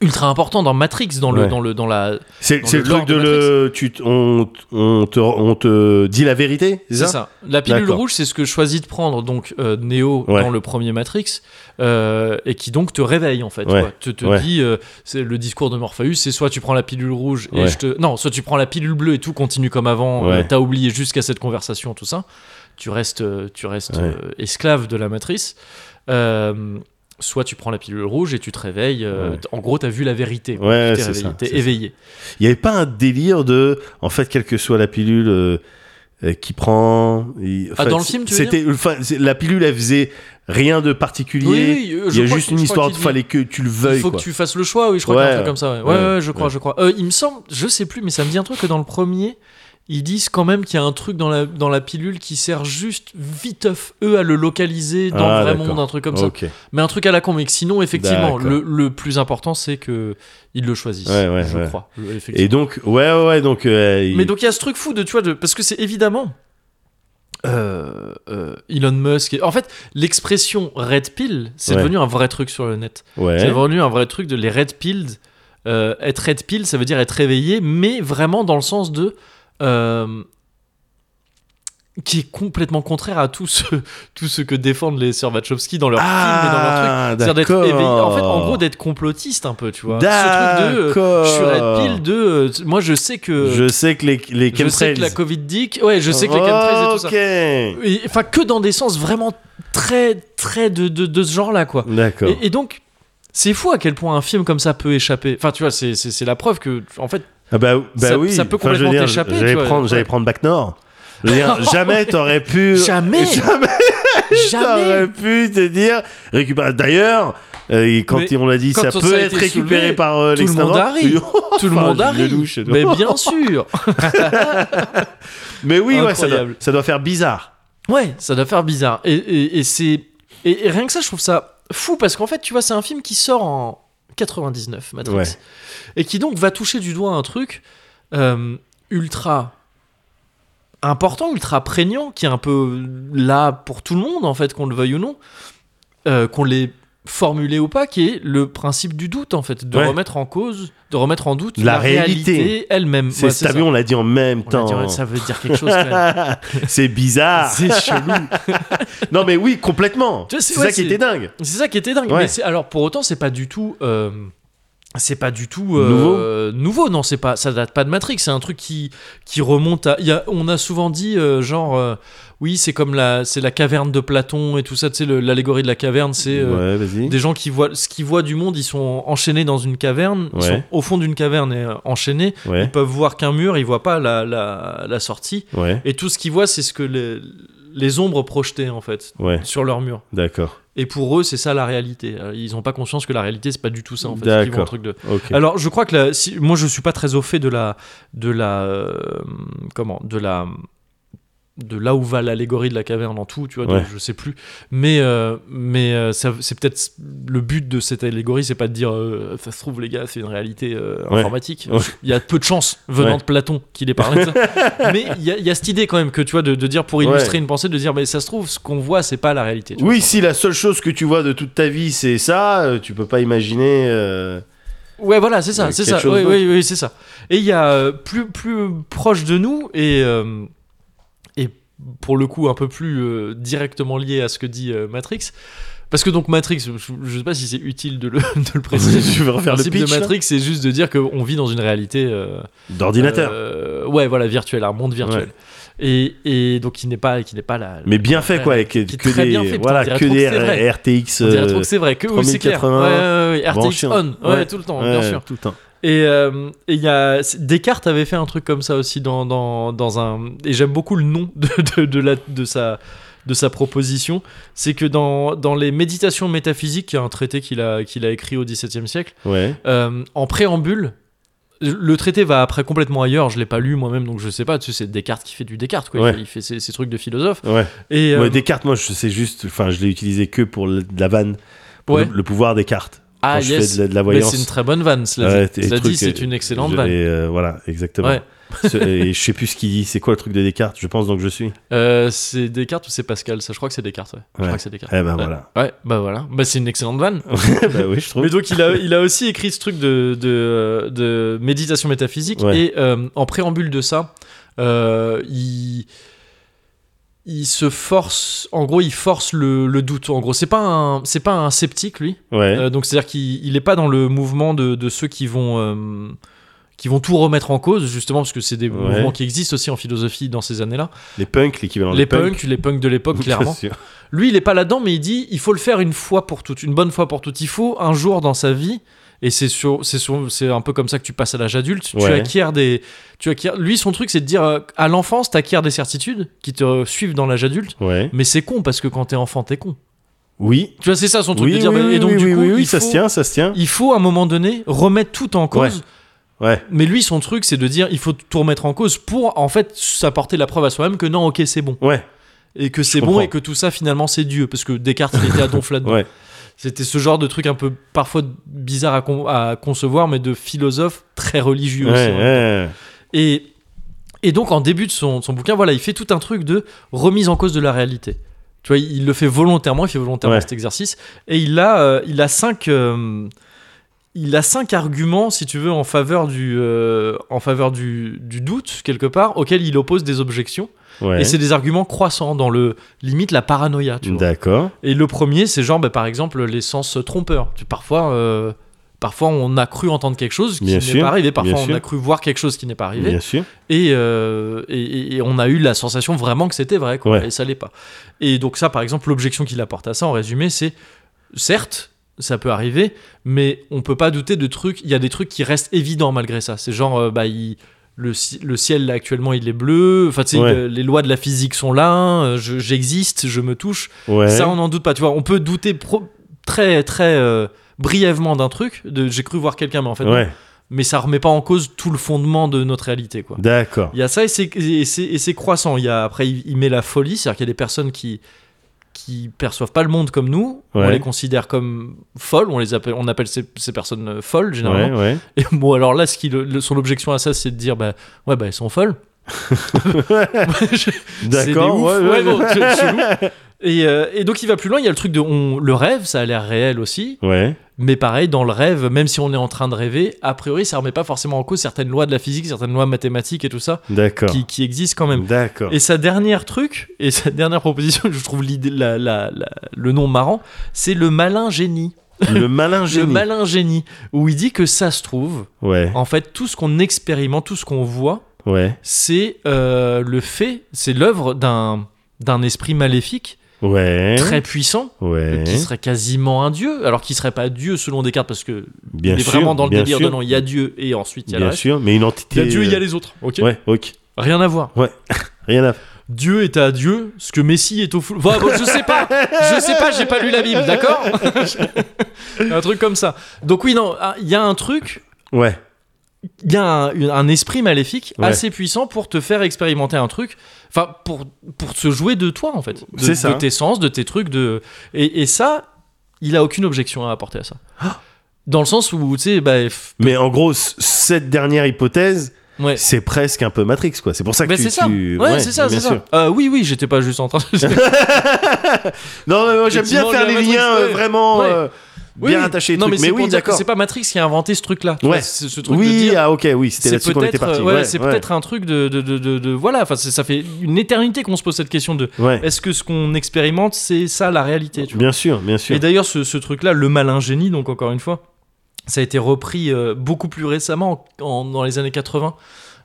[SPEAKER 1] Ultra important dans Matrix, dans le.
[SPEAKER 2] Ouais.
[SPEAKER 1] Dans le dans la,
[SPEAKER 2] C'est
[SPEAKER 1] Dans
[SPEAKER 2] c'est
[SPEAKER 1] le
[SPEAKER 2] le truc
[SPEAKER 1] lore de
[SPEAKER 2] de le. Tu, t- on, on, te, on te dit la vérité, c'est
[SPEAKER 1] c'est
[SPEAKER 2] ça,
[SPEAKER 1] ça. La pilule
[SPEAKER 2] D'accord.
[SPEAKER 1] rouge, c'est ce que choisit de prendre donc euh, Neo
[SPEAKER 2] Ouais.
[SPEAKER 1] dans le premier Matrix, euh, et qui donc te réveille en fait.
[SPEAKER 2] Ouais.
[SPEAKER 1] quoi. Te, te
[SPEAKER 2] Ouais.
[SPEAKER 1] dit, euh, c'est le discours de Morpheus, c'est soit tu prends la pilule rouge et
[SPEAKER 2] Ouais.
[SPEAKER 1] je te, non, soit tu prends la pilule bleue et tout continue comme avant.
[SPEAKER 2] Ouais.
[SPEAKER 1] euh, T'as oublié jusqu'à cette conversation tout ça. Tu restes, euh, tu restes
[SPEAKER 2] Ouais.
[SPEAKER 1] euh, esclave de la matrice. Euh, soit tu prends la pilule rouge et tu te réveilles. euh,
[SPEAKER 2] Ouais.
[SPEAKER 1] t- En gros, t'as vu la vérité. quoi.
[SPEAKER 2] Ouais,
[SPEAKER 1] T'es
[SPEAKER 2] c'est
[SPEAKER 1] réveillé,
[SPEAKER 2] ça.
[SPEAKER 1] t'es
[SPEAKER 2] c'est ça.
[SPEAKER 1] éveillé.
[SPEAKER 2] Il n'y avait pas un délire de. En fait, quelle que soit la pilule. euh, euh, qui prend il- en
[SPEAKER 1] Ah,
[SPEAKER 2] fait,
[SPEAKER 1] dans le film, tu veux
[SPEAKER 2] c'était enfin, c'est- la pilule elle faisait rien de particulier
[SPEAKER 1] euh,
[SPEAKER 2] il
[SPEAKER 1] je
[SPEAKER 2] y a
[SPEAKER 1] crois
[SPEAKER 2] juste
[SPEAKER 1] que-
[SPEAKER 2] une
[SPEAKER 1] je crois
[SPEAKER 2] histoire de
[SPEAKER 1] qu'il dit-
[SPEAKER 2] fallait que tu le
[SPEAKER 1] Il
[SPEAKER 2] veuilles
[SPEAKER 1] faut
[SPEAKER 2] quoi.
[SPEAKER 1] que tu fasses le choix, oui, je crois
[SPEAKER 2] Ouais.
[SPEAKER 1] qu'il y a un truc comme ça. Ouais, ouais,
[SPEAKER 2] Ouais,
[SPEAKER 1] ouais, je crois,
[SPEAKER 2] ouais.
[SPEAKER 1] je crois. Euh, il me semble, je sais plus, mais ça me dit un truc que dans le premier, ils disent quand même qu'il y a un truc dans la, dans la pilule qui sert juste viteuf, eux, à le localiser dans
[SPEAKER 2] Ah,
[SPEAKER 1] le vrai
[SPEAKER 2] d'accord.
[SPEAKER 1] monde, un truc comme ça.
[SPEAKER 2] Ok.
[SPEAKER 1] Mais un truc à la con, mais que sinon, effectivement,
[SPEAKER 2] D'accord.
[SPEAKER 1] le, le plus important, c'est que ils le choisissent.
[SPEAKER 2] Ouais, ouais,
[SPEAKER 1] je
[SPEAKER 2] ouais.
[SPEAKER 1] crois. je- effectivement.
[SPEAKER 2] et donc ouais ouais, ouais donc euh, il-
[SPEAKER 1] Mais donc il y a ce truc fou de, tu vois, de, parce que c'est évidemment euh, euh, Elon Musk. et- en fait, l'expression red pill, c'est
[SPEAKER 2] Ouais.
[SPEAKER 1] devenu un vrai truc sur le net. C'est
[SPEAKER 2] ouais
[SPEAKER 1] devenu un vrai truc de les red pilled. Euh, être red pill, ça veut dire être réveillé, mais vraiment dans le sens de euh, qui est complètement contraire à tout ce tout ce que défendent les sœurs Wachowski dans leur film et dans leur truc.
[SPEAKER 2] ah
[SPEAKER 1] C'est-à-dire d'être
[SPEAKER 2] d'accord.
[SPEAKER 1] éveillé, en fait, en gros d'être complotiste un peu, tu vois. Ce truc de euh,
[SPEAKER 2] D'accord.
[SPEAKER 1] je suis red pill de euh, t- moi je sais que
[SPEAKER 2] je sais que les les
[SPEAKER 1] je sais que la
[SPEAKER 2] chemtrails-
[SPEAKER 1] Covid dick, ouais, je sais que les chemtrails et tout ça.
[SPEAKER 2] Ok.
[SPEAKER 1] Et- Enfin que dans des sens vraiment très très de de, de ce genre là quoi.
[SPEAKER 2] D'accord.
[SPEAKER 1] Et, et donc, c'est fou à quel point un film comme ça peut échapper. Enfin, tu vois, c'est, c'est, c'est la preuve que, en fait,
[SPEAKER 2] Ah bah, bah
[SPEAKER 1] ça-
[SPEAKER 2] oui.
[SPEAKER 1] ça peut
[SPEAKER 2] Enfin, je veux
[SPEAKER 1] complètement
[SPEAKER 2] dire,
[SPEAKER 1] t'échapper, tu
[SPEAKER 2] J'allais
[SPEAKER 1] vois.
[SPEAKER 2] prendre, j'allais
[SPEAKER 1] Ouais.
[SPEAKER 2] prendre Bac Nord. Je veux dire, jamais t'aurais pu.
[SPEAKER 1] Jamais.
[SPEAKER 2] Euh, Jamais
[SPEAKER 1] jamais.
[SPEAKER 2] t'aurais pu te dire. récupère- D'ailleurs, Euh, et quand
[SPEAKER 1] Mais
[SPEAKER 2] on l'a dit,
[SPEAKER 1] quand
[SPEAKER 2] ça
[SPEAKER 1] on-
[SPEAKER 2] peut
[SPEAKER 1] ça a
[SPEAKER 2] être
[SPEAKER 1] été
[SPEAKER 2] récupéré
[SPEAKER 1] soulevé,
[SPEAKER 2] par euh,
[SPEAKER 1] tout le
[SPEAKER 2] l'extrême
[SPEAKER 1] monde
[SPEAKER 2] droite.
[SPEAKER 1] a ri. Tout le
[SPEAKER 2] Enfin,
[SPEAKER 1] monde a
[SPEAKER 2] Gilles
[SPEAKER 1] ri.
[SPEAKER 2] Lelouch, non.
[SPEAKER 1] Mais bien sûr.
[SPEAKER 2] Mais oui, ouais, ça, doit,
[SPEAKER 1] Incroyable.
[SPEAKER 2] ça doit faire bizarre.
[SPEAKER 1] Ouais, ça doit faire bizarre. Et, et- et c'est et, et rien que ça, je trouve ça fou parce qu'en fait, tu vois, c'est un film qui sort en 99, Matrix,
[SPEAKER 2] Ouais.
[SPEAKER 1] et qui donc va toucher du doigt un truc euh, ultra important, ultra prégnant, qui est un peu là pour tout le monde en fait, qu'on le veuille ou non, euh, qu'on l'ait formulé ou pas, qui est le principe du doute en fait, de
[SPEAKER 2] Ouais.
[SPEAKER 1] remettre en cause, de remettre en doute
[SPEAKER 2] La
[SPEAKER 1] la,
[SPEAKER 2] réalité.
[SPEAKER 1] réalité, elle-même.
[SPEAKER 2] C'est
[SPEAKER 1] Ouais,
[SPEAKER 2] t'as
[SPEAKER 1] ça.
[SPEAKER 2] vu, on l'a dit en même
[SPEAKER 1] On a
[SPEAKER 2] temps.
[SPEAKER 1] dit, ouais, ça veut dire quelque chose. Quand même.
[SPEAKER 2] c'est bizarre.
[SPEAKER 1] C'est chelou.
[SPEAKER 2] Non, mais oui, complètement.
[SPEAKER 1] Tu vois, c'est-
[SPEAKER 2] C'est ça
[SPEAKER 1] ouais,
[SPEAKER 2] qui
[SPEAKER 1] c'est-
[SPEAKER 2] était dingue.
[SPEAKER 1] C'est ça qui était dingue.
[SPEAKER 2] Ouais.
[SPEAKER 1] Mais c'est- alors pour autant, c'est pas du tout. euh, c'est pas du tout
[SPEAKER 2] Nouveau.
[SPEAKER 1] nouveau. nouveau. Non, c'est pas. Ça date pas de Matrix. C'est un truc qui qui remonte à. il y a- on a souvent dit euh, genre. euh, oui, c'est comme la, c'est la caverne de Platon et tout ça. Tu sais, le- l'allégorie de la caverne, c'est euh,
[SPEAKER 2] ouais, vas-y.
[SPEAKER 1] des gens qui voient ce qu'ils voient du monde. Ils sont enchaînés dans une caverne. Ils
[SPEAKER 2] Ouais.
[SPEAKER 1] sont au fond d'une caverne et euh, enchaînés.
[SPEAKER 2] Ouais,
[SPEAKER 1] Ils peuvent voir qu'un mur. Ils voient pas la, la, la sortie.
[SPEAKER 2] ouais,
[SPEAKER 1] Et tout ce qu'ils voient, c'est ce que les, les ombres projetées en fait
[SPEAKER 2] ouais.
[SPEAKER 1] sur leur mur.
[SPEAKER 2] D'accord.
[SPEAKER 1] Et pour eux, c'est ça la réalité. Euh, Ils n'ont pas conscience que la réalité, c'est pas du tout ça en fait.
[SPEAKER 2] D'accord.
[SPEAKER 1] Ils vivent un truc de-
[SPEAKER 2] Ok.
[SPEAKER 1] Alors, je crois que la- si- moi, je suis pas très au fait de la, de la, euh, comment, de la, de là où va l'allégorie de la caverne en tout, tu vois.
[SPEAKER 2] Ouais.
[SPEAKER 1] donc je sais plus. Mais, euh, mais euh, ça- c'est peut-être le but de cette allégorie, c'est pas de dire, euh, ça se trouve les gars, c'est une réalité euh,
[SPEAKER 2] Ouais.
[SPEAKER 1] informatique.
[SPEAKER 2] Ouais.
[SPEAKER 1] Il y a peu de chances venant
[SPEAKER 2] Ouais.
[SPEAKER 1] de Platon qu'il ait parlé de ça. mais il y, a- il y a cette idée quand même que tu vois de, de dire pour illustrer
[SPEAKER 2] Ouais.
[SPEAKER 1] une pensée, de dire, mais ça se trouve, ce qu'on voit, c'est pas la réalité. tu vois.
[SPEAKER 2] oui, si la seule chose que tu vois de toute ta vie, c'est ça, euh, tu peux pas imaginer. euh,
[SPEAKER 1] Ouais, voilà, c'est
[SPEAKER 2] Il y a
[SPEAKER 1] ça, c'est
[SPEAKER 2] quelque
[SPEAKER 1] ça.
[SPEAKER 2] chose
[SPEAKER 1] Oui,
[SPEAKER 2] d'autre.
[SPEAKER 1] oui, oui, c'est ça. Et il y a euh, plus, plus proche de nous et, euh, et pour le coup un peu plus euh, directement lié à ce que dit euh, Matrix. Parce que donc Matrix, je, je sais pas si c'est utile de le, de le préciser.
[SPEAKER 2] tu veux refaire le
[SPEAKER 1] principe
[SPEAKER 2] pitch
[SPEAKER 1] de
[SPEAKER 2] là
[SPEAKER 1] Matrix, c'est juste de dire qu'on vit dans une réalité. euh,
[SPEAKER 2] D'ordinateur.
[SPEAKER 1] euh, ouais, voilà, virtuelle, un monde virtuel. Et, et donc qui n'est pas, qui n'est pas la.
[SPEAKER 2] mais bien fait quoi, avec
[SPEAKER 1] est
[SPEAKER 2] que
[SPEAKER 1] très bien
[SPEAKER 2] des
[SPEAKER 1] fait, putain,
[SPEAKER 2] voilà
[SPEAKER 1] on dirait
[SPEAKER 2] que
[SPEAKER 1] trop que
[SPEAKER 2] des
[SPEAKER 1] c'est vrai.
[SPEAKER 2] R- RTX.
[SPEAKER 1] on dirait trop
[SPEAKER 2] euh,
[SPEAKER 1] que c'est vrai, que oui, c'est clair. Ouais,
[SPEAKER 2] 3080,
[SPEAKER 1] ouais, ouais, RTX
[SPEAKER 2] branché,
[SPEAKER 1] on, ouais,
[SPEAKER 2] ouais.
[SPEAKER 1] tout le temps,
[SPEAKER 2] ouais,
[SPEAKER 1] bien sûr.
[SPEAKER 2] tout le temps.
[SPEAKER 1] Et euh, et il y a c'est- Descartes avait fait un truc comme ça aussi dans, dans, dans un et j'aime beaucoup le nom de, de, de la de sa de sa proposition, c'est que dans, dans les méditations métaphysiques, qui est un traité qu'il a qu'il a écrit au XVIIe siècle,
[SPEAKER 2] Ouais.
[SPEAKER 1] euh, en préambule, le traité va après complètement ailleurs. Je l'ai pas lu moi-même, donc je sais pas. Tu sais, c'est Descartes qui fait du Descartes, quoi. Il
[SPEAKER 2] Ouais.
[SPEAKER 1] fait- Il fait ses, ses trucs de philosophe.
[SPEAKER 2] Ouais.
[SPEAKER 1] Et euh,
[SPEAKER 2] Ouais, Descartes, moi, je sais juste. Enfin, je l'ai utilisé que pour le- de la vanne. Pour
[SPEAKER 1] Ouais.
[SPEAKER 2] le, le pouvoir des cartes.
[SPEAKER 1] ah
[SPEAKER 2] quand je
[SPEAKER 1] yes,
[SPEAKER 2] fais de la, de la
[SPEAKER 1] Mais
[SPEAKER 2] voyance.
[SPEAKER 1] c'est une très bonne vanne. Cela
[SPEAKER 2] Ouais,
[SPEAKER 1] dit,
[SPEAKER 2] et
[SPEAKER 1] Cela
[SPEAKER 2] truc,
[SPEAKER 1] dit, c'est
[SPEAKER 2] euh,
[SPEAKER 1] une excellente
[SPEAKER 2] je
[SPEAKER 1] vanne.
[SPEAKER 2] l'ai, euh, voilà, exactement.
[SPEAKER 1] Ouais.
[SPEAKER 2] Ce- et je sais plus ce qu'il dit. C'est quoi le truc de Descartes Je pense donc je suis.
[SPEAKER 1] Euh, c'est Descartes ou c'est Pascal Ça, je crois que c'est Descartes. ouais. Je
[SPEAKER 2] Ouais.
[SPEAKER 1] crois que c'est Descartes.
[SPEAKER 2] Eh ben
[SPEAKER 1] Ouais.
[SPEAKER 2] voilà.
[SPEAKER 1] Ouais, bah voilà. Bah c'est une excellente vanne.
[SPEAKER 2] bah oui, je trouve.
[SPEAKER 1] Mais donc il a, il a aussi écrit ce truc de, de, de méditation métaphysique
[SPEAKER 2] Ouais.
[SPEAKER 1] et euh, en préambule de ça, euh, il, il se force, en gros il force le, le doute. En gros c'est pas un, c'est pas un sceptique lui.
[SPEAKER 2] Ouais.
[SPEAKER 1] Euh, donc c'est-à-dire qu'il il est pas dans le mouvement de, de ceux qui vont euh, qui vont tout remettre en cause justement parce que c'est des
[SPEAKER 2] Ouais.
[SPEAKER 1] mouvements qui existent aussi en philosophie dans ces années-là.
[SPEAKER 2] les punks, l'équivalent
[SPEAKER 1] les
[SPEAKER 2] des punks.
[SPEAKER 1] punks, les punks de l'époque clairement.
[SPEAKER 2] Bien sûr.
[SPEAKER 1] Lui, il est pas là-dedans, mais il dit il faut le faire une fois pour toutes, une bonne fois pour toutes. Il faut un jour dans sa vie, et c'est sur, c'est sur- c'est un peu comme ça que tu passes à l'âge adulte. Tu
[SPEAKER 2] Ouais.
[SPEAKER 1] acquiers des, tu acquiers. Lui, son truc, c'est de dire euh, à l'enfance, t'acquiers des certitudes qui te euh, suivent dans l'âge adulte.
[SPEAKER 2] Ouais.
[SPEAKER 1] Mais c'est con parce que quand t'es enfant, t'es con.
[SPEAKER 2] Oui.
[SPEAKER 1] Tu vois, c'est ça son truc
[SPEAKER 2] oui,
[SPEAKER 1] de dire.
[SPEAKER 2] oui,
[SPEAKER 1] mais- et donc
[SPEAKER 2] oui,
[SPEAKER 1] du
[SPEAKER 2] oui,
[SPEAKER 1] coup,
[SPEAKER 2] oui, oui,
[SPEAKER 1] il
[SPEAKER 2] ça
[SPEAKER 1] faut-
[SPEAKER 2] se tient, ça se tient.
[SPEAKER 1] Il faut à un moment donné remettre tout en cause.
[SPEAKER 2] Ouais. Ouais.
[SPEAKER 1] Mais lui, son truc, c'est de dire il faut tout remettre en cause pour en fait s'apporter la preuve à soi-même que non, ok, c'est bon.
[SPEAKER 2] Ouais.
[SPEAKER 1] Et que c'est
[SPEAKER 2] comprends.
[SPEAKER 1] bon et que tout ça finalement c'est Dieu. Parce que Descartes, il était à donf là-dedans.
[SPEAKER 2] Ouais.
[SPEAKER 1] C'était ce genre de truc un peu parfois bizarre à, con- à concevoir, mais de philosophe très religieux
[SPEAKER 2] Ouais,
[SPEAKER 1] aussi. hein.
[SPEAKER 2] ouais.
[SPEAKER 1] Et, et donc, en début de son, de son bouquin, voilà, il fait tout un truc de remise en cause de la réalité. Tu vois, il le fait volontairement, il fait volontairement
[SPEAKER 2] Ouais.
[SPEAKER 1] cet exercice. Et il a, euh, il a cinq. euh, il a cinq arguments, si tu veux, en faveur du, euh, en faveur du, du doute, quelque part, auxquels il oppose des objections.
[SPEAKER 2] Ouais.
[SPEAKER 1] Et c'est hein. des arguments croissants dans le limite la paranoïa. Tu vois.
[SPEAKER 2] D'accord.
[SPEAKER 1] Et le premier, c'est genre, bah, par exemple, les sens trompeurs. Tu- Parfois, euh, parfois, on a cru entendre quelque chose qui
[SPEAKER 2] Bien
[SPEAKER 1] n'est
[SPEAKER 2] sûr,
[SPEAKER 1] pas arrivé.
[SPEAKER 2] bien
[SPEAKER 1] Parfois, on
[SPEAKER 2] sûr.
[SPEAKER 1] a cru voir quelque chose qui n'est pas arrivé.
[SPEAKER 2] Bien sûr.
[SPEAKER 1] Et, euh, et- et, et on a eu la sensation vraiment que c'était vrai, quoi,
[SPEAKER 2] Ouais.
[SPEAKER 1] et ça l'est pas. Et donc ça, par exemple, l'objection qu'il apporte à ça, en résumé, c'est certes, ça peut arriver, mais on peut pas douter de trucs. Il y a des trucs qui restent évidents malgré ça. C'est genre, euh, bah, il- le, ci- le ciel là, actuellement, il est bleu. Enfin, tu sais,
[SPEAKER 2] Ouais.
[SPEAKER 1] le- les lois de la physique sont là. hein, je- J'existe, je, me touche.
[SPEAKER 2] Ouais.
[SPEAKER 1] Ça, on n'en doute pas. Tu vois, on peut douter pro- très, très. euh, brièvement d'un truc. de J'ai cru voir quelqu'un, mais en fait, non.
[SPEAKER 2] Ouais,
[SPEAKER 1] mais ça remet pas en cause tout le fondement de notre réalité, quoi.
[SPEAKER 2] d'accord.
[SPEAKER 1] Il y a ça et c'est- et c'est et c'est croissant. Il y a, après, il, il met la folie, c'est-à-dire qu'il y a des personnes qui qui perçoivent pas le monde comme nous, on
[SPEAKER 2] Ouais.
[SPEAKER 1] les considère comme folles, on les appelle, on appelle ces, ces personnes euh, folles généralement.
[SPEAKER 2] Ouais, ouais.
[SPEAKER 1] Et bon, alors là, ce qui, le- le- son objection à ça, c'est de dire, bah ouais, bah elles sont folles.
[SPEAKER 2] D'accord.
[SPEAKER 1] C'est des ouf,
[SPEAKER 2] ouais, ouais,
[SPEAKER 1] ouais, bon,
[SPEAKER 2] ouais.
[SPEAKER 1] c'est- c'est chelou. et, euh, et donc il va plus loin, il y a le truc de on, le rêve, ça a l'air réel aussi,
[SPEAKER 2] Ouais,
[SPEAKER 1] mais pareil, dans le rêve, même si on est en train de rêver, a priori ça remet pas forcément en cause certaines lois de la physique, certaines lois mathématiques et tout ça,
[SPEAKER 2] d'accord.
[SPEAKER 1] qui, qui existent quand même.
[SPEAKER 2] D'accord.
[SPEAKER 1] Et sa dernière truc, et sa dernière proposition, je trouve l'idée, la- la- la- le nom marrant, c'est le malin génie.
[SPEAKER 2] Le malin
[SPEAKER 1] Le
[SPEAKER 2] génie.
[SPEAKER 1] malin génie, où il dit que ça se trouve,
[SPEAKER 2] Ouais,
[SPEAKER 1] en fait, tout ce qu'on expérimente, tout ce qu'on voit,
[SPEAKER 2] ouais,
[SPEAKER 1] c'est euh, le fait, c'est l'œuvre d'un d'un esprit maléfique
[SPEAKER 2] ouais.
[SPEAKER 1] très puissant
[SPEAKER 2] Ouais.
[SPEAKER 1] qui serait quasiment un dieu alors qu'il serait pas dieu selon Descartes parce que
[SPEAKER 2] Bien
[SPEAKER 1] il est
[SPEAKER 2] sûr.
[SPEAKER 1] vraiment dans le
[SPEAKER 2] bien
[SPEAKER 1] délire
[SPEAKER 2] sûr,
[SPEAKER 1] de non il y a Dieu et ensuite il y a le
[SPEAKER 2] Bien
[SPEAKER 1] reste.
[SPEAKER 2] sûr, mais une
[SPEAKER 1] il y
[SPEAKER 2] entité.
[SPEAKER 1] a Dieu et il y a
[SPEAKER 2] euh,
[SPEAKER 1] les autres ok
[SPEAKER 2] Ouais, ok.
[SPEAKER 1] rien à voir
[SPEAKER 2] Rien à.
[SPEAKER 1] Dieu est à Dieu ce que Messi est au foot Enfin, bon, je sais pas je sais pas j'ai pas lu la Bible d'accord un truc comme ça donc oui non ah, il y a un truc
[SPEAKER 2] Ouais.
[SPEAKER 1] il y a un, une- un esprit maléfique
[SPEAKER 2] Ouais.
[SPEAKER 1] assez puissant pour te faire expérimenter un truc, enfin pour, pour se jouer de toi en fait, de,
[SPEAKER 2] C'est ça.
[SPEAKER 1] de tes sens, de tes trucs, de et, et ça, il a aucune objection à apporter à ça. Dans le sens où tu sais, bah, f-
[SPEAKER 2] Mais en gros, c- cette dernière hypothèse,
[SPEAKER 1] ouais.
[SPEAKER 2] c'est presque un peu Matrix, quoi. C'est pour ça que
[SPEAKER 1] Bah,
[SPEAKER 2] tu.
[SPEAKER 1] c'est ça.
[SPEAKER 2] tu-
[SPEAKER 1] Ouais, c'est ça,
[SPEAKER 2] bien
[SPEAKER 1] c'est ça.
[SPEAKER 2] sûr.
[SPEAKER 1] Euh, oui, oui, j'étais pas juste en train de.
[SPEAKER 2] Non, mais moi j'aime bien
[SPEAKER 1] Effectivement,
[SPEAKER 2] faire
[SPEAKER 1] il y a
[SPEAKER 2] les
[SPEAKER 1] Matrix,
[SPEAKER 2] liens euh,
[SPEAKER 1] ouais.
[SPEAKER 2] vraiment
[SPEAKER 1] Ouais.
[SPEAKER 2] euh,
[SPEAKER 1] Oui,
[SPEAKER 2] bien attachés. les
[SPEAKER 1] Non, mais,
[SPEAKER 2] trucs.
[SPEAKER 1] c'est pour
[SPEAKER 2] oui,
[SPEAKER 1] dire que
[SPEAKER 2] d'accord.
[SPEAKER 1] c'est pas Matrix qui a inventé ce truc-là. tu
[SPEAKER 2] Ouais.
[SPEAKER 1] vois, C'est ce truc de
[SPEAKER 2] Oui,
[SPEAKER 1] dire.
[SPEAKER 2] ah ok, oui, c'était
[SPEAKER 1] C'est
[SPEAKER 2] là-dessus qu'on était
[SPEAKER 1] peut-être,
[SPEAKER 2] parti.
[SPEAKER 1] euh, ouais,
[SPEAKER 2] ouais,
[SPEAKER 1] c'est
[SPEAKER 2] ouais.
[SPEAKER 1] peut-être un truc de, de, de, de- de- voilà. Enfin, c'est- ça fait une éternité qu'on se pose cette question de
[SPEAKER 2] Ouais.
[SPEAKER 1] est-ce que ce qu'on expérimente, c'est ça la réalité tu vois
[SPEAKER 2] Bien sûr, bien sûr.
[SPEAKER 1] Et d'ailleurs, ce, ce truc-là, le malin génie, donc encore une fois, ça a été repris euh, beaucoup plus récemment, en- en- dans les années 80,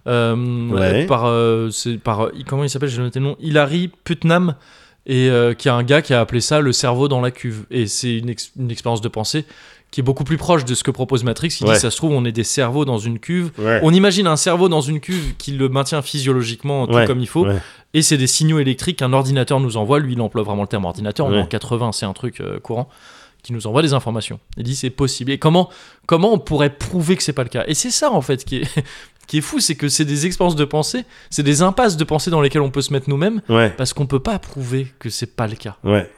[SPEAKER 1] euh,
[SPEAKER 2] Ouais.
[SPEAKER 1] par, euh, c'est par euh, comment il s'appelle, j'ai noté le nom, Hilary Putnam, et euh, qui a un gars qui a appelé ça le cerveau dans la cuve. Et c'est une, ex- une expérience de pensée qui est beaucoup plus proche de ce que propose Matrix, qui
[SPEAKER 2] Ouais.
[SPEAKER 1] dit ça se trouve, on est des cerveaux dans une cuve.
[SPEAKER 2] Ouais.
[SPEAKER 1] On imagine un cerveau dans une cuve qui le maintient physiologiquement tout
[SPEAKER 2] Ouais,
[SPEAKER 1] comme il faut,
[SPEAKER 2] ouais.
[SPEAKER 1] et c'est des signaux électriques qu'un ordinateur nous envoie. Lui, il emploie vraiment le terme ordinateur. On est
[SPEAKER 2] Ouais.
[SPEAKER 1] en 80, c'est un truc euh, courant qui nous envoie des informations. Il dit c'est possible. Et comment comment on pourrait prouver que c'est pas le cas Et c'est ça en fait qui est qui est fou, c'est que c'est des expériences de pensée, c'est des impasses de pensée dans lesquelles on peut se mettre nous-mêmes
[SPEAKER 2] Ouais,
[SPEAKER 1] parce qu'on peut pas prouver que c'est pas le cas.
[SPEAKER 2] ouais.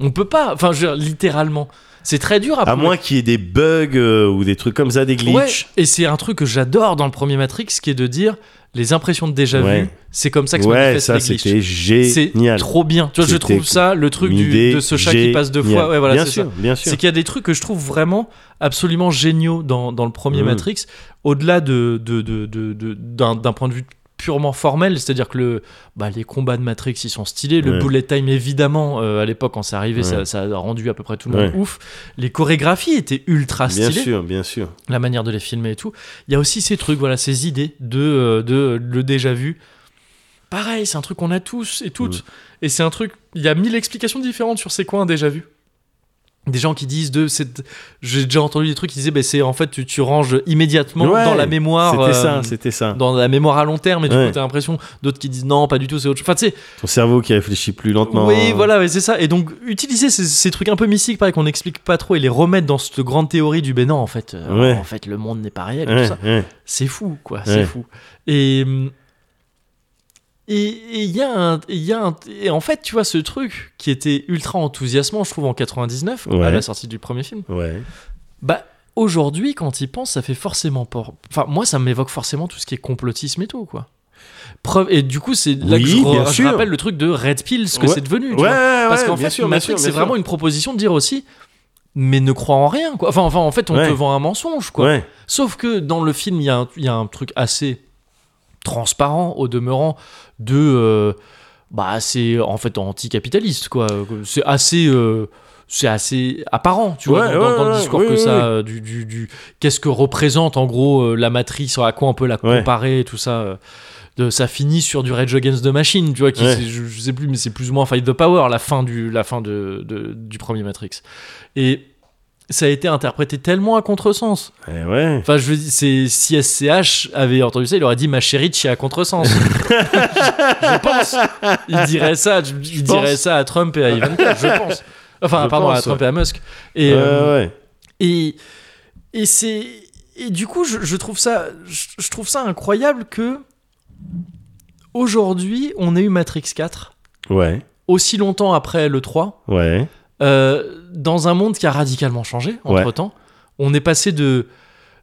[SPEAKER 1] On peut pas, enfin je veux dire, littéralement, c'est très dur à,
[SPEAKER 2] À
[SPEAKER 1] prouver.
[SPEAKER 2] moins qu'il y ait des bugs euh, ou des trucs comme ça, des
[SPEAKER 1] Ouais,
[SPEAKER 2] glitches.
[SPEAKER 1] et c'est un truc que j'adore dans le premier Matrix, qui est de dire les impressions de déjà vu,
[SPEAKER 2] Ouais.
[SPEAKER 1] c'est comme ça que se
[SPEAKER 2] Ouais,
[SPEAKER 1] manifestent
[SPEAKER 2] ça
[SPEAKER 1] les glitches.
[SPEAKER 2] c'était
[SPEAKER 1] C'est
[SPEAKER 2] génial.
[SPEAKER 1] trop bien. Tu vois, je
[SPEAKER 2] C'était
[SPEAKER 1] trouve ça, le truc du- de ce chat qui passe deux fois. Ouais, voilà,
[SPEAKER 2] bien
[SPEAKER 1] c'est
[SPEAKER 2] sûr,
[SPEAKER 1] ça.
[SPEAKER 2] bien sûr.
[SPEAKER 1] C'est qu'il y a des trucs que je trouve vraiment absolument géniaux dans, dans le premier
[SPEAKER 2] Mm.
[SPEAKER 1] Matrix, au-delà de, de, de- de- de- d'un, d'un point de vue purement formel, c'est-à-dire que le, bah, les combats de Matrix ils sont stylés, le
[SPEAKER 2] Ouais.
[SPEAKER 1] bullet time évidemment euh, à l'époque quand c'est arrivé
[SPEAKER 2] Ouais.
[SPEAKER 1] ça, ça a rendu à peu près tout le monde
[SPEAKER 2] Ouais.
[SPEAKER 1] ouf, les chorégraphies étaient ultra
[SPEAKER 2] Bien
[SPEAKER 1] stylées,
[SPEAKER 2] sûr, bien sûr.
[SPEAKER 1] la manière de les filmer et tout. Il y a aussi ces trucs, voilà, ces idées de, euh, de euh, le déjà vu. Pareil, c'est un truc qu'on a tous et toutes. Et c'est un truc, il y a mille explications différentes sur c'est quoi un déjà vu. Des gens qui disent de, c'est- j'ai déjà entendu des trucs qui disaient, ben c'est en fait tu, tu ranges immédiatement
[SPEAKER 2] Ouais,
[SPEAKER 1] dans la mémoire,
[SPEAKER 2] C'était
[SPEAKER 1] euh,
[SPEAKER 2] ça, c'était ça.
[SPEAKER 1] dans la mémoire à long terme. Et du
[SPEAKER 2] Ouais.
[SPEAKER 1] coup t'as l'impression d'autres qui disent non, pas du tout, c'est autre chose. Enfin tu sais,
[SPEAKER 2] Ton cerveau qui réfléchit plus lentement.
[SPEAKER 1] oui, voilà, ouais, c'est ça. Et donc, utiliser ces, ces trucs un peu mystiques, pareil, qu'on n'explique pas trop, et les remettre dans cette grande théorie du ben non, en fait, euh,
[SPEAKER 2] Ouais.
[SPEAKER 1] en fait, le monde n'est pas réel, et tout
[SPEAKER 2] Ouais,
[SPEAKER 1] ça.
[SPEAKER 2] ouais.
[SPEAKER 1] C'est fou, quoi,
[SPEAKER 2] Ouais.
[SPEAKER 1] c'est fou. Et. hum, Et et il y a un. et il y a un- et en fait, tu vois, ce truc qui était ultra enthousiasmant, je trouve, en 99, à
[SPEAKER 2] Ouais.
[SPEAKER 1] la sortie du premier film,
[SPEAKER 2] Ouais.
[SPEAKER 1] bah. Aujourd'hui, quand il pense, ça fait forcément peur. Enfin, moi, ça m'évoque forcément tout ce qui est complotisme et tout, quoi. Preuve, et du coup, c'est là
[SPEAKER 2] Oui,
[SPEAKER 1] que je,
[SPEAKER 2] bien
[SPEAKER 1] je
[SPEAKER 2] sûr.
[SPEAKER 1] rappelle le truc de Red Pill, ce que
[SPEAKER 2] Ouais.
[SPEAKER 1] c'est devenu. tu
[SPEAKER 2] Ouais,
[SPEAKER 1] vois.
[SPEAKER 2] ouais,
[SPEAKER 1] Parce
[SPEAKER 2] ouais,
[SPEAKER 1] qu'en
[SPEAKER 2] bien
[SPEAKER 1] fait,
[SPEAKER 2] sûr, bien sûr,
[SPEAKER 1] Matrix,
[SPEAKER 2] bien
[SPEAKER 1] c'est
[SPEAKER 2] sûr.
[SPEAKER 1] vraiment une proposition de dire aussi, mais ne crois en rien, quoi. Enfin, enfin en fait, on
[SPEAKER 2] Ouais.
[SPEAKER 1] te vend un mensonge, quoi.
[SPEAKER 2] Ouais,
[SPEAKER 1] Sauf que dans le film, il y, a un- il y a un truc assez transparent, au demeurant, de. euh, bah, c'est en fait anticapitaliste, quoi. C'est assez. euh, c'est assez apparent, tu vois,
[SPEAKER 2] Ouais,
[SPEAKER 1] dans, dans-
[SPEAKER 2] ouais,
[SPEAKER 1] dans le
[SPEAKER 2] ouais,
[SPEAKER 1] discours
[SPEAKER 2] oui,
[SPEAKER 1] que
[SPEAKER 2] oui,
[SPEAKER 1] ça,
[SPEAKER 2] oui.
[SPEAKER 1] euh, du, du- du- qu'est-ce que représente en gros euh, la matrice, à quoi on peut la
[SPEAKER 2] Ouais.
[SPEAKER 1] comparer, et tout ça. euh, de, ça finit sur du Rage Against the Machine, tu vois, qui,
[SPEAKER 2] Ouais.
[SPEAKER 1] c'est- je, je sais plus, mais c'est plus ou moins Fight the Power, la fin du, la fin de, de- du premier Matrix. Et ça a été interprété tellement à contresens.
[SPEAKER 2] Eh ouais.
[SPEAKER 1] Enfin, je veux dire, c'est, si SCH avait entendu ça, il aurait dit ma chérie, tu es à contresens. je, je pense. Il dirait ça, je- il
[SPEAKER 2] pense.
[SPEAKER 1] dirait ça à Trump et à Ivanka, je pense. Enfin,
[SPEAKER 2] Je
[SPEAKER 1] pardon, à
[SPEAKER 2] pense,
[SPEAKER 1] Trump et à Musk. Et,
[SPEAKER 2] Ouais,
[SPEAKER 1] euh,
[SPEAKER 2] ouais.
[SPEAKER 1] et Et, et c'est. Et du coup, je, je trouve ça, je, je trouve ça incroyable que. Aujourd'hui, on ait eu Matrix 4,
[SPEAKER 2] Ouais,
[SPEAKER 1] aussi longtemps après le 3,
[SPEAKER 2] ouais,
[SPEAKER 1] euh, dans un monde qui a radicalement changé entre temps. On est passé de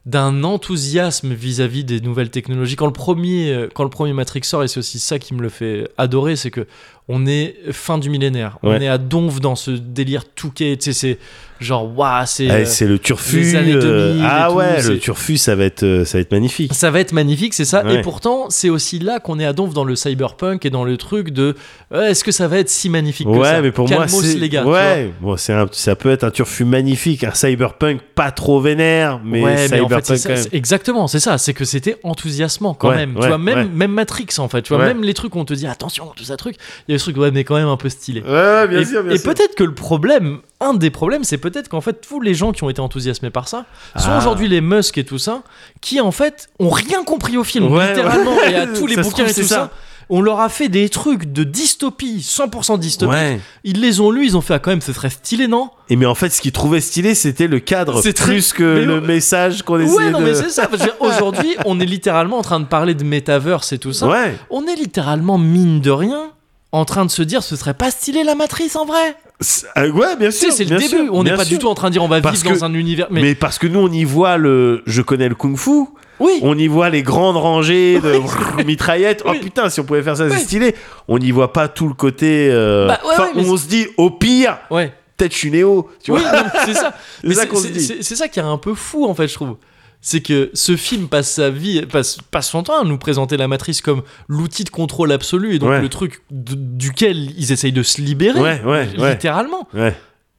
[SPEAKER 1] d'un enthousiasme vis-à-vis des nouvelles technologies. Quand le premier, euh, quand le premier Matrix sort, et c'est aussi ça qui me le fait adorer, c'est que on est fin du millénaire. On
[SPEAKER 2] Ouais.
[SPEAKER 1] est à donf dans ce délire touquet. Tu sais, c'est genre waouh, c'est
[SPEAKER 2] Eh,
[SPEAKER 1] euh,
[SPEAKER 2] c'est le turfu.
[SPEAKER 1] les années 2000
[SPEAKER 2] euh,
[SPEAKER 1] et
[SPEAKER 2] ah
[SPEAKER 1] tout,
[SPEAKER 2] ouais,
[SPEAKER 1] c'est-
[SPEAKER 2] le turfu, ça va être, euh, ça va être magnifique.
[SPEAKER 1] ça va être magnifique, c'est ça.
[SPEAKER 2] Ouais.
[SPEAKER 1] Et pourtant, c'est aussi là qu'on est à donf dans le cyberpunk et dans le truc de euh, est-ce que ça va être si magnifique que
[SPEAKER 2] Ouais,
[SPEAKER 1] ça
[SPEAKER 2] mais pour
[SPEAKER 1] Calmos,
[SPEAKER 2] moi, c'est
[SPEAKER 1] les gars. tu vois.
[SPEAKER 2] ouais, bon, c'est un- ça peut être un turfu magnifique, un cyberpunk pas trop vénère, mais
[SPEAKER 1] ouais, mais en
[SPEAKER 2] cyberpunk
[SPEAKER 1] fait, c'est ça,
[SPEAKER 2] quand même.
[SPEAKER 1] c'est- exactement, c'est ça, c'est que c'était enthousiasmant quand
[SPEAKER 2] Ouais,
[SPEAKER 1] même. tu
[SPEAKER 2] ouais,
[SPEAKER 1] vois, même,
[SPEAKER 2] ouais.
[SPEAKER 1] même Matrix en fait, tu vois,
[SPEAKER 2] Ouais.
[SPEAKER 1] même les trucs où on te dit attention, tout ça truc, il y a des trucs, ouais, mais quand même un peu stylé.
[SPEAKER 2] Ouais, Euh, bien
[SPEAKER 1] et
[SPEAKER 2] sûr, bien
[SPEAKER 1] et
[SPEAKER 2] sûr.
[SPEAKER 1] peut-être que le problème, un des problèmes, c'est peut-être qu'en fait, tous les gens qui ont été enthousiasmés par ça sont
[SPEAKER 2] Ah.
[SPEAKER 1] aujourd'hui les Musk et tout ça, qui en fait ont rien compris au film,
[SPEAKER 2] Ouais,
[SPEAKER 1] littéralement,
[SPEAKER 2] ouais.
[SPEAKER 1] et à tous les
[SPEAKER 2] Ça se
[SPEAKER 1] bouquins
[SPEAKER 2] trouve,
[SPEAKER 1] et
[SPEAKER 2] c'est
[SPEAKER 1] tout ça.
[SPEAKER 2] ça.
[SPEAKER 1] On leur a fait des trucs de dystopie, 100% dystopie.
[SPEAKER 2] Ouais.
[SPEAKER 1] Ils les ont lus, ils ont fait ah, quand même, ce serait stylé, non
[SPEAKER 2] Et mais en fait, ce qu'ils trouvaient stylé, c'était le cadre
[SPEAKER 1] C'est très-
[SPEAKER 2] plus que
[SPEAKER 1] mais
[SPEAKER 2] le
[SPEAKER 1] ouais.
[SPEAKER 2] message qu'on essayait
[SPEAKER 1] Ouais, non,
[SPEAKER 2] de.
[SPEAKER 1] mais c'est ça. parce que Aujourd'hui, on est littéralement en train de parler de metaverse et tout ça.
[SPEAKER 2] Ouais,
[SPEAKER 1] On est littéralement, mine de rien, en train de se dire ce serait pas stylé la matrice en vrai.
[SPEAKER 2] C'est- ah, ouais, bien
[SPEAKER 1] Tu
[SPEAKER 2] sûr.
[SPEAKER 1] sais, c'est le
[SPEAKER 2] bien
[SPEAKER 1] début.
[SPEAKER 2] sûr,
[SPEAKER 1] on n'est
[SPEAKER 2] bien
[SPEAKER 1] pas
[SPEAKER 2] sûr.
[SPEAKER 1] du tout en train de dire on va
[SPEAKER 2] Parce
[SPEAKER 1] vivre
[SPEAKER 2] que-
[SPEAKER 1] dans un univers. Mais,
[SPEAKER 2] Mais... parce que nous, on y voit le. Je connais le kung-fu.
[SPEAKER 1] oui,
[SPEAKER 2] On y voit les grandes rangées de mitraillettes.
[SPEAKER 1] Oui.
[SPEAKER 2] Oh putain, si on pouvait faire ça, c'est
[SPEAKER 1] Oui.
[SPEAKER 2] stylé. On n'y voit pas tout le côté. euh,
[SPEAKER 1] Bah, ouais,
[SPEAKER 2] enfin,
[SPEAKER 1] ouais, mais
[SPEAKER 2] on se dit, au pire,
[SPEAKER 1] ouais.
[SPEAKER 2] peut-être je suis néo. Tu
[SPEAKER 1] Oui,
[SPEAKER 2] vois
[SPEAKER 1] non, c'est ça.
[SPEAKER 2] C'est
[SPEAKER 1] Mais
[SPEAKER 2] ça
[SPEAKER 1] c'est-
[SPEAKER 2] qu'on se
[SPEAKER 1] c'est-
[SPEAKER 2] dit.
[SPEAKER 1] c'est- c'est ça qui est un peu fou en fait, je trouve. C'est que ce film passe sa vie, passe, passe son temps à nous présenter la matrice comme l'outil de contrôle absolu et donc
[SPEAKER 2] Ouais.
[SPEAKER 1] le truc de- duquel ils essayent de se libérer,
[SPEAKER 2] Ouais, ouais, ouais.
[SPEAKER 1] littéralement.
[SPEAKER 2] Ouais,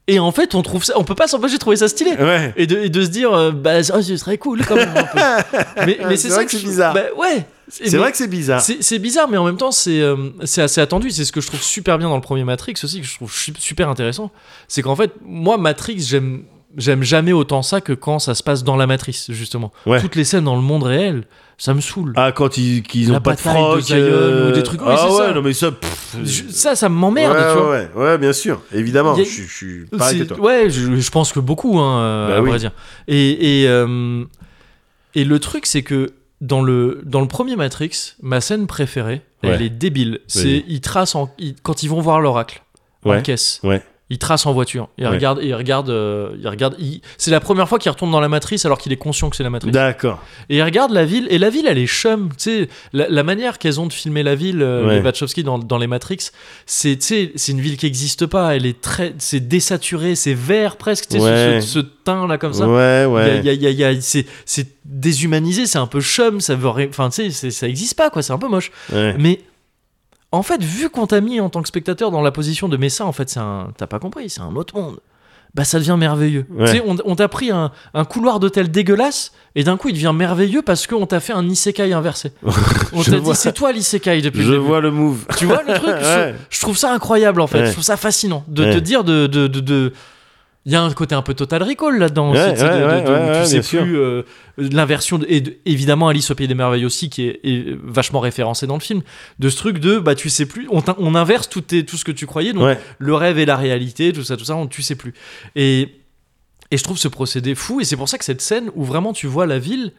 [SPEAKER 1] Et en fait, on trouve ça, on peut pas s'empêcher de trouver ça stylé.
[SPEAKER 2] ouais.
[SPEAKER 1] et de, et de se dire euh, bah oh, ce serait cool quand même un peu. mais, mais
[SPEAKER 2] C'est
[SPEAKER 1] c'est
[SPEAKER 2] vrai
[SPEAKER 1] ça
[SPEAKER 2] que
[SPEAKER 1] je
[SPEAKER 2] c'est
[SPEAKER 1] trouve-
[SPEAKER 2] bizarre.
[SPEAKER 1] bah, ouais
[SPEAKER 2] C'est vrai que c'est bizarre.
[SPEAKER 1] c'est c'est bizarre mais en même temps c'est euh, c'est assez attendu c'est ce que je trouve super bien dans le premier Matrix aussi que je trouve su- super intéressant c'est qu'en fait moi Matrix j'aime j'aime jamais autant ça que quand ça se passe dans la matrice justement
[SPEAKER 2] Ouais.
[SPEAKER 1] toutes les scènes dans le monde réel ça me saoule
[SPEAKER 2] Ah, quand ils, qu'ils
[SPEAKER 1] La
[SPEAKER 2] ont pas de
[SPEAKER 1] bataille de
[SPEAKER 2] froc.
[SPEAKER 1] Zion ou des trucs- oui,
[SPEAKER 2] ah
[SPEAKER 1] c'est
[SPEAKER 2] ouais,
[SPEAKER 1] ça.
[SPEAKER 2] non mais ça. pff,
[SPEAKER 1] Je- ça ça m'emmerde
[SPEAKER 2] ouais,
[SPEAKER 1] tu vois
[SPEAKER 2] ouais, ouais, bien sûr, évidemment.
[SPEAKER 1] Y a-
[SPEAKER 2] Je, suis- je suis pareil que
[SPEAKER 1] C'est-
[SPEAKER 2] toi.
[SPEAKER 1] Ouais, je, je pense que beaucoup, hein, euh,
[SPEAKER 2] Bah
[SPEAKER 1] à
[SPEAKER 2] oui.
[SPEAKER 1] vrai dire. Et, et, euh, et le truc, c'est que dans le, dans le premier Matrix, ma scène préférée, elle
[SPEAKER 2] Ouais.
[SPEAKER 1] est débile. C'est ils tracent en- ils- quand ils vont voir l'oracle en
[SPEAKER 2] Ouais.
[SPEAKER 1] caisse.
[SPEAKER 2] Ouais.
[SPEAKER 1] Ils tracent en voiture. Ils
[SPEAKER 2] Ouais.
[SPEAKER 1] regardent, ils regardent, euh, ils regardent. ils- C'est la première fois qu'il retourne dans la matrice alors qu'il est conscient que c'est la matrice.
[SPEAKER 2] D'accord.
[SPEAKER 1] Et ils regardent la ville, et la ville, elle est chum. Tu sais, la, la manière qu'elles ont de filmer la ville, euh,
[SPEAKER 2] Ouais.
[SPEAKER 1] les Wachowski, dans, dans les Matrix, c'est tu sais, c'est une ville qui n'existe pas. Elle est très. C'est désaturé, c'est vert presque, tu sais,
[SPEAKER 2] Ouais.
[SPEAKER 1] ce, ce- ce teint-là comme ça.
[SPEAKER 2] Ouais, ouais.
[SPEAKER 1] Il y a- il y a- il y a- il y a- c'est c'est déshumanisé, c'est un peu chum, ça veut rien. Enfin, tu sais, c'est- ça existe pas, quoi, c'est un peu moche.
[SPEAKER 2] ouais.
[SPEAKER 1] Mais. En fait, vu qu'on t'a mis en tant que spectateur dans la position de mais ça, en fait, c'est un- t'as pas compris, c'est un autre monde. Bah, ça devient merveilleux.
[SPEAKER 2] Ouais.
[SPEAKER 1] Tu sais, on, on t'a pris un, un couloir d'hôtel dégueulasse et d'un coup, il devient merveilleux parce qu'on t'a fait un isekai inversé. on
[SPEAKER 2] Je
[SPEAKER 1] t'a
[SPEAKER 2] vois.
[SPEAKER 1] dit, c'est toi l'isekai depuis
[SPEAKER 2] Je
[SPEAKER 1] le début.
[SPEAKER 2] vois le move.
[SPEAKER 1] Tu vois le truc je,
[SPEAKER 2] Ouais.
[SPEAKER 1] je trouve ça incroyable en fait.
[SPEAKER 2] Ouais.
[SPEAKER 1] Je trouve ça fascinant de te
[SPEAKER 2] Ouais.
[SPEAKER 1] dire de. de, de- de- il y a un côté un peu total recall là-dedans.
[SPEAKER 2] Ouais,
[SPEAKER 1] aussi, tu sais,
[SPEAKER 2] ouais,
[SPEAKER 1] de- de-
[SPEAKER 2] ouais,
[SPEAKER 1] de-
[SPEAKER 2] ouais,
[SPEAKER 1] tu
[SPEAKER 2] ouais,
[SPEAKER 1] sais
[SPEAKER 2] bien
[SPEAKER 1] plus
[SPEAKER 2] sûr.
[SPEAKER 1] euh, l'inversion de- et de- évidemment Alice au pays des merveilles aussi qui est, est vachement référencé dans le film de ce truc de bah tu sais plus on, t'in- on inverse tout, tes- tout ce que tu croyais donc
[SPEAKER 2] Ouais.
[SPEAKER 1] le rêve et la réalité, tout ça, tout ça, on, tu sais plus. Et, et je trouve ce procédé fou, et c'est pour ça que cette scène où vraiment tu vois la ville,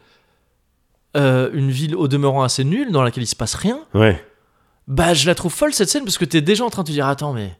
[SPEAKER 1] euh, une ville au demeurant assez nulle, dans laquelle il se passe rien,
[SPEAKER 2] Ouais.
[SPEAKER 1] bah je la trouve folle cette scène, parce que t'es déjà en train de te dire, attends, mais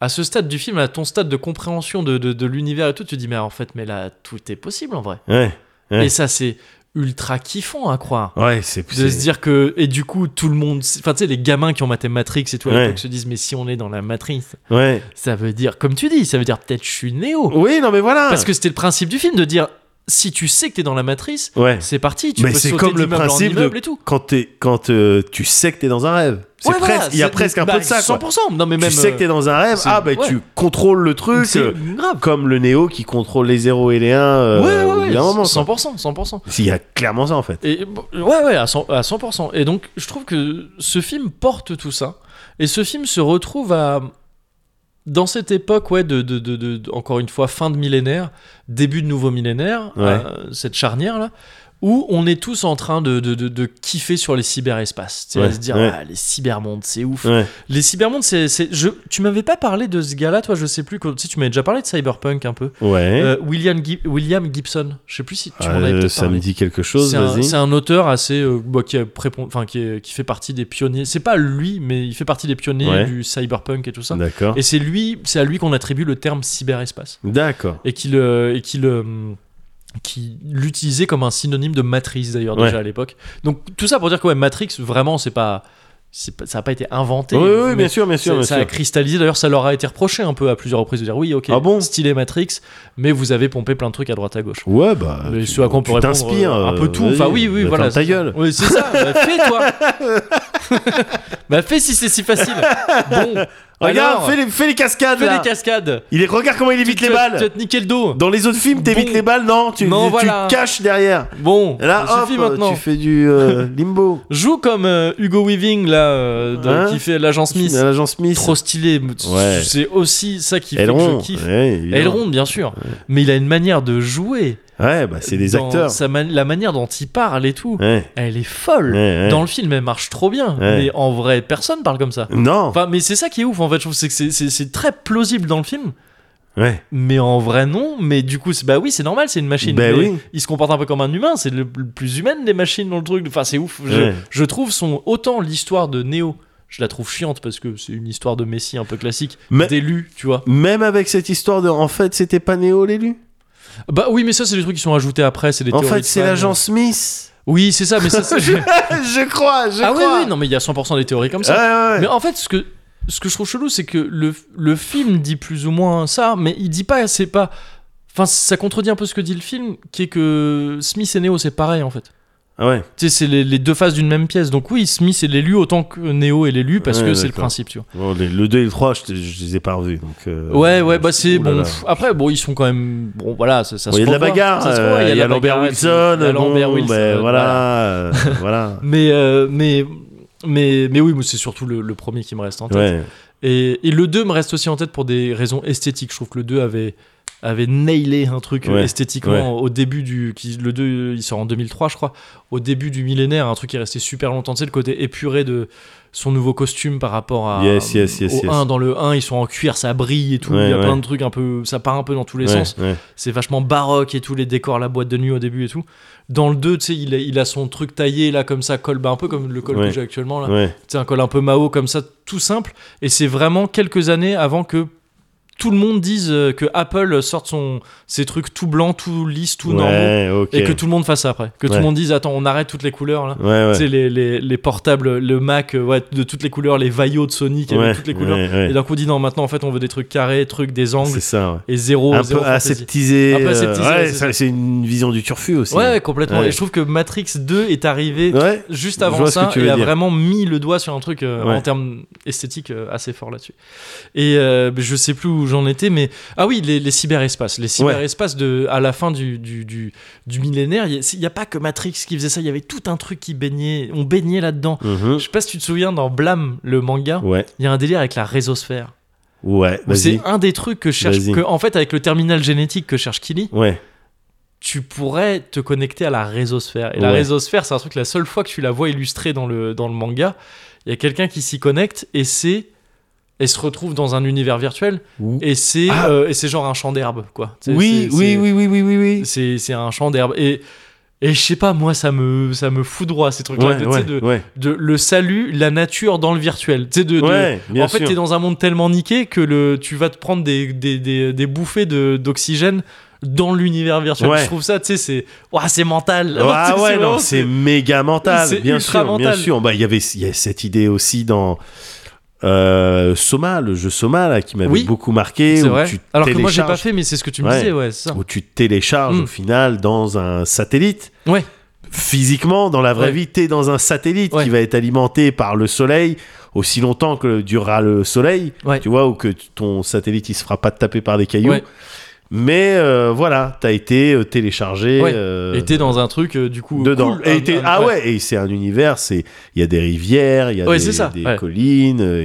[SPEAKER 1] à ce stade du film, à ton stade de compréhension de, de, de l'univers et tout, tu te dis, mais en fait, mais là, tout est possible en vrai.
[SPEAKER 2] Ouais. Ouais.
[SPEAKER 1] Et ça, c'est ultra kiffant à croire.
[SPEAKER 2] Ouais, c'est
[SPEAKER 1] De
[SPEAKER 2] c'est-
[SPEAKER 1] se dire que, et du coup, tout le monde, enfin, tu sais, les gamins qui ont maté Matrix et tout, à
[SPEAKER 2] Ouais.
[SPEAKER 1] l'époque, se disent, mais si on est dans la matrice,
[SPEAKER 2] Ouais.
[SPEAKER 1] ça veut dire, comme tu dis, ça veut dire peut-être je suis néo.
[SPEAKER 2] Oui, non mais voilà.
[SPEAKER 1] Parce que c'était le principe du film de dire si tu sais que t'es dans la matrice,
[SPEAKER 2] Ouais.
[SPEAKER 1] c'est parti, tu
[SPEAKER 2] Mais
[SPEAKER 1] peux
[SPEAKER 2] c'est
[SPEAKER 1] sauter
[SPEAKER 2] comme le
[SPEAKER 1] d'immeuble en
[SPEAKER 2] principe de-
[SPEAKER 1] immeuble et tout.
[SPEAKER 2] Quand t'es, quand euh, tu sais que t'es dans un rêve. C'est
[SPEAKER 1] Ouais,
[SPEAKER 2] presque.
[SPEAKER 1] voilà,
[SPEAKER 2] il y a
[SPEAKER 1] c'est-
[SPEAKER 2] presque un
[SPEAKER 1] bah,
[SPEAKER 2] peu de ça. Quoi.
[SPEAKER 1] 100%. Non mais
[SPEAKER 2] Tu
[SPEAKER 1] même
[SPEAKER 2] sais que t'es dans un rêve.
[SPEAKER 1] c'est-
[SPEAKER 2] Ah bah
[SPEAKER 1] ouais.
[SPEAKER 2] tu contrôles le
[SPEAKER 1] euh,
[SPEAKER 2] truc.
[SPEAKER 1] c'est
[SPEAKER 2] euh,
[SPEAKER 1] grave.
[SPEAKER 2] Comme le néo qui contrôle les 0 et les 1
[SPEAKER 1] Ouais,
[SPEAKER 2] euh,
[SPEAKER 1] ouais,
[SPEAKER 2] au bout
[SPEAKER 1] ouais,
[SPEAKER 2] d'un moment. quoi.
[SPEAKER 1] 100%, 100%.
[SPEAKER 2] Il y a clairement ça en fait.
[SPEAKER 1] Et bon, ouais, ouais, à 100%, à 100%. Et donc, je trouve que ce film porte tout ça. Et ce film se retrouve à. Dans cette époque, ouais, de, de, de- de- de- encore une fois, fin de millénaire, début de nouveau millénaire,
[SPEAKER 2] Ouais.
[SPEAKER 1] euh, cette charnière-là, où on est tous en train de, de, de- de kiffer sur les cyberespaces. Tu sais,
[SPEAKER 2] Ouais,
[SPEAKER 1] à se dire,
[SPEAKER 2] ouais.
[SPEAKER 1] ah, les cybermondes, c'est ouf.
[SPEAKER 2] Ouais.
[SPEAKER 1] Les cybermondes, c'est. c'est- Je... Tu m'avais pas parlé de ce gars-là, toi, je sais plus. quand- Tu sais, tu m'avais déjà parlé de Cyberpunk un peu.
[SPEAKER 2] Ouais.
[SPEAKER 1] Euh, William, Gib- William Gibson. Je sais plus si tu m'en avais
[SPEAKER 2] Euh,
[SPEAKER 1] peut-être
[SPEAKER 2] ça me
[SPEAKER 1] parlé.
[SPEAKER 2] dit quelque chose,
[SPEAKER 1] C'est un,
[SPEAKER 2] vas-y.
[SPEAKER 1] c'est un auteur assez euh, bah, qui, a prépon- enfin, qui, est- qui fait partie des pionniers. C'est pas lui, mais il fait partie des pionniers
[SPEAKER 2] Ouais.
[SPEAKER 1] du cyberpunk et tout ça.
[SPEAKER 2] D'accord.
[SPEAKER 1] Et c'est lui, c'est à lui qu'on attribue le terme cyberespace
[SPEAKER 2] D'accord.
[SPEAKER 1] et qu'il euh, et qu'il euh, qui l'utilisait comme un synonyme de matrice d'ailleurs
[SPEAKER 2] Ouais.
[SPEAKER 1] déjà à l'époque. Donc tout ça pour dire que ouais, Matrix vraiment c'est pas, c'est pas- ça a pas été inventé.
[SPEAKER 2] Oui, oui,
[SPEAKER 1] mais
[SPEAKER 2] bien sûr, bien sûr,
[SPEAKER 1] c'est-
[SPEAKER 2] bien
[SPEAKER 1] ça a
[SPEAKER 2] sûr.
[SPEAKER 1] cristallisé, d'ailleurs, ça leur a été reproché un peu à plusieurs reprises de dire oui, ok,
[SPEAKER 2] Ah bon
[SPEAKER 1] stylé Matrix, mais vous avez pompé plein de trucs à droite à gauche.
[SPEAKER 2] Ouais, bah.
[SPEAKER 1] Mais
[SPEAKER 2] tu-
[SPEAKER 1] ce à quoi on
[SPEAKER 2] tu
[SPEAKER 1] pourrait répondre,
[SPEAKER 2] t'inspires,
[SPEAKER 1] euh, un peu
[SPEAKER 2] euh,
[SPEAKER 1] tout. Enfin,
[SPEAKER 2] vas-y,
[SPEAKER 1] oui, oui,
[SPEAKER 2] bah,
[SPEAKER 1] voilà.
[SPEAKER 2] ferme ta gueule.
[SPEAKER 1] Oui, c'est ça. Bah, fais, toi. bah, fais si c'est si facile. Bon.
[SPEAKER 2] Regarde,
[SPEAKER 1] alors,
[SPEAKER 2] fais les, fais les cascades.
[SPEAKER 1] fais
[SPEAKER 2] là.
[SPEAKER 1] des cascades.
[SPEAKER 2] Il est, regarde comment il évite les
[SPEAKER 1] Tu vas
[SPEAKER 2] balles.
[SPEAKER 1] te niquer le dos.
[SPEAKER 2] Dans les autres films, t'évites
[SPEAKER 1] Bon.
[SPEAKER 2] les balles, non Tu,
[SPEAKER 1] Non,
[SPEAKER 2] tu
[SPEAKER 1] voilà.
[SPEAKER 2] caches derrière.
[SPEAKER 1] Bon,
[SPEAKER 2] Là,
[SPEAKER 1] ça
[SPEAKER 2] hop,
[SPEAKER 1] suffit maintenant.
[SPEAKER 2] tu fais du euh, limbo.
[SPEAKER 1] Joue comme euh, Hugo Weaving, là, euh, de-
[SPEAKER 2] Hein
[SPEAKER 1] qui fait l'agent Smith.
[SPEAKER 2] À L'agent Smith.
[SPEAKER 1] Trop stylé.
[SPEAKER 2] Ouais.
[SPEAKER 1] C'est aussi ça qui fait
[SPEAKER 2] Elrond.
[SPEAKER 1] que je kiffe.
[SPEAKER 2] Ouais, évidemment.
[SPEAKER 1] Elrond, bien sûr. Mais il a une manière de jouer.
[SPEAKER 2] Ouais, bah c'est des
[SPEAKER 1] dans
[SPEAKER 2] acteurs.
[SPEAKER 1] sa man- la manière dont il parle et tout.
[SPEAKER 2] Ouais.
[SPEAKER 1] Elle est folle.
[SPEAKER 2] Ouais, ouais.
[SPEAKER 1] Dans le film, elle marche trop bien.
[SPEAKER 2] Ouais.
[SPEAKER 1] Mais en vrai, personne parle comme ça.
[SPEAKER 2] Non.
[SPEAKER 1] Enfin, mais c'est ça qui est ouf en fait. Je trouve c'est que c'est- c'est c'est très plausible dans le film,
[SPEAKER 2] Ouais.
[SPEAKER 1] mais en vrai non. Mais du coup, c'est- bah oui, c'est normal, c'est une machine.
[SPEAKER 2] Ben
[SPEAKER 1] mais
[SPEAKER 2] oui.
[SPEAKER 1] Il se comporte un peu comme un humain. C'est le, le plus humain des machines dans le truc. Enfin, c'est ouf. Je,
[SPEAKER 2] Ouais.
[SPEAKER 1] je trouve son autant l'histoire de Neo. Je la trouve chiante parce que c'est une histoire de Messie un peu classique,
[SPEAKER 2] Mais-
[SPEAKER 1] d'élu, tu vois.
[SPEAKER 2] Même avec cette histoire de. En fait, c'était pas Néo l'élu.
[SPEAKER 1] Bah oui, mais ça, c'est des trucs qui sont ajoutés après, c'est des
[SPEAKER 2] En
[SPEAKER 1] théories
[SPEAKER 2] fait,
[SPEAKER 1] de
[SPEAKER 2] c'est
[SPEAKER 1] fans.
[SPEAKER 2] l'agent Smith.
[SPEAKER 1] Oui, c'est ça, mais ça, c'est.
[SPEAKER 2] je crois, je
[SPEAKER 1] ah oui,
[SPEAKER 2] crois.
[SPEAKER 1] oui, non, mais il y a 100% des théories comme ça.
[SPEAKER 2] Ah Ouais, ouais,
[SPEAKER 1] Mais en fait, ce que, ce que je trouve chelou, c'est que le, le film dit plus ou moins ça, mais il dit pas, c'est pas. Enfin, ça contredit un peu ce que dit le film, qui est que Smith et Neo, c'est pareil en fait.
[SPEAKER 2] Ah ouais.
[SPEAKER 1] Tu sais, c'est les, les deux faces d'une même pièce. Donc, oui, Smith est l'élu autant que Neo est l'élu, parce
[SPEAKER 2] Ouais,
[SPEAKER 1] que c'est le
[SPEAKER 2] d'accord.
[SPEAKER 1] principe, tu vois.
[SPEAKER 2] Bon, les- le 2 et le 3, je, te- je les ai pas revus. Donc, euh,
[SPEAKER 1] ouais, ouais, bah c'est
[SPEAKER 2] ouh là
[SPEAKER 1] bon.
[SPEAKER 2] là.
[SPEAKER 1] pff, après, bon, ils sont quand même. Bon, voilà, ça, ça
[SPEAKER 2] Bon,
[SPEAKER 1] se
[SPEAKER 2] Il y a de la
[SPEAKER 1] revoit,
[SPEAKER 2] bagarre.
[SPEAKER 1] ça se revoit,
[SPEAKER 2] euh, Il y a
[SPEAKER 1] la
[SPEAKER 2] Lambert
[SPEAKER 1] bagarre,
[SPEAKER 2] Wilson.
[SPEAKER 1] il y a Lambert
[SPEAKER 2] bon,
[SPEAKER 1] Wilson.
[SPEAKER 2] ben,
[SPEAKER 1] euh,
[SPEAKER 2] voilà. euh, voilà.
[SPEAKER 1] Mais, euh, mais, mais, mais oui, mais c'est surtout le, le premier qui me reste en tête.
[SPEAKER 2] Ouais.
[SPEAKER 1] Et, et le 2 me reste aussi en tête pour des raisons esthétiques. Je trouve que le 2 avait, avait nailé un truc
[SPEAKER 2] Ouais,
[SPEAKER 1] esthétiquement au début du. Qui, le 2, il sort en 2003, je crois. Au début du millénaire, un truc qui est resté super longtemps. Tu sais, le côté épuré de son nouveau costume par rapport à.
[SPEAKER 2] Yes, yes, yes,
[SPEAKER 1] au
[SPEAKER 2] yes.
[SPEAKER 1] 1. Dans le 1, ils sont en cuir, ça brille et tout.
[SPEAKER 2] Ouais,
[SPEAKER 1] il y a
[SPEAKER 2] ouais.
[SPEAKER 1] plein de trucs un peu. Ça part un peu dans tous les
[SPEAKER 2] ouais,
[SPEAKER 1] sens.
[SPEAKER 2] ouais.
[SPEAKER 1] C'est vachement baroque et tout, les décors, la boîte de nuit au début et tout. Dans le 2, tu sais, il, a- il a son truc taillé là, comme ça, col, bah, un peu comme le col
[SPEAKER 2] Ouais.
[SPEAKER 1] que j'ai actuellement là.
[SPEAKER 2] ouais.
[SPEAKER 1] C'est un col un peu Mao comme ça, tout simple. Et c'est vraiment quelques années avant que tout le monde dise euh, que Apple sorte son, ses trucs tout blanc, tout lisse, tout normal.
[SPEAKER 2] Ouais, ok.
[SPEAKER 1] Et que tout le monde fasse ça après. Que tout
[SPEAKER 2] Ouais.
[SPEAKER 1] le monde dise, attends, on arrête toutes les couleurs là.
[SPEAKER 2] Ouais, ouais.
[SPEAKER 1] Tu sais, les, les- les portables, le Mac euh, ouais, de toutes les couleurs, les Vaio de Sony qui avaient
[SPEAKER 2] Ouais,
[SPEAKER 1] toutes les couleurs.
[SPEAKER 2] ouais, ouais.
[SPEAKER 1] Et d'un coup, on dit non, maintenant en fait, on veut des trucs carrés, trucs des angles
[SPEAKER 2] C'est ça, ouais.
[SPEAKER 1] et zéro,
[SPEAKER 2] un
[SPEAKER 1] zéro
[SPEAKER 2] peu
[SPEAKER 1] fantaisie.
[SPEAKER 2] aseptisé.
[SPEAKER 1] Un peu
[SPEAKER 2] euh,
[SPEAKER 1] aseptisé,
[SPEAKER 2] ouais,
[SPEAKER 1] ouais, c'est
[SPEAKER 2] ça, c'est une vision du turfu aussi.
[SPEAKER 1] Ouais, ouais, complètement.
[SPEAKER 2] Ouais.
[SPEAKER 1] Et je trouve que Matrix 2 est arrivé
[SPEAKER 2] Ouais.
[SPEAKER 1] juste
[SPEAKER 2] Je
[SPEAKER 1] avant
[SPEAKER 2] vois ce
[SPEAKER 1] ça
[SPEAKER 2] que tu
[SPEAKER 1] il
[SPEAKER 2] veux
[SPEAKER 1] a
[SPEAKER 2] dire.
[SPEAKER 1] vraiment mis le doigt sur un truc euh,
[SPEAKER 2] Ouais.
[SPEAKER 1] en termes esthétiques euh, assez fort là-dessus. Et euh, je sais plus où j'en étais, mais ah oui, les, les cyberespaces, les cyberespaces de à la fin du du, du, du millénaire, il n'y a, pas que Matrix qui faisait ça, il y avait tout un truc qui baignait, on baignait là-dedans.
[SPEAKER 2] Mhm.
[SPEAKER 1] Je sais pas si tu te souviens dans Blam le manga,
[SPEAKER 2] Ouais.
[SPEAKER 1] il y a un délire avec la résosphère.
[SPEAKER 2] Ouais.
[SPEAKER 1] Où C'est
[SPEAKER 2] Vas-y.
[SPEAKER 1] un des trucs que cherche
[SPEAKER 2] Vas-y.
[SPEAKER 1] que en fait avec le terminal génétique que cherche Killy,
[SPEAKER 2] Ouais.
[SPEAKER 1] tu pourrais te connecter à la résosphère. Et la
[SPEAKER 2] Ouais.
[SPEAKER 1] résosphère, c'est un truc, la seule fois que tu la vois illustrée dans le, dans le manga, il y a quelqu'un qui s'y connecte et c'est. Elle se retrouve dans un univers virtuel et c'est
[SPEAKER 2] Ah.
[SPEAKER 1] euh, et c'est genre un champ d'herbe, quoi. C'est-
[SPEAKER 2] Oui,
[SPEAKER 1] c'est-
[SPEAKER 2] oui,
[SPEAKER 1] c'est-
[SPEAKER 2] oui, oui, oui, oui, oui.
[SPEAKER 1] C'est c'est un champ d'herbe. Et, et je sais pas, moi, ça me, ça me fout droit ces trucs-là.
[SPEAKER 2] Ouais,
[SPEAKER 1] tu sais,
[SPEAKER 2] ouais,
[SPEAKER 1] de,
[SPEAKER 2] ouais.
[SPEAKER 1] de- le salut, la nature dans le virtuel. Tu sais, de, de-
[SPEAKER 2] Ouais, bien
[SPEAKER 1] en fait,
[SPEAKER 2] sûr.
[SPEAKER 1] t'es dans un monde tellement niqué que le, tu vas te prendre des, des, des, des bouffées de- d'oxygène dans l'univers virtuel.
[SPEAKER 2] Ouais.
[SPEAKER 1] Je trouve ça, tu sais, c'est Ouah, c'est mental.
[SPEAKER 2] Ah
[SPEAKER 1] Tu sais,
[SPEAKER 2] ouais, non,
[SPEAKER 1] vraiment,
[SPEAKER 2] c'est méga mental,
[SPEAKER 1] c'est
[SPEAKER 2] bien
[SPEAKER 1] ultra
[SPEAKER 2] sûr, bien
[SPEAKER 1] mental.
[SPEAKER 2] sûr. Bah, il y avait, il y a cette idée aussi dans euh, Soma, le jeu Soma là, qui m'avait
[SPEAKER 1] Oui.
[SPEAKER 2] beaucoup marqué,
[SPEAKER 1] c'est
[SPEAKER 2] où
[SPEAKER 1] vrai.
[SPEAKER 2] tu
[SPEAKER 1] Alors que moi, j'ai pas
[SPEAKER 2] télécharges-
[SPEAKER 1] fait, mais c'est ce que tu me
[SPEAKER 2] Ouais.
[SPEAKER 1] disais, ouais, c'est ça.
[SPEAKER 2] où tu te télécharges
[SPEAKER 1] Mm.
[SPEAKER 2] au final dans un satellite.
[SPEAKER 1] Ouais.
[SPEAKER 2] Physiquement, dans la vraie
[SPEAKER 1] Ouais.
[SPEAKER 2] vie, t'es dans un satellite
[SPEAKER 1] Ouais.
[SPEAKER 2] qui va être alimenté par le soleil aussi longtemps que durera le soleil,
[SPEAKER 1] Ouais.
[SPEAKER 2] tu vois, ou que t- ton satellite il se fera pas taper par des cailloux.
[SPEAKER 1] Ouais.
[SPEAKER 2] Mais euh, voilà, t'as été euh, téléchargé.
[SPEAKER 1] Ouais.
[SPEAKER 2] euh,
[SPEAKER 1] Et t'es dans un truc, euh, du coup.
[SPEAKER 2] dedans.
[SPEAKER 1] cool.
[SPEAKER 2] Et
[SPEAKER 1] Un-
[SPEAKER 2] t'es-
[SPEAKER 1] un-
[SPEAKER 2] ah ouais, et c'est un univers, c'est il y a des rivières, il y a
[SPEAKER 1] Ouais,
[SPEAKER 2] des,
[SPEAKER 1] c'est ça,
[SPEAKER 2] des
[SPEAKER 1] ouais.
[SPEAKER 2] collines, euh,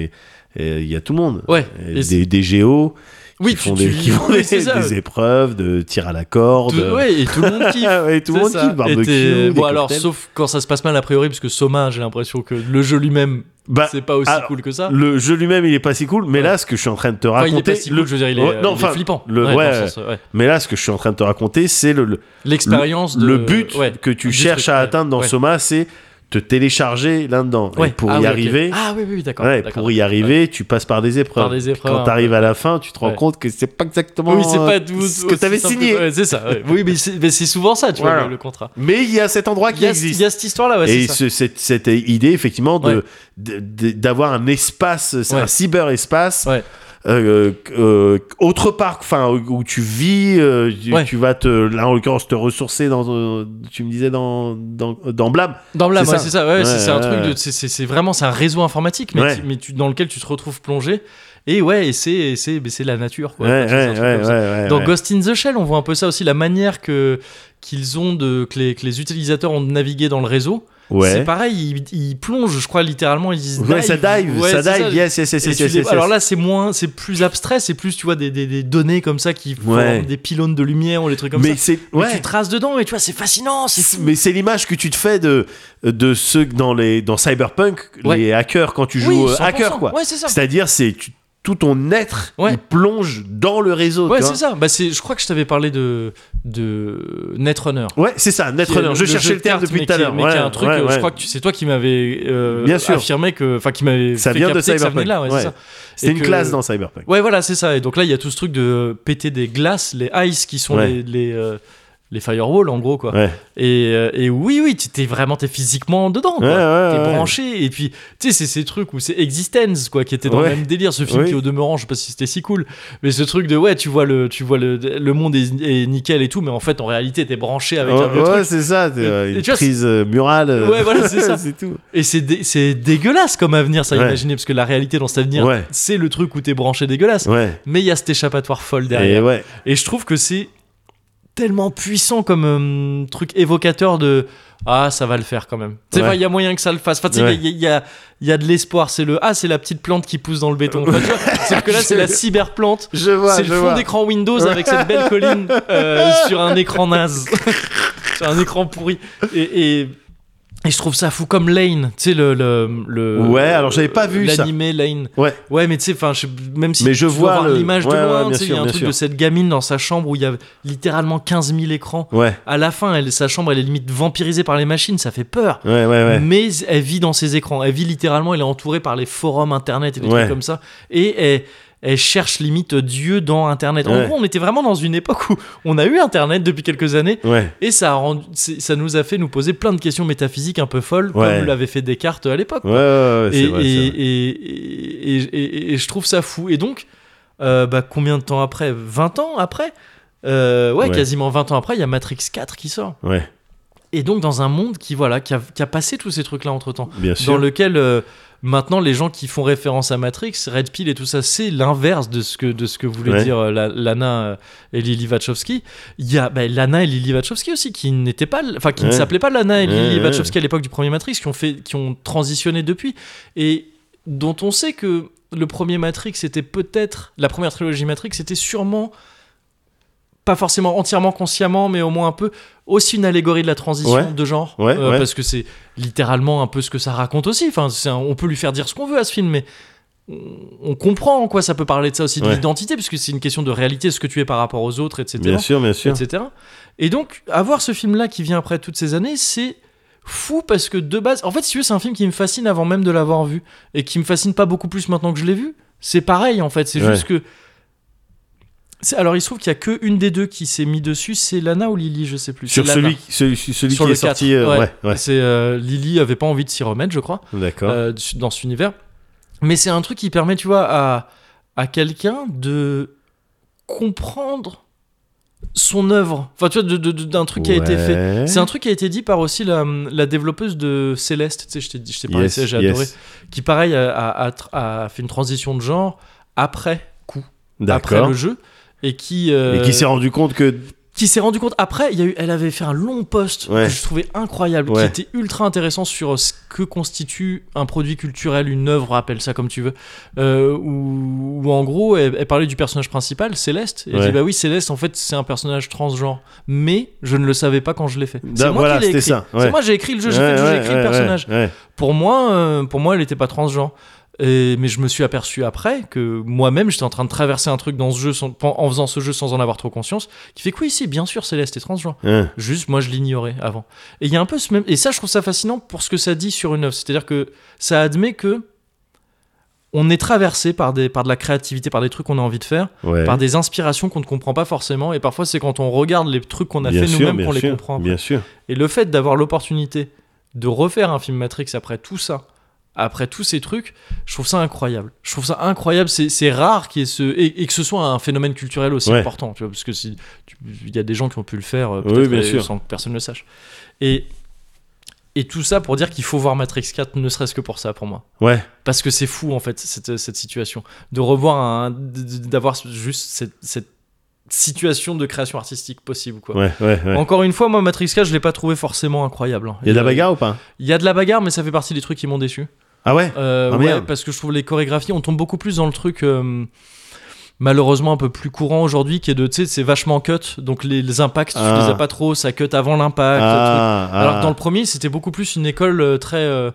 [SPEAKER 2] et- et il y a tout le monde,
[SPEAKER 1] Ouais.
[SPEAKER 2] Et
[SPEAKER 1] Et c'est-
[SPEAKER 2] des, des géos.
[SPEAKER 1] Oui,
[SPEAKER 2] qui font,
[SPEAKER 1] tu-
[SPEAKER 2] des,
[SPEAKER 1] tu-
[SPEAKER 2] qui font
[SPEAKER 1] oui,
[SPEAKER 2] des-
[SPEAKER 1] c'est ça.
[SPEAKER 2] des épreuves de tir à la corde.
[SPEAKER 1] Tout- ouais, et tout le monde kiffe.
[SPEAKER 2] Ah Ouais, tout le
[SPEAKER 1] C'est
[SPEAKER 2] monde
[SPEAKER 1] ça.
[SPEAKER 2] kiffe, barbecue,
[SPEAKER 1] Et t'es-
[SPEAKER 2] des
[SPEAKER 1] Bon, alors,
[SPEAKER 2] cocktails.
[SPEAKER 1] sauf quand ça se passe mal, a priori, parce que Soma, j'ai l'impression que le jeu lui-même,
[SPEAKER 2] Bah,
[SPEAKER 1] c'est pas aussi
[SPEAKER 2] alors,
[SPEAKER 1] cool que ça.
[SPEAKER 2] le jeu lui-même, il est pas si cool, mais
[SPEAKER 1] Ouais.
[SPEAKER 2] là, ce que je suis en train de te
[SPEAKER 1] Enfin,
[SPEAKER 2] raconter,
[SPEAKER 1] il est pas si cool,
[SPEAKER 2] le-
[SPEAKER 1] je veux dire, il est,
[SPEAKER 2] Ouais,
[SPEAKER 1] euh,
[SPEAKER 2] non,
[SPEAKER 1] il est
[SPEAKER 2] enfin,
[SPEAKER 1] flippant.
[SPEAKER 2] le-
[SPEAKER 1] dans
[SPEAKER 2] ouais,
[SPEAKER 1] le sens, ouais.
[SPEAKER 2] mais là, ce que je suis en train de te raconter, c'est le, le-
[SPEAKER 1] L'expérience de.
[SPEAKER 2] le but
[SPEAKER 1] ouais,
[SPEAKER 2] que tu
[SPEAKER 1] du
[SPEAKER 2] cherches
[SPEAKER 1] truc,
[SPEAKER 2] à
[SPEAKER 1] ouais.
[SPEAKER 2] atteindre dans
[SPEAKER 1] Ouais.
[SPEAKER 2] Soma, c'est te télécharger là-dedans. Et
[SPEAKER 1] Ouais.
[SPEAKER 2] pour
[SPEAKER 1] Ah
[SPEAKER 2] y
[SPEAKER 1] oui, ok.
[SPEAKER 2] arriver,
[SPEAKER 1] Ah oui, oui, oui, d'accord.
[SPEAKER 2] ouais,
[SPEAKER 1] d'accord.
[SPEAKER 2] pour y arriver, tu passes par des épreuves.
[SPEAKER 1] Par des
[SPEAKER 2] Puis
[SPEAKER 1] épreuves,
[SPEAKER 2] quand tu arrives à la fin, tu te rends
[SPEAKER 1] Ouais.
[SPEAKER 2] compte que c'est pas exactement
[SPEAKER 1] Oui, c'est pas
[SPEAKER 2] euh,
[SPEAKER 1] tout.
[SPEAKER 2] ce que
[SPEAKER 1] aussi
[SPEAKER 2] tu avais
[SPEAKER 1] simple
[SPEAKER 2] signé.
[SPEAKER 1] ouais, c'est ça. ouais. Oui, mais c'est mais c'est souvent ça, tu vois,
[SPEAKER 2] Voilà.
[SPEAKER 1] le, le contrat.
[SPEAKER 2] Mais il y a cet endroit
[SPEAKER 1] Il
[SPEAKER 2] qui
[SPEAKER 1] y, a, il
[SPEAKER 2] existe.
[SPEAKER 1] y a cette histoire-là, ouais,
[SPEAKER 2] Et
[SPEAKER 1] c'est ça.
[SPEAKER 2] ce- cette, cette idée, effectivement, de-
[SPEAKER 1] Ouais.
[SPEAKER 2] de- de- d'avoir un espace, c'est
[SPEAKER 1] Ouais.
[SPEAKER 2] un cyberespace.
[SPEAKER 1] Ouais.
[SPEAKER 2] euh, euh, autre part, enfin, où où tu vis, euh, tu,
[SPEAKER 1] Ouais.
[SPEAKER 2] tu vas te, là en l'occurrence, te ressourcer dans, euh, tu me disais dans, dans, dans Blab.
[SPEAKER 1] Dans Blab,
[SPEAKER 2] c'est
[SPEAKER 1] ouais,
[SPEAKER 2] ça.
[SPEAKER 1] c'est ça. ouais,
[SPEAKER 2] Ouais,
[SPEAKER 1] c'est c'est un
[SPEAKER 2] ouais,
[SPEAKER 1] truc de.
[SPEAKER 2] ouais.
[SPEAKER 1] c'est- C'est c'est vraiment c'est un réseau informatique, mais,
[SPEAKER 2] Ouais.
[SPEAKER 1] tu- mais tu- dans lequel tu te retrouves plongé. Et ouais, et c'est- et c'est mais c'est la nature, quoi. Enfin, c'est un truc comme ça.
[SPEAKER 2] ouais,
[SPEAKER 1] Dans
[SPEAKER 2] Eh ouais.
[SPEAKER 1] Ghost in the Shell, on voit un peu ça aussi, la manière que qu'ils ont de que les, que les utilisateurs ont de naviguer dans le réseau.
[SPEAKER 2] Ouais.
[SPEAKER 1] C'est pareil, ils, ils plongent, je crois littéralement, ils disent
[SPEAKER 2] Ouais, ça dive,
[SPEAKER 1] Ouais,
[SPEAKER 2] ça
[SPEAKER 1] c'est
[SPEAKER 2] dive, yes, yes, yes,
[SPEAKER 1] Et
[SPEAKER 2] yes,
[SPEAKER 1] tu
[SPEAKER 2] yes,
[SPEAKER 1] les-
[SPEAKER 2] yes,
[SPEAKER 1] Alors
[SPEAKER 2] yes.
[SPEAKER 1] là, c'est moins, c'est plus abstrait, c'est plus tu vois des, des, des données comme ça qui forment
[SPEAKER 2] Ouais.
[SPEAKER 1] des pylônes de lumière ou des trucs comme
[SPEAKER 2] mais
[SPEAKER 1] ça.
[SPEAKER 2] c'est,
[SPEAKER 1] Mais
[SPEAKER 2] ouais.
[SPEAKER 1] tu traces dedans et tu vois, c'est fascinant, c'est
[SPEAKER 2] C'est-
[SPEAKER 1] fou.
[SPEAKER 2] Mais c'est l'image que tu te fais de, de ceux que dans, les, dans Cyberpunk,
[SPEAKER 1] Ouais.
[SPEAKER 2] les hackers, quand tu
[SPEAKER 1] Oui,
[SPEAKER 2] joues euh,
[SPEAKER 1] 100%.
[SPEAKER 2] hacker, quoi.
[SPEAKER 1] Ouais, c'est ça.
[SPEAKER 2] C'est-à-dire, c'est tu- tout ton être,
[SPEAKER 1] Ouais.
[SPEAKER 2] il plonge dans le réseau.
[SPEAKER 1] Ouais,
[SPEAKER 2] tu
[SPEAKER 1] c'est
[SPEAKER 2] vois.
[SPEAKER 1] ça. Bah, c'est, je crois que je t'avais parlé de de Netrunner.
[SPEAKER 2] Ouais, c'est ça,
[SPEAKER 1] Qui est
[SPEAKER 2] Netrunner.
[SPEAKER 1] le-
[SPEAKER 2] Je
[SPEAKER 1] le jeu
[SPEAKER 2] cherchais
[SPEAKER 1] de
[SPEAKER 2] le terme
[SPEAKER 1] cartes,
[SPEAKER 2] depuis
[SPEAKER 1] mais
[SPEAKER 2] tout à
[SPEAKER 1] qui est-
[SPEAKER 2] l'heure.
[SPEAKER 1] Mais qui est un
[SPEAKER 2] Ouais,
[SPEAKER 1] truc,
[SPEAKER 2] ouais,
[SPEAKER 1] euh, je
[SPEAKER 2] ouais.
[SPEAKER 1] crois que tu- c'est toi qui m'avais euh,
[SPEAKER 2] Bien sûr.
[SPEAKER 1] affirmé que, enfin, qui m'avait
[SPEAKER 2] Ça
[SPEAKER 1] fait
[SPEAKER 2] vient de
[SPEAKER 1] capter que ça venait
[SPEAKER 2] Cyberpunk.
[SPEAKER 1] de là. Ouais,
[SPEAKER 2] Ouais.
[SPEAKER 1] c'est ça.
[SPEAKER 2] C'était
[SPEAKER 1] Et
[SPEAKER 2] une
[SPEAKER 1] que-
[SPEAKER 2] classe dans Cyberpunk.
[SPEAKER 1] Ouais, voilà, c'est ça. Et donc là, il y a tout ce truc de péter des glaces, les ice qui sont
[SPEAKER 2] Ouais.
[SPEAKER 1] les les, euh, les firewalls en gros quoi.
[SPEAKER 2] Ouais.
[SPEAKER 1] Et, euh, et oui, oui, tu- t'es vraiment t'es physiquement dedans. Quoi.
[SPEAKER 2] Ouais, ouais,
[SPEAKER 1] t'es
[SPEAKER 2] ouais.
[SPEAKER 1] branché. Et puis, tu sais, c'est ces trucs où c'est Existence, quoi, qui était dans
[SPEAKER 2] Ouais.
[SPEAKER 1] le même délire. Ce film
[SPEAKER 2] Oui.
[SPEAKER 1] qui, au demeurant, je sais pas si c'était si cool, mais ce truc de ouais, tu vois le, tu vois le, le monde est, est nickel et tout, mais en fait, en réalité, t'es branché avec un
[SPEAKER 2] Ouais,
[SPEAKER 1] vieux
[SPEAKER 2] Oh, ouais,
[SPEAKER 1] truc.
[SPEAKER 2] c'est ça, t'es,
[SPEAKER 1] Et-
[SPEAKER 2] euh,
[SPEAKER 1] et
[SPEAKER 2] une
[SPEAKER 1] tu vois,
[SPEAKER 2] prise euh, murale. euh,
[SPEAKER 1] Ouais, voilà, c'est ça.
[SPEAKER 2] c'est tout.
[SPEAKER 1] Et c'est dé- c'est dégueulasse comme avenir, ça,
[SPEAKER 2] Ouais.
[SPEAKER 1] imaginer, parce que la réalité dans cet avenir,
[SPEAKER 2] Ouais.
[SPEAKER 1] c'est le truc où t'es branché dégueulasse.
[SPEAKER 2] Ouais.
[SPEAKER 1] Mais il y a cet échappatoire folle derrière.
[SPEAKER 2] Et ouais.
[SPEAKER 1] Et je trouve que c'est tellement puissant comme euh, truc évocateur de ah ça va le faire quand même. Tu sais
[SPEAKER 2] Ouais.
[SPEAKER 1] pas, il y a moyen que ça le fasse. Enfin, tu sais, il
[SPEAKER 2] Ouais.
[SPEAKER 1] y, a- il y a il y a de l'espoir. C'est le ah c'est la petite plante qui pousse dans le béton. Enfin, tu vois, Sauf que là c'est la cyberplante.
[SPEAKER 2] Je vois,
[SPEAKER 1] C'est le
[SPEAKER 2] je
[SPEAKER 1] fond
[SPEAKER 2] vois.
[SPEAKER 1] d'écran Windows avec cette belle colline euh, sur un écran naze, sur un écran pourri. Et, et, et je trouve ça fou comme Lane, tu sais le, le, le-
[SPEAKER 2] Ouais, alors j'avais pas vu ça.
[SPEAKER 1] l'animé Lane.
[SPEAKER 2] Ouais.
[SPEAKER 1] Ouais, mais tu sais, enfin, je- même si
[SPEAKER 2] Mais je
[SPEAKER 1] tu
[SPEAKER 2] vois
[SPEAKER 1] dois voir
[SPEAKER 2] le-
[SPEAKER 1] l'image
[SPEAKER 2] ouais,
[SPEAKER 1] de
[SPEAKER 2] ouais,
[SPEAKER 1] loin,
[SPEAKER 2] bien
[SPEAKER 1] tu sais, il y a
[SPEAKER 2] sûr,
[SPEAKER 1] un
[SPEAKER 2] bien
[SPEAKER 1] truc
[SPEAKER 2] sûr.
[SPEAKER 1] de cette gamine dans sa chambre où il y a littéralement 15 000 écrans.
[SPEAKER 2] Ouais,
[SPEAKER 1] À la fin, elle, sa chambre, elle est limite vampirisée par les machines, ça fait peur.
[SPEAKER 2] ouais, ouais, ouais.
[SPEAKER 1] Mais elle vit dans ses écrans. Elle vit littéralement, elle est entourée par les forums internet et des
[SPEAKER 2] Ouais.
[SPEAKER 1] trucs comme ça. Et elle, elle cherche limite Dieu dans internet. En
[SPEAKER 2] Ouais.
[SPEAKER 1] gros, on était vraiment dans une époque où on a eu internet depuis quelques années.
[SPEAKER 2] Ouais.
[SPEAKER 1] Et ça, a rendu- c'est- ça nous a fait nous poser plein de questions métaphysiques un peu folles,
[SPEAKER 2] Ouais.
[SPEAKER 1] comme l'avait fait Descartes à l'époque
[SPEAKER 2] Ouais, ouais, ouais,
[SPEAKER 1] et,
[SPEAKER 2] c'est vrai,
[SPEAKER 1] et-
[SPEAKER 2] c'est vrai.
[SPEAKER 1] et- et- et- et- et je trouve ça fou. Et donc, euh, bah, combien de temps après 20 ans après Euh, ouais,
[SPEAKER 2] Ouais.
[SPEAKER 1] quasiment 20 ans après, il y a Matrix 4 qui sort.
[SPEAKER 2] Ouais,
[SPEAKER 1] Et donc, dans un monde qui, voilà, qui, a, qui a passé tous ces trucs-là entre temps,
[SPEAKER 2] bien
[SPEAKER 1] dans
[SPEAKER 2] sûr.
[SPEAKER 1] lequel. euh, Maintenant, les gens qui font référence à Matrix, Red Pill et tout ça, c'est l'inverse de ce que de ce que voulait
[SPEAKER 2] Ouais.
[SPEAKER 1] dire euh, la- Lana euh, et Lily Wachowski. Il y a bah, Lana et Lily Wachowski aussi qui n'étaient pas, enfin qui ne
[SPEAKER 2] Ouais.
[SPEAKER 1] s'appelaient pas Lana et
[SPEAKER 2] Ouais,
[SPEAKER 1] Lily
[SPEAKER 2] ouais.
[SPEAKER 1] Wachowski à l'époque du premier Matrix, qui ont fait, qui ont transitionné depuis et dont on sait que le premier Matrix était peut-être la première trilogie Matrix était sûrement pas forcément entièrement consciemment, mais au moins un peu aussi une allégorie de la transition
[SPEAKER 2] Ouais.
[SPEAKER 1] de genre,
[SPEAKER 2] Ouais, ouais.
[SPEAKER 1] Euh, parce que c'est littéralement un peu ce que ça raconte aussi. Enfin, c'est un- on peut lui faire dire ce qu'on veut à ce film, mais on, on comprend en quoi ça peut parler de ça aussi de
[SPEAKER 2] Ouais.
[SPEAKER 1] l'identité, puisque c'est une question de réalité, ce que tu es par rapport aux autres, etc.
[SPEAKER 2] Bien sûr, bien sûr.
[SPEAKER 1] etc. Et donc, avoir ce film-là qui vient après toutes ces années, c'est fou parce que de base, en fait, si tu veux, c'est un film qui me fascine avant même de l'avoir vu et qui me fascine pas beaucoup plus maintenant que je l'ai vu. C'est pareil en fait, c'est
[SPEAKER 2] Ouais.
[SPEAKER 1] juste que. c'est- Alors, il se trouve qu'il y a que une des deux qui s'est mis dessus, c'est Lana ou Lily, je sais plus.
[SPEAKER 2] Sur
[SPEAKER 1] C'est Lana.
[SPEAKER 2] celui, celui, celui
[SPEAKER 1] Sur
[SPEAKER 2] qui
[SPEAKER 1] le
[SPEAKER 2] est sorti.
[SPEAKER 1] 4,
[SPEAKER 2] euh,
[SPEAKER 1] ouais.
[SPEAKER 2] ouais, ouais.
[SPEAKER 1] C'est euh, Lily avait pas envie de s'y remettre, je crois.
[SPEAKER 2] D'accord.
[SPEAKER 1] euh, su- dans cet univers. Mais c'est un truc qui permet, tu vois, à, à quelqu'un de comprendre son œuvre. Enfin, tu vois, de- de- de- d'un truc qui a été fait.
[SPEAKER 2] Ouais.
[SPEAKER 1] C'est un truc qui a été dit par aussi la, la développeuse de Céleste, tu sais, je t'ai dit- je t'ai parlé de
[SPEAKER 2] Yes,
[SPEAKER 1] Céleste, j'ai
[SPEAKER 2] yes.
[SPEAKER 1] adoré, qui pareil a, a- a tr- a fait une transition de genre après coup, après
[SPEAKER 2] D'accord.
[SPEAKER 1] le jeu, et qui, euh,
[SPEAKER 2] Et qui s'est rendu compte que
[SPEAKER 1] qui qui s'est rendu compte. Après, il y a eu, elle avait fait un long post
[SPEAKER 2] Ouais.
[SPEAKER 1] que je trouvais incroyable,
[SPEAKER 2] Ouais.
[SPEAKER 1] qui était ultra intéressant sur euh, ce que constitue un produit culturel, une œuvre, appelle ça comme tu veux. euh, où, où en gros, elle, elle parlait du personnage principal, Céleste. Et elle
[SPEAKER 2] Ouais.
[SPEAKER 1] dit Bah oui, Céleste, en fait, c'est un personnage transgenre. Mais je ne le savais pas quand je l'ai fait. C'est
[SPEAKER 2] Da-
[SPEAKER 1] moi
[SPEAKER 2] Bah, voilà,
[SPEAKER 1] qui l'ai
[SPEAKER 2] c'était
[SPEAKER 1] écrit.
[SPEAKER 2] ça, ouais.
[SPEAKER 1] C'est moi, j'ai écrit le jeu, j'ai
[SPEAKER 2] Ouais,
[SPEAKER 1] fait le jeu, j'ai
[SPEAKER 2] ouais,
[SPEAKER 1] écrit le
[SPEAKER 2] ouais,
[SPEAKER 1] personnage.
[SPEAKER 2] ouais, ouais.
[SPEAKER 1] Pour moi, euh, pour moi, elle n'était pas transgenre. Et- mais je me suis aperçu après que moi-même, j'étais en train de traverser un truc dans ce jeu, sans- en faisant ce jeu sans en avoir trop conscience, qui fait que oui, si, bien sûr, Céleste est transgenre.
[SPEAKER 2] Hein.
[SPEAKER 1] Juste, moi, je l'ignorais avant. Et il y a un peu ce même. Et ça, je trouve ça fascinant pour ce que ça dit sur une œuvre. C'est-à-dire que ça admet que on est traversé par, des, par de la créativité, par des trucs qu'on a envie de faire,
[SPEAKER 2] Ouais.
[SPEAKER 1] par des inspirations qu'on ne comprend pas forcément. Et parfois, c'est quand on regarde les trucs qu'on a
[SPEAKER 2] Bien
[SPEAKER 1] fait
[SPEAKER 2] sûr,
[SPEAKER 1] nous-mêmes
[SPEAKER 2] bien
[SPEAKER 1] qu'on les
[SPEAKER 2] sûr,
[SPEAKER 1] comprend.
[SPEAKER 2] Bien sûr.
[SPEAKER 1] Et le fait d'avoir l'opportunité de refaire un film Matrix après tout ça, après tous ces trucs, je trouve ça incroyable. Je trouve ça incroyable. C'est c'est rare qu'il y ait ce. Et, et que ce soit un phénomène culturel aussi
[SPEAKER 2] Ouais.
[SPEAKER 1] important, tu vois, parce que si- tu- il y a des gens qui ont pu le faire euh,
[SPEAKER 2] Oui,
[SPEAKER 1] peut-être,
[SPEAKER 2] bien
[SPEAKER 1] euh,
[SPEAKER 2] sûr.
[SPEAKER 1] sans que personne ne le sache. Et, et tout ça pour dire qu'il faut voir Matrix 4, ne serait-ce que pour ça, pour moi.
[SPEAKER 2] Ouais.
[SPEAKER 1] Parce que c'est fou, en fait, cette, cette situation. De revoir un. d'avoir juste cette, cette situation de création artistique possible, quoi.
[SPEAKER 2] Ouais, ouais, ouais.
[SPEAKER 1] Encore une fois, moi, Matrix 4, je l'ai pas trouvé forcément incroyable. hein.
[SPEAKER 2] Il y a de la bagarre ou pas
[SPEAKER 1] Il y a de la bagarre, mais ça fait partie des trucs qui m'ont déçu.
[SPEAKER 2] Ah ouais
[SPEAKER 1] Euh,
[SPEAKER 2] Ah,
[SPEAKER 1] ouais,
[SPEAKER 2] merde.
[SPEAKER 1] parce que je trouve les chorégraphies, on tombe beaucoup plus dans le truc. euh, Malheureusement, un peu plus courant aujourd'hui, qui est de, tu sais, c'est vachement cut, donc les, les impacts,
[SPEAKER 2] Ah.
[SPEAKER 1] tu les as pas trop, ça cut avant l'impact. truc.
[SPEAKER 2] Ah, ah.
[SPEAKER 1] Alors que dans le premier, c'était beaucoup plus une école euh, très euh,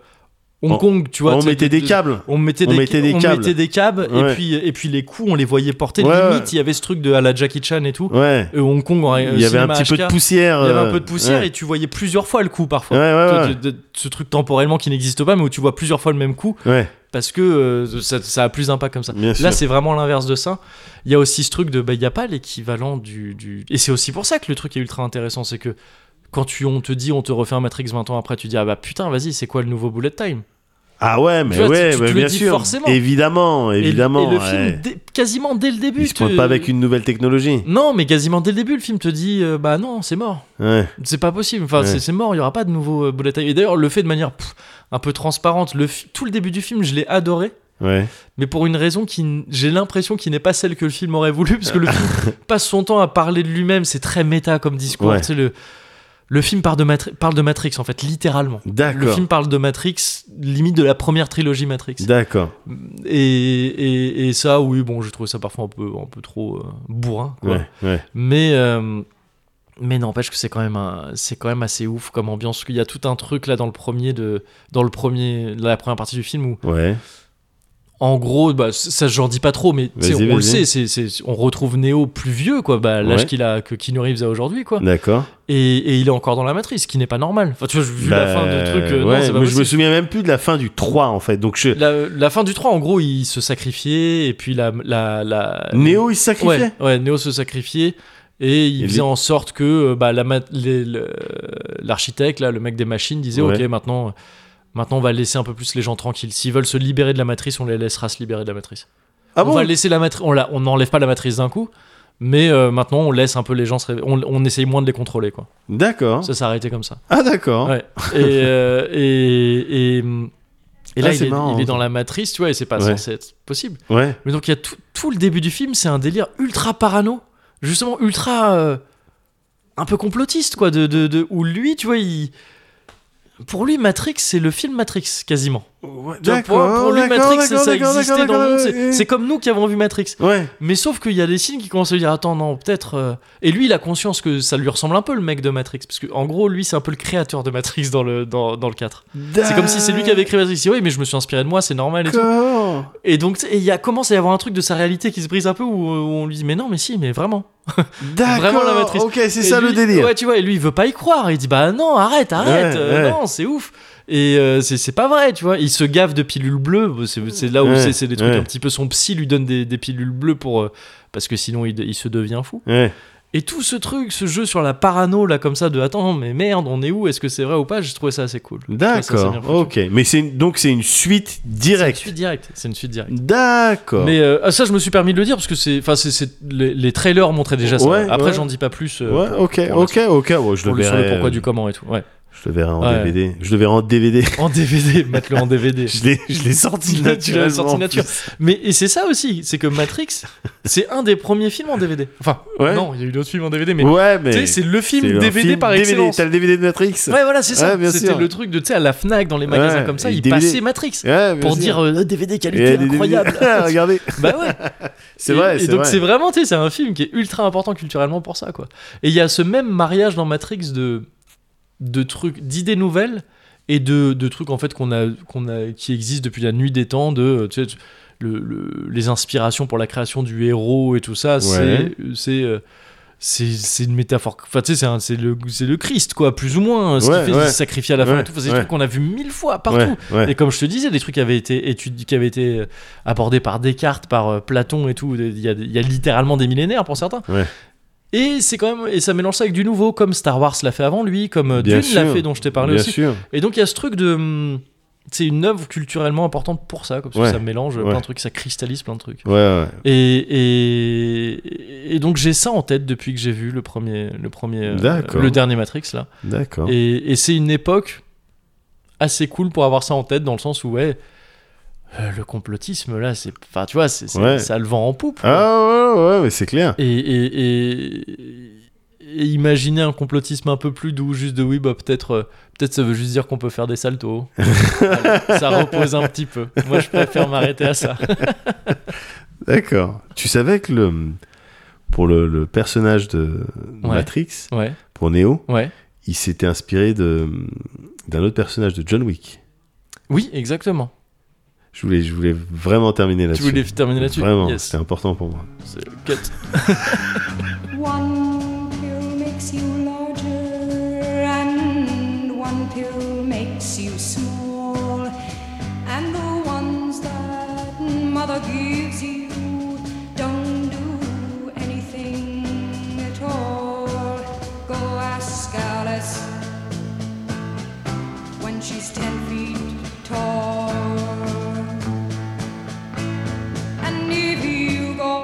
[SPEAKER 1] Hong
[SPEAKER 2] On-
[SPEAKER 1] Kong, tu vois.
[SPEAKER 2] on
[SPEAKER 1] tu sais,
[SPEAKER 2] mettait
[SPEAKER 1] de-
[SPEAKER 2] des câbles.
[SPEAKER 1] on mettait
[SPEAKER 2] On
[SPEAKER 1] des,
[SPEAKER 2] mettait des
[SPEAKER 1] on
[SPEAKER 2] câbles.
[SPEAKER 1] mettait des câbles,
[SPEAKER 2] Ouais.
[SPEAKER 1] et, puis, et puis les coups, on les voyait porter.
[SPEAKER 2] Ouais,
[SPEAKER 1] Limite,
[SPEAKER 2] ouais.
[SPEAKER 1] il y avait ce truc de à la Jackie Chan et tout.
[SPEAKER 2] Ouais.
[SPEAKER 1] Et Hong Kong, euh,
[SPEAKER 2] Il y avait un
[SPEAKER 1] cinéma
[SPEAKER 2] petit peu de
[SPEAKER 1] HK.
[SPEAKER 2] poussière.
[SPEAKER 1] Il y avait
[SPEAKER 2] euh,
[SPEAKER 1] un peu de poussière
[SPEAKER 2] ouais.
[SPEAKER 1] et tu voyais plusieurs fois le coup
[SPEAKER 2] Ouais,
[SPEAKER 1] parfois.
[SPEAKER 2] ouais,
[SPEAKER 1] De-
[SPEAKER 2] ouais.
[SPEAKER 1] de- de- ce truc temporellement qui n'existe pas, mais où tu vois plusieurs fois le même coup
[SPEAKER 2] Ouais,
[SPEAKER 1] parce que euh, ça, ça a plus d'impact comme ça.
[SPEAKER 2] bien sûr.
[SPEAKER 1] Là, c'est vraiment l'inverse de ça. Il y a aussi ce truc de, bah, il n'y a pas l'équivalent du, du- Et c'est aussi pour ça que le truc est ultra intéressant, c'est que quand tu, on te dit, on te refait un Matrix 20 ans après, tu dis, ah bah putain, vas-y, c'est quoi le nouveau bullet time
[SPEAKER 2] Ah ouais, mais
[SPEAKER 1] Tu vois,
[SPEAKER 2] ouais,
[SPEAKER 1] tu- tu
[SPEAKER 2] mais
[SPEAKER 1] te le
[SPEAKER 2] bien
[SPEAKER 1] dis
[SPEAKER 2] sûr.
[SPEAKER 1] forcément.
[SPEAKER 2] Évidemment,
[SPEAKER 1] Et-
[SPEAKER 2] évidemment.
[SPEAKER 1] Et, le
[SPEAKER 2] ouais.
[SPEAKER 1] film, dès- quasiment dès le début.
[SPEAKER 2] Ils se
[SPEAKER 1] te-
[SPEAKER 2] pointent pas avec une nouvelle technologie.
[SPEAKER 1] Non, mais quasiment dès le début, le film te dit, euh, bah non, c'est mort.
[SPEAKER 2] Ouais.
[SPEAKER 1] C'est pas possible, enfin
[SPEAKER 2] Ouais.
[SPEAKER 1] c'est- c'est mort, il y aura pas de nouveau euh, bullet time. Et d'ailleurs, le fait de manière pff, un peu transparente, le fi- tout le début du film, je l'ai adoré,
[SPEAKER 2] Ouais.
[SPEAKER 1] mais pour une raison qui, n- j'ai l'impression qui n'est pas celle que le film aurait voulu, parce que le film passe son temps à parler de lui-même, c'est très méta comme discours.
[SPEAKER 2] Ouais.
[SPEAKER 1] tu sais, le, le film parle de, Matri- parle de Matrix en fait, littéralement. Le
[SPEAKER 2] D'accord.
[SPEAKER 1] film parle de Matrix, limite de la première trilogie Matrix.
[SPEAKER 2] D'accord.
[SPEAKER 1] Et, et, et ça, oui, bon, j'ai trouvé ça parfois un peu, un peu trop euh, bourrin. quoi.
[SPEAKER 2] Ouais, ouais.
[SPEAKER 1] Mais, euh, mais n'empêche que c'est quand, même un- c'est quand même assez ouf comme ambiance. Il y a tout un truc là dans le premier de, dans le premier, la première partie du film où,
[SPEAKER 2] Ouais.
[SPEAKER 1] en gros, bah, c- ça j'en dis pas trop, mais tu sais,
[SPEAKER 2] Vas-y,
[SPEAKER 1] on le
[SPEAKER 2] vas-y.
[SPEAKER 1] sait, c'est- c'est- on retrouve Neo plus vieux, quoi, bah, l'âge
[SPEAKER 2] Ouais.
[SPEAKER 1] qu'il a que Keanu Reeves a aujourd'hui, quoi.
[SPEAKER 2] D'accord.
[SPEAKER 1] Et, et il est encore dans la matrice, ce qui n'est pas normal. Enfin, tu vois, vu la
[SPEAKER 2] Bah,
[SPEAKER 1] fin du truc, euh, non,
[SPEAKER 2] ouais,
[SPEAKER 1] c'est pas
[SPEAKER 2] mais je me
[SPEAKER 1] possible.
[SPEAKER 2] souviens même plus de la fin du 3 en fait. Donc je
[SPEAKER 1] La, la fin du 3, en gros, il se sacrifiait, et puis la. la, la
[SPEAKER 2] Néo il se sacrifiait.
[SPEAKER 1] Ouais, ouais, Neo se sacrifiait et il
[SPEAKER 2] Et
[SPEAKER 1] faisait
[SPEAKER 2] lui-
[SPEAKER 1] en sorte que euh, bah, la mat- les- le- l'architecte, là, le mec des machines, disait
[SPEAKER 2] Ouais.
[SPEAKER 1] Ok, maintenant, euh, maintenant on va laisser un peu plus les gens tranquilles. S'ils veulent se libérer de la matrice, on les laissera se libérer de la matrice.
[SPEAKER 2] Ah
[SPEAKER 1] on
[SPEAKER 2] bon
[SPEAKER 1] va laisser la matrice, on la- on n'enlève pas la matrice d'un coup, mais euh, maintenant on laisse un peu les gens, se réve- on, on essaye moins de les contrôler. Quoi.
[SPEAKER 2] D'accord.
[SPEAKER 1] Ça s'est arrêté comme ça.
[SPEAKER 2] Ah d'accord.
[SPEAKER 1] Ouais. Et, euh, et, et, et là,
[SPEAKER 2] Ah,
[SPEAKER 1] il,
[SPEAKER 2] c'est
[SPEAKER 1] est,
[SPEAKER 2] marrant,
[SPEAKER 1] il est
[SPEAKER 2] ça.
[SPEAKER 1] dans la matrice, tu vois, et c'est pas
[SPEAKER 2] Ouais.
[SPEAKER 1] censé être possible.
[SPEAKER 2] Ouais.
[SPEAKER 1] Mais donc il y a tout, tout le début du film, c'est un délire ultra parano, justement ultra euh, un peu complotiste quoi, de, de, de- où lui, tu vois, il pour lui Matrix, c'est le film Matrix quasiment.
[SPEAKER 2] Ouais,
[SPEAKER 1] Tu vois, pour- Pour, lui
[SPEAKER 2] d'accord,
[SPEAKER 1] Matrix, ça-
[SPEAKER 2] d'accord,
[SPEAKER 1] ça
[SPEAKER 2] d'accord,
[SPEAKER 1] existait
[SPEAKER 2] d'accord,
[SPEAKER 1] dans le monde.
[SPEAKER 2] d'accord,
[SPEAKER 1] C'est- C'est comme nous qui avons vu Matrix.
[SPEAKER 2] Ouais.
[SPEAKER 1] Mais sauf qu'il y a des signes qui commencent à lui dire attends non peut-être euh, et lui il a conscience que ça lui ressemble un peu le mec de Matrix parce que en gros lui c'est un peu le créateur de Matrix dans le dans, dans le 4. C'est comme si c'est lui qui avait créé Matrix. Il dit, Oui mais je me suis inspiré de moi c'est normal et tout.
[SPEAKER 2] D'accord.
[SPEAKER 1] Et donc, tu sais, il y a, commence à y avoir un truc de sa réalité qui se brise un peu où, euh, où on lui dit Mais non, mais si, mais vraiment.
[SPEAKER 2] D'accord.
[SPEAKER 1] Vraiment la matrice.
[SPEAKER 2] Ok, c'est
[SPEAKER 1] Et
[SPEAKER 2] ça
[SPEAKER 1] lui-
[SPEAKER 2] le délire.
[SPEAKER 1] Ouais, tu vois, et lui, il veut pas y croire. Il dit Bah non, arrête, arrête,
[SPEAKER 2] Ouais,
[SPEAKER 1] euh,
[SPEAKER 2] ouais.
[SPEAKER 1] non, c'est ouf. Et euh, c'est c'est pas vrai, tu vois. Il se gave de pilules bleues. C'est c'est là où
[SPEAKER 2] Ouais,
[SPEAKER 1] c'est- c'est des trucs
[SPEAKER 2] ouais.
[SPEAKER 1] un petit peu. Son psy lui donne des, des pilules bleues pour. euh, parce que sinon, il, il se devient fou.
[SPEAKER 2] Ouais.
[SPEAKER 1] Et tout ce truc, ce jeu sur la parano, là, comme ça, de Attends, mais merde, on est où Est-ce que c'est vrai ou pas J'ai trouvé ça assez cool. Je trouvais ça assez bien
[SPEAKER 2] D'accord.
[SPEAKER 1] foutu.
[SPEAKER 2] Ok. Mais c'est donc c'est une suite
[SPEAKER 1] C'est une
[SPEAKER 2] directe.
[SPEAKER 1] suite directe. C'est une suite directe.
[SPEAKER 2] D'accord.
[SPEAKER 1] Mais euh, ah, ça, je me suis permis de le dire parce que c'est, enfin, c'est, c'est- les, les trailers montraient déjà ça.
[SPEAKER 2] Ouais,
[SPEAKER 1] Après,
[SPEAKER 2] ouais.
[SPEAKER 1] j'en dis pas plus. euh,
[SPEAKER 2] Ouais,
[SPEAKER 1] pour-
[SPEAKER 2] ok,
[SPEAKER 1] pour-
[SPEAKER 2] ok, ok, ouais, je
[SPEAKER 1] pour
[SPEAKER 2] le
[SPEAKER 1] le, sur
[SPEAKER 2] verrai.
[SPEAKER 1] le pourquoi
[SPEAKER 2] euh,
[SPEAKER 1] du comment et tout. Ouais.
[SPEAKER 2] Je le verrai en
[SPEAKER 1] Ouais.
[SPEAKER 2] DVD. Je le verrai en DVD.
[SPEAKER 1] En DVD, mettre-le en DVD.
[SPEAKER 2] je l'ai je l'ai sorti
[SPEAKER 1] Tu l'as- tu l'as
[SPEAKER 2] naturellement.
[SPEAKER 1] sorti
[SPEAKER 2] en
[SPEAKER 1] nature.
[SPEAKER 2] plus.
[SPEAKER 1] Mais et c'est ça aussi, c'est que Matrix, c'est un des premiers films en DVD. Enfin,
[SPEAKER 2] Ouais.
[SPEAKER 1] non, il y a eu d'autres films en DVD, mais,
[SPEAKER 2] ouais,
[SPEAKER 1] tu
[SPEAKER 2] mais.
[SPEAKER 1] sais, c'est le film
[SPEAKER 2] c'est un
[SPEAKER 1] DVD
[SPEAKER 2] film
[SPEAKER 1] par
[SPEAKER 2] DVD.
[SPEAKER 1] excellence.
[SPEAKER 2] T'as le DVD de Matrix.
[SPEAKER 1] Ouais, voilà, c'est ça.
[SPEAKER 2] Ouais, bien
[SPEAKER 1] C'était
[SPEAKER 2] sûr.
[SPEAKER 1] le truc de, tu sais, à la Fnac, dans les magasins
[SPEAKER 2] Ouais,
[SPEAKER 1] comme ça,
[SPEAKER 2] et
[SPEAKER 1] ils
[SPEAKER 2] DVD.
[SPEAKER 1] passaient Matrix
[SPEAKER 2] Ouais, bien
[SPEAKER 1] pour
[SPEAKER 2] sûr.
[SPEAKER 1] dire euh, DVD
[SPEAKER 2] Et il y a
[SPEAKER 1] qualité
[SPEAKER 2] des DVD.
[SPEAKER 1] incroyable.
[SPEAKER 2] Regardez.
[SPEAKER 1] bah ouais.
[SPEAKER 2] C'est
[SPEAKER 1] Et-
[SPEAKER 2] vrai,
[SPEAKER 1] Et
[SPEAKER 2] c'est
[SPEAKER 1] donc c'est
[SPEAKER 2] vrai.
[SPEAKER 1] vraiment, tu sais, c'est un film qui est ultra important culturellement pour ça, quoi. Et il y a ce même mariage dans Matrix de, de trucs, d'idées nouvelles et de, de trucs en fait qu'on a, qu'on a, qui existent depuis la nuit des temps, de euh, tu sais, le- le- les inspirations pour la création du héros et tout ça.
[SPEAKER 2] Ouais.
[SPEAKER 1] C'est, c'est, euh, c'est, c'est une métaphore. Enfin, tu sais, c'est, un- c'est le, c'est le Christ, quoi, plus ou moins. Ce
[SPEAKER 2] Ouais,
[SPEAKER 1] qui fait
[SPEAKER 2] ouais.
[SPEAKER 1] se sacrifier à la fin
[SPEAKER 2] Ouais,
[SPEAKER 1] et tout. Enfin, c'est
[SPEAKER 2] ouais.
[SPEAKER 1] des trucs qu'on a vu mille fois partout.
[SPEAKER 2] Ouais, ouais.
[SPEAKER 1] Et comme je te disais, des trucs qui avaient été étud- qui avaient été euh, abordés par Descartes, par euh, Platon et tout. Il y, a, il y a littéralement des millénaires pour certains.
[SPEAKER 2] Ouais.
[SPEAKER 1] Et c'est quand même et ça mélange ça avec du nouveau, comme Star Wars l'a fait avant lui, comme euh,
[SPEAKER 2] Bien
[SPEAKER 1] Dune l'a
[SPEAKER 2] sûr.
[SPEAKER 1] fait dont je t'ai parlé
[SPEAKER 2] Bien
[SPEAKER 1] aussi.
[SPEAKER 2] sûr.
[SPEAKER 1] Et donc il y a ce truc de hum, c'est une œuvre culturellement importante pour ça, comme ça,
[SPEAKER 2] Ouais.
[SPEAKER 1] ça mélange
[SPEAKER 2] Ouais.
[SPEAKER 1] plein de trucs, ça cristallise plein de trucs.
[SPEAKER 2] Ouais, ouais.
[SPEAKER 1] Et, et, et donc j'ai ça en tête depuis que j'ai vu le premier, le premier, euh,
[SPEAKER 2] D'accord.
[SPEAKER 1] le dernier Matrix là.
[SPEAKER 2] D'accord.
[SPEAKER 1] Et, et c'est une époque assez cool pour avoir ça en tête, dans le sens où, ouais, euh, le complotisme, là, c'est. Enfin, tu vois, c'est, c'est-
[SPEAKER 2] Ouais.
[SPEAKER 1] ça le vend en poupe. quoi.
[SPEAKER 2] Ah ouais, ouais, mais c'est clair.
[SPEAKER 1] Et, et, et- et imaginer un complotisme un peu plus doux, juste de oui, bah peut-être, euh, peut-être ça veut juste dire qu'on peut faire des saltos. Voilà, ça repose un petit peu. Moi, je préfère m'arrêter à ça.
[SPEAKER 2] D'accord. Tu savais que le pour le, le personnage de de
[SPEAKER 1] Ouais.
[SPEAKER 2] Matrix,
[SPEAKER 1] Ouais,
[SPEAKER 2] pour Neo,
[SPEAKER 1] ouais.
[SPEAKER 2] il s'était inspiré de d'un autre personnage de John Wick.
[SPEAKER 1] Oui, exactement.
[SPEAKER 2] Je voulais, je voulais vraiment terminer
[SPEAKER 1] Tu
[SPEAKER 2] là-dessus.
[SPEAKER 1] voulais terminer là-dessus
[SPEAKER 2] Vraiment,
[SPEAKER 1] Yes.
[SPEAKER 2] c'était important pour moi.
[SPEAKER 1] C'est- cut.
[SPEAKER 4] One pill makes you larger, and one pill makes you small. And the ones that mother gives you don't do anything at all. Go ask Alice when she's ten feet tall. And if you go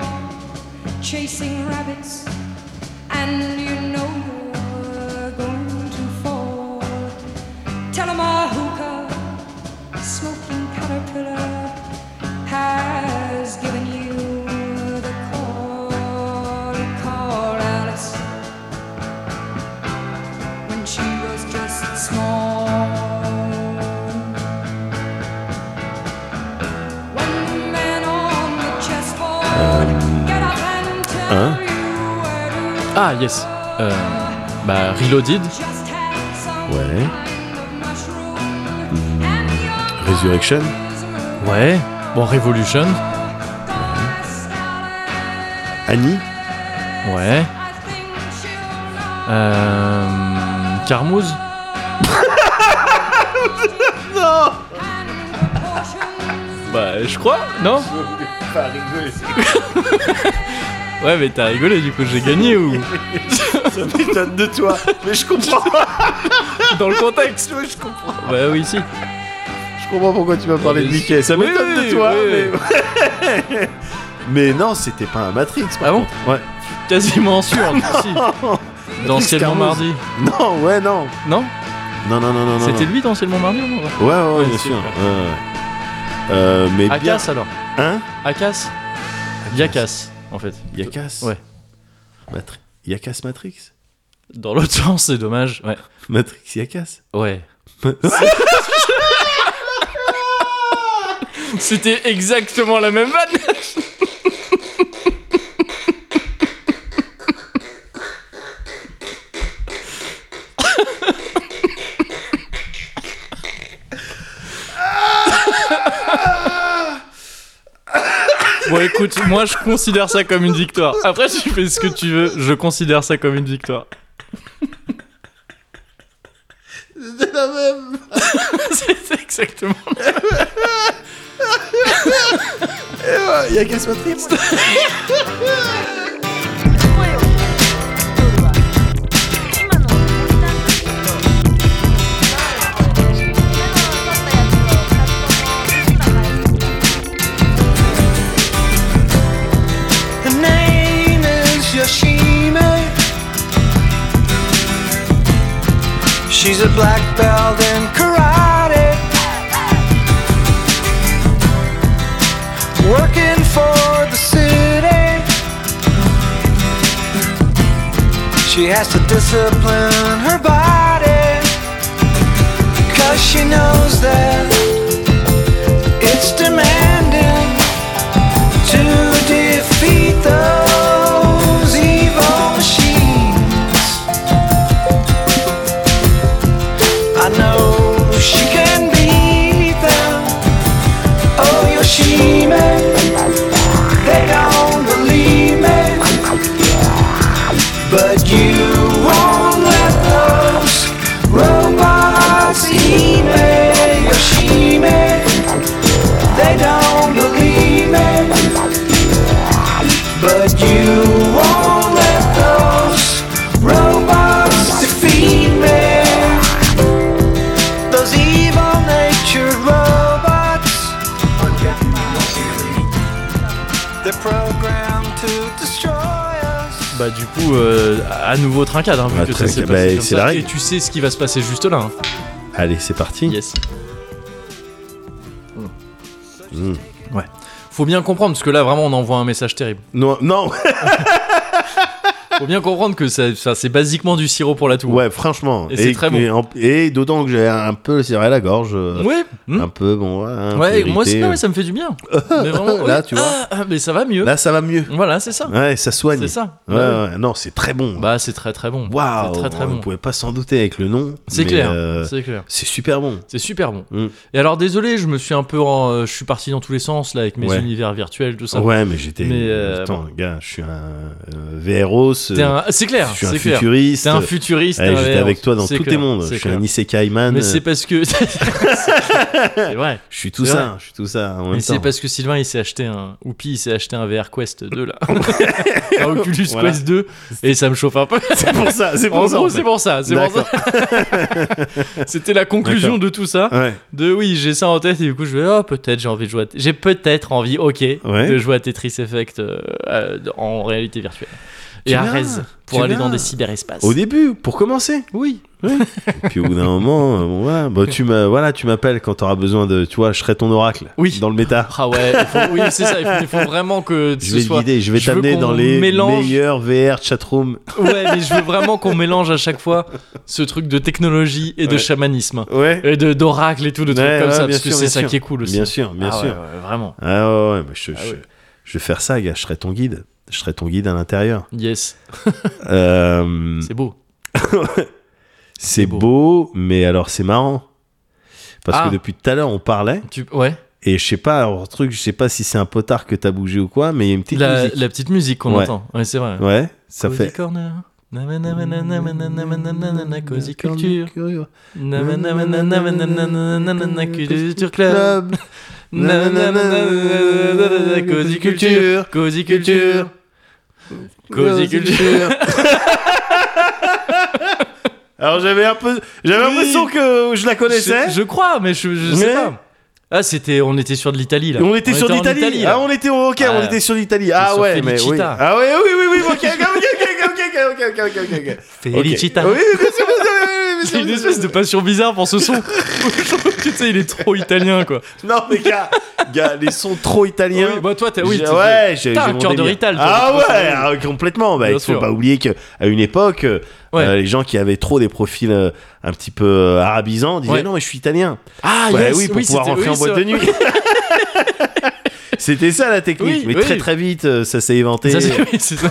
[SPEAKER 4] chasing rabbits, and you know you're going to fall. Tell 'em a hookah, smoking caterpillar, has given you the call. Call Alice when she was just small. One man on the chessboard, get up and tell
[SPEAKER 2] hein?
[SPEAKER 4] you where to
[SPEAKER 1] Ah, yes. Euh, bah, Reloaded.
[SPEAKER 4] just have some
[SPEAKER 2] Ouais.
[SPEAKER 4] kind of mushroom. And your
[SPEAKER 2] Resurrection.
[SPEAKER 4] is a move.
[SPEAKER 1] Hmm. Ouais. Bon, Revolution.
[SPEAKER 4] Go ask Alice.
[SPEAKER 2] Annie,
[SPEAKER 1] Ouais.
[SPEAKER 4] I think she'll know.
[SPEAKER 1] Euh... Carmouze
[SPEAKER 4] And the portions
[SPEAKER 1] Bah je crois, non Ouais mais t'as rigolé du coup j'ai gagné ou
[SPEAKER 2] ça m'étonne de toi, mais je comprends,
[SPEAKER 1] Dans le contexte je comprends Bah oui si
[SPEAKER 2] je comprends pourquoi tu m'as parlé de Mickey. Ça
[SPEAKER 1] Oui,
[SPEAKER 2] m'étonne
[SPEAKER 1] oui,
[SPEAKER 2] de toi,
[SPEAKER 1] oui.
[SPEAKER 2] mais... mais non, c'était pas un Matrix. Par
[SPEAKER 1] Ah bon
[SPEAKER 2] contre. Ouais.
[SPEAKER 1] Quasiment sûr si. Dans Ciel
[SPEAKER 2] Carmouze.
[SPEAKER 1] Montmardi
[SPEAKER 2] Non, ouais, non.
[SPEAKER 1] Non
[SPEAKER 2] Non, non, non, non. non,
[SPEAKER 1] C'était lui dans Ciel Montmardi ou non
[SPEAKER 2] non. Ouais, ouais,
[SPEAKER 1] Ouais,
[SPEAKER 2] bien
[SPEAKER 1] c'est Ah,
[SPEAKER 2] sûr.
[SPEAKER 1] clair.
[SPEAKER 2] ouais, ouais. Euh, mais bien.
[SPEAKER 1] Akas alors
[SPEAKER 2] Hein
[SPEAKER 1] Akas Yakas en fait
[SPEAKER 2] Yakas.
[SPEAKER 1] Ouais.
[SPEAKER 2] Matri- Yakas Matrix.
[SPEAKER 1] Dans l'autre sens c'est dommage Ouais
[SPEAKER 2] Matrix Yakas.
[SPEAKER 1] Ouais C'était exactement la même vanne Bon écoute, moi je considère ça comme une victoire. Après tu fais ce que tu veux, je considère ça comme une victoire.
[SPEAKER 2] C'était la même.
[SPEAKER 1] C'est exactement.
[SPEAKER 2] Yakas Matrix.
[SPEAKER 5] Her name is Yoshime. She's a black belt in karate. Working for the city. She has to discipline her body. Cause she knows that it's demanding to defeat those evil machines. I know she can beat them. Oh, Yoshima, they don't believe me. But you won't let those robots eat me. Yoshima, they don't believe me. But you won't let those robots defeat me those evil natured robots. They're programmed to destroy us.
[SPEAKER 1] Bah du coup, euh, à nouveau trincade, hein, vu
[SPEAKER 2] Ah,
[SPEAKER 1] que ça
[SPEAKER 2] trincade.
[SPEAKER 1] s'est passé
[SPEAKER 2] Bah,
[SPEAKER 1] comme
[SPEAKER 2] c'est
[SPEAKER 1] ça.
[SPEAKER 2] la règle.
[SPEAKER 1] Et tu sais ce qui va se passer juste là. hein.
[SPEAKER 2] Allez, c'est parti.
[SPEAKER 1] Yes.
[SPEAKER 2] Hmm.
[SPEAKER 1] Ouais. Faut bien comprendre, parce que là, vraiment, on envoie un message terrible.
[SPEAKER 2] Non, non.
[SPEAKER 1] Faut bien comprendre que ça, ça, c'est basiquement du sirop pour la toux.
[SPEAKER 2] ouais, franchement.
[SPEAKER 1] Et c'est très bon.
[SPEAKER 2] Et, en- et d'autant que j'ai un peu serré la gorge. euh,
[SPEAKER 1] Ouais. hmm.
[SPEAKER 2] Un peu, bon, ouais, hein, un
[SPEAKER 1] Ouais,
[SPEAKER 2] peu
[SPEAKER 1] moi, c'est-
[SPEAKER 2] irrité.
[SPEAKER 1] non, mais ça me fait du bien. Mais vraiment,
[SPEAKER 2] Là,
[SPEAKER 1] ouais.
[SPEAKER 2] tu vois.
[SPEAKER 1] Ah, ah, mais ça va mieux.
[SPEAKER 2] Là, ça va mieux.
[SPEAKER 1] Voilà, c'est ça.
[SPEAKER 2] Ouais, ça soigne.
[SPEAKER 1] C'est ça.
[SPEAKER 2] Ouais, ouais, non, c'est très bon.
[SPEAKER 1] Bah, c'est très très bon.
[SPEAKER 2] Waouh,
[SPEAKER 1] c'est très très
[SPEAKER 2] on
[SPEAKER 1] bon.
[SPEAKER 2] pouvait pas s'en douter avec le nom.
[SPEAKER 1] C'est
[SPEAKER 2] mais,
[SPEAKER 1] clair.
[SPEAKER 2] euh,
[SPEAKER 1] C'est clair.
[SPEAKER 2] c'est super bon.
[SPEAKER 1] C'est super bon.
[SPEAKER 2] Mm.
[SPEAKER 1] Et alors, désolé, je me suis un peu. en- euh, je suis parti dans tous les sens, là, avec mes
[SPEAKER 2] Ouais.
[SPEAKER 1] univers virtuels, tout ça.
[SPEAKER 2] Ouais, mais j'étais.
[SPEAKER 1] Mais, euh,
[SPEAKER 2] Attends, gars, je suis un euh, VROS.
[SPEAKER 1] T'es un- C'est clair.
[SPEAKER 2] je suis un
[SPEAKER 1] c'est clair.
[SPEAKER 2] futuriste.
[SPEAKER 1] T'es un futuriste.
[SPEAKER 2] Ouais,
[SPEAKER 1] un
[SPEAKER 2] j'étais
[SPEAKER 1] verre,
[SPEAKER 2] avec toi dans
[SPEAKER 1] c'est
[SPEAKER 2] tous tes
[SPEAKER 1] clair,
[SPEAKER 2] mondes.
[SPEAKER 1] c'est
[SPEAKER 2] Je suis
[SPEAKER 1] clair.
[SPEAKER 2] un isekai man.
[SPEAKER 1] Mais
[SPEAKER 2] euh,
[SPEAKER 1] c'est parce que. c'est vrai.
[SPEAKER 2] Je suis tout
[SPEAKER 1] c'est
[SPEAKER 2] ça. Je suis tout ça. En
[SPEAKER 1] Mais
[SPEAKER 2] même
[SPEAKER 1] c'est
[SPEAKER 2] temps.
[SPEAKER 1] parce que Sylvain il s'est acheté un. Oupi il s'est acheté un VR Quest 2 là. un Oculus
[SPEAKER 2] Voilà.
[SPEAKER 1] Quest 2. Et ça me chauffe un peu.
[SPEAKER 2] C'est pour ça. C'est
[SPEAKER 1] En
[SPEAKER 2] pour ça.
[SPEAKER 1] gros,
[SPEAKER 2] en
[SPEAKER 1] c'est
[SPEAKER 2] fait.
[SPEAKER 1] pour ça. c'est pour ça. C'était la conclusion de tout ça.
[SPEAKER 2] Ouais.
[SPEAKER 1] De oui, j'ai ça en tête et du coup je vais, oh, peut-être j'ai envie de jouer à. J'ai peut-être envie, ok,
[SPEAKER 2] Ouais.
[SPEAKER 1] de jouer à Tetris Effect euh, euh, en réalité virtuelle. Et
[SPEAKER 2] Tu
[SPEAKER 1] à
[SPEAKER 2] verras,
[SPEAKER 1] Rez pour
[SPEAKER 2] tu
[SPEAKER 1] aller dans
[SPEAKER 2] verras.
[SPEAKER 1] des cyberespaces.
[SPEAKER 2] Au début, pour commencer.
[SPEAKER 1] Oui.
[SPEAKER 2] Et puis au bout d'un moment, euh, bon, voilà. Bon, tu me, voilà, tu m'appelles quand t'auras besoin de, tu vois, je serai ton oracle.
[SPEAKER 1] Oui.
[SPEAKER 2] Dans le méta.
[SPEAKER 1] Ah ouais, il faut- oui, c'est ça, il faut, il faut vraiment que
[SPEAKER 2] Je
[SPEAKER 1] ce
[SPEAKER 2] vais
[SPEAKER 1] soit.
[SPEAKER 2] guider, je vais
[SPEAKER 1] je veux
[SPEAKER 2] t'amener
[SPEAKER 1] qu'on
[SPEAKER 2] dans les
[SPEAKER 1] mélange-
[SPEAKER 2] meilleurs VR chatroom.
[SPEAKER 1] Ouais, mais je veux vraiment qu'on mélange à chaque fois ce truc de technologie et de
[SPEAKER 2] Ouais.
[SPEAKER 1] chamanisme.
[SPEAKER 2] Ouais.
[SPEAKER 1] Et de- d'oracle et tout, de trucs
[SPEAKER 2] Ouais,
[SPEAKER 1] comme
[SPEAKER 2] ouais,
[SPEAKER 1] ça,
[SPEAKER 2] bien
[SPEAKER 1] parce que
[SPEAKER 2] sûr,
[SPEAKER 1] c'est
[SPEAKER 2] bien
[SPEAKER 1] ça
[SPEAKER 2] sûr.
[SPEAKER 1] qui est cool aussi.
[SPEAKER 2] Bien sûr, bien
[SPEAKER 1] Ah ouais,
[SPEAKER 2] sûr.
[SPEAKER 1] ouais, vraiment.
[SPEAKER 2] Ah ouais, ouais, mais je, je-
[SPEAKER 1] ouais.
[SPEAKER 2] je vais faire ça, gars. Je serai ton guide. Je serai ton guide à l'intérieur.
[SPEAKER 1] Yes,
[SPEAKER 2] Euh,
[SPEAKER 1] c'est beau.
[SPEAKER 2] c'est beau, mais alors c'est marrant. Parce
[SPEAKER 1] Ah.
[SPEAKER 2] que depuis tout à l'heure, on parlait.
[SPEAKER 1] Tu... Ouais,
[SPEAKER 2] Et je sais pas, alors, truc, je sais pas si c'est un potard que t'as bougé ou quoi, mais il y a une petite
[SPEAKER 1] la,
[SPEAKER 2] musique.
[SPEAKER 1] la petite musique qu'on
[SPEAKER 2] Ouais.
[SPEAKER 1] entend. Ouais, c'est vrai.
[SPEAKER 2] Ouais, ça
[SPEAKER 1] Cozy
[SPEAKER 2] fait.
[SPEAKER 1] Corner. Namanamanamanamanamanamanamana, Cozy Culture.
[SPEAKER 2] Culture.
[SPEAKER 1] Namanamanamanamanamana, Culture Club.
[SPEAKER 2] Club.
[SPEAKER 1] Nananananananana, Cozy Culture. Cozy Culture. Cozy Culture.
[SPEAKER 2] Alors j'avais un peu, j'avais
[SPEAKER 1] Oui.
[SPEAKER 2] l'impression que je la connaissais.
[SPEAKER 1] Je, je crois, mais je, je
[SPEAKER 2] Mais-
[SPEAKER 1] sais pas. Ah, c'était, on était sur de l'Italie là.
[SPEAKER 2] On était sur
[SPEAKER 1] en
[SPEAKER 2] l'Italie.
[SPEAKER 1] Italie, là.
[SPEAKER 2] Ah, on était ok,
[SPEAKER 1] Ah.
[SPEAKER 2] on était sur l'Italie. Ah
[SPEAKER 1] sur
[SPEAKER 2] ouais, mais oui.
[SPEAKER 1] Felicita.
[SPEAKER 2] Ah ouais, oui, oui, oui, ok, ok, ok, ok, ok, ok, ok, ok, ok, ok.
[SPEAKER 1] Felicita.
[SPEAKER 2] Ok. Oui, oui, bien sûr, bien sûr, oui, oui, bien
[SPEAKER 1] C'est
[SPEAKER 2] sûr,
[SPEAKER 1] une
[SPEAKER 2] bien
[SPEAKER 1] espèce
[SPEAKER 2] sûr.
[SPEAKER 1] de passion bizarre pour ce son. Je trouve que, tu sais, il est trop italien quoi.
[SPEAKER 2] Non, mais gars, gars, les sons trop italiens.
[SPEAKER 1] Oui, bah toi, t'as oui,
[SPEAKER 2] J'ai-
[SPEAKER 1] t'es-
[SPEAKER 2] ouais, j'ai
[SPEAKER 1] t'as
[SPEAKER 2] j'ai
[SPEAKER 1] un
[SPEAKER 2] mon
[SPEAKER 1] cœur de
[SPEAKER 2] délire.
[SPEAKER 1] rital. toi, de
[SPEAKER 2] Ah
[SPEAKER 1] toute
[SPEAKER 2] ouais,
[SPEAKER 1] façon.
[SPEAKER 2] ah, complètement. Bah,
[SPEAKER 1] Bien
[SPEAKER 2] il faut
[SPEAKER 1] sûr.
[SPEAKER 2] pas oublier que à une époque, euh,
[SPEAKER 1] Ouais.
[SPEAKER 2] euh, les gens qui avaient trop des profils euh, un petit peu euh, arabisants disaient
[SPEAKER 1] Ouais.
[SPEAKER 2] non, mais je suis italien.
[SPEAKER 1] Ah
[SPEAKER 2] Ouais,
[SPEAKER 1] yes,
[SPEAKER 2] Bah oui, pour pouvoir
[SPEAKER 1] c'était-
[SPEAKER 2] rentrer
[SPEAKER 1] oui,
[SPEAKER 2] en boîte
[SPEAKER 1] ça-
[SPEAKER 2] de nuit. C'était ça la
[SPEAKER 1] Oui,
[SPEAKER 2] technique, mais
[SPEAKER 1] oui.
[SPEAKER 2] très très vite euh, ça s'est éventé.
[SPEAKER 1] Ça, c'est- oui, c'est ça.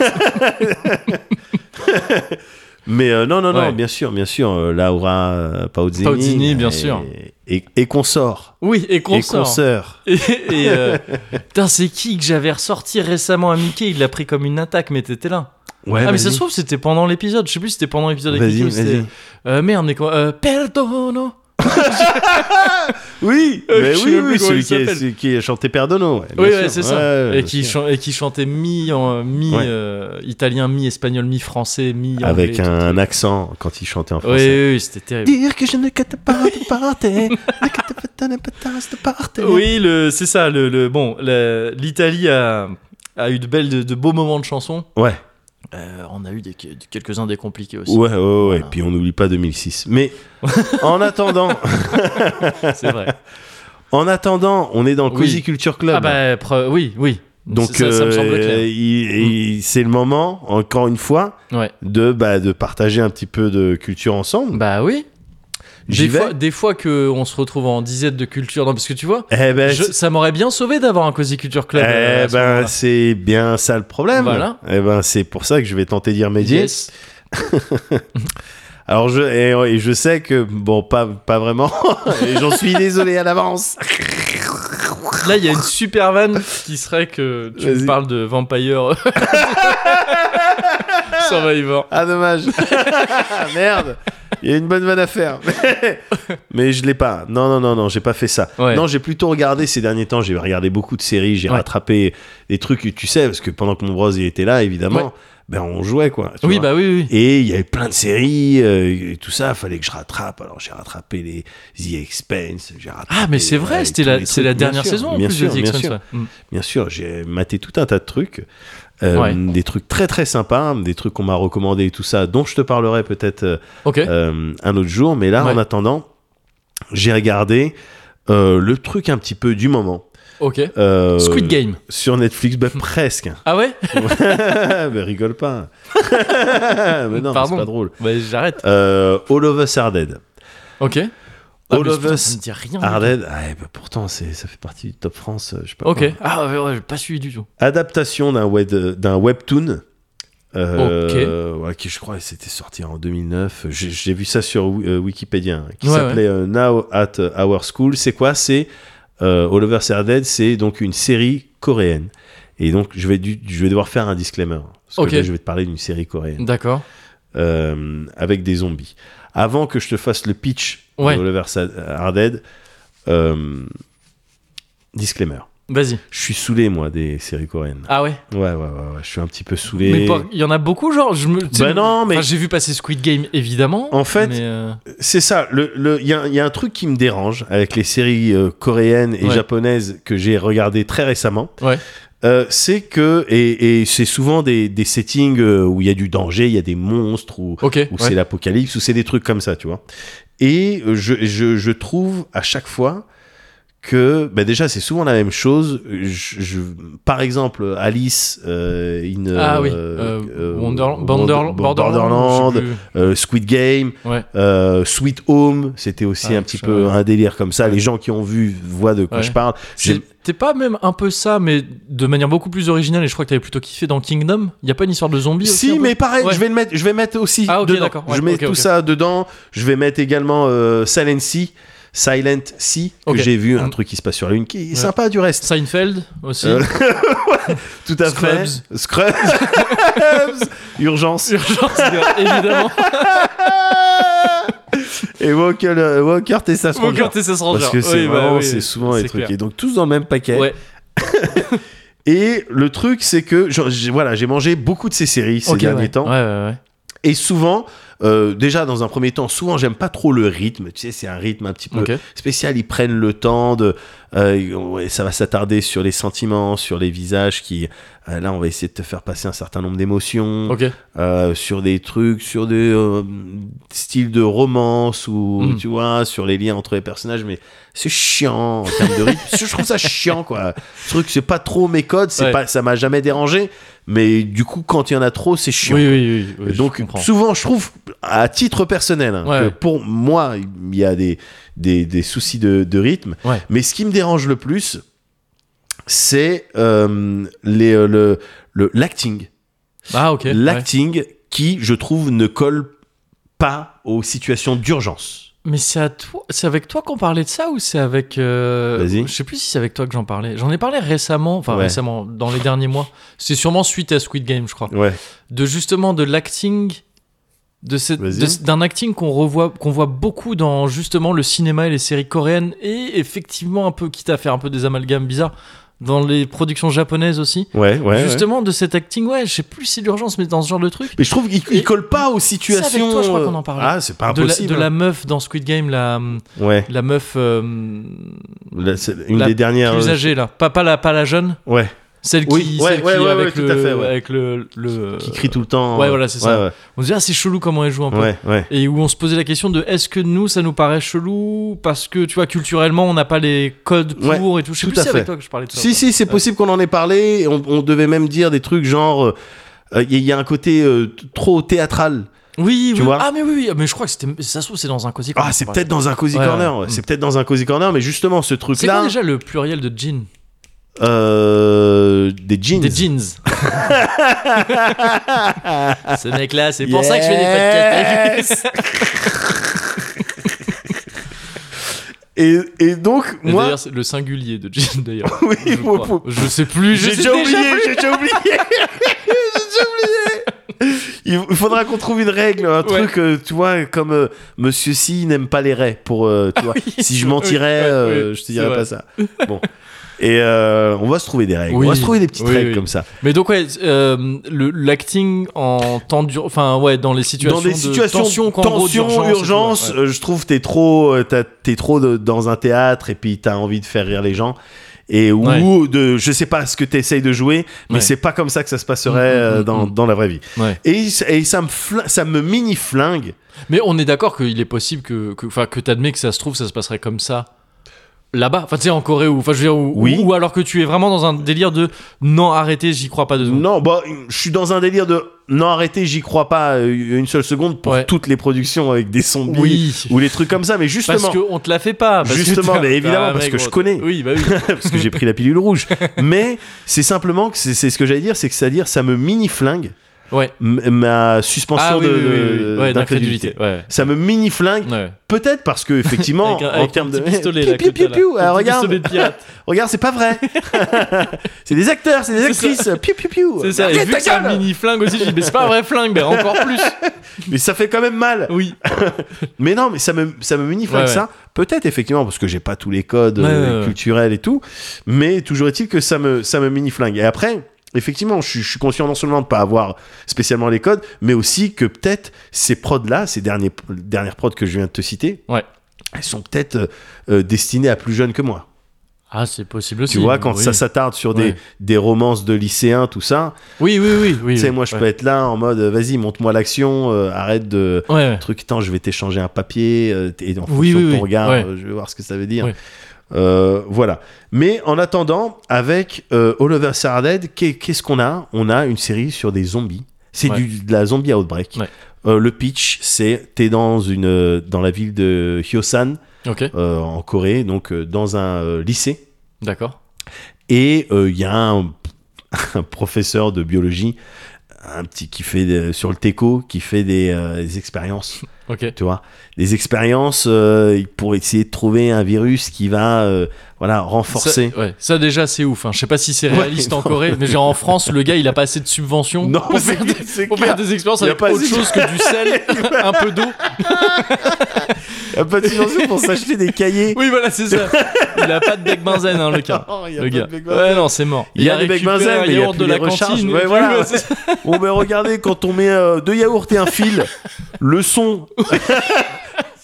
[SPEAKER 2] Mais euh, non, non, non,
[SPEAKER 1] Ouais.
[SPEAKER 2] bien sûr, bien sûr, euh, Laura euh, Pauzini.
[SPEAKER 1] Pauzini, bien
[SPEAKER 2] et-
[SPEAKER 1] sûr.
[SPEAKER 2] Et, et consort.
[SPEAKER 1] Oui, et
[SPEAKER 2] Et
[SPEAKER 1] consort.
[SPEAKER 2] consort.
[SPEAKER 1] Et, et, euh, putain, c'est qui que j'avais ressorti récemment à Mickey Il l'a pris comme une attaque, mais t'étais là.
[SPEAKER 2] Ouais,
[SPEAKER 1] ah, mais
[SPEAKER 2] vas-y.
[SPEAKER 1] ça se trouve, c'était pendant l'épisode. Je sais plus si c'était pendant l'épisode avec
[SPEAKER 2] Vas-y,
[SPEAKER 1] Mickey ou c'était.
[SPEAKER 2] vas-y.
[SPEAKER 1] Euh, merde, mais quoi euh, Perdono
[SPEAKER 2] Oui,
[SPEAKER 1] Euh,
[SPEAKER 2] mais
[SPEAKER 1] je sais
[SPEAKER 2] oui,
[SPEAKER 1] même plus
[SPEAKER 2] oui,
[SPEAKER 1] comment
[SPEAKER 2] celui
[SPEAKER 1] il
[SPEAKER 2] qui, est-
[SPEAKER 1] s'appelle.
[SPEAKER 2] celui qui a chanté Perdono. ouais, bien
[SPEAKER 1] Oui,
[SPEAKER 2] sûr.
[SPEAKER 1] ouais, c'est ça.
[SPEAKER 2] Ouais,
[SPEAKER 1] et,
[SPEAKER 2] bien
[SPEAKER 1] qui
[SPEAKER 2] sûr.
[SPEAKER 1] chan- et qui chantait mi, en, mi
[SPEAKER 2] Ouais.
[SPEAKER 1] euh, italien, mi espagnol, mi français, mi anglais.
[SPEAKER 2] Avec
[SPEAKER 1] tout.
[SPEAKER 2] un, accent quand il chantait en
[SPEAKER 1] Oui,
[SPEAKER 2] français.
[SPEAKER 1] oui, oui, c'était terrible.
[SPEAKER 2] Dire que je ne quitte pas de parter, Ah, ne quitte pas de parter, de parter.
[SPEAKER 1] Oui, le- c'est ça. Le, le- bon, la- l'Italie a, a eu de belles, de, de beaux moments de chansons.
[SPEAKER 2] Ouais.
[SPEAKER 1] Euh, on a eu des, quelques-uns des compliqués aussi.
[SPEAKER 2] Ouais, ouais, ouais.
[SPEAKER 1] Voilà.
[SPEAKER 2] Puis on n'oublie pas 2006. Mais en attendant,
[SPEAKER 1] C'est vrai.
[SPEAKER 2] en attendant, on est dans le
[SPEAKER 1] Oui.
[SPEAKER 2] Cozy Culture Club.
[SPEAKER 1] Ah bah, pre- oui, oui.
[SPEAKER 2] Donc,
[SPEAKER 1] ça, ça me semble
[SPEAKER 2] euh,
[SPEAKER 1] clair. Mm.
[SPEAKER 2] il- il- c'est le moment, encore une fois,
[SPEAKER 1] Ouais.
[SPEAKER 2] de, bah, de partager un petit peu de culture ensemble.
[SPEAKER 1] Bah oui.
[SPEAKER 2] J'y
[SPEAKER 1] Des
[SPEAKER 2] vais.
[SPEAKER 1] fois, des fois que on se retrouve en disette de culture, non, parce que tu vois,
[SPEAKER 2] Eh ben,
[SPEAKER 1] je-
[SPEAKER 2] c'est-
[SPEAKER 1] ça m'aurait bien sauvé d'avoir un Cozy Culture Club. euh,
[SPEAKER 2] eh
[SPEAKER 1] à ce
[SPEAKER 2] ben
[SPEAKER 1] moment-là.
[SPEAKER 2] c'est bien ça le problème.
[SPEAKER 1] Voilà.
[SPEAKER 2] Eh ben, c'est pour ça que je vais tenter d'y remédier.
[SPEAKER 1] Yes.
[SPEAKER 2] Alors, je, et, et je sais que, bon, pas, pas vraiment. et j'en suis désolé à l'avance.
[SPEAKER 1] Là, il y a une super vanne qui serait que tu me
[SPEAKER 2] Vas-y.
[SPEAKER 1] parles de Vampire Survivor.
[SPEAKER 2] Ah, dommage. Merde. Il y a une bonne vanne à faire. Mais je l'ai pas. Non, non, non, non, j'ai pas fait ça.
[SPEAKER 1] Ouais.
[SPEAKER 2] Non, j'ai plutôt regardé ces derniers temps. J'ai regardé beaucoup de séries. J'ai
[SPEAKER 1] Ouais.
[SPEAKER 2] rattrapé des trucs, tu sais, parce que pendant que mon bros il était là, évidemment,
[SPEAKER 1] Ouais.
[SPEAKER 2] ben on jouait, quoi. tu
[SPEAKER 1] Oui,
[SPEAKER 2] vois.
[SPEAKER 1] bah oui, oui.
[SPEAKER 2] Et il y avait plein de séries euh, et tout ça, fallait que je rattrape. Alors j'ai rattrapé les The Expense, j'ai rattrapé.
[SPEAKER 1] Ah, mais c'est vrai,
[SPEAKER 2] ouais,
[SPEAKER 1] c'était
[SPEAKER 2] tous
[SPEAKER 1] la,
[SPEAKER 2] les
[SPEAKER 1] c'est
[SPEAKER 2] trucs,
[SPEAKER 1] la
[SPEAKER 2] bien
[SPEAKER 1] dernière
[SPEAKER 2] sûr,
[SPEAKER 1] saison en
[SPEAKER 2] bien
[SPEAKER 1] plus
[SPEAKER 2] sûr,
[SPEAKER 1] de The
[SPEAKER 2] bien
[SPEAKER 1] Expanse,
[SPEAKER 2] sûr.
[SPEAKER 1] ouais. Mm.
[SPEAKER 2] Bien sûr, j'ai maté tout un tas de trucs. euh,
[SPEAKER 1] Ouais.
[SPEAKER 2] Des trucs très très sympas, des trucs qu'on m'a recommandé et tout ça, dont je te parlerai peut-être euh,
[SPEAKER 1] Ok.
[SPEAKER 2] euh, un autre jour. Mais là,
[SPEAKER 1] Ouais.
[SPEAKER 2] en attendant, j'ai regardé euh, le truc un petit peu du moment.
[SPEAKER 1] ok.
[SPEAKER 2] Euh,
[SPEAKER 1] Squid Game.
[SPEAKER 2] Sur Netflix, bah, presque. Ah,
[SPEAKER 1] Ah ouais
[SPEAKER 2] mais rigole pas. mais non,
[SPEAKER 1] Pardon.
[SPEAKER 2] c'est pas drôle.
[SPEAKER 1] Bah j'arrête.
[SPEAKER 2] Euh, All of Us Are Dead.
[SPEAKER 1] Ok. Ah,
[SPEAKER 2] All
[SPEAKER 1] mais
[SPEAKER 2] of
[SPEAKER 1] putain,
[SPEAKER 2] Us
[SPEAKER 1] ça me dit rien.
[SPEAKER 2] Are Dead. Ah, eh ben, pourtant, c'est, ça fait partie du top France. euh, Je sais pas
[SPEAKER 1] Ok.
[SPEAKER 2] quoi.
[SPEAKER 1] Ah ouais, ouais, j'ai pas suivi du tout.
[SPEAKER 2] Adaptation d'un, web, d'un webtoon. Euh, ouais, qui je crois c'était sorti en 2009 j'ai, j'ai vu ça sur Wi- euh, Wikipédia hein, qui
[SPEAKER 1] Ouais,
[SPEAKER 2] s'appelait euh, Now at Our School c'est quoi c'est euh, All of Us Are Dead c'est donc une série coréenne et donc je vais, du- je vais devoir faire un disclaimer hein, parce
[SPEAKER 1] Ok.
[SPEAKER 2] que là, je vais te parler d'une série coréenne
[SPEAKER 1] D'accord.
[SPEAKER 2] euh, avec des zombies. Avant que je te fasse le pitch
[SPEAKER 1] Ouais.
[SPEAKER 2] de Oliver Sa- Are Dead, euh, disclaimer.
[SPEAKER 1] Vas-y.
[SPEAKER 2] Je suis saoulé, moi, des séries coréennes.
[SPEAKER 1] Ah ouais.
[SPEAKER 2] Ouais, ouais, ouais, ouais, je suis un petit peu saoulé. Bah
[SPEAKER 1] Mais pas- il y en a beaucoup, genre. Je me. tu sais,
[SPEAKER 2] non, mais-
[SPEAKER 1] enfin, j'ai vu passer Squid Game évidemment.
[SPEAKER 2] En fait,
[SPEAKER 1] mais, euh,
[SPEAKER 2] C'est ça, il le, le- il y, a un- il y a un truc qui me dérange avec les séries euh, coréennes et
[SPEAKER 1] Ouais.
[SPEAKER 2] japonaises que j'ai regardées très récemment.
[SPEAKER 1] Ouais.
[SPEAKER 2] Euh, c'est que, et, et c'est souvent des, des settings euh, où il y a du danger, il y a des monstres, ou,
[SPEAKER 1] Ok.
[SPEAKER 2] ou
[SPEAKER 1] ouais.
[SPEAKER 2] c'est l'apocalypse, ou c'est des trucs comme ça, tu vois. Et euh, je, je, je trouve à chaque fois que, bah déjà, c'est souvent la même chose. Je, je- par exemple, Alice, euh, in,
[SPEAKER 1] Ah oui,
[SPEAKER 2] euh,
[SPEAKER 1] euh,
[SPEAKER 2] euh,
[SPEAKER 1] Wonderland-
[SPEAKER 2] Wonder-
[SPEAKER 1] Borderland,
[SPEAKER 2] Borderland,
[SPEAKER 1] je sais plus.
[SPEAKER 2] euh, Squid Game,
[SPEAKER 1] Ouais.
[SPEAKER 2] euh, Sweet Home, c'était aussi
[SPEAKER 1] Ah,
[SPEAKER 2] un petit
[SPEAKER 1] je-
[SPEAKER 2] peu un délire comme ça. Les gens qui ont vu voient de quoi
[SPEAKER 1] Ouais.
[SPEAKER 2] je parle. J'ai-
[SPEAKER 1] C'est- T'es pas même un peu ça, mais de manière beaucoup plus originale, et je crois que t'avais plutôt kiffé dans Kingdom. Y a pas une histoire de zombie aussi un
[SPEAKER 2] Si,
[SPEAKER 1] peu
[SPEAKER 2] mais pareil,
[SPEAKER 1] Ouais.
[SPEAKER 2] je vais le mettre, je vais mettre aussi
[SPEAKER 1] Ah, ok,
[SPEAKER 2] dedans.
[SPEAKER 1] d'accord, ouais,
[SPEAKER 2] je mets
[SPEAKER 1] ok,
[SPEAKER 2] tout
[SPEAKER 1] ok.
[SPEAKER 2] ça dedans. Je vais mettre également euh, Silent Sea, Silent Sea que
[SPEAKER 1] Ok.
[SPEAKER 2] j'ai vu, un
[SPEAKER 1] Mm.
[SPEAKER 2] truc qui se passe sur la lune, qui est sympa du reste.
[SPEAKER 1] Seinfeld aussi.
[SPEAKER 2] Euh, Tout à
[SPEAKER 1] Scrubs.
[SPEAKER 2] fait. Scrubs. Urgence.
[SPEAKER 1] Urgence, évidemment.
[SPEAKER 2] Et Walker, euh, Walker Texas
[SPEAKER 1] Mon
[SPEAKER 2] Ranger.
[SPEAKER 1] cœur, t'es ça se
[SPEAKER 2] Parce que c'est vraiment, c'est souvent
[SPEAKER 1] bah
[SPEAKER 2] les
[SPEAKER 1] c'est
[SPEAKER 2] trucs.
[SPEAKER 1] clair.
[SPEAKER 2] Et donc tous dans le même paquet.
[SPEAKER 1] Ouais.
[SPEAKER 2] Et le truc, c'est que je- j'ai- voilà, j'ai mangé beaucoup de ces séries ces
[SPEAKER 1] Ok,
[SPEAKER 2] derniers
[SPEAKER 1] ouais.
[SPEAKER 2] temps.
[SPEAKER 1] Ouais, ouais, ouais.
[SPEAKER 2] Et souvent, euh, déjà dans un premier temps, souvent j'aime pas trop le rythme. Tu sais, c'est un rythme un petit peu
[SPEAKER 1] Ok.
[SPEAKER 2] spécial. Ils prennent le temps de. euh, ouais, ça va s'attarder sur les sentiments, sur les visages qui. euh, là, on va essayer de te faire passer un certain nombre d'émotions.
[SPEAKER 1] Ok.
[SPEAKER 2] euh, sur des trucs, sur des euh, styles de romance ou
[SPEAKER 1] Mm.
[SPEAKER 2] tu vois, sur les liens entre les personnages, mais c'est chiant en termes de rythme. je trouve ça chiant quoi. Ce truc, c'est pas trop mes codes, c'est
[SPEAKER 1] Ouais.
[SPEAKER 2] pas, ça m'a jamais dérangé, mais du coup, quand il y en a trop, c'est chiant.
[SPEAKER 1] Oui, oui, oui. oui, je
[SPEAKER 2] Donc
[SPEAKER 1] comprends.
[SPEAKER 2] souvent, je trouve, à titre personnel, hein,
[SPEAKER 1] Ouais,
[SPEAKER 2] que
[SPEAKER 1] ouais.
[SPEAKER 2] pour moi, il y a des, des, des soucis de, de rythme.
[SPEAKER 1] Ouais.
[SPEAKER 2] Mais ce qui me dérange le plus, c'est euh, les, euh, le- le l'acting.
[SPEAKER 1] Ah, ok. ouais.
[SPEAKER 2] L'acting qui, je trouve, ne colle pas aux situations d'urgence.
[SPEAKER 1] Mais c'est à toi, c'est avec toi qu'on parlait de ça ou c'est avec. euh,
[SPEAKER 2] Vas-y.
[SPEAKER 1] Je sais plus si c'est avec toi que j'en parlais. J'en ai parlé récemment, enfin
[SPEAKER 2] Ouais.
[SPEAKER 1] récemment, dans les derniers mois. C'est sûrement suite à Squid Game, je crois.
[SPEAKER 2] Ouais.
[SPEAKER 1] de justement de l'acting de cette-
[SPEAKER 2] Vas-y.
[SPEAKER 1] de- d'un acting qu'on revoit qu'on voit beaucoup dans justement le cinéma et les séries coréennes et effectivement un peu quitte à faire un peu des amalgames bizarres dans les productions japonaises aussi
[SPEAKER 2] Ouais, ouais.
[SPEAKER 1] justement de cet acting ouais je sais plus si c'est l'urgence mais dans ce genre de truc
[SPEAKER 2] Mais je trouve qu'il
[SPEAKER 1] Et-
[SPEAKER 2] il colle pas aux situations.
[SPEAKER 1] toi, je crois qu'on en
[SPEAKER 2] euh,
[SPEAKER 1] parlait.
[SPEAKER 2] Ah, c'est pas
[SPEAKER 1] de la,
[SPEAKER 2] impossible.
[SPEAKER 1] de la meuf dans Squid Game la
[SPEAKER 2] Ouais.
[SPEAKER 1] la meuf euh,
[SPEAKER 2] Là, c'est une
[SPEAKER 1] La
[SPEAKER 2] des dernières. euh,
[SPEAKER 1] plus âgée là pas, pas la pas la jeune
[SPEAKER 2] Ouais.
[SPEAKER 1] Celle qui,
[SPEAKER 2] Ah Oui, ouais,
[SPEAKER 1] celle qui
[SPEAKER 2] ouais, ouais,
[SPEAKER 1] avec,
[SPEAKER 2] ouais, tout
[SPEAKER 1] le,
[SPEAKER 2] à fait, ouais.
[SPEAKER 1] avec le, le-
[SPEAKER 2] qui crie tout le temps.
[SPEAKER 1] Ouais, voilà, c'est ça.
[SPEAKER 2] Ouais,
[SPEAKER 1] On se dit, ah, c'est chelou comment elle joue un peu.
[SPEAKER 2] ouais. ouais, ouais.
[SPEAKER 1] Et où on se posait la question de est-ce que nous, ça nous paraît chelou parce que, tu vois, culturellement, on n'a pas les codes
[SPEAKER 2] Ouais,
[SPEAKER 1] pour et tout. Je sais
[SPEAKER 2] tout
[SPEAKER 1] plus
[SPEAKER 2] à
[SPEAKER 1] si c'est avec
[SPEAKER 2] fait.
[SPEAKER 1] toi que je parlais de ça.
[SPEAKER 2] Si, si, c'est possible qu'on en ait parlé. et On, on devait même dire des trucs genre. euh, Il y, y a un côté euh, t- trop théâtral.
[SPEAKER 1] Oui,
[SPEAKER 2] Tu
[SPEAKER 1] oui.
[SPEAKER 2] vois
[SPEAKER 1] ah, mais oui, oui. mais je crois que c'était. Ça se trouve, c'est dans un cosy
[SPEAKER 2] Ah, c'est peut-être dans un Cozy
[SPEAKER 1] Ouais,
[SPEAKER 2] Corner.
[SPEAKER 1] ouais.
[SPEAKER 2] ouais. Mm. C'est peut-être dans un Cozy Corner, mais justement, ce
[SPEAKER 1] C'est quoi
[SPEAKER 2] truc-là.
[SPEAKER 1] déjà le pluriel de jean
[SPEAKER 2] euh, des jeans.
[SPEAKER 1] Des jeans. Ce mec-là, c'est pour ça que je fais des
[SPEAKER 2] Yes.
[SPEAKER 1] podcasts. avec lui.
[SPEAKER 2] Et, et donc,
[SPEAKER 1] Et
[SPEAKER 2] moi.
[SPEAKER 1] D'ailleurs, c'est le singulier de jean, d'ailleurs.
[SPEAKER 2] Oui,
[SPEAKER 1] je,
[SPEAKER 2] faut-
[SPEAKER 1] crois.
[SPEAKER 2] faut-
[SPEAKER 1] Je sais plus. je
[SPEAKER 2] J'ai
[SPEAKER 1] sais
[SPEAKER 2] déjà oublié,
[SPEAKER 1] plus.
[SPEAKER 2] j'ai déjà oublié. j'ai déjà oublié. Il faudra qu'on trouve une règle, un
[SPEAKER 1] Ouais.
[SPEAKER 2] truc, euh, tu vois, comme euh, Monsieur Si n'aime pas les raies. Pour, euh, tu vois,
[SPEAKER 1] oui,
[SPEAKER 2] si je
[SPEAKER 1] oui,
[SPEAKER 2] mentirais,
[SPEAKER 1] ouais,
[SPEAKER 2] euh,
[SPEAKER 1] oui,
[SPEAKER 2] je te
[SPEAKER 1] c'est
[SPEAKER 2] dirais
[SPEAKER 1] vrai.
[SPEAKER 2] pas ça. Bon. Et euh, on va se trouver des règles.
[SPEAKER 1] Oui.
[SPEAKER 2] On va se trouver des petites
[SPEAKER 1] Oui,
[SPEAKER 2] règles
[SPEAKER 1] oui.
[SPEAKER 2] comme ça.
[SPEAKER 1] Mais donc ouais, euh, le- l'acting en temps dur, enfin ouais, dans les situations,
[SPEAKER 2] Dans des
[SPEAKER 1] de
[SPEAKER 2] situations
[SPEAKER 1] tension, qu'en gros,
[SPEAKER 2] tension,
[SPEAKER 1] d'urgence et tout,
[SPEAKER 2] urgence,
[SPEAKER 1] ouais.
[SPEAKER 2] euh, je trouve t'es trop, euh, t'as- t'es trop de- dans un théâtre et puis t'as envie de faire rire les gens. Et ou
[SPEAKER 1] Ouais.
[SPEAKER 2] de, je sais pas ce que t'essayes de jouer, mais
[SPEAKER 1] Ouais.
[SPEAKER 2] c'est pas comme ça que ça se passerait
[SPEAKER 1] Mm, mm,
[SPEAKER 2] euh,
[SPEAKER 1] mm,
[SPEAKER 2] dans,
[SPEAKER 1] mm.
[SPEAKER 2] dans la vraie vie.
[SPEAKER 1] Ouais.
[SPEAKER 2] Et, et ça me flingue- ça me mini flingue.
[SPEAKER 1] Mais on est d'accord qu'il est possible que, que, enfin, que t'admets que ça se trouve, ça se passerait comme ça là-bas, enfin tu sais en Corée ou, enfin je veux dire, ou,
[SPEAKER 2] Oui.
[SPEAKER 1] ou alors que tu es vraiment dans un délire de non arrêtez, j'y crois pas de secondes.
[SPEAKER 2] Non, bah, je suis dans un délire de non arrêtez, j'y crois pas euh, une seule seconde pour
[SPEAKER 1] Ouais.
[SPEAKER 2] toutes les productions avec des zombies
[SPEAKER 1] Oui.
[SPEAKER 2] ou les trucs comme ça. Mais justement,
[SPEAKER 1] Parce qu'on te la fait pas. parce que
[SPEAKER 2] Justement,
[SPEAKER 1] t'as-
[SPEAKER 2] mais évidemment,
[SPEAKER 1] Ah,
[SPEAKER 2] parce
[SPEAKER 1] mec,
[SPEAKER 2] que je
[SPEAKER 1] gros,
[SPEAKER 2] connais.
[SPEAKER 1] Oui, bah oui.
[SPEAKER 2] parce que j'ai pris la pilule rouge. Mais c'est simplement que c'est c'est ce que j'allais dire, c'est que c'est-à-dire ça me mini flingue
[SPEAKER 1] Ouais.
[SPEAKER 2] ma suspension
[SPEAKER 1] Ah oui,
[SPEAKER 2] de-
[SPEAKER 1] oui, oui, oui. Ouais,
[SPEAKER 2] d'incrédulité.
[SPEAKER 1] d'incrédulité. Ouais.
[SPEAKER 2] ça me mini flingue.
[SPEAKER 1] Ouais.
[SPEAKER 2] Peut-être parce que effectivement,
[SPEAKER 1] Avec un-
[SPEAKER 2] en
[SPEAKER 1] avec
[SPEAKER 2] termes
[SPEAKER 1] un
[SPEAKER 2] de
[SPEAKER 1] petit pistolet,
[SPEAKER 2] Piou,
[SPEAKER 1] là, que
[SPEAKER 2] piou,
[SPEAKER 1] t'as
[SPEAKER 2] piou,
[SPEAKER 1] là.
[SPEAKER 2] piou.
[SPEAKER 1] Un
[SPEAKER 2] Ah,
[SPEAKER 1] petit
[SPEAKER 2] regarde,
[SPEAKER 1] pistolet de pirate.
[SPEAKER 2] regarde, c'est pas vrai. c'est des acteurs, c'est des
[SPEAKER 1] C'est ça.
[SPEAKER 2] actrices. Piou, piou, piou.
[SPEAKER 1] C'est ça. Et
[SPEAKER 2] Arrête
[SPEAKER 1] vu
[SPEAKER 2] ta
[SPEAKER 1] que c'est un
[SPEAKER 2] gueule.
[SPEAKER 1] mini flingue aussi, je dis mais c'est pas un vrai flingue, mais encore plus.
[SPEAKER 2] Mais ça fait quand même mal.
[SPEAKER 1] Oui.
[SPEAKER 2] Mais non, mais ça me, ça me munit flingue
[SPEAKER 1] Ouais, ouais.
[SPEAKER 2] ça. Peut-être effectivement parce que j'ai pas tous les codes
[SPEAKER 1] Ouais,
[SPEAKER 2] euh,
[SPEAKER 1] ouais, ouais.
[SPEAKER 2] culturels et tout. Mais toujours est-il que ça me, ça me mini flingue. Et après, effectivement, je, suis- je suis conscient non seulement de pas avoir spécialement les codes, mais aussi que peut-être ces prods là, ces derniers, dernières prods que je viens de te citer,
[SPEAKER 1] Ouais.
[SPEAKER 2] elles sont peut-être euh, euh, destinées à plus jeunes que moi.
[SPEAKER 1] Ah, c'est possible aussi.
[SPEAKER 2] Tu vois, quand
[SPEAKER 1] oui.
[SPEAKER 2] ça s'attarde sur des,
[SPEAKER 1] Ouais.
[SPEAKER 2] des romances de lycéens, tout ça,
[SPEAKER 1] Oui, oui, oui. oui
[SPEAKER 2] tu sais,
[SPEAKER 1] oui.
[SPEAKER 2] moi je
[SPEAKER 1] Ouais.
[SPEAKER 2] peux être là en mode, vas-y, monte-moi l'action, euh, arrête de,
[SPEAKER 1] Ouais, ouais.
[SPEAKER 2] truc, attends, je vais t'échanger un papier, euh, t- et en
[SPEAKER 1] Oui,
[SPEAKER 2] fonction
[SPEAKER 1] oui,
[SPEAKER 2] de ton
[SPEAKER 1] oui,
[SPEAKER 2] regard,
[SPEAKER 1] ouais.
[SPEAKER 2] euh, je vais voir ce que ça veut dire.
[SPEAKER 1] Ouais.
[SPEAKER 2] Euh, voilà. Mais en attendant, avec euh, All Over Sarah qu'est- qu'est-ce qu'on a On a une série sur des zombies. C'est
[SPEAKER 1] Ouais.
[SPEAKER 2] du- de la zombie outbreak.
[SPEAKER 1] Ouais.
[SPEAKER 2] Euh, le pitch, c'est t'es dans une euh, dans la ville de Hyosan
[SPEAKER 1] Ok,
[SPEAKER 2] euh, en Corée, donc euh, dans un euh, lycée,
[SPEAKER 1] d'accord.
[SPEAKER 2] et euh, il y a un, un professeur de biologie, un petit qui fait des- sur le teco, qui fait des, euh, des expériences
[SPEAKER 1] Ok.
[SPEAKER 2] tu vois des expériences euh, pour essayer de trouver un virus qui va euh, voilà renforcer
[SPEAKER 1] Ça, ouais. ça déjà c'est ouf. Hein. Je sais pas si c'est
[SPEAKER 2] Ouais,
[SPEAKER 1] réaliste en
[SPEAKER 2] non.
[SPEAKER 1] Corée, mais genre en France, le gars il a pas assez de subventions
[SPEAKER 2] Non,
[SPEAKER 1] pour,
[SPEAKER 2] c'est-
[SPEAKER 1] faire des,
[SPEAKER 2] c'est
[SPEAKER 1] pour
[SPEAKER 2] clair.
[SPEAKER 1] faire des expériences
[SPEAKER 2] Il y a
[SPEAKER 1] avec
[SPEAKER 2] pas
[SPEAKER 1] autre
[SPEAKER 2] assez-
[SPEAKER 1] chose que du sel, un peu d'eau.
[SPEAKER 2] Il y a pas de financement pour s'acheter des cahiers
[SPEAKER 1] Oui, voilà, c'est ça. Il a pas de bec benzène, hein, le gars.
[SPEAKER 2] Non, il y a
[SPEAKER 1] Le
[SPEAKER 2] pas de
[SPEAKER 1] gars.
[SPEAKER 2] bec-benzène.
[SPEAKER 1] Ouais, non, c'est mort.
[SPEAKER 2] Il y a des
[SPEAKER 1] récupéré
[SPEAKER 2] bec-benzène,
[SPEAKER 1] un
[SPEAKER 2] mais il y a
[SPEAKER 1] yaourt
[SPEAKER 2] plus
[SPEAKER 1] de
[SPEAKER 2] les
[SPEAKER 1] la
[SPEAKER 2] recharges.
[SPEAKER 1] cantine.
[SPEAKER 2] Ouais,
[SPEAKER 1] et
[SPEAKER 2] voilà,
[SPEAKER 1] puis,
[SPEAKER 2] ouais.
[SPEAKER 1] c'est ça.
[SPEAKER 2] bon ben regardez quand on met euh, deux yaourts et un fil le son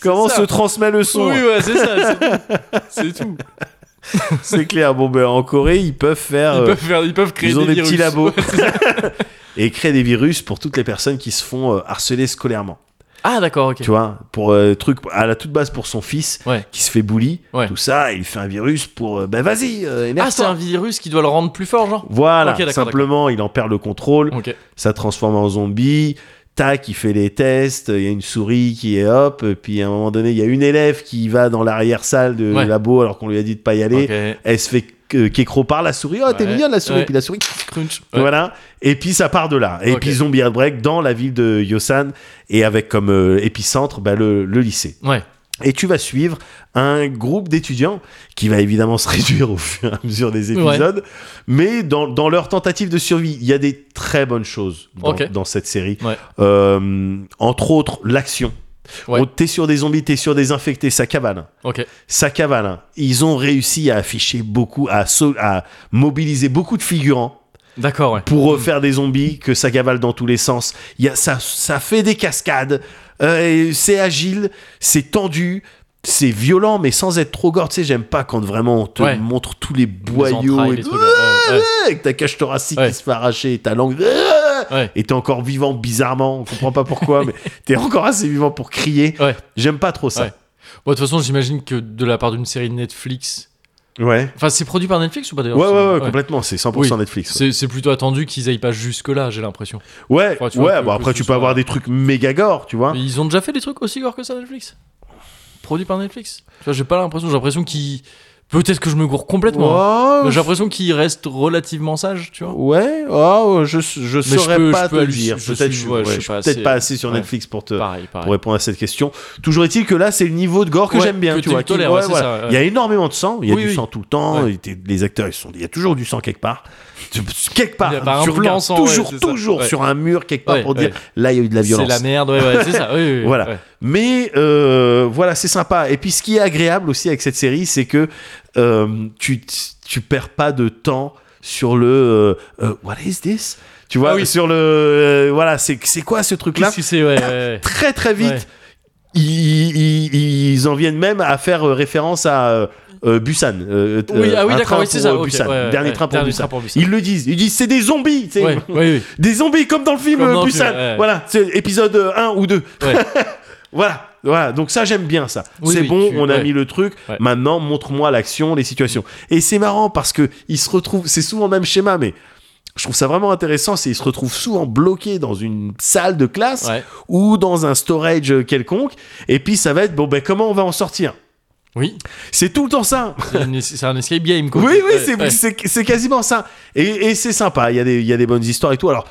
[SPEAKER 2] comment
[SPEAKER 1] ça.
[SPEAKER 2] se transmet le son
[SPEAKER 1] Oui, ouais, c'est ça. c'est tout. C'est tout.
[SPEAKER 2] c'est clair bon ben en Corée ils peuvent faire
[SPEAKER 1] Ils
[SPEAKER 2] euh,
[SPEAKER 1] peuvent, faire, ils peuvent créer
[SPEAKER 2] ils ont des,
[SPEAKER 1] virus.
[SPEAKER 2] petits labos
[SPEAKER 1] Ouais.
[SPEAKER 2] et créer des virus pour toutes les personnes qui se font euh, harceler scolairement
[SPEAKER 1] Ah, d'accord, ok.
[SPEAKER 2] tu vois, pour euh, truc à la toute base pour son fils
[SPEAKER 1] Ouais.
[SPEAKER 2] qui se fait bully,
[SPEAKER 1] Ouais.
[SPEAKER 2] tout ça, et il fait un virus pour euh, ben vas-y, euh,
[SPEAKER 1] Ah, c'est
[SPEAKER 2] énerve-toi.
[SPEAKER 1] un virus qui doit le rendre plus fort, genre
[SPEAKER 2] Voilà,
[SPEAKER 1] Ok, d'accord,
[SPEAKER 2] simplement, il en perd le contrôle,
[SPEAKER 1] Ok.
[SPEAKER 2] ça transforme en zombie. Tac, il fait les tests, il y a une souris qui est hop, et puis à un moment donné, il y a une élève qui va dans l'arrière-salle de
[SPEAKER 1] Ouais.
[SPEAKER 2] labo alors qu'on lui a dit de pas y aller.
[SPEAKER 1] Ok.
[SPEAKER 2] Elle se fait que- qu'écro par la souris. Oh, t'es
[SPEAKER 1] Ouais.
[SPEAKER 2] mignonne la souris.
[SPEAKER 1] Ouais.
[SPEAKER 2] Puis la souris,
[SPEAKER 1] Crunch. Ouais.
[SPEAKER 2] voilà. Et puis ça part de là. Et
[SPEAKER 1] Ok.
[SPEAKER 2] puis Zombie Outbreak dans la ville de Yosan et avec comme euh, épicentre bah, le- le lycée.
[SPEAKER 1] Ouais.
[SPEAKER 2] Et tu vas suivre un groupe d'étudiants qui va évidemment se réduire au fur et à mesure des épisodes, mais dans, dans leur tentative de survie, il y a des très bonnes choses dans,
[SPEAKER 1] Ok.
[SPEAKER 2] dans cette série.
[SPEAKER 1] Ouais.
[SPEAKER 2] Euh, entre autres, l'action.
[SPEAKER 1] Ouais.
[SPEAKER 2] On- T'es sur des zombies, t'es sur des infectés, ça cavale.
[SPEAKER 1] Ok.
[SPEAKER 2] Ça cavale. hein. Ils ont réussi à afficher beaucoup, à, so- à mobiliser beaucoup de figurants
[SPEAKER 1] D'accord, ouais.
[SPEAKER 2] pour refaire des zombies, que ça cavale dans tous les sens. Il Y a, ça, ça fait des cascades, euh, et c'est agile, c'est tendu, c'est violent, mais sans être trop gore. Tu sais, j'aime pas quand vraiment on te
[SPEAKER 1] Ouais.
[SPEAKER 2] montre tous les
[SPEAKER 1] Les
[SPEAKER 2] boyaux
[SPEAKER 1] entrailles,
[SPEAKER 2] et,
[SPEAKER 1] les trucs, ouais, ouais.
[SPEAKER 2] et que ta cage thoracique
[SPEAKER 1] Ouais.
[SPEAKER 2] qui se fait arracher et ta langue.
[SPEAKER 1] Ouais.
[SPEAKER 2] Et t'es encore vivant bizarrement, on comprend pas pourquoi, mais t'es encore assez vivant pour crier.
[SPEAKER 1] Ouais.
[SPEAKER 2] J'aime pas trop ça.
[SPEAKER 1] Bon, de toute façon, j'imagine que de la part d'une série Netflix.
[SPEAKER 2] Ouais, ouais,
[SPEAKER 1] Enfin, c'est produit par Netflix ou pas
[SPEAKER 2] ouais,
[SPEAKER 1] d'ailleurs
[SPEAKER 2] ouais,
[SPEAKER 1] ce-
[SPEAKER 2] complètement. C'est 100%
[SPEAKER 1] Oui.
[SPEAKER 2] Netflix.
[SPEAKER 1] C'est c'est plutôt attendu qu'ils aillent pas jusque-là, j'ai l'impression.
[SPEAKER 2] Ouais,
[SPEAKER 1] Enfin, tu vois,
[SPEAKER 2] ouais,
[SPEAKER 1] que-
[SPEAKER 2] bon
[SPEAKER 1] que
[SPEAKER 2] après
[SPEAKER 1] ce
[SPEAKER 2] tu peux
[SPEAKER 1] soit-
[SPEAKER 2] avoir des trucs méga gore, tu vois.
[SPEAKER 1] Mais ils ont déjà fait des trucs aussi gore que ça, Netflix Produit par Netflix Tu vois, j'ai pas l'impression. J'ai l'impression qu'ils. Peut-être que je me gourre complètement. hein.
[SPEAKER 2] Oh,
[SPEAKER 1] Mais J'ai l'impression qu'ils restent relativement sages, tu vois.
[SPEAKER 2] Ouais, oh, je, je
[SPEAKER 1] je
[SPEAKER 2] saurais
[SPEAKER 1] peux-
[SPEAKER 2] pas
[SPEAKER 1] je peux
[SPEAKER 2] te
[SPEAKER 1] halluc-
[SPEAKER 2] dire.
[SPEAKER 1] je
[SPEAKER 2] Peut-être
[SPEAKER 1] suis-
[SPEAKER 2] je-
[SPEAKER 1] ouais,
[SPEAKER 2] ouais,
[SPEAKER 1] je
[SPEAKER 2] je
[SPEAKER 1] suis
[SPEAKER 2] suis
[SPEAKER 1] pas
[SPEAKER 2] peut-être
[SPEAKER 1] assez-
[SPEAKER 2] pas assez sur
[SPEAKER 1] ouais.
[SPEAKER 2] Netflix pour te
[SPEAKER 1] Pareil,
[SPEAKER 2] pour
[SPEAKER 1] pareil.
[SPEAKER 2] répondre à cette question. Toujours est-il que là, c'est le niveau de gore que
[SPEAKER 1] Ouais,
[SPEAKER 2] j'aime bien,
[SPEAKER 1] que
[SPEAKER 2] tu
[SPEAKER 1] tu
[SPEAKER 2] vois. qui-
[SPEAKER 1] tolères,
[SPEAKER 2] ouais,
[SPEAKER 1] ouais, c'est
[SPEAKER 2] voilà.
[SPEAKER 1] ça, ouais.
[SPEAKER 2] Il y a énormément de sang, il y a
[SPEAKER 1] Oui,
[SPEAKER 2] du
[SPEAKER 1] oui.
[SPEAKER 2] sang tout le temps.
[SPEAKER 1] Ouais.
[SPEAKER 2] et t'es- les acteurs, ils sont, il y a toujours du sang quelque part. Tu- Quelque part,
[SPEAKER 1] Il y a pas
[SPEAKER 2] tu
[SPEAKER 1] un plan
[SPEAKER 2] regardes
[SPEAKER 1] sang, ouais,
[SPEAKER 2] toujours,
[SPEAKER 1] c'est ça.
[SPEAKER 2] toujours
[SPEAKER 1] Ouais.
[SPEAKER 2] sur un mur quelque part
[SPEAKER 1] Ouais,
[SPEAKER 2] pour
[SPEAKER 1] ouais.
[SPEAKER 2] dire là, il y a eu de la
[SPEAKER 1] C'est
[SPEAKER 2] violence.
[SPEAKER 1] la merde, ouais, ouais, c'est ça. oui, oui, oui,
[SPEAKER 2] Voilà.
[SPEAKER 1] ouais.
[SPEAKER 2] Mais euh, voilà, c'est sympa. Et puis ce qui est agréable aussi avec cette série, c'est que euh, tu, tu perds pas de temps sur le euh, euh, What is this Tu vois,
[SPEAKER 1] Ah oui.
[SPEAKER 2] sur le euh, voilà, c'est c'est quoi ce truc-là
[SPEAKER 1] Qu'est-ce que c'est ouais, ouais, ouais.
[SPEAKER 2] Très très vite,
[SPEAKER 1] Ouais.
[SPEAKER 2] ils, ils- ils en viennent même à faire euh, référence à euh, euh, Busan. euh,
[SPEAKER 1] Oui,
[SPEAKER 2] euh,
[SPEAKER 1] ah oui,
[SPEAKER 2] un
[SPEAKER 1] d'accord,
[SPEAKER 2] train
[SPEAKER 1] oui, c'est
[SPEAKER 2] pour,
[SPEAKER 1] ça.
[SPEAKER 2] euh,
[SPEAKER 1] ok,
[SPEAKER 2] Busan,
[SPEAKER 1] ouais, ouais,
[SPEAKER 2] dernier
[SPEAKER 1] ouais,
[SPEAKER 2] train pour
[SPEAKER 1] dernier
[SPEAKER 2] Busan.
[SPEAKER 1] train pour Busan.
[SPEAKER 2] Ils le hein. disent, ils disent c'est des zombies, tu sais.
[SPEAKER 1] Ouais, oui,
[SPEAKER 2] des zombies comme dans le film
[SPEAKER 1] Comme
[SPEAKER 2] euh,
[SPEAKER 1] dans le film,
[SPEAKER 2] Busan.
[SPEAKER 1] ouais.
[SPEAKER 2] Voilà, c'est épisode 1 ou 2.
[SPEAKER 1] oui. ouais.
[SPEAKER 2] Voilà, voilà. Donc ça j'aime bien ça.
[SPEAKER 1] Oui,
[SPEAKER 2] c'est
[SPEAKER 1] oui,
[SPEAKER 2] bon,
[SPEAKER 1] tu-
[SPEAKER 2] on a
[SPEAKER 1] ouais.
[SPEAKER 2] mis le truc.
[SPEAKER 1] Ouais.
[SPEAKER 2] Maintenant, montre-moi l'action, les situations. Et c'est marrant parce que ils se retrouvent. C'est souvent le même schéma, mais je trouve ça vraiment intéressant. C'est ils se retrouvent souvent bloqués dans une salle de classe
[SPEAKER 1] Ouais.
[SPEAKER 2] ou dans un storage quelconque. Et puis ça va être bon. Ben comment on va en sortir
[SPEAKER 1] Oui,
[SPEAKER 2] C'est tout le temps ça.
[SPEAKER 1] c'est une- c'est un escape game, quoi.
[SPEAKER 2] Oui, oui,
[SPEAKER 1] Ouais,
[SPEAKER 2] c'est
[SPEAKER 1] ouais.
[SPEAKER 2] c'est- c'est quasiment ça. Et, et c'est sympa, il y, a des, il y a des bonnes histoires et tout. Alors,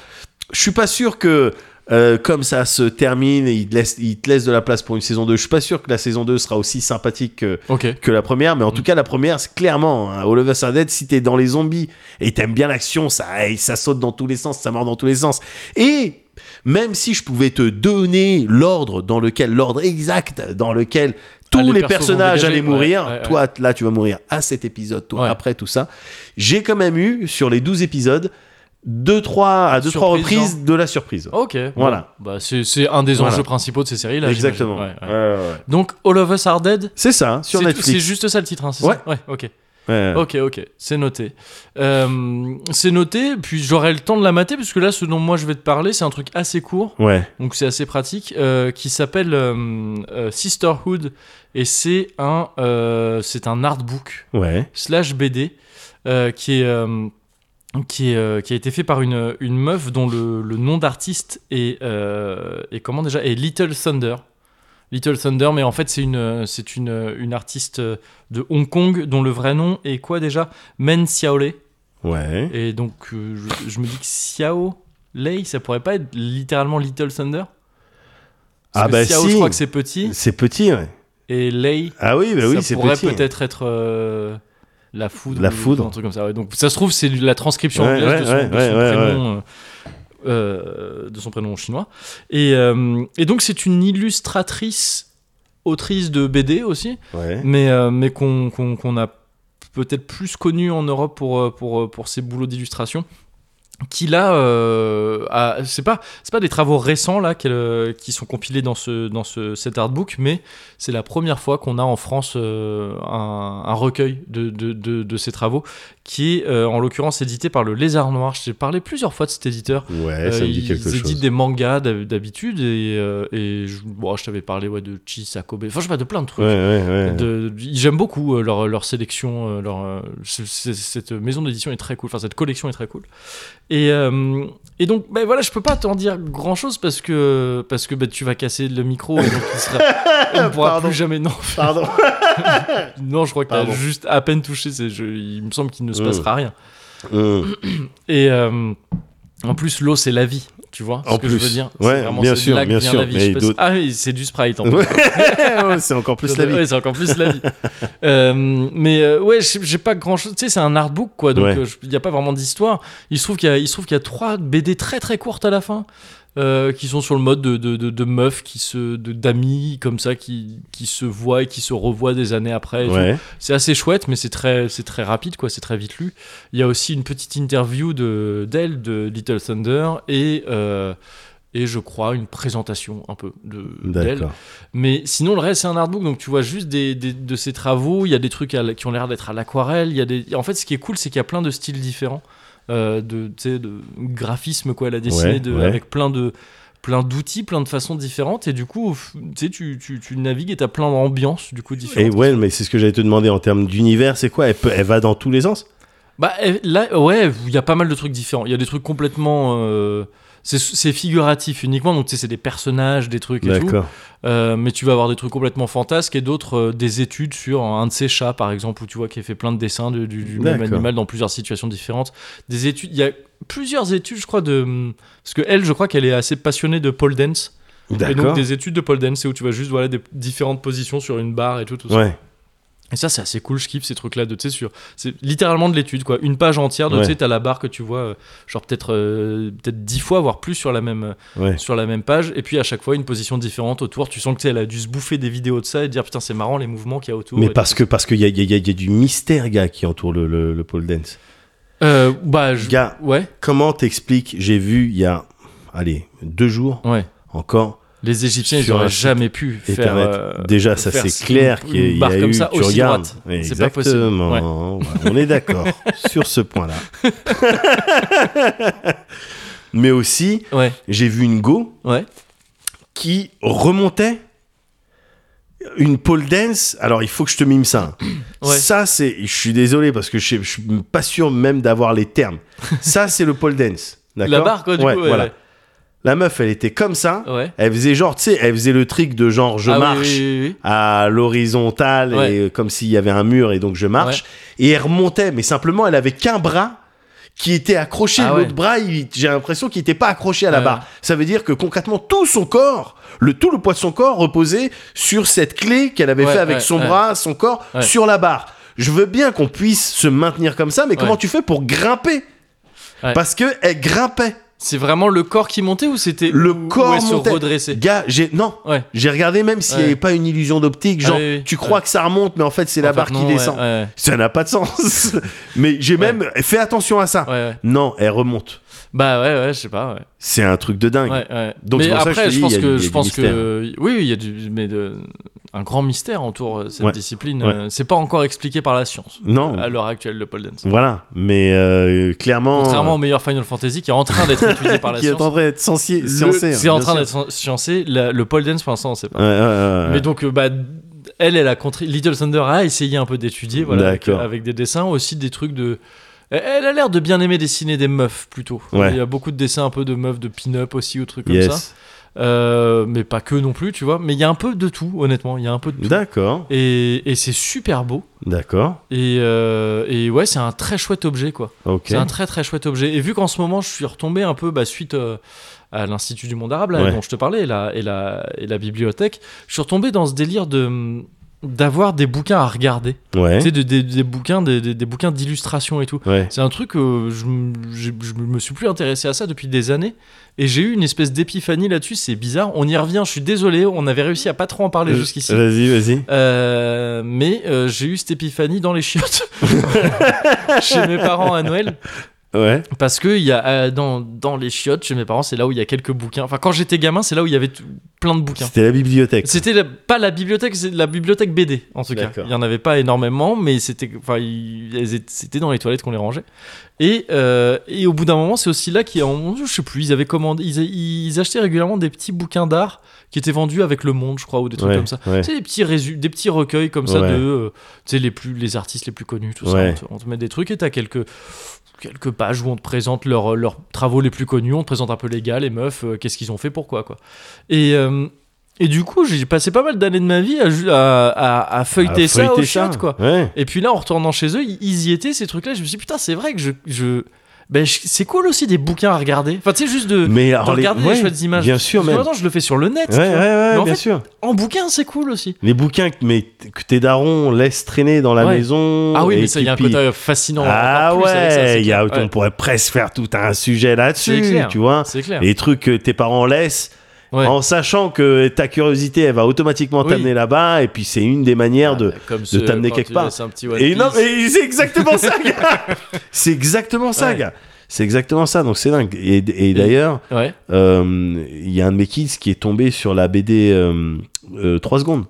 [SPEAKER 2] je suis pas sûr que, euh, comme ça se termine et il te, laisse, il te laisse de la place pour une saison 2, je suis pas sûr que la saison 2 sera aussi sympathique que,
[SPEAKER 1] Ok.
[SPEAKER 2] que la première. Mais en
[SPEAKER 1] Mm.
[SPEAKER 2] tout cas, la première, c'est clairement, hein, All of Us Are Dead, si t'es dans les zombies et t'aimes bien l'action, ça, ça saute dans tous les sens, ça mord dans tous les sens. Et même si je pouvais te donner l'ordre dans lequel, l'ordre exact dans lequel tous
[SPEAKER 1] Ah, les
[SPEAKER 2] les,
[SPEAKER 1] persos vont
[SPEAKER 2] personnages
[SPEAKER 1] dégager,
[SPEAKER 2] allaient mourir,
[SPEAKER 1] ouais, ouais, ouais.
[SPEAKER 2] toi là tu vas mourir à cet épisode, toi
[SPEAKER 1] Ouais.
[SPEAKER 2] après tout ça, j'ai quand même eu sur les 12 épisodes deux trois à deux trois
[SPEAKER 1] Surprise, hein.
[SPEAKER 2] reprises de la surprise.
[SPEAKER 1] Ok.
[SPEAKER 2] Voilà.
[SPEAKER 1] Bon, Bah, c'est c'est un des enjeux
[SPEAKER 2] Voilà.
[SPEAKER 1] principaux de ces séries-là. j'imagine.
[SPEAKER 2] Exactement.
[SPEAKER 1] Ouais, ouais.
[SPEAKER 2] Ouais, ouais, ouais.
[SPEAKER 1] Donc, All of Us Are Dead
[SPEAKER 2] C'est ça, hein, sur
[SPEAKER 1] c'est- C'est
[SPEAKER 2] Netflix.
[SPEAKER 1] juste ça le titre, hein, c'est
[SPEAKER 2] Ouais.
[SPEAKER 1] ça Ouais, ok.
[SPEAKER 2] Ouais.
[SPEAKER 1] Ok, ok, c'est noté. Euh, c'est noté, puis j'aurai le temps de la mater, parce que là, ce dont moi je vais te parler, c'est un truc assez court,
[SPEAKER 2] Ouais.
[SPEAKER 1] donc c'est assez pratique, euh, qui s'appelle euh, euh, Sisterhood, et c'est un, euh, c'est un artbook
[SPEAKER 2] Ouais.
[SPEAKER 1] slash BD euh, qui est euh, qui, est, euh, qui a été fait par une, une meuf dont le, le nom d'artiste est, euh, est comment déjà est Little Thunder. Little Thunder, mais en fait c'est une euh, c'est une, une artiste euh, de Hong Kong dont le vrai nom est quoi déjà Men Xiaolei.
[SPEAKER 2] Ouais.
[SPEAKER 1] Et donc euh, je, je me dis que Xiao Lei, ça pourrait pas être littéralement Little Thunder. Parce
[SPEAKER 2] Ah
[SPEAKER 1] que
[SPEAKER 2] bah
[SPEAKER 1] Xiao,
[SPEAKER 2] si.
[SPEAKER 1] je crois que c'est petit
[SPEAKER 2] C'est petit, ouais.
[SPEAKER 1] et Lei
[SPEAKER 2] Ah oui, bah oui,
[SPEAKER 1] ça
[SPEAKER 2] c'est
[SPEAKER 1] pourrait
[SPEAKER 2] petit.
[SPEAKER 1] peut-être être euh, la foudre,
[SPEAKER 2] La
[SPEAKER 1] ou-
[SPEAKER 2] foudre.
[SPEAKER 1] ou un truc comme ça. ouais. Donc ça se trouve c'est la transcription
[SPEAKER 2] Ouais,
[SPEAKER 1] anglaise de son,
[SPEAKER 2] ouais,
[SPEAKER 1] de
[SPEAKER 2] ouais,
[SPEAKER 1] son
[SPEAKER 2] ouais,
[SPEAKER 1] prénom. euh, euh, de son prénom chinois et, euh, et donc c'est une illustratrice autrice de BD aussi
[SPEAKER 2] Ouais.
[SPEAKER 1] mais, euh, mais qu'on qu'on- qu'on a peut-être plus connu en Europe pour, euh, pour, euh, pour ses boulots d'illustration qui là euh, a- c'est pas c'est pas des travaux récents là qu'elle, euh, qui sont compilés dans ce dans ce cet artbook mais c'est la première fois qu'on a en France euh, un, un recueil de, de, de, de ces travaux qui est euh, en l'occurrence édité par le Lézard Noir je t'ai parlé plusieurs fois de cet éditeur
[SPEAKER 2] Ouais, Eh, ça
[SPEAKER 1] euh,
[SPEAKER 2] me dit
[SPEAKER 1] ils
[SPEAKER 2] quelque
[SPEAKER 1] éditent
[SPEAKER 2] chose.
[SPEAKER 1] des mangas d'hab- d'habitude et, euh, et je, bon, je t'avais parlé ouais, de Chi Sakobe enfin je sais pas de plein de trucs
[SPEAKER 2] Ouais, ouais, ouais.
[SPEAKER 1] de- de- J'aime beaucoup euh, leur, leur sélection, euh, leur, euh, c- c- cette maison d'édition est très cool, enfin cette collection est très cool. Et, euh, et donc, ben voilà, je peux pas t'en dire grand chose parce que, parce que ben, tu vas casser le micro et donc il sera- on ne pourra
[SPEAKER 2] Pardon.
[SPEAKER 1] plus jamais. Non,
[SPEAKER 2] Pardon.
[SPEAKER 1] non je crois que t'as
[SPEAKER 2] Pardon.
[SPEAKER 1] juste à peine touché, c'est- je- il me semble qu'il ne se
[SPEAKER 2] Mm.
[SPEAKER 1] passera rien.
[SPEAKER 2] Hum.
[SPEAKER 1] Et euh, en plus, l'eau c'est la vie, tu vois ce
[SPEAKER 2] En
[SPEAKER 1] que je veux
[SPEAKER 2] plus.
[SPEAKER 1] dire.
[SPEAKER 2] Ouais,
[SPEAKER 1] C'est vraiment
[SPEAKER 2] bien
[SPEAKER 1] ce
[SPEAKER 2] sûr,
[SPEAKER 1] lac
[SPEAKER 2] bien
[SPEAKER 1] vient
[SPEAKER 2] sûr,
[SPEAKER 1] la vie.
[SPEAKER 2] mais
[SPEAKER 1] Je sais pas si-
[SPEAKER 2] d'autres-
[SPEAKER 1] Ah oui, c'est du sprite en plus.
[SPEAKER 2] Ouais, c'est encore plus la vie.
[SPEAKER 1] Ouais, c'est encore plus la vie. Euh, mais euh, ouais, j'ai j'ai pas grand chose. Tu sais, c'est un artbook quoi, donc euh,
[SPEAKER 2] Ouais.
[SPEAKER 1] il n'y a pas vraiment d'histoire. Il se trouve qu'il y a, il se trouve qu'il y a trois BD très très courtes à la fin. euh, qui sont sur le mode de, de, de- de meufs qui se de- d'amis comme ça qui, qui se voient et qui se revoient des années après et tout.
[SPEAKER 2] Ouais.
[SPEAKER 1] c'est assez chouette mais c'est très c'est très rapide quoi c'est très vite lu il y a aussi une petite interview de d'elle de Little Thunder et euh, et je crois une présentation un peu de d'elle.
[SPEAKER 2] D'accord.
[SPEAKER 1] Mais sinon, le reste, c'est un artbook, donc tu vois juste des, des- de ses travaux. Il y a des trucs à l- qui ont l'air d'être à l'aquarelle. Il y a des... En fait, ce qui est cool, c'est qu'il y a plein de styles différents euh, de, tu sais, de graphisme, quoi. Elle a dessiné
[SPEAKER 2] Ouais,
[SPEAKER 1] de-
[SPEAKER 2] ouais.
[SPEAKER 1] avec plein de plein d'outils, plein de façons différentes. Et du coup, f- tu sais, tu, tu, tu navigues et t'as plein d'ambiances, du coup,
[SPEAKER 2] Et
[SPEAKER 1] différentes.
[SPEAKER 2] ouais, mais c'est ce que j'allais te demander en termes d'univers, c'est quoi elle, peut- elle va dans tous les sens
[SPEAKER 1] Bah euh, là, ouais, il y a pas mal de trucs différents. Il y a des trucs complètement... euh, c'est- c'est figuratif uniquement, donc tu sais, c'est des personnages, des trucs et tout.
[SPEAKER 2] D'accord.
[SPEAKER 1] Euh, mais tu vas avoir des trucs complètement fantasques et d'autres euh, des études sur un de ces chats par exemple où tu vois qu'il a fait plein de dessins de- du, du même
[SPEAKER 2] D'accord.
[SPEAKER 1] animal dans plusieurs situations différentes des études il y a plusieurs études je crois de parce que elle je crois qu'elle est assez passionnée de pole dance et donc
[SPEAKER 2] D'accord.
[SPEAKER 1] des études de pole dance c'est où tu vas juste voilà des différentes positions sur une barre et tout, tout ça.
[SPEAKER 2] Ouais.
[SPEAKER 1] et ça c'est assez cool je kiffe ces trucs là de tu sais sur c'est littéralement de l'étude quoi une page entière de tu
[SPEAKER 2] Ouais.
[SPEAKER 1] sais t'as la barre que tu vois euh, genre peut-être euh, peut-être dix fois voire plus sur la même euh,
[SPEAKER 2] Ouais.
[SPEAKER 1] sur la même page et puis à chaque fois une position différente autour tu sens que tu sais, elle a dû se bouffer des vidéos de ça et dire putain c'est marrant les mouvements qu'il y a autour
[SPEAKER 2] Mais
[SPEAKER 1] Et
[SPEAKER 2] parce que parce qu'il y a, il y a- il y a- il y a du mystère, gars, qui entoure le, le, le pole dance.
[SPEAKER 1] tout. Euh, bah je
[SPEAKER 2] Gars,
[SPEAKER 1] ouais
[SPEAKER 2] comment t'expliques J'ai vu il y a, allez, deux jours
[SPEAKER 1] ouais
[SPEAKER 2] encore.
[SPEAKER 1] les égyptiens ils
[SPEAKER 2] Sur un
[SPEAKER 1] auraient
[SPEAKER 2] site
[SPEAKER 1] jamais pu faire
[SPEAKER 2] Internet.
[SPEAKER 1] euh,
[SPEAKER 2] Déjà, ça
[SPEAKER 1] faire
[SPEAKER 2] c'est clair
[SPEAKER 1] une-
[SPEAKER 2] qu'il y a-
[SPEAKER 1] une
[SPEAKER 2] il y
[SPEAKER 1] barre
[SPEAKER 2] a
[SPEAKER 1] comme
[SPEAKER 2] eu.
[SPEAKER 1] ça
[SPEAKER 2] tu
[SPEAKER 1] aussi
[SPEAKER 2] regardes.
[SPEAKER 1] droite
[SPEAKER 2] Ouais,
[SPEAKER 1] c'est pas possible
[SPEAKER 2] Exactement.
[SPEAKER 1] Ouais.
[SPEAKER 2] Ouais, On est d'accord sur ce point-là. Mais aussi,
[SPEAKER 1] ouais
[SPEAKER 2] j'ai vu une go
[SPEAKER 1] ouais
[SPEAKER 2] qui remontait une pole dance. Alors, il faut que je te mime ça.
[SPEAKER 1] Ouais.
[SPEAKER 2] Ça, c'est. Je suis désolé parce que je je suis pas sûr même d'avoir les termes. ça, c'est le pole dance.
[SPEAKER 1] la
[SPEAKER 2] D'accord
[SPEAKER 1] barre quoi du
[SPEAKER 2] Ouais,
[SPEAKER 1] coup ouais,
[SPEAKER 2] voilà. La meuf, elle était comme ça.
[SPEAKER 1] ouais, ouais.
[SPEAKER 2] Elle faisait genre, tu sais, elle faisait le trick de genre je
[SPEAKER 1] Ah oui,
[SPEAKER 2] marche
[SPEAKER 1] oui, oui, oui.
[SPEAKER 2] à l'horizontale
[SPEAKER 1] Ouais.
[SPEAKER 2] et euh, comme s'il y avait un mur et donc je marche. Et elle remontait, mais simplement, elle avait qu'un bras qui était accroché,
[SPEAKER 1] Ah
[SPEAKER 2] l'autre
[SPEAKER 1] ouais.
[SPEAKER 2] bras, il- j'ai l'impression qu'il n'était pas accroché à la
[SPEAKER 1] Ouais.
[SPEAKER 2] barre. Ça veut dire que concrètement, tout son corps, le tout le poids de son corps reposait sur cette clé qu'elle avait
[SPEAKER 1] Ouais,
[SPEAKER 2] fait avec
[SPEAKER 1] ouais,
[SPEAKER 2] son
[SPEAKER 1] ouais.
[SPEAKER 2] bras, son corps,
[SPEAKER 1] Ouais.
[SPEAKER 2] sur la barre. Je veux bien qu'on puisse se maintenir comme ça, mais comment
[SPEAKER 1] Ouais.
[SPEAKER 2] tu fais pour grimper
[SPEAKER 1] Ouais.
[SPEAKER 2] Parce que elle grimpait.
[SPEAKER 1] c'est vraiment le corps qui montait ou c'était
[SPEAKER 2] Le
[SPEAKER 1] ou- ou
[SPEAKER 2] corps
[SPEAKER 1] elle se
[SPEAKER 2] montait.
[SPEAKER 1] redressait
[SPEAKER 2] Gars, j'ai non,
[SPEAKER 1] ouais
[SPEAKER 2] j'ai regardé même s'il n'y
[SPEAKER 1] Ouais.
[SPEAKER 2] avait pas une illusion d'optique, genre
[SPEAKER 1] Ah oui, oui.
[SPEAKER 2] tu crois
[SPEAKER 1] Ouais.
[SPEAKER 2] que ça remonte, mais en fait c'est la
[SPEAKER 1] Enfin,
[SPEAKER 2] barre qui
[SPEAKER 1] non, ouais,
[SPEAKER 2] descend.
[SPEAKER 1] ouais,
[SPEAKER 2] Ça n'a pas de sens. mais j'ai
[SPEAKER 1] Ouais.
[SPEAKER 2] même fait attention à ça.
[SPEAKER 1] ouais, ouais.
[SPEAKER 2] Non, elle remonte.
[SPEAKER 1] bah ouais ouais je sais pas ouais
[SPEAKER 2] C'est un truc de dingue.
[SPEAKER 1] Ouais, ouais.
[SPEAKER 2] Donc, c'est
[SPEAKER 1] mais
[SPEAKER 2] pour ça que
[SPEAKER 1] après,
[SPEAKER 2] je te dis,
[SPEAKER 1] je pense
[SPEAKER 2] il y a
[SPEAKER 1] que
[SPEAKER 2] du-
[SPEAKER 1] je
[SPEAKER 2] du
[SPEAKER 1] pense
[SPEAKER 2] mystère.
[SPEAKER 1] que oui, oui, il y a du mais de, un grand mystère entoure euh, cette
[SPEAKER 2] Ouais.
[SPEAKER 1] discipline.
[SPEAKER 2] Ouais.
[SPEAKER 1] Euh, C'est pas encore expliqué par la science
[SPEAKER 2] Non.
[SPEAKER 1] à l'heure actuelle Ah, le pole dance.
[SPEAKER 2] Voilà. Mais euh, clairement,
[SPEAKER 1] Contrairement au meilleur Final Fantasy qui est en train d'être étudié par la
[SPEAKER 2] qui est en
[SPEAKER 1] science.
[SPEAKER 2] train d'être censé,
[SPEAKER 1] le-
[SPEAKER 2] censé, hein,
[SPEAKER 1] C'est en
[SPEAKER 2] bien
[SPEAKER 1] train
[SPEAKER 2] sûr.
[SPEAKER 1] d'être sciencé. la- le pole dance pour l'instant, on sait pas.
[SPEAKER 2] Ouais, ouais, ouais, ouais.
[SPEAKER 1] Mais donc, euh, bah, elle, elle a contré- Little Thunder a essayé un peu d'étudier, voilà, avec,
[SPEAKER 2] D'accord.
[SPEAKER 1] avec des dessins, aussi des trucs de. Elle- Elle a l'air de bien aimer dessiner des meufs plutôt.
[SPEAKER 2] Ouais.
[SPEAKER 1] Il y a beaucoup de dessins un peu de meufs, de pin-up aussi, ou trucs comme ça.
[SPEAKER 2] yes.
[SPEAKER 1] Euh, mais pas que non plus, tu vois. Mais il y a un peu de tout, honnêtement. Il y a un peu de tout.
[SPEAKER 2] D'accord.
[SPEAKER 1] Et, et c'est super beau.
[SPEAKER 2] D'accord.
[SPEAKER 1] Et, euh, et ouais, c'est un très chouette objet, quoi.
[SPEAKER 2] Ok.
[SPEAKER 1] C'est un très très chouette objet. Et vu qu'en ce moment, je suis retombé un peu bah, suite euh, à l'Institut du monde arabe, là,
[SPEAKER 2] Ouais.
[SPEAKER 1] dont je te parlais, et la, et, la, et la bibliothèque, je suis retombé dans ce délire de d'avoir des bouquins à regarder.
[SPEAKER 2] Ouais.
[SPEAKER 1] Tu sais, des, des- des bouquins, des, des- des bouquins d'illustration et tout.
[SPEAKER 2] Ouais.
[SPEAKER 1] C'est un truc, euh, je, m- j'ai- je me suis plus intéressé à ça depuis des années, et j'ai eu une espèce d'épiphanie là-dessus, c'est bizarre, on y revient, je suis désolé, on avait réussi à pas trop en parler
[SPEAKER 2] Euh,
[SPEAKER 1] jusqu'ici.
[SPEAKER 2] Vas-y, vas-y.
[SPEAKER 1] Euh, mais euh, j'ai eu cette épiphanie dans les chiottes chez mes parents à Noël
[SPEAKER 2] Ouais.
[SPEAKER 1] parce que il y a euh, dans, dans les chiottes chez mes parents c'est là où il y a quelques bouquins enfin quand j'étais gamin c'est là où il y avait tout- plein de bouquins
[SPEAKER 2] C'était la bibliothèque.
[SPEAKER 1] c'était la- pas la bibliothèque c'est la bibliothèque BD en tout cas
[SPEAKER 2] D'accord.
[SPEAKER 1] il y en avait pas énormément mais c'était enfin il- elles étaient- c'était dans les toilettes qu'on les rangeait et, euh, et au bout d'un moment c'est aussi là qu'ils ont- je sais plus ils avaient commandé ils, ils achetaient régulièrement des petits bouquins d'art qui étaient vendus avec le monde je crois ou des trucs
[SPEAKER 2] Ouais,
[SPEAKER 1] comme ça
[SPEAKER 2] ouais.
[SPEAKER 1] tu sais, des petits, résu- des petits recueils comme ça
[SPEAKER 2] Ouais.
[SPEAKER 1] de euh, tu sais, les, plus, les artistes les plus connus, tout
[SPEAKER 2] Ouais.
[SPEAKER 1] ça. On te, on te met des trucs et t'as quelques, quelques pages où on te présente leurs euh, leurs travaux les plus connus, on te présente un peu les gars, les meufs, euh, qu'est-ce qu'ils ont fait, pourquoi. quoi. Et, euh, et du coup, j'ai passé pas mal d'années de ma vie à, ju- à, à- à feuilleter
[SPEAKER 2] Ah,
[SPEAKER 1] ça
[SPEAKER 2] feuilleter
[SPEAKER 1] aux chiottes, quoi.
[SPEAKER 2] Ouais.
[SPEAKER 1] Et puis là, en retournant chez eux, ils- ils y étaient, ces trucs-là. Je me suis dit, putain, c'est vrai que je. je- ben, je- c'est cool aussi des bouquins à regarder. Enfin, tu sais, juste de,
[SPEAKER 2] Mais
[SPEAKER 1] de
[SPEAKER 2] alors, les-
[SPEAKER 1] regarder les,
[SPEAKER 2] ouais,
[SPEAKER 1] chouettes images.
[SPEAKER 2] Bien sûr,
[SPEAKER 1] Parce que
[SPEAKER 2] même.
[SPEAKER 1] maintenant, je le fais sur le net.
[SPEAKER 2] Ouais,
[SPEAKER 1] tu
[SPEAKER 2] ouais,
[SPEAKER 1] vois.
[SPEAKER 2] ouais,
[SPEAKER 1] Mais en
[SPEAKER 2] bien
[SPEAKER 1] fait,
[SPEAKER 2] sûr.
[SPEAKER 1] En bouquin, c'est cool aussi.
[SPEAKER 2] Les bouquins que, mais, que tes darons laissent traîner dans la
[SPEAKER 1] Ouais.
[SPEAKER 2] maison.
[SPEAKER 1] Ah oui,
[SPEAKER 2] et
[SPEAKER 1] mais ça, il y a un
[SPEAKER 2] qui pillent.
[SPEAKER 1] côté fascinant.
[SPEAKER 2] Ah
[SPEAKER 1] encore plus avec ça,
[SPEAKER 2] ouais,
[SPEAKER 1] c'est
[SPEAKER 2] il y a,
[SPEAKER 1] clair. Ouais,
[SPEAKER 2] on pourrait presque faire tout un sujet là-dessus,
[SPEAKER 1] C'est clair.
[SPEAKER 2] tu vois.
[SPEAKER 1] C'est clair.
[SPEAKER 2] Les trucs que tes parents laissent,
[SPEAKER 1] Ouais.
[SPEAKER 2] en sachant que ta curiosité, elle va automatiquement
[SPEAKER 1] Oui. Ah, bah,
[SPEAKER 2] t'amener là-bas, et puis c'est une des manières de...
[SPEAKER 1] Comme
[SPEAKER 2] de t'amener
[SPEAKER 1] quand
[SPEAKER 2] quelque
[SPEAKER 1] tu
[SPEAKER 2] part.
[SPEAKER 1] laisses un petit One
[SPEAKER 2] Et non,
[SPEAKER 1] Piece.
[SPEAKER 2] mais c'est exactement ça, gars C'est exactement ça,
[SPEAKER 1] Ouais.
[SPEAKER 2] gars C'est exactement ça, donc c'est dingue. Et, et d'ailleurs,
[SPEAKER 1] Ouais.
[SPEAKER 2] euh, il y a un de mes kids qui est tombé sur la BD euh, 3 secondes.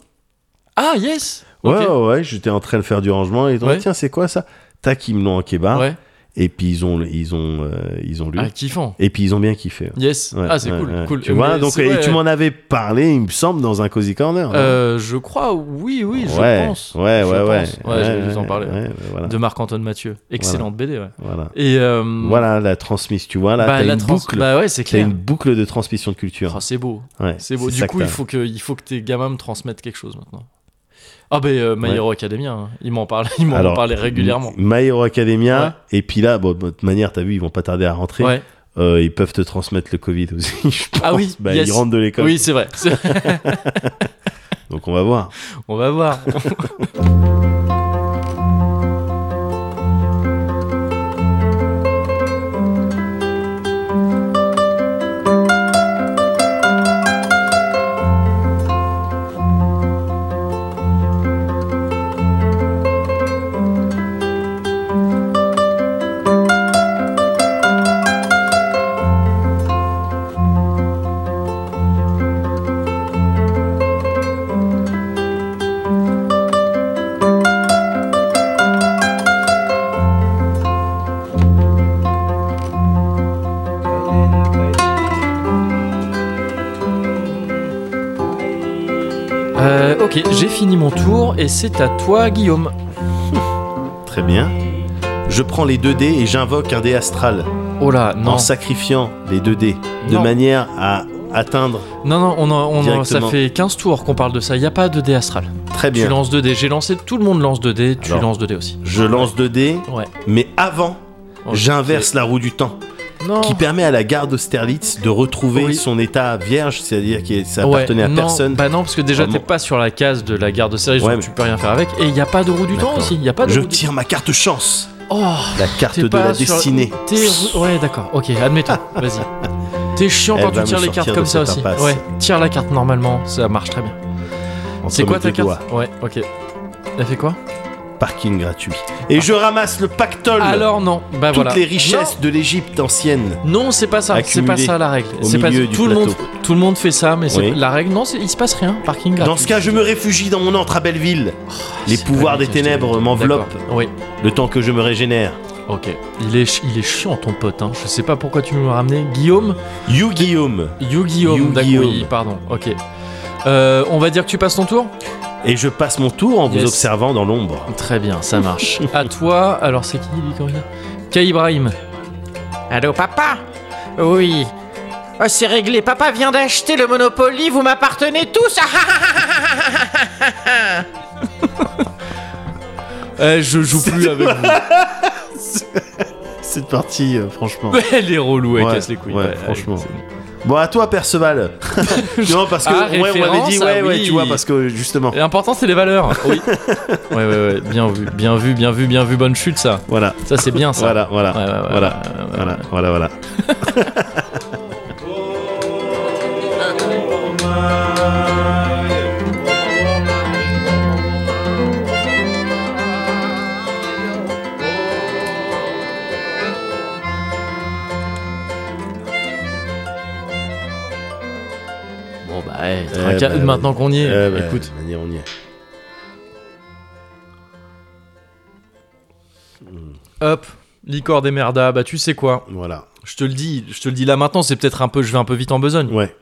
[SPEAKER 1] Ah, yes
[SPEAKER 2] Ouais,
[SPEAKER 1] Ok.
[SPEAKER 2] ouais, ouais, j'étais en train de faire du rangement et ils ont dit,
[SPEAKER 1] Ouais.
[SPEAKER 2] tiens, c'est quoi ça Tac, ils me l'ont en kebab.
[SPEAKER 1] Ouais.
[SPEAKER 2] Et puis ils ont, ils ont, euh, ils ont lu.
[SPEAKER 1] Ah, kiffant.
[SPEAKER 2] Et puis ils ont bien kiffé.
[SPEAKER 1] Yes.
[SPEAKER 2] Ouais,
[SPEAKER 1] ah, c'est
[SPEAKER 2] ouais,
[SPEAKER 1] cool.
[SPEAKER 2] ouais.
[SPEAKER 1] cool.
[SPEAKER 2] Tu
[SPEAKER 1] Euh,
[SPEAKER 2] vois,
[SPEAKER 1] mais
[SPEAKER 2] donc
[SPEAKER 1] c'est-
[SPEAKER 2] et
[SPEAKER 1] ouais,
[SPEAKER 2] tu
[SPEAKER 1] ouais.
[SPEAKER 2] m'en avais parlé, il me semble, dans un Cozy Corner.
[SPEAKER 1] Euh, je crois, oui, oui, je
[SPEAKER 2] ouais,
[SPEAKER 1] pense.
[SPEAKER 2] Ouais,
[SPEAKER 1] Je
[SPEAKER 2] ouais, ouais.
[SPEAKER 1] pense. Ouais, je vais vous en parler.
[SPEAKER 2] ouais, ouais, voilà.
[SPEAKER 1] De Marc-Antoine Mathieu. Excellente BD, ouais.
[SPEAKER 2] Voilà.
[SPEAKER 1] Et. euh,
[SPEAKER 2] Voilà la transmission, tu vois, là,
[SPEAKER 1] bah,
[SPEAKER 2] t'as
[SPEAKER 1] la
[SPEAKER 2] une
[SPEAKER 1] trans-
[SPEAKER 2] boucle.
[SPEAKER 1] Bah ouais, c'est
[SPEAKER 2] T'as
[SPEAKER 1] clair.
[SPEAKER 2] une boucle de transmission de
[SPEAKER 1] Oh,
[SPEAKER 2] culture.
[SPEAKER 1] c'est beau.
[SPEAKER 2] Ouais,
[SPEAKER 1] C'est beau. Du
[SPEAKER 2] ça
[SPEAKER 1] coup,
[SPEAKER 2] que
[SPEAKER 1] il
[SPEAKER 2] t'as.
[SPEAKER 1] faut, que, il faut que tes gamins me transmettent quelque chose maintenant. Ah, ben, euh, My
[SPEAKER 2] Ouais.
[SPEAKER 1] Hero Academia, hein. ils m'en parlent, ils m'en
[SPEAKER 2] Alors,
[SPEAKER 1] parlaient régulièrement.
[SPEAKER 2] My Hero Academia, et puis là, bon, de toute manière, t'as vu, ils vont pas tarder à rentrer.
[SPEAKER 1] Ouais.
[SPEAKER 2] Euh, ils peuvent te transmettre le Covid aussi, je pense.
[SPEAKER 1] Ah oui,
[SPEAKER 2] Bah,
[SPEAKER 1] yes.
[SPEAKER 2] ils rentrent de l'école.
[SPEAKER 1] Oui, c'est vrai. C'est-
[SPEAKER 2] Donc on va voir.
[SPEAKER 1] On va voir. Euh, ok, j'ai fini mon tour et c'est à toi, Guillaume.
[SPEAKER 2] Très bien. Je prends les 2 dés et j'invoque un dé astral
[SPEAKER 1] Oh là, non.
[SPEAKER 2] en sacrifiant les 2 dés de
[SPEAKER 1] Non.
[SPEAKER 2] manière à atteindre.
[SPEAKER 1] Non, non, on en- on en- ça
[SPEAKER 2] Directement.
[SPEAKER 1] fait 15 tours qu'on parle de ça. Il n'y a pas de dé astral.
[SPEAKER 2] Très
[SPEAKER 1] Tu
[SPEAKER 2] bien.
[SPEAKER 1] lances 2 dés. J'ai lancé, tout le monde lance 2 dés. Tu
[SPEAKER 2] Alors.
[SPEAKER 1] lances 2 dés aussi.
[SPEAKER 2] Je lance 2 dés,
[SPEAKER 1] Ouais.
[SPEAKER 2] mais avant,
[SPEAKER 1] Ok.
[SPEAKER 2] j'inverse la roue du temps,
[SPEAKER 1] Non.
[SPEAKER 2] qui permet à la gare d'Austerlitz de retrouver
[SPEAKER 1] Oui.
[SPEAKER 2] son état vierge, c'est-à-dire que ça
[SPEAKER 1] Ouais,
[SPEAKER 2] appartenait à
[SPEAKER 1] non,
[SPEAKER 2] personne.
[SPEAKER 1] Bah non, parce que déjà,
[SPEAKER 2] Ah,
[SPEAKER 1] t'es
[SPEAKER 2] bon.
[SPEAKER 1] pas sur la case de la garde de série,
[SPEAKER 2] Ouais,
[SPEAKER 1] donc
[SPEAKER 2] mais-
[SPEAKER 1] tu peux rien faire avec. Et il n'y a pas de roue du temps
[SPEAKER 2] D'accord.
[SPEAKER 1] aussi. Il n'y a pas de
[SPEAKER 2] Je
[SPEAKER 1] roue du-
[SPEAKER 2] tire ma carte chance,
[SPEAKER 1] Oh
[SPEAKER 2] la carte
[SPEAKER 1] T'es
[SPEAKER 2] de
[SPEAKER 1] pas
[SPEAKER 2] la
[SPEAKER 1] sur-
[SPEAKER 2] destinée.
[SPEAKER 1] t'es rou- Ouais, d'accord. Ok, admettons. Vas-y. T'es chiant
[SPEAKER 2] Elle
[SPEAKER 1] quand
[SPEAKER 2] va
[SPEAKER 1] tu
[SPEAKER 2] me
[SPEAKER 1] tires les cartes
[SPEAKER 2] sortir
[SPEAKER 1] comme
[SPEAKER 2] de
[SPEAKER 1] ça
[SPEAKER 2] cette
[SPEAKER 1] aussi.
[SPEAKER 2] impasse.
[SPEAKER 1] Ouais, tire la carte normalement, ça marche très bien.
[SPEAKER 2] Entre
[SPEAKER 1] C'est quoi
[SPEAKER 2] mes
[SPEAKER 1] ta
[SPEAKER 2] deux
[SPEAKER 1] carte
[SPEAKER 2] doigts.
[SPEAKER 1] Ouais, ok. Elle fait quoi
[SPEAKER 2] Parking gratuit. Et je ramasse le pactole.
[SPEAKER 1] Alors non, bah
[SPEAKER 2] toutes
[SPEAKER 1] voilà.
[SPEAKER 2] les richesses de l'l'Égypte ancienne.
[SPEAKER 1] Non, non, c'est pas ça. C'est
[SPEAKER 2] accumulées
[SPEAKER 1] pas ça la règle.
[SPEAKER 2] au
[SPEAKER 1] C'est pas
[SPEAKER 2] milieu
[SPEAKER 1] ça.
[SPEAKER 2] du
[SPEAKER 1] tout le monde,
[SPEAKER 2] plateau.
[SPEAKER 1] tout le monde fait ça, mais c'est
[SPEAKER 2] Oui.
[SPEAKER 1] la règle. Non, c'est- il se passe rien. Parking gratuit.
[SPEAKER 2] Dans ce cas, je me réfugie dans mon antre à Belleville. les
[SPEAKER 1] C'est
[SPEAKER 2] pouvoirs
[SPEAKER 1] pas
[SPEAKER 2] des
[SPEAKER 1] bien, je t'ai-
[SPEAKER 2] ténèbres m'enveloppent.
[SPEAKER 1] D'accord. Oui.
[SPEAKER 2] Le temps que je me régénère.
[SPEAKER 1] Ok. Il est, chi- il est chiant ton pote. Hein. Je sais pas pourquoi tu me ramené. Guillaume.
[SPEAKER 2] You Guillaume.
[SPEAKER 1] You Guillaume.
[SPEAKER 2] You
[SPEAKER 1] d'accord,
[SPEAKER 2] Guillaume.
[SPEAKER 1] oui, pardon. Ok. Euh, on va dire que tu passes ton tour.
[SPEAKER 2] Et je passe mon tour en vous
[SPEAKER 1] Yes.
[SPEAKER 2] observant dans l'ombre.
[SPEAKER 1] Très bien, ça marche. à toi, alors c'est qui lui comment il dit K. Ibrahim.
[SPEAKER 6] Allô, papa Oui. Oh, c'est réglé, papa vient d'acheter le Monopoly, vous m'appartenez tous ah, ah, ah,
[SPEAKER 1] Eh, je joue plus avec vous.
[SPEAKER 2] Cette partie, euh, franchement.
[SPEAKER 1] Elle est relou, elle
[SPEAKER 2] Ouais,
[SPEAKER 1] casse les couilles.
[SPEAKER 2] ouais,
[SPEAKER 1] allez,
[SPEAKER 2] franchement.
[SPEAKER 1] c'est bon.
[SPEAKER 2] Bon, à toi, Perceval. non, parce que
[SPEAKER 1] Ah,
[SPEAKER 2] ouais, on m'avait dit,
[SPEAKER 1] référence,
[SPEAKER 2] ouais,
[SPEAKER 1] ah
[SPEAKER 2] ouais,
[SPEAKER 1] oui. Euh,
[SPEAKER 2] tu vois, parce que justement.
[SPEAKER 1] L'important, c'est les valeurs. Oui. ouais, ouais, ouais. Bien vu, bien vu, bien vu, bien vu. Bonne chute, ça.
[SPEAKER 2] Voilà,
[SPEAKER 1] Ça, c'est bien, ça.
[SPEAKER 2] voilà, voilà,
[SPEAKER 1] Ouais, ouais, ouais,
[SPEAKER 2] voilà,
[SPEAKER 1] ouais, ouais, ouais.
[SPEAKER 2] voilà, voilà, voilà.
[SPEAKER 1] Bon, bah, eh,
[SPEAKER 2] Eh,
[SPEAKER 1] trinca-
[SPEAKER 2] bah,
[SPEAKER 1] maintenant qu'on y est,
[SPEAKER 2] Eh ben,
[SPEAKER 1] écoute.
[SPEAKER 2] vas-y, on y est.
[SPEAKER 1] Hop, licor des merdas. Bah, tu sais quoi
[SPEAKER 2] Voilà,
[SPEAKER 1] Je te le dis, je te le dis là maintenant. C'est peut-être un peu, je vais un peu vite en besogne.
[SPEAKER 2] ouais.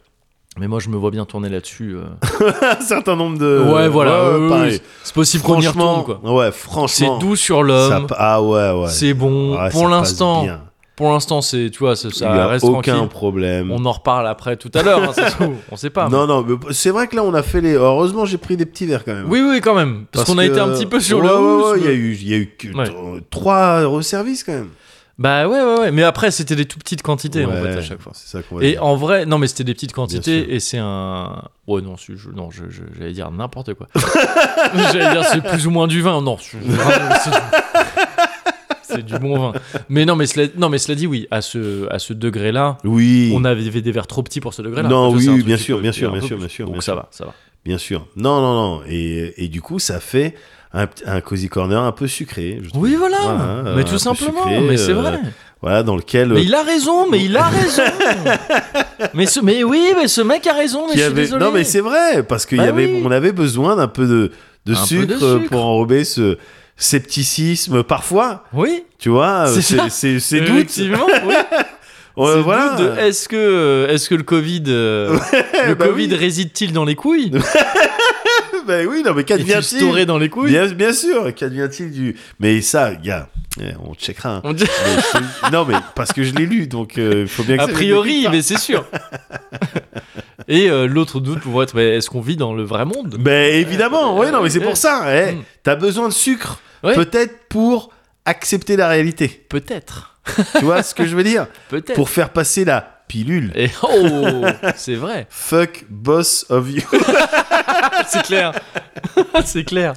[SPEAKER 1] Mais moi, je me vois bien tourner là-dessus. euh.
[SPEAKER 2] Un certain nombre de.
[SPEAKER 1] ouais, voilà.
[SPEAKER 2] Euh, Ouais,
[SPEAKER 1] ouais,
[SPEAKER 2] pareil.
[SPEAKER 1] ouais, c'est possible qu'on y
[SPEAKER 2] Franchement,
[SPEAKER 1] retourne, quoi.
[SPEAKER 2] ouais,
[SPEAKER 1] C'est
[SPEAKER 2] franchement.
[SPEAKER 1] doux sur
[SPEAKER 2] ça
[SPEAKER 1] l'homme.
[SPEAKER 2] pa- Ah ouais, ouais.
[SPEAKER 1] C'est bon.
[SPEAKER 2] Ouais, ça
[SPEAKER 1] pour
[SPEAKER 2] passe
[SPEAKER 1] l'instant,
[SPEAKER 2] bien.
[SPEAKER 1] pour l'instant, c'est, tu vois, ça, ça
[SPEAKER 2] Il y a
[SPEAKER 1] reste
[SPEAKER 2] aucun
[SPEAKER 1] tranquille.
[SPEAKER 2] problème.
[SPEAKER 1] On en reparle après tout à l'heure. hein, ça se trouve. On sait pas. hein.
[SPEAKER 2] Non, non, mais c'est vrai que là, on a fait les. Heureusement, j'ai pris des petits verres quand même.
[SPEAKER 1] Oui, oui, quand même. Parce, qu'on a
[SPEAKER 2] que-
[SPEAKER 1] été un petit peu sur
[SPEAKER 2] Ouais,
[SPEAKER 1] le.
[SPEAKER 2] ouais, ouais,
[SPEAKER 1] housse,
[SPEAKER 2] il y
[SPEAKER 1] mais-
[SPEAKER 2] a eu, il y a eu que
[SPEAKER 1] Ouais.
[SPEAKER 2] tro- trois resservices quand même.
[SPEAKER 1] Bah ouais, ouais, ouais. Mais après, c'était des tout petites quantités en
[SPEAKER 2] Ouais,
[SPEAKER 1] fait à chaque fois.
[SPEAKER 2] C'est ça qu'on va
[SPEAKER 1] Et
[SPEAKER 2] dire.
[SPEAKER 1] en vrai, non, mais c'était des petites
[SPEAKER 2] sûr.
[SPEAKER 1] quantités et c'est un. Ouais, non, c'est- je- non, je- je- j'allais dire n'importe quoi. j'allais dire c'est plus ou moins du vin. Non, c'est c'est- c'est du bon vin. Mais non, mais cela, non, mais cela dit, oui, à ce, à ce degré-là,
[SPEAKER 2] Oui.
[SPEAKER 1] on avait des verres trop petits pour ce degré-là.
[SPEAKER 2] Non,
[SPEAKER 1] Ça,
[SPEAKER 2] oui,
[SPEAKER 1] c'est un
[SPEAKER 2] oui,
[SPEAKER 1] truc
[SPEAKER 2] bien
[SPEAKER 1] qui
[SPEAKER 2] sûr,
[SPEAKER 1] peut-
[SPEAKER 2] bien
[SPEAKER 1] qui est
[SPEAKER 2] sûr,
[SPEAKER 1] un
[SPEAKER 2] bien
[SPEAKER 1] peu
[SPEAKER 2] sûr,
[SPEAKER 1] plus.
[SPEAKER 2] bien sûr,
[SPEAKER 1] Donc
[SPEAKER 2] bien
[SPEAKER 1] ça
[SPEAKER 2] sûr.
[SPEAKER 1] va, ça va.
[SPEAKER 2] Bien sûr. Non, non, non. Et, et du coup, ça fait un, p- un cozy corner un peu sucré. je trouve.
[SPEAKER 1] Oui, voilà.
[SPEAKER 2] Voilà, euh,
[SPEAKER 1] mais
[SPEAKER 2] un
[SPEAKER 1] tout
[SPEAKER 2] peu
[SPEAKER 1] simplement,
[SPEAKER 2] sucré,
[SPEAKER 1] mais c'est
[SPEAKER 2] euh,
[SPEAKER 1] vrai.
[SPEAKER 2] voilà, dans lequel euh,
[SPEAKER 1] Mais il a raison, mais il a raison. mais ce, mais oui, mais ce mec a raison. Mais
[SPEAKER 2] qui
[SPEAKER 1] je suis
[SPEAKER 2] avait-
[SPEAKER 1] désolé.
[SPEAKER 2] Non, mais c'est vrai, parce qu'on
[SPEAKER 1] Bah
[SPEAKER 2] avait,
[SPEAKER 1] oui.
[SPEAKER 2] on avait besoin d'un peu de, de,
[SPEAKER 1] Un peu
[SPEAKER 2] sucre,
[SPEAKER 1] de sucre.
[SPEAKER 2] pour enrober ce scepticisme parfois,
[SPEAKER 1] Oui.
[SPEAKER 2] tu vois,
[SPEAKER 1] C'est ça.
[SPEAKER 2] euh, c'est c'est doute.
[SPEAKER 1] Effectivement, oui.
[SPEAKER 2] Euh,
[SPEAKER 1] C'est
[SPEAKER 2] voilà.
[SPEAKER 1] le doute de Est-ce que, euh, est-ce que le Covid, euh, le
[SPEAKER 2] bah
[SPEAKER 1] Covid
[SPEAKER 2] oui.
[SPEAKER 1] réside-t-il dans les couilles
[SPEAKER 2] Bah oui, non, mais
[SPEAKER 1] Est-il
[SPEAKER 2] qu'advient-il
[SPEAKER 1] storé dans les couilles
[SPEAKER 2] bien, bien sûr, qu'advient-il du. Mais ça, gars, eh, on checkera. hein.
[SPEAKER 1] On dit-
[SPEAKER 2] Mais je te- non, mais parce que je l'ai lu, donc euh, il faut bien que
[SPEAKER 1] A
[SPEAKER 2] ça-
[SPEAKER 1] priori, mais c'est sûr. Et euh, l'autre doute pourrait être mais est-ce qu'on vit dans le vrai monde
[SPEAKER 2] Mais Ben, évidemment, ouais, non, mais c'est
[SPEAKER 1] Eh.
[SPEAKER 2] pour ça. eh.
[SPEAKER 1] Mm.
[SPEAKER 2] T'as besoin de sucre,
[SPEAKER 1] Ouais.
[SPEAKER 2] peut-être pour accepter la réalité.
[SPEAKER 1] Peut-être.
[SPEAKER 2] Tu vois ce que je veux dire
[SPEAKER 1] Peut-être.
[SPEAKER 2] Pour faire passer la pilule.
[SPEAKER 1] Et oh, c'est vrai.
[SPEAKER 2] Fuck boss of you.
[SPEAKER 1] C'est clair. c'est clair.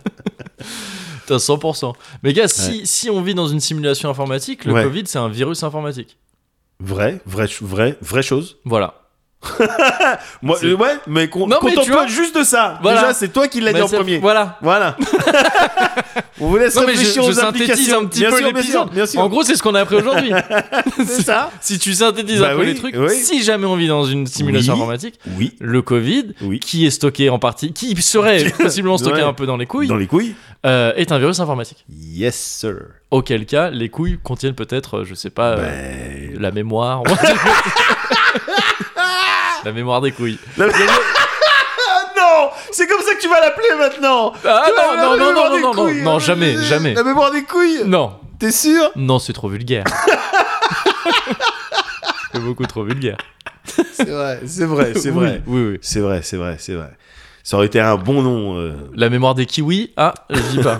[SPEAKER 1] T'as 100%. Mais gars, si, si on vit dans une simulation informatique, le
[SPEAKER 2] Ouais.
[SPEAKER 1] Covid, c'est un virus informatique.
[SPEAKER 2] Vrai, vrai, ch- vrai, vraie chose.
[SPEAKER 1] Voilà.
[SPEAKER 2] Moi,
[SPEAKER 1] C'est-
[SPEAKER 2] euh, ouais, mais con-
[SPEAKER 1] Non, mais tu
[SPEAKER 2] contente-toi
[SPEAKER 1] vois-
[SPEAKER 2] juste de ça.
[SPEAKER 1] Voilà.
[SPEAKER 2] Déjà, c'est toi qui l'as
[SPEAKER 1] Mais
[SPEAKER 2] dit en
[SPEAKER 1] c'est-
[SPEAKER 2] premier.
[SPEAKER 1] Voilà.
[SPEAKER 2] Voilà. On vous laisse
[SPEAKER 1] Non, mais je,
[SPEAKER 2] réfléchir
[SPEAKER 1] je
[SPEAKER 2] aux
[SPEAKER 1] synthétise
[SPEAKER 2] implications.
[SPEAKER 1] un petit
[SPEAKER 2] bien
[SPEAKER 1] peu
[SPEAKER 2] sûr, bien sûr,
[SPEAKER 1] l'épisode.
[SPEAKER 2] bien sûr.
[SPEAKER 1] En gros, c'est ce qu'on a appris aujourd'hui.
[SPEAKER 2] c'est ça.
[SPEAKER 1] si tu synthétises
[SPEAKER 2] Bah
[SPEAKER 1] un peu
[SPEAKER 2] oui,
[SPEAKER 1] les trucs,
[SPEAKER 2] oui.
[SPEAKER 1] si jamais on vit dans une simulation
[SPEAKER 2] Oui.
[SPEAKER 1] informatique,
[SPEAKER 2] Oui.
[SPEAKER 1] le Covid,
[SPEAKER 2] Oui.
[SPEAKER 1] qui est stocké en partie, qui serait possiblement stocké
[SPEAKER 2] Ouais.
[SPEAKER 1] un peu dans les couilles,
[SPEAKER 2] Dans les couilles.
[SPEAKER 1] euh, est un virus informatique.
[SPEAKER 2] Yes, sir.
[SPEAKER 1] Auquel cas, les couilles contiennent peut-être, euh, je sais pas, euh,
[SPEAKER 2] Ben,
[SPEAKER 1] la mémoire. la mémoire des couilles.
[SPEAKER 2] La- Ah non C'est comme ça que tu vas l'appeler maintenant
[SPEAKER 1] Ah
[SPEAKER 2] Tu vas
[SPEAKER 1] non, non,
[SPEAKER 2] l'appeler
[SPEAKER 1] non,
[SPEAKER 2] la mémoire
[SPEAKER 1] non,
[SPEAKER 2] des
[SPEAKER 1] non, non,
[SPEAKER 2] couilles,
[SPEAKER 1] non,
[SPEAKER 2] hein.
[SPEAKER 1] jamais, jamais.
[SPEAKER 2] La mémoire des couilles
[SPEAKER 1] Non,
[SPEAKER 2] T'es sûr
[SPEAKER 1] non, c'est trop vulgaire. c'est beaucoup trop vulgaire.
[SPEAKER 2] C'est vrai, c'est vrai, c'est
[SPEAKER 1] Oui,
[SPEAKER 2] vrai.
[SPEAKER 1] Oui, oui.
[SPEAKER 2] C'est vrai, c'est vrai, c'est vrai. Ça aurait été un bon nom. euh.
[SPEAKER 1] La mémoire des kiwis, ah, je dis pas.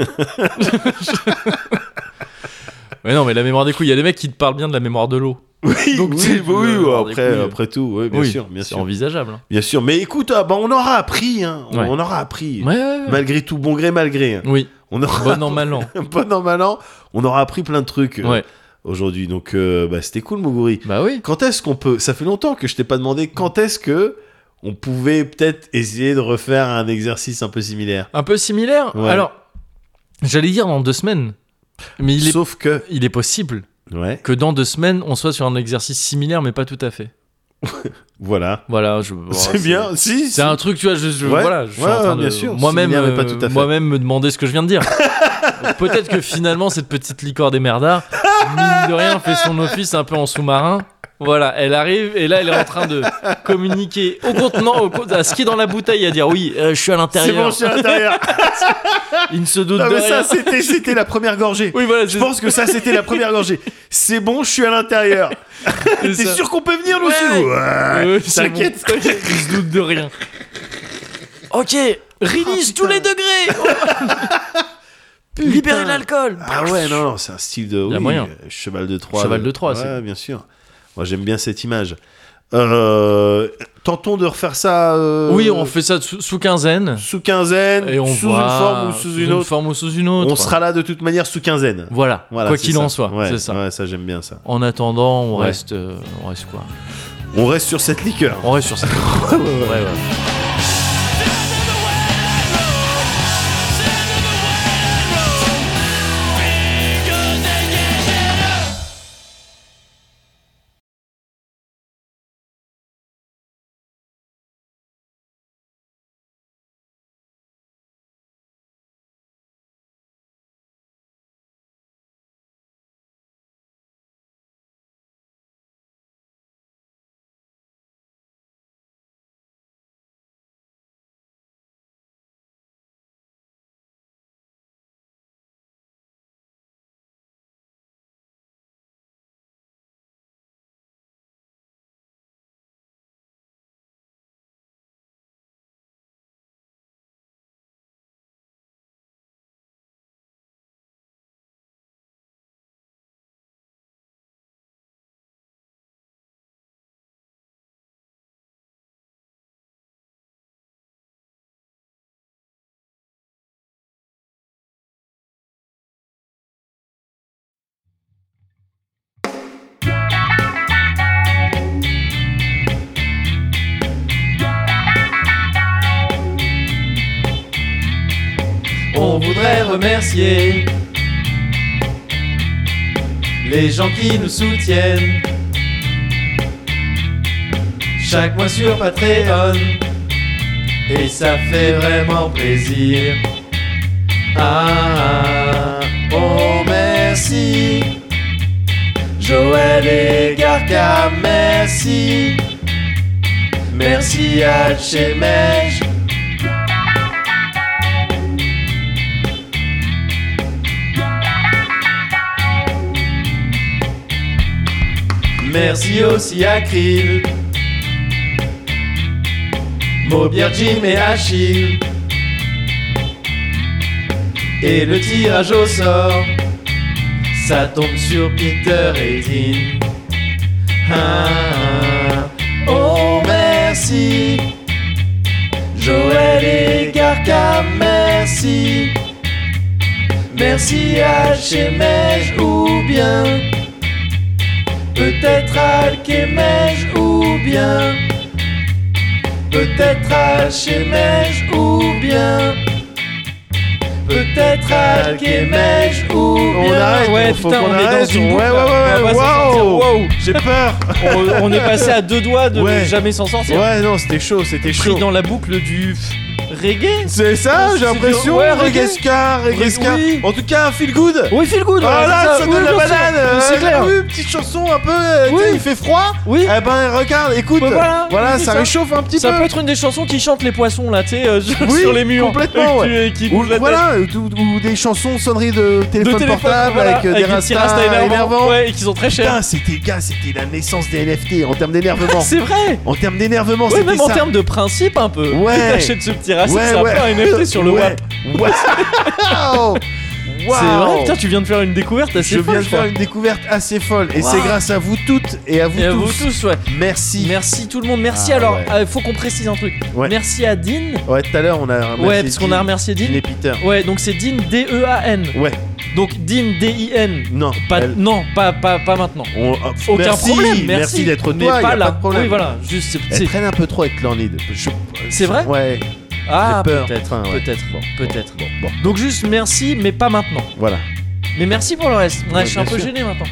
[SPEAKER 1] mais non, mais la mémoire des couilles, il y a des mecs qui te parlent bien de la mémoire de l'eau.
[SPEAKER 2] Oui,
[SPEAKER 1] Donc,
[SPEAKER 2] oui,
[SPEAKER 1] tu-
[SPEAKER 2] bah oui,
[SPEAKER 1] la
[SPEAKER 2] oui,
[SPEAKER 1] mémoire des
[SPEAKER 2] après,
[SPEAKER 1] couilles.
[SPEAKER 2] après tout, oui, bien
[SPEAKER 1] Oui,
[SPEAKER 2] sûr, bien
[SPEAKER 1] C'est
[SPEAKER 2] sûr.
[SPEAKER 1] envisageable. hein.
[SPEAKER 2] Bien sûr, mais écoute, ah, bah, on aura appris, hein. on,
[SPEAKER 1] Ouais.
[SPEAKER 2] on aura appris.
[SPEAKER 1] Ouais, ouais, ouais.
[SPEAKER 2] Malgré tout, bon gré, malgré. hein.
[SPEAKER 1] Oui,
[SPEAKER 2] On aura
[SPEAKER 1] bon an, mal an.
[SPEAKER 2] bon an, mal an, on aura appris plein de trucs euh,
[SPEAKER 1] Ouais.
[SPEAKER 2] aujourd'hui. Donc, euh, bah, c'était cool, Moguri.
[SPEAKER 1] Bah oui.
[SPEAKER 2] Quand est-ce qu'on peut Ça fait longtemps que je t'ai pas demandé quand est-ce que on pouvait peut-être essayer de refaire un exercice un peu similaire.
[SPEAKER 1] Un peu similaire.
[SPEAKER 2] Ouais.
[SPEAKER 1] Alors, j'allais dire dans deux semaines. Mais il est,
[SPEAKER 2] Sauf que,
[SPEAKER 1] il est possible
[SPEAKER 2] ouais,
[SPEAKER 1] que dans deux semaines, on soit sur un exercice similaire, mais pas tout à fait.
[SPEAKER 2] voilà.
[SPEAKER 1] Voilà, je.
[SPEAKER 2] c'est bien, si. si.
[SPEAKER 1] Oh, C'est un truc, tu vois, je, je-
[SPEAKER 2] Ouais,
[SPEAKER 1] voilà, je suis
[SPEAKER 2] ouais,
[SPEAKER 1] en train
[SPEAKER 2] ouais,
[SPEAKER 1] de
[SPEAKER 2] bien sûr,
[SPEAKER 1] moi-même
[SPEAKER 2] similaire, mais pas
[SPEAKER 1] euh,
[SPEAKER 2] tout à fait.
[SPEAKER 1] moi-même me demander ce que je viens de dire. Peut-être que finalement cette petite licorne des merdards, mine de rien, fait son office un peu en sous-marin. Voilà, elle arrive et là elle est en train de communiquer au contenant, au con- à ce qui est dans la bouteille, à dire oui, euh, je suis à
[SPEAKER 2] C'est bon,
[SPEAKER 1] l'intérieur.
[SPEAKER 2] je suis à l'intérieur.
[SPEAKER 1] Il ne se doute
[SPEAKER 2] Non,
[SPEAKER 1] de
[SPEAKER 2] mais
[SPEAKER 1] rien.
[SPEAKER 2] ça, c'était, c'était la première gorgée.
[SPEAKER 1] oui, voilà,
[SPEAKER 2] Je pense que ça, c'était la première gorgée. C'est bon, je suis à l'intérieur.
[SPEAKER 1] c'est
[SPEAKER 2] T'es
[SPEAKER 1] ça.
[SPEAKER 2] sûr qu'on peut venir, nous
[SPEAKER 1] Ouais.
[SPEAKER 2] aussi
[SPEAKER 1] Euh, c'est
[SPEAKER 2] T'inquiète.
[SPEAKER 1] bon, t'inquiète, Il se doute de rien. Oh, Ok, release tous les degrés. Libérez l'alcool.
[SPEAKER 2] Ah ouais, non, non, c'est un style de.
[SPEAKER 1] y a
[SPEAKER 2] oui,
[SPEAKER 1] moyen.
[SPEAKER 2] euh, Cheval de Troie.
[SPEAKER 1] Cheval
[SPEAKER 2] euh,
[SPEAKER 1] de Troie,
[SPEAKER 2] ouais,
[SPEAKER 1] c'est-
[SPEAKER 2] bien sûr. Moi, j'aime bien cette image. Euh, tentons de refaire ça. euh,
[SPEAKER 1] Oui, on fait ça sous, sous quinzaine.
[SPEAKER 2] Sous quinzaine,
[SPEAKER 1] Et on
[SPEAKER 2] sous
[SPEAKER 1] voit
[SPEAKER 2] une forme ou sous une autre.
[SPEAKER 1] forme ou sous une autre.
[SPEAKER 2] On sera là de toute manière sous quinzaine.
[SPEAKER 1] Voilà,
[SPEAKER 2] Voilà,
[SPEAKER 1] quoi
[SPEAKER 2] c'est
[SPEAKER 1] qu'il
[SPEAKER 2] ça.
[SPEAKER 1] en soit,
[SPEAKER 2] Ouais,
[SPEAKER 1] c'est ça.
[SPEAKER 2] Ouais, ça j'aime bien ça.
[SPEAKER 1] En attendant, on
[SPEAKER 2] Ouais.
[SPEAKER 1] reste, euh, on reste quoi
[SPEAKER 2] On reste sur cette liqueur.
[SPEAKER 1] On reste sur ça. Ouais, ouais. On voudrait remercier les gens qui nous soutiennent. Chaque mois sur Patreon, et ça fait vraiment plaisir. Ah, oh merci. Joël et Garca, merci. Merci à Chemej. Merci aussi à Krill, Maubière, Jim et Achille. Et le tirage au sort, ça tombe sur Peter et Dean. Ah, oh merci, Joël et Garca, merci. Merci à Chemej ou bien Peut-être Alchemège ou bien Peut-être Alchemège ou bien Peut-être Alchemège ou
[SPEAKER 2] On
[SPEAKER 1] bien
[SPEAKER 2] arrête,
[SPEAKER 1] Ouais
[SPEAKER 2] faut
[SPEAKER 1] putain
[SPEAKER 2] qu'on
[SPEAKER 1] on est dans
[SPEAKER 2] arrête.
[SPEAKER 1] une boucle
[SPEAKER 2] Ouais, ouais,
[SPEAKER 1] là.
[SPEAKER 2] ouais,
[SPEAKER 1] On va pas s'en sortir.
[SPEAKER 2] wow.
[SPEAKER 1] Wow.
[SPEAKER 2] J'ai peur.
[SPEAKER 1] on, on est passé à deux doigts de
[SPEAKER 2] Ouais.
[SPEAKER 1] jamais s'en sortir
[SPEAKER 2] Ouais, non, c'était chaud, c'était
[SPEAKER 1] Pris
[SPEAKER 2] chaud.
[SPEAKER 1] dans la boucle du reggae
[SPEAKER 2] C'est ça,
[SPEAKER 1] C'est
[SPEAKER 2] j'ai l'impression.
[SPEAKER 1] du- ouais, reggae.
[SPEAKER 2] reggae ska, reggae
[SPEAKER 1] Oui.
[SPEAKER 2] ska. En tout cas, feel good.
[SPEAKER 1] Oui feel good
[SPEAKER 2] Ah
[SPEAKER 1] voilà,
[SPEAKER 2] là, ça
[SPEAKER 1] Oui,
[SPEAKER 2] donne la
[SPEAKER 1] bien sûr.
[SPEAKER 2] banane. euh,
[SPEAKER 1] C'est clair
[SPEAKER 2] oui, petite chanson un peu. euh,
[SPEAKER 1] Oui.
[SPEAKER 2] tiens, Il fait froid.
[SPEAKER 1] Oui
[SPEAKER 2] Eh ben, regarde, écoute.
[SPEAKER 1] Bah voilà, oui, c'est
[SPEAKER 2] ça
[SPEAKER 1] ça.
[SPEAKER 2] réchauffe un petit
[SPEAKER 1] Ça
[SPEAKER 2] peu.
[SPEAKER 1] peut être une des chansons qui chante les poissons là, tu sais, euh, sur,
[SPEAKER 2] Oui,
[SPEAKER 1] sur les murs.
[SPEAKER 2] complètement,
[SPEAKER 1] Et que tu- et qui
[SPEAKER 2] Ou,
[SPEAKER 1] bougent la tête.
[SPEAKER 2] voilà, ou, ou- ou des chansons, sonneries de
[SPEAKER 1] De
[SPEAKER 2] téléphone,
[SPEAKER 1] téléphone,
[SPEAKER 2] portable
[SPEAKER 1] voilà,
[SPEAKER 2] avec, euh, des
[SPEAKER 1] petits
[SPEAKER 2] rastas
[SPEAKER 1] rastas énervants,
[SPEAKER 2] énervants.
[SPEAKER 1] Ouais, et qui sont très chers.
[SPEAKER 2] Putain, c'était gars, c'était la naissance des LFT en termes d'énervement.
[SPEAKER 1] C'est vrai
[SPEAKER 2] en termes d'énervement,
[SPEAKER 1] Ouais,
[SPEAKER 2] c'était
[SPEAKER 1] même
[SPEAKER 2] ça.
[SPEAKER 1] en termes de principe un peu.
[SPEAKER 2] Ouais.
[SPEAKER 1] T'achètes ce petit raciste,
[SPEAKER 2] Ouais,
[SPEAKER 1] ça
[SPEAKER 2] ouais.
[SPEAKER 1] fait un NFT sur le
[SPEAKER 2] ouais.
[SPEAKER 1] WAP.
[SPEAKER 2] Ouais. Waouh.
[SPEAKER 1] C'est vrai,
[SPEAKER 2] Waouh.
[SPEAKER 1] putain, tu viens de faire une découverte assez
[SPEAKER 2] Je
[SPEAKER 1] folle,
[SPEAKER 2] viens de
[SPEAKER 1] crois.
[SPEAKER 2] faire une découverte assez folle et
[SPEAKER 1] Waouh.
[SPEAKER 2] c'est grâce à vous toutes et à vous
[SPEAKER 1] Et à
[SPEAKER 2] tous.
[SPEAKER 1] vous tous, ouais.
[SPEAKER 2] Merci.
[SPEAKER 1] Merci tout le monde, merci.
[SPEAKER 2] Ah,
[SPEAKER 1] Alors,
[SPEAKER 2] ouais.
[SPEAKER 1] euh, faut qu'on précise un truc.
[SPEAKER 2] Ouais.
[SPEAKER 1] Merci à Dean.
[SPEAKER 2] Ouais, tout à l'heure on a remercié
[SPEAKER 1] ouais, parce qu'on a
[SPEAKER 2] Dean-
[SPEAKER 1] remercié
[SPEAKER 2] Dean
[SPEAKER 1] Ah, Dean.
[SPEAKER 2] et Peter.
[SPEAKER 1] Ouais, donc c'est Dean D-E-A-N.
[SPEAKER 2] Ouais.
[SPEAKER 1] Donc Dean D-I-N.
[SPEAKER 2] Non.
[SPEAKER 1] Pas,
[SPEAKER 2] elle-
[SPEAKER 1] Non, pas, pas, pas maintenant.
[SPEAKER 2] on- oh,
[SPEAKER 1] Aucun
[SPEAKER 2] merci,
[SPEAKER 1] problème, merci,
[SPEAKER 2] merci d'être
[SPEAKER 1] Mais
[SPEAKER 2] toi, y a
[SPEAKER 1] pas là.
[SPEAKER 2] pas de problème.
[SPEAKER 1] Oui, voilà, juste c'est-
[SPEAKER 2] Elle
[SPEAKER 1] c'est-
[SPEAKER 2] traîne un peu trop avec Clanid. Je-
[SPEAKER 1] C'est vrai
[SPEAKER 2] Ouais,
[SPEAKER 1] Ah,
[SPEAKER 2] j'ai peur.
[SPEAKER 1] peut-être,
[SPEAKER 2] Enfin, ouais.
[SPEAKER 1] peut-être,
[SPEAKER 2] Bon,
[SPEAKER 1] peut-être.
[SPEAKER 2] Bon, bon,
[SPEAKER 1] Donc juste merci, mais pas maintenant.
[SPEAKER 2] voilà.
[SPEAKER 1] Mais merci pour le reste. Ouais,
[SPEAKER 2] Ouais,
[SPEAKER 1] je suis un
[SPEAKER 2] bien
[SPEAKER 1] peu
[SPEAKER 2] sûr.
[SPEAKER 1] gêné maintenant.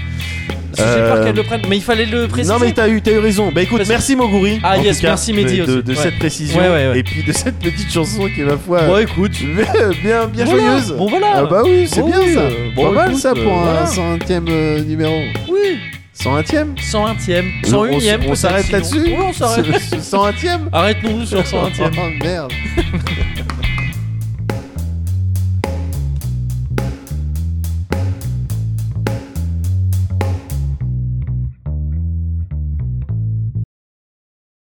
[SPEAKER 1] Parce que J'ai peur
[SPEAKER 2] Euh,
[SPEAKER 1] qu'elle le prenne, mais il fallait le préciser.
[SPEAKER 2] Non mais t'as eu, t'as eu raison. Bah écoute,
[SPEAKER 1] Parce-
[SPEAKER 2] merci Moguri.
[SPEAKER 1] Ah,
[SPEAKER 2] en
[SPEAKER 1] yes,
[SPEAKER 2] tout cas,
[SPEAKER 1] merci Mehdi
[SPEAKER 2] de, de-
[SPEAKER 1] aussi.
[SPEAKER 2] de
[SPEAKER 1] Ouais.
[SPEAKER 2] cette précision
[SPEAKER 1] Ouais, ouais, ouais.
[SPEAKER 2] et puis de cette petite chanson qui est ma foi
[SPEAKER 1] Bon, écoute.
[SPEAKER 2] euh, bien bien
[SPEAKER 1] Voilà.
[SPEAKER 2] joyeuse.
[SPEAKER 1] Bon voilà.
[SPEAKER 2] Ah bah oui, c'est
[SPEAKER 1] Bon,
[SPEAKER 2] bien
[SPEAKER 1] oui,
[SPEAKER 2] ça.
[SPEAKER 1] euh, bon,
[SPEAKER 2] Pas mal
[SPEAKER 1] écoute,
[SPEAKER 2] ça pour
[SPEAKER 1] euh, voilà.
[SPEAKER 2] un 101ème numéro.
[SPEAKER 1] Oui.
[SPEAKER 2] 101ème
[SPEAKER 1] 101ème,
[SPEAKER 2] On-
[SPEAKER 1] 101ème.
[SPEAKER 2] on- on
[SPEAKER 1] peut-être,
[SPEAKER 2] s'arrête
[SPEAKER 1] sinon.
[SPEAKER 2] là-dessus
[SPEAKER 1] Ouais, on s'arrête.
[SPEAKER 2] 101ème
[SPEAKER 1] Arrête-nous sur 101ème.
[SPEAKER 2] Oh merde.